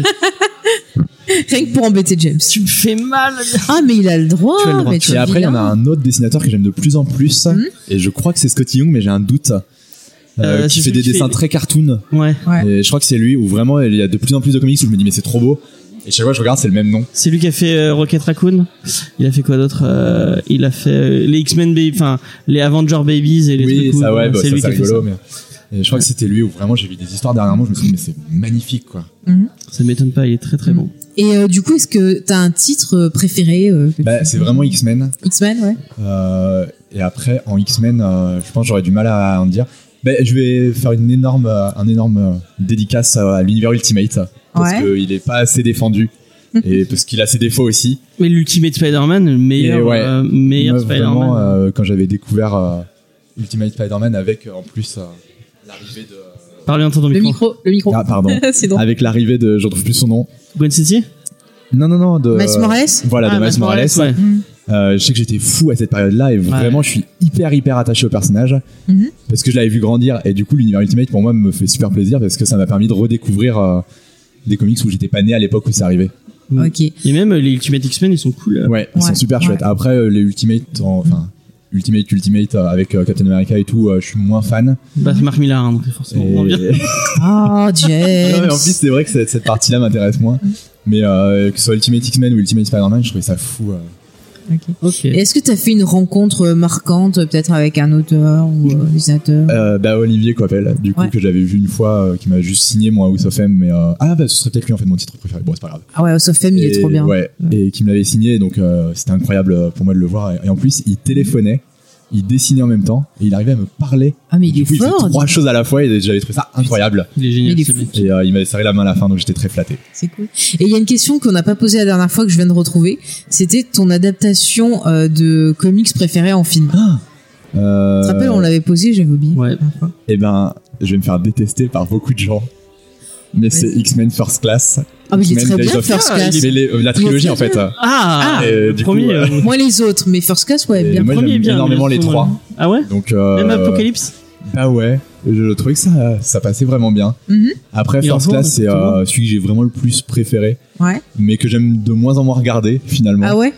[SPEAKER 4] Rien que pour embêter James.
[SPEAKER 2] Tu me fais mal.
[SPEAKER 4] Ah, mais il a le droit.
[SPEAKER 2] Tu as le droit.
[SPEAKER 4] mais tu
[SPEAKER 5] et
[SPEAKER 4] es
[SPEAKER 5] après, il y en a un autre dessinateur que j'aime de plus en plus.
[SPEAKER 4] Mhm.
[SPEAKER 5] Et je crois que c'est Scotty Young, mais j'ai un doute. Euh,
[SPEAKER 2] Euh,
[SPEAKER 5] qui
[SPEAKER 2] c'est
[SPEAKER 5] fait
[SPEAKER 2] celui
[SPEAKER 5] des
[SPEAKER 2] qui
[SPEAKER 5] dessins
[SPEAKER 2] fait-
[SPEAKER 5] très cartoon.
[SPEAKER 2] Ouais.
[SPEAKER 4] Ouais.
[SPEAKER 5] Et je crois que c'est lui où vraiment il y a de plus en plus de comics où je me dis, mais c'est trop beau. Et chaque fois, je regarde, c'est le même nom.
[SPEAKER 2] C'est lui qui a fait euh, Rocket Raccoon. Il a fait quoi d'autre Euh, Il a fait euh, les X-Men Baby, enfin les Avenger Babies et les
[SPEAKER 5] Oui,
[SPEAKER 2] trucs où-
[SPEAKER 5] ça, ouais, bah,
[SPEAKER 2] c'est
[SPEAKER 5] ça,
[SPEAKER 2] lui
[SPEAKER 5] c'est
[SPEAKER 2] qui a fait
[SPEAKER 5] rigolo. Mais... Et je crois que c'était lui où vraiment j'ai vu des histoires dernièrement. Je me suis dit, mais c'est magnifique, quoi.
[SPEAKER 2] ça. Ça m'étonne pas, il est très très bon.
[SPEAKER 4] Et euh, du coup, est-ce que t'as un titre euh, préféré euh, que
[SPEAKER 5] Bah,
[SPEAKER 4] tu-
[SPEAKER 5] c'est vraiment X-Men.
[SPEAKER 4] X-Men, ouais.
[SPEAKER 5] Euh, et après, en X-Men, euh, je pense que j'aurais du mal à en dire. Ben, je vais faire une énorme, euh, un énorme euh, dédicace à, à l'univers Ultimate. Parce
[SPEAKER 4] Ouais.
[SPEAKER 5] qu'il n'est pas assez défendu. et parce qu'il a ses défauts aussi.
[SPEAKER 2] Mais l'Ultimate Spider-Man, le
[SPEAKER 5] Et
[SPEAKER 2] meilleur,
[SPEAKER 5] ouais.
[SPEAKER 2] euh, meilleur
[SPEAKER 5] Moi,
[SPEAKER 2] Spider-Man.
[SPEAKER 5] vraiment, euh, quand j'avais découvert euh, Ultimate Spider-Man avec, euh, en plus, euh, l'arrivée de...
[SPEAKER 2] Parle bien dans ton
[SPEAKER 4] Le
[SPEAKER 2] micro.
[SPEAKER 4] micro, le micro.
[SPEAKER 5] Ah, pardon.
[SPEAKER 4] c'est drôle.
[SPEAKER 5] avec l'arrivée de... Je ne retrouve plus son nom.
[SPEAKER 2] Gwen City
[SPEAKER 5] Non, non, non. De,
[SPEAKER 4] Miles Morales
[SPEAKER 5] Voilà, de Euh, Miles Morales.
[SPEAKER 2] Ouais.
[SPEAKER 4] Mm.
[SPEAKER 5] Euh, je sais que j'étais fou à cette période-là et vraiment je suis hyper hyper attaché au personnage
[SPEAKER 4] Mhm.
[SPEAKER 5] parce que je l'avais vu grandir et du coup l'univers Ultimate pour moi me fait super plaisir parce que ça m'a permis de redécouvrir euh, des comics où j'étais pas né à l'époque où c'est arrivé.
[SPEAKER 4] Ok.
[SPEAKER 2] Et même euh, les Ultimate X-Men, ils sont cool. euh.
[SPEAKER 5] Ouais, ils
[SPEAKER 4] Ouais,
[SPEAKER 5] sont super
[SPEAKER 4] ouais.
[SPEAKER 5] chouettes. Après euh, les Ultimate, en- enfin Ultimate Ultimate euh, avec euh, Captain America et tout, euh, je suis moins fan.
[SPEAKER 2] Bah, c'est Mark Millar, hein, donc
[SPEAKER 5] Et...
[SPEAKER 2] forcément. on vient.
[SPEAKER 5] non,
[SPEAKER 4] Ah,
[SPEAKER 5] mais
[SPEAKER 4] James.
[SPEAKER 5] en plus c'est vrai que cette, cette partie-là m'intéresse moins.
[SPEAKER 4] Mhm.
[SPEAKER 5] Mais euh, que ce soit Ultimate X-Men ou Ultimate Spider-Man, je trouvais ça fou. euh.
[SPEAKER 2] Ok.
[SPEAKER 4] Et Est-ce que t'as fait une rencontre euh, marquante, euh, peut-être avec un auteur ou euh, un dessinateur
[SPEAKER 5] Euh, bah Olivier Coipel du coup
[SPEAKER 4] Ouais.
[SPEAKER 5] que j'avais vu une fois euh, qui m'a juste signé moi House of M mais euh, ah bah ce serait peut-être lui en fait mon titre préféré bon c'est pas grave
[SPEAKER 4] Ah ouais, House of Fame, il
[SPEAKER 5] Et-
[SPEAKER 4] est trop bien.
[SPEAKER 5] ouais, et qui me l'avait signé donc euh, c'était incroyable euh, pour moi de le voir et, et en plus il téléphonait il dessinait en même temps et il arrivait à me parler
[SPEAKER 4] Ah, mais il
[SPEAKER 5] du
[SPEAKER 4] est
[SPEAKER 5] coup, il faisait
[SPEAKER 4] fort.
[SPEAKER 5] trois choses à la fois et j'avais trouvé ça incroyable
[SPEAKER 2] Il est génial.
[SPEAKER 4] Il est
[SPEAKER 2] ce
[SPEAKER 4] fou.
[SPEAKER 2] mec.
[SPEAKER 5] et euh, il m'avait serré la main à la fin donc j'étais très flatté
[SPEAKER 4] C'est cool. Et il y a une question qu'on n'a pas posée la dernière fois que je viens de retrouver. C'était ton adaptation euh, de comics préférée en film.
[SPEAKER 5] euh,
[SPEAKER 4] Tu te rappelles, on l'avait posée, j'avais oublié.
[SPEAKER 2] Ouais.
[SPEAKER 5] et ben je vais me faire détester par beaucoup de gens mais c'est X-Men First Class
[SPEAKER 4] Ah, mais il est
[SPEAKER 5] X-Men
[SPEAKER 4] très
[SPEAKER 5] Days
[SPEAKER 4] bien,
[SPEAKER 5] of
[SPEAKER 4] First
[SPEAKER 2] Future,
[SPEAKER 4] Class.
[SPEAKER 5] mais les- euh, la trilogie en fait euh.
[SPEAKER 2] Ah,
[SPEAKER 5] Ah,
[SPEAKER 2] le
[SPEAKER 5] et du coup,
[SPEAKER 2] premier.
[SPEAKER 5] euh,
[SPEAKER 2] euh,
[SPEAKER 4] Moins les autres, mais First Class, ouais,
[SPEAKER 5] Et
[SPEAKER 4] bien.
[SPEAKER 5] moi
[SPEAKER 2] premier est
[SPEAKER 5] j'aime
[SPEAKER 2] bien,
[SPEAKER 5] énormément
[SPEAKER 2] mais
[SPEAKER 5] les
[SPEAKER 2] le
[SPEAKER 5] trois
[SPEAKER 2] second, Ah ouais
[SPEAKER 5] donc euh,
[SPEAKER 2] Même Apocalypse
[SPEAKER 5] Bah ouais, je trouvais que ça, ça passait vraiment bien.
[SPEAKER 4] Mhm.
[SPEAKER 5] Après,
[SPEAKER 2] Et en
[SPEAKER 5] First
[SPEAKER 2] jouant,
[SPEAKER 5] Class, c'est
[SPEAKER 2] tout le
[SPEAKER 5] euh, celui que j'ai vraiment le plus préféré,
[SPEAKER 4] Ouais.
[SPEAKER 5] mais que j'aime de moins en moins regarder finalement.
[SPEAKER 4] Ah ouais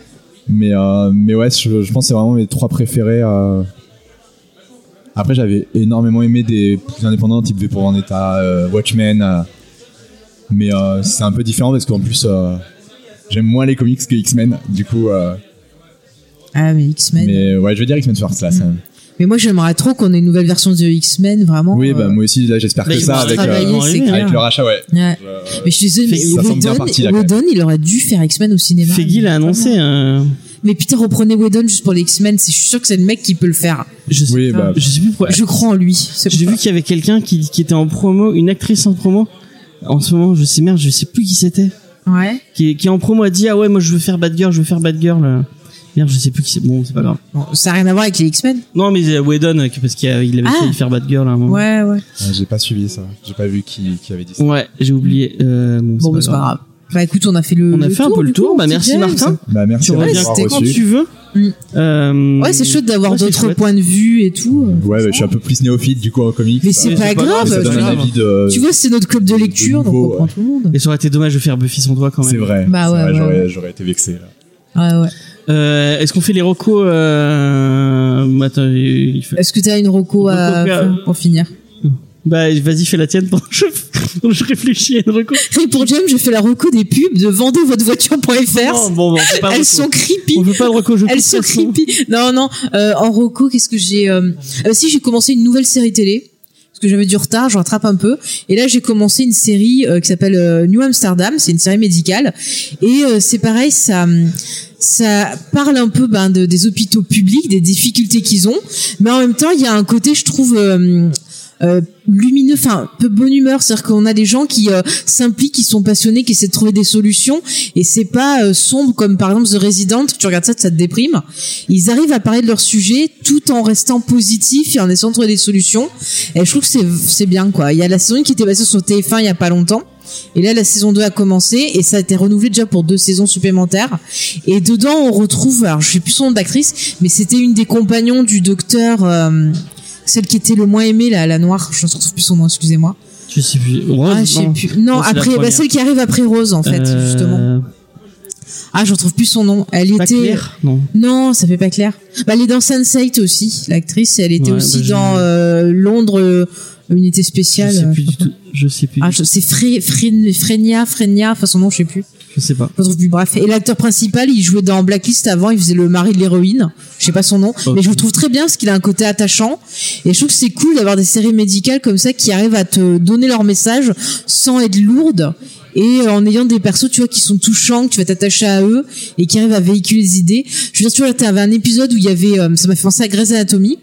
[SPEAKER 5] mais, euh, mais ouais, je, je pense que c'est vraiment mes trois préférés. euh. Après, j'avais énormément aimé des plus indépendants, type V pour Vendetta, euh, Watchmen. euh. Mais euh, c'est un peu différent parce qu'en plus, euh, j'aime moins les comics que X-Men. Du coup, euh,
[SPEAKER 4] Ah, mais X-Men. Mais...
[SPEAKER 5] mais ouais, je vais dire X-Men First
[SPEAKER 2] Mm.
[SPEAKER 5] Class. hein.
[SPEAKER 4] moi, j'aimerais trop qu'on ait une nouvelle version de X-Men, vraiment.
[SPEAKER 5] Oui, bah
[SPEAKER 4] euh,
[SPEAKER 5] moi aussi, là, j'espère
[SPEAKER 2] Bah,
[SPEAKER 5] que
[SPEAKER 2] ils
[SPEAKER 5] ça
[SPEAKER 2] vont
[SPEAKER 5] avec,
[SPEAKER 2] travailler,
[SPEAKER 5] euh,
[SPEAKER 4] c'est
[SPEAKER 2] avec
[SPEAKER 4] clair.
[SPEAKER 5] avec le rachat, ouais.
[SPEAKER 4] Ouais.
[SPEAKER 5] Euh,
[SPEAKER 4] Mais je suis désolée,
[SPEAKER 2] Ça
[SPEAKER 4] mais
[SPEAKER 5] semble bien
[SPEAKER 4] Whedon,
[SPEAKER 5] parti, là, quand
[SPEAKER 4] Whedon, il aurait dû faire X-Men au cinéma.
[SPEAKER 2] Feggy l'a annoncé. euh,
[SPEAKER 4] Mais putain, reprenez Whedon juste pour les X-Men, c'est- je suis sûr que c'est le mec qui peut le faire.
[SPEAKER 2] je, sais,
[SPEAKER 5] Oui, bah,
[SPEAKER 2] je sais plus pourquoi.
[SPEAKER 4] Je crois en lui. ce-
[SPEAKER 2] J'ai vu qu'il y avait quelqu'un qui, qui était en promo, une actrice en promo. En ce moment, je sais merde, je sais plus qui c'était.
[SPEAKER 4] Ouais.
[SPEAKER 2] Qui, qui en promo a dit ah ouais moi je veux faire Bad Girl, je veux faire Bad Girl. Merde, je sais plus qui c'est. Bon, c'est pas grave.
[SPEAKER 4] Bon, ça n'a rien à voir avec les X-Men.
[SPEAKER 2] Non mais euh, Whedon euh, parce qu'il a- il avait
[SPEAKER 4] Ah.
[SPEAKER 2] essayé de faire Bad Girl à un moment.
[SPEAKER 4] Ouais, ouais.
[SPEAKER 5] Ah, J'ai pas suivi ça. J'ai pas vu qui, qui avait dit ça.
[SPEAKER 2] Ouais, j'ai oublié. Euh, bon,
[SPEAKER 4] Bon, bah,
[SPEAKER 2] c'est pas grave.
[SPEAKER 4] grave. Bah écoute, on a fait le.
[SPEAKER 2] On a
[SPEAKER 4] le
[SPEAKER 2] fait un peu le
[SPEAKER 4] du coup,
[SPEAKER 2] tour. Bah
[SPEAKER 4] petit
[SPEAKER 2] merci
[SPEAKER 4] James.
[SPEAKER 2] Martin.
[SPEAKER 5] Bah, merci
[SPEAKER 2] Tu
[SPEAKER 5] de
[SPEAKER 2] reviens
[SPEAKER 5] m'avoir
[SPEAKER 2] c'était quand
[SPEAKER 5] reçu.
[SPEAKER 2] tu veux.
[SPEAKER 4] Mm.
[SPEAKER 2] Euh,
[SPEAKER 4] Ouais, c'est chouette d'avoir
[SPEAKER 2] Ouais, c'est
[SPEAKER 4] d'autres
[SPEAKER 2] chouette.
[SPEAKER 4] points de vue et tout.
[SPEAKER 5] Ouais, bah, je suis un peu plus néophyte du coup en comics.
[SPEAKER 4] Mais
[SPEAKER 5] ça-
[SPEAKER 4] c'est
[SPEAKER 2] c'est pas
[SPEAKER 4] pas grave.
[SPEAKER 5] mais ça
[SPEAKER 2] grave,
[SPEAKER 5] donne
[SPEAKER 2] c'est
[SPEAKER 5] un
[SPEAKER 2] pas
[SPEAKER 5] avis de.
[SPEAKER 4] Tu vois, c'est notre club
[SPEAKER 2] Euh,
[SPEAKER 4] de
[SPEAKER 5] de
[SPEAKER 4] lecture, donc
[SPEAKER 5] niveau,
[SPEAKER 4] on comprend
[SPEAKER 5] ouais.
[SPEAKER 4] tout le monde.
[SPEAKER 2] Et ça aurait été dommage de faire Buffy sans toi quand même.
[SPEAKER 5] c'est vrai.
[SPEAKER 4] Bah,
[SPEAKER 5] C'est
[SPEAKER 4] ouais,
[SPEAKER 5] vrai,
[SPEAKER 4] ouais,
[SPEAKER 5] j'aurais-
[SPEAKER 4] ouais.
[SPEAKER 5] J'aurais été vexé. là.
[SPEAKER 4] Ah Ouais, ouais.
[SPEAKER 2] Euh, Est-ce qu'on fait les recos euh... Attends, il fait...
[SPEAKER 4] Est-ce que t'as une roco à
[SPEAKER 2] Roco,
[SPEAKER 4] faire pour finir
[SPEAKER 2] Bah vas-y fais la tienne pendant que je, pendant que je réfléchis à une reco.
[SPEAKER 4] Et pour James, je fais la roco des pubs de
[SPEAKER 2] Non, bon,
[SPEAKER 4] vendezvotrevoiture.fr.
[SPEAKER 2] bon, on fait pas de
[SPEAKER 4] Elles
[SPEAKER 2] reco.
[SPEAKER 4] sont creepy.
[SPEAKER 2] On veut pas de reco, je
[SPEAKER 4] Elles
[SPEAKER 2] coupe,
[SPEAKER 4] sont
[SPEAKER 2] de toute façon.
[SPEAKER 4] creepy. Non, non. euh, en roco, qu'est-ce que j'ai euh, euh, Si j'ai commencé une nouvelle série télé. Parce que j'avais du retard, je rattrape un peu. Et là, j'ai commencé une série euh, qui s'appelle euh, New Amsterdam. C'est une série médicale. Et euh, c'est pareil, ça, hum, ça parle un peu ben, de, des hôpitaux publics, des difficultés qu'ils ont. Mais en même temps, il y a un côté, je trouve, euh, euh, lumineux, enfin peu bonne humeur, c'est-à-dire qu'on a des gens qui euh, s'impliquent, qui sont passionnés, qui essaient de trouver des solutions, et c'est pas euh, sombre comme par exemple The Resident, tu regardes ça, ça te déprime. Ils arrivent à parler de leur sujet tout en restant positifs et en essayant de trouver des solutions. Et je trouve que c'est c'est bien quoi. Il y a la saison 1 qui était passée sur TF1 il y a pas longtemps. Et là, la saison 2 a commencé et ça a été renouvelé déjà pour deux saisons supplémentaires. Et dedans, on retrouve, alors je sais plus son nom d'actrice, mais c'était une des compagnons du docteur, euh, celle qui était le moins aimée, la, la noire, je ne retrouve plus son nom, excusez-moi.
[SPEAKER 2] Je sais plus. Rose,
[SPEAKER 4] Ah, je sais
[SPEAKER 2] non.
[SPEAKER 4] plus. Non,
[SPEAKER 2] c'est la
[SPEAKER 4] après, bah,
[SPEAKER 2] première.
[SPEAKER 4] celle qui arrive après Rose, en fait,
[SPEAKER 2] Euh,
[SPEAKER 4] justement. Ah, je retrouve plus son nom. Elle
[SPEAKER 2] Pas
[SPEAKER 4] était.
[SPEAKER 2] clair Non.
[SPEAKER 4] Non, ça fait pas clair. Bah, elle est dans Sense8 aussi, l'actrice. et Elle était
[SPEAKER 2] Ouais,
[SPEAKER 4] aussi
[SPEAKER 2] bah, je-
[SPEAKER 4] dans euh, Londres, euh, unité
[SPEAKER 2] Je
[SPEAKER 4] spéciale.
[SPEAKER 2] sais plus du tout. euh, Je sais plus.
[SPEAKER 4] Ah,
[SPEAKER 2] du
[SPEAKER 4] je- c'est Fre- Fre- Frenia, Frenia, enfin son nom, je sais plus.
[SPEAKER 2] tout. Je sais pas.
[SPEAKER 4] Je retrouve plus, bref. Et l'acteur principal, il jouait dans Blacklist avant, il faisait le mari de l'héroïne. Je sais pas son nom,
[SPEAKER 2] Ok.
[SPEAKER 4] mais je le trouve très bien parce qu'il a un côté attachant. Et je trouve que c'est cool d'avoir des séries médicales comme ça qui arrivent à te donner leur message sans être lourdes et euh, en ayant des persos, tu vois, qui sont touchants, que tu vas t'attacher à eux et qui arrivent à véhiculer des idées. Je veux dire, tu vois, là, t'avais un épisode où il y avait, euh, ça m'a fait penser à Grey's Anatomy,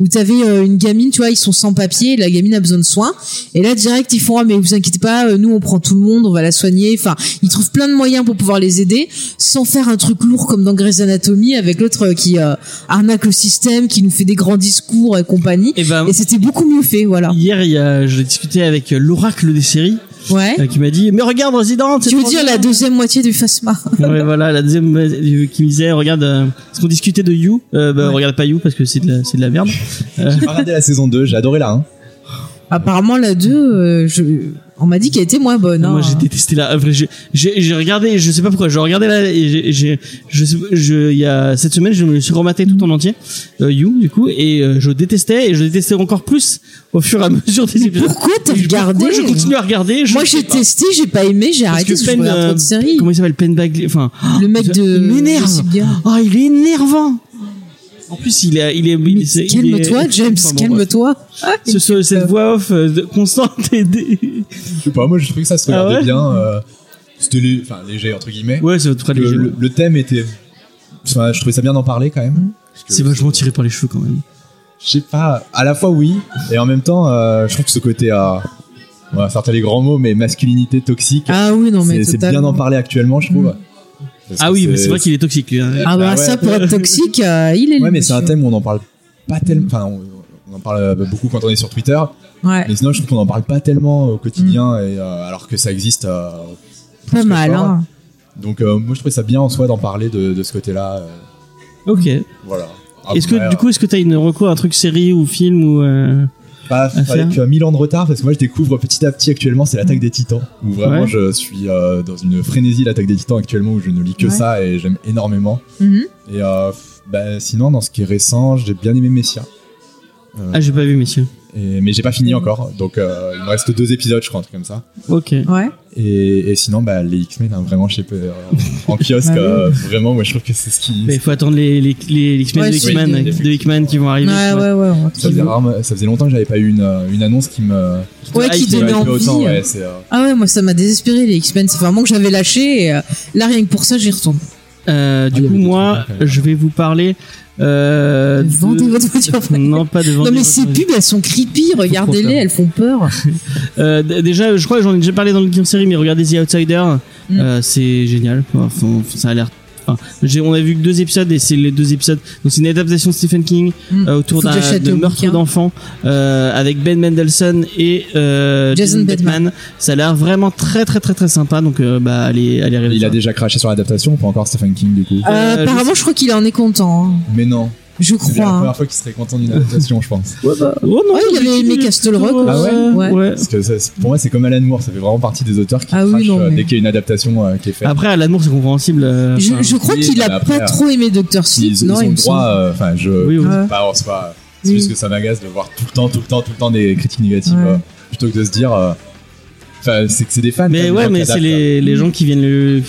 [SPEAKER 4] où t'avais euh, une gamine, tu vois, ils sont sans papier, la gamine a besoin de soins. Et là, direct, ils font, ah, mais vous inquiétez pas, euh, nous, on prend tout le monde, on va la soigner. Enfin, ils trouvent plein de moyens pour pouvoir les aider, sans faire un truc lourd comme dans Grey's Anatomy, avec l'autre euh, qui euh, arnaque le système, qui nous fait des grands discours et compagnie.
[SPEAKER 2] Et ben,
[SPEAKER 4] Et c'était beaucoup mieux fait, voilà.
[SPEAKER 2] hier, il y a, j'ai discuté avec euh, l'oracle des séries
[SPEAKER 4] Ouais.
[SPEAKER 2] euh, qui m'a dit Mais regarde, Resident c'est
[SPEAKER 4] Tu veux
[SPEAKER 2] trop
[SPEAKER 4] dire
[SPEAKER 2] bien.
[SPEAKER 4] la deuxième moitié du Fasma
[SPEAKER 2] Ouais, voilà, la deuxième euh, du- qui me disait Regarde, euh, ce qu'on discutait de You, euh, bah, regarde pas You parce que c'est de la, c'est de la merde.
[SPEAKER 5] J'ai pas regardé la saison 2, j'ai adoré hein. la 1.
[SPEAKER 4] Apparemment, la 2, euh, je... on m'a dit qu'elle était moins bonne. hein.
[SPEAKER 2] Moi, j'ai détesté la. Après, j'ai, j'ai, j'ai regardé, je sais pas pourquoi, j'ai regardé la. Et j'ai, j'ai, je sais, je, il y a cette semaine, je me le suis rematé tout en entier, euh, You, du coup, et euh, je détestais, et je détestais encore plus au fur et à mesure des épisodes.
[SPEAKER 4] Pourquoi t'as
[SPEAKER 2] Et
[SPEAKER 4] regardé
[SPEAKER 2] pourquoi je continue à regarder. Je
[SPEAKER 4] Moi,
[SPEAKER 2] sais
[SPEAKER 4] j'ai
[SPEAKER 2] pas.
[SPEAKER 4] testé, j'ai pas aimé, j'ai arrêté parce que je
[SPEAKER 2] Penn,
[SPEAKER 4] regarde trop
[SPEAKER 2] euh,
[SPEAKER 4] de séries.
[SPEAKER 2] Comment il s'appelle Penbag Enfin,
[SPEAKER 4] Le mec
[SPEAKER 2] il
[SPEAKER 4] de.
[SPEAKER 2] m'énerve.
[SPEAKER 4] de Gossip Girl.
[SPEAKER 2] oh, il est énervant. En plus, il est, il est,
[SPEAKER 4] Mais
[SPEAKER 2] il est- il est-
[SPEAKER 4] Calme-toi, James,
[SPEAKER 2] Enfin, bon, bref. Ah,
[SPEAKER 4] calme-toi.
[SPEAKER 2] Ce- ce- cette voix off euh, de- constante et des-
[SPEAKER 5] Je sais pas, moi j'ai trouvé que ça se
[SPEAKER 2] Ah
[SPEAKER 5] regardait
[SPEAKER 2] ouais
[SPEAKER 5] bien. euh, C'était lé- enfin, léger, entre guillemets.
[SPEAKER 2] Ouais, c'est très
[SPEAKER 5] le,
[SPEAKER 2] léger.
[SPEAKER 5] le- le thème était. enfin, je trouvais ça bien d'en parler quand même. Parce que-
[SPEAKER 2] C'est vachement tiré par les cheveux quand même.
[SPEAKER 5] Je sais pas, à la fois oui, et en même temps, euh, je trouve que ce côté euh, On va sortir les grands mots, mais masculinité toxique,
[SPEAKER 4] Ah oui, non, mais.
[SPEAKER 5] c'est- c'est bien d'en
[SPEAKER 4] totalement. Mm.
[SPEAKER 5] parler actuellement, je trouve. Parce
[SPEAKER 2] Ah
[SPEAKER 5] que
[SPEAKER 2] oui, mais c'est vrai qu'il est toxique. lui, hein.
[SPEAKER 4] Ah bah,
[SPEAKER 5] Bah ouais.
[SPEAKER 4] ça, pour être toxique, euh, il est
[SPEAKER 5] Ouais,
[SPEAKER 4] le
[SPEAKER 5] mais c'est un
[SPEAKER 4] monsieur.
[SPEAKER 5] thème où on en parle pas tellement. Enfin, on, on en parle euh, beaucoup quand on est sur Twitter,
[SPEAKER 4] Ouais,
[SPEAKER 5] mais sinon, je trouve qu'on en parle pas tellement au quotidien, et, euh, alors que ça existe. euh, plus
[SPEAKER 4] Mm. pas
[SPEAKER 5] que
[SPEAKER 4] mal,
[SPEAKER 5] fort.
[SPEAKER 4] hein.
[SPEAKER 5] Donc, euh, moi, je trouvais ça bien en soi d'en parler de, de ce côté-là. euh,
[SPEAKER 2] Ok.
[SPEAKER 5] voilà.
[SPEAKER 2] Est-ce que
[SPEAKER 5] Après,
[SPEAKER 2] du coup, est-ce que t'as une reco, un truc série ou film ou euh,
[SPEAKER 5] Pas avec
[SPEAKER 2] faire.
[SPEAKER 5] euh, mille ans de retard parce que moi je découvre petit à petit actuellement c'est
[SPEAKER 4] Mm.
[SPEAKER 5] l'attaque des titans où vraiment
[SPEAKER 2] Ouais.
[SPEAKER 5] je suis euh, dans une frénésie l'attaque des titans actuellement où je ne lis que
[SPEAKER 4] Ouais.
[SPEAKER 5] ça et j'aime énormément
[SPEAKER 4] Mhm.
[SPEAKER 5] et euh, f- bah, sinon dans ce qui est récent j'ai bien aimé Messia Euh.
[SPEAKER 2] Ah, j'ai pas vu, messieurs.
[SPEAKER 5] et, mais j'ai pas fini encore donc euh, il me reste deux épisodes je crois un truc comme ça
[SPEAKER 2] Ok.
[SPEAKER 4] Ouais.
[SPEAKER 5] et, et sinon bah, les X-Men hein, vraiment je sais pas euh, en kiosque
[SPEAKER 4] Bah oui.
[SPEAKER 5] euh, vraiment moi je trouve que c'est ce qui
[SPEAKER 2] Mais il faut attendre les les les, les X-Men
[SPEAKER 4] Ouais,
[SPEAKER 2] de
[SPEAKER 4] c'est-
[SPEAKER 2] X-Men,
[SPEAKER 4] oui.
[SPEAKER 2] de Hickman qui vont arriver.
[SPEAKER 4] Ouais,
[SPEAKER 2] tu vois.
[SPEAKER 4] ouais, ouais. on va
[SPEAKER 5] ça faisait,
[SPEAKER 4] trouver.
[SPEAKER 5] rarement- ça faisait longtemps que j'avais pas eu une, euh, une annonce qui me
[SPEAKER 4] Ouais,
[SPEAKER 2] Ah,
[SPEAKER 4] qui
[SPEAKER 2] il-
[SPEAKER 5] qui
[SPEAKER 4] donnait envie.
[SPEAKER 5] m'hypait autant ouais, c'est, euh,
[SPEAKER 4] Ah ouais, moi, ça m'a désespéré, les X-Men. C'est vraiment que j'avais lâché. Et, euh, là, rien que pour ça, j'y retourne.
[SPEAKER 2] Euh,
[SPEAKER 5] Ah, il
[SPEAKER 2] du
[SPEAKER 5] y
[SPEAKER 2] coup,
[SPEAKER 5] avait des
[SPEAKER 2] moi,
[SPEAKER 5] trucs bien, quand même.
[SPEAKER 2] je vais vous parler. Euh,
[SPEAKER 4] Vendez
[SPEAKER 2] de-
[SPEAKER 4] votre voiture.
[SPEAKER 2] Non, pas de
[SPEAKER 4] Non,
[SPEAKER 2] vendre
[SPEAKER 4] mais ces pubs, elles sont creepy. Regardez-les, elles font peur.
[SPEAKER 2] Euh, d- déjà, je crois que j'en ai déjà parlé dans le Gear série, mais regardez The Outsider,
[SPEAKER 4] Mm.
[SPEAKER 2] Euh, c'est génial. Enfin, ça a l'air. enfin, j'ai- on a vu que deux épisodes et c'est les deux épisodes. Donc c'est une adaptation de Stephen King
[SPEAKER 4] Mm.
[SPEAKER 2] euh, autour
[SPEAKER 4] Faut que
[SPEAKER 2] d'un
[SPEAKER 4] j'achète
[SPEAKER 2] de
[SPEAKER 4] le
[SPEAKER 2] meurtre
[SPEAKER 4] bouquin.
[SPEAKER 2] d'enfant euh, avec Ben Mendelsohn et euh,
[SPEAKER 4] Jason Bateman.
[SPEAKER 2] Ça a l'air vraiment très très très très sympa. Donc euh, bah allez allez regarder.
[SPEAKER 5] il a
[SPEAKER 2] ça.
[SPEAKER 5] déjà craché sur l'adaptation ou pas encore Stephen King du coup
[SPEAKER 4] Euh,
[SPEAKER 2] je
[SPEAKER 4] apparemment, je crois qu'il en est content. hein.
[SPEAKER 5] mais non
[SPEAKER 4] Je
[SPEAKER 5] C'est bien la
[SPEAKER 4] crois. hein.
[SPEAKER 5] première fois qu'il serait content d'une adaptation, je pense.
[SPEAKER 2] Oh non,
[SPEAKER 4] Ouais, Ah, il avait aimé Castle Rock
[SPEAKER 5] Ah ouais
[SPEAKER 2] ouais.
[SPEAKER 4] Ouais.
[SPEAKER 5] Parce que ça, c'est- pour moi, c'est comme Alan Moore, ça fait vraiment partie des auteurs qui
[SPEAKER 4] Ah oui,
[SPEAKER 5] crachent,
[SPEAKER 4] non,
[SPEAKER 5] euh,
[SPEAKER 4] mais- Ah,
[SPEAKER 5] dès qu'il y a une adaptation euh, qui est faite.
[SPEAKER 2] Après à l'amour c'est compréhensible. euh,
[SPEAKER 4] Je,
[SPEAKER 2] enfin,
[SPEAKER 4] je crois
[SPEAKER 5] oui,
[SPEAKER 4] qu'il
[SPEAKER 5] mais
[SPEAKER 4] a
[SPEAKER 5] après,
[SPEAKER 4] pas trop aimé Dr. Sleep,
[SPEAKER 5] ils, ils
[SPEAKER 4] non
[SPEAKER 5] ont
[SPEAKER 4] il
[SPEAKER 5] le
[SPEAKER 4] me semble.
[SPEAKER 5] droit, euh, enfin, je.
[SPEAKER 2] Oui, oui.
[SPEAKER 4] Ouais.
[SPEAKER 5] Pas, c'est pas- c'est
[SPEAKER 4] Oui.
[SPEAKER 5] juste que ça m'agace de voir tout le temps, tout le temps, tout le temps des critiques négatives,
[SPEAKER 4] Ouais.
[SPEAKER 5] euh, plutôt que de se dire. euh, Enfin, c'est que c'est des fans. quand
[SPEAKER 2] Mais
[SPEAKER 5] même,
[SPEAKER 2] ouais,
[SPEAKER 5] gens qui
[SPEAKER 2] mais c'est
[SPEAKER 5] adaptent, hein.
[SPEAKER 2] les, les gens qui viennent le,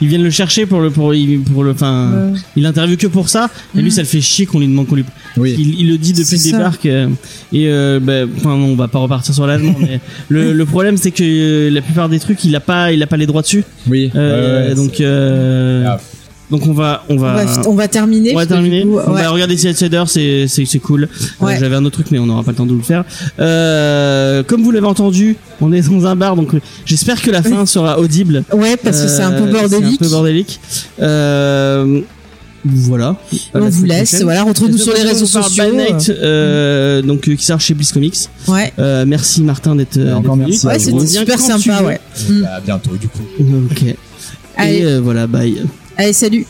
[SPEAKER 2] ils viennent le chercher pour le, pour, il- pour le, enfin,
[SPEAKER 4] Ouais.
[SPEAKER 2] il interviewe que pour ça. Et lui,
[SPEAKER 4] Mm.
[SPEAKER 2] ça le fait chier qu'on lui demande qu'on lui,
[SPEAKER 5] Oui.
[SPEAKER 2] il, il le dit depuis
[SPEAKER 4] C'est
[SPEAKER 2] le
[SPEAKER 4] ça.
[SPEAKER 2] départ que, et euh, bah, enfin, non, on va pas repartir sur l'allemand, mais le, le problème c'est que euh, la plupart des trucs, il a pas, il a pas les droits dessus.
[SPEAKER 5] Oui.
[SPEAKER 2] Euh,
[SPEAKER 5] ouais, ouais,
[SPEAKER 2] donc,
[SPEAKER 5] c'est-
[SPEAKER 2] euh,
[SPEAKER 5] Ah,
[SPEAKER 2] Donc on va, on
[SPEAKER 4] On
[SPEAKER 2] va,
[SPEAKER 4] va, on va terminer.
[SPEAKER 2] on va
[SPEAKER 4] parce que
[SPEAKER 2] terminer.
[SPEAKER 4] du coup,
[SPEAKER 2] On
[SPEAKER 4] ouais.
[SPEAKER 2] va regarder The Outsider, c'est, c'est, c'est cool. Euh,
[SPEAKER 4] Ouais.
[SPEAKER 2] J'avais un autre truc, mais on n'aura pas le temps de vous le faire. Euh, comme vous l'avez entendu, on est dans un bar, donc euh, j'espère que la fin sera audible.
[SPEAKER 4] Ouais, parce que c'est un
[SPEAKER 2] Euh,
[SPEAKER 4] peu bordélique.
[SPEAKER 2] C'est un peu bordélique. Euh, voilà. À la
[SPEAKER 4] on vous
[SPEAKER 2] semaine
[SPEAKER 4] laisse.
[SPEAKER 2] prochaine.
[SPEAKER 4] Voilà,
[SPEAKER 2] La
[SPEAKER 4] retrouvez-nous
[SPEAKER 2] semaine
[SPEAKER 4] sur les
[SPEAKER 2] prochaine,
[SPEAKER 4] réseaux
[SPEAKER 2] on parle By
[SPEAKER 4] sociaux.
[SPEAKER 2] Night, euh, donc euh, qui sort chez Bliss Comics.
[SPEAKER 4] Ouais.
[SPEAKER 2] Euh, merci Martin d'être euh,
[SPEAKER 5] Encore
[SPEAKER 2] d'être
[SPEAKER 5] merci
[SPEAKER 2] venu.
[SPEAKER 5] à
[SPEAKER 4] Ouais,
[SPEAKER 5] vous.
[SPEAKER 4] c'était
[SPEAKER 2] Reviens
[SPEAKER 4] super
[SPEAKER 2] quand tu
[SPEAKER 4] sympa,
[SPEAKER 5] euh,
[SPEAKER 2] veux.
[SPEAKER 4] ouais.
[SPEAKER 5] À bientôt, du coup.
[SPEAKER 2] Ok.
[SPEAKER 4] Allez.
[SPEAKER 2] Et euh, voilà, bye.
[SPEAKER 4] Allez, salut.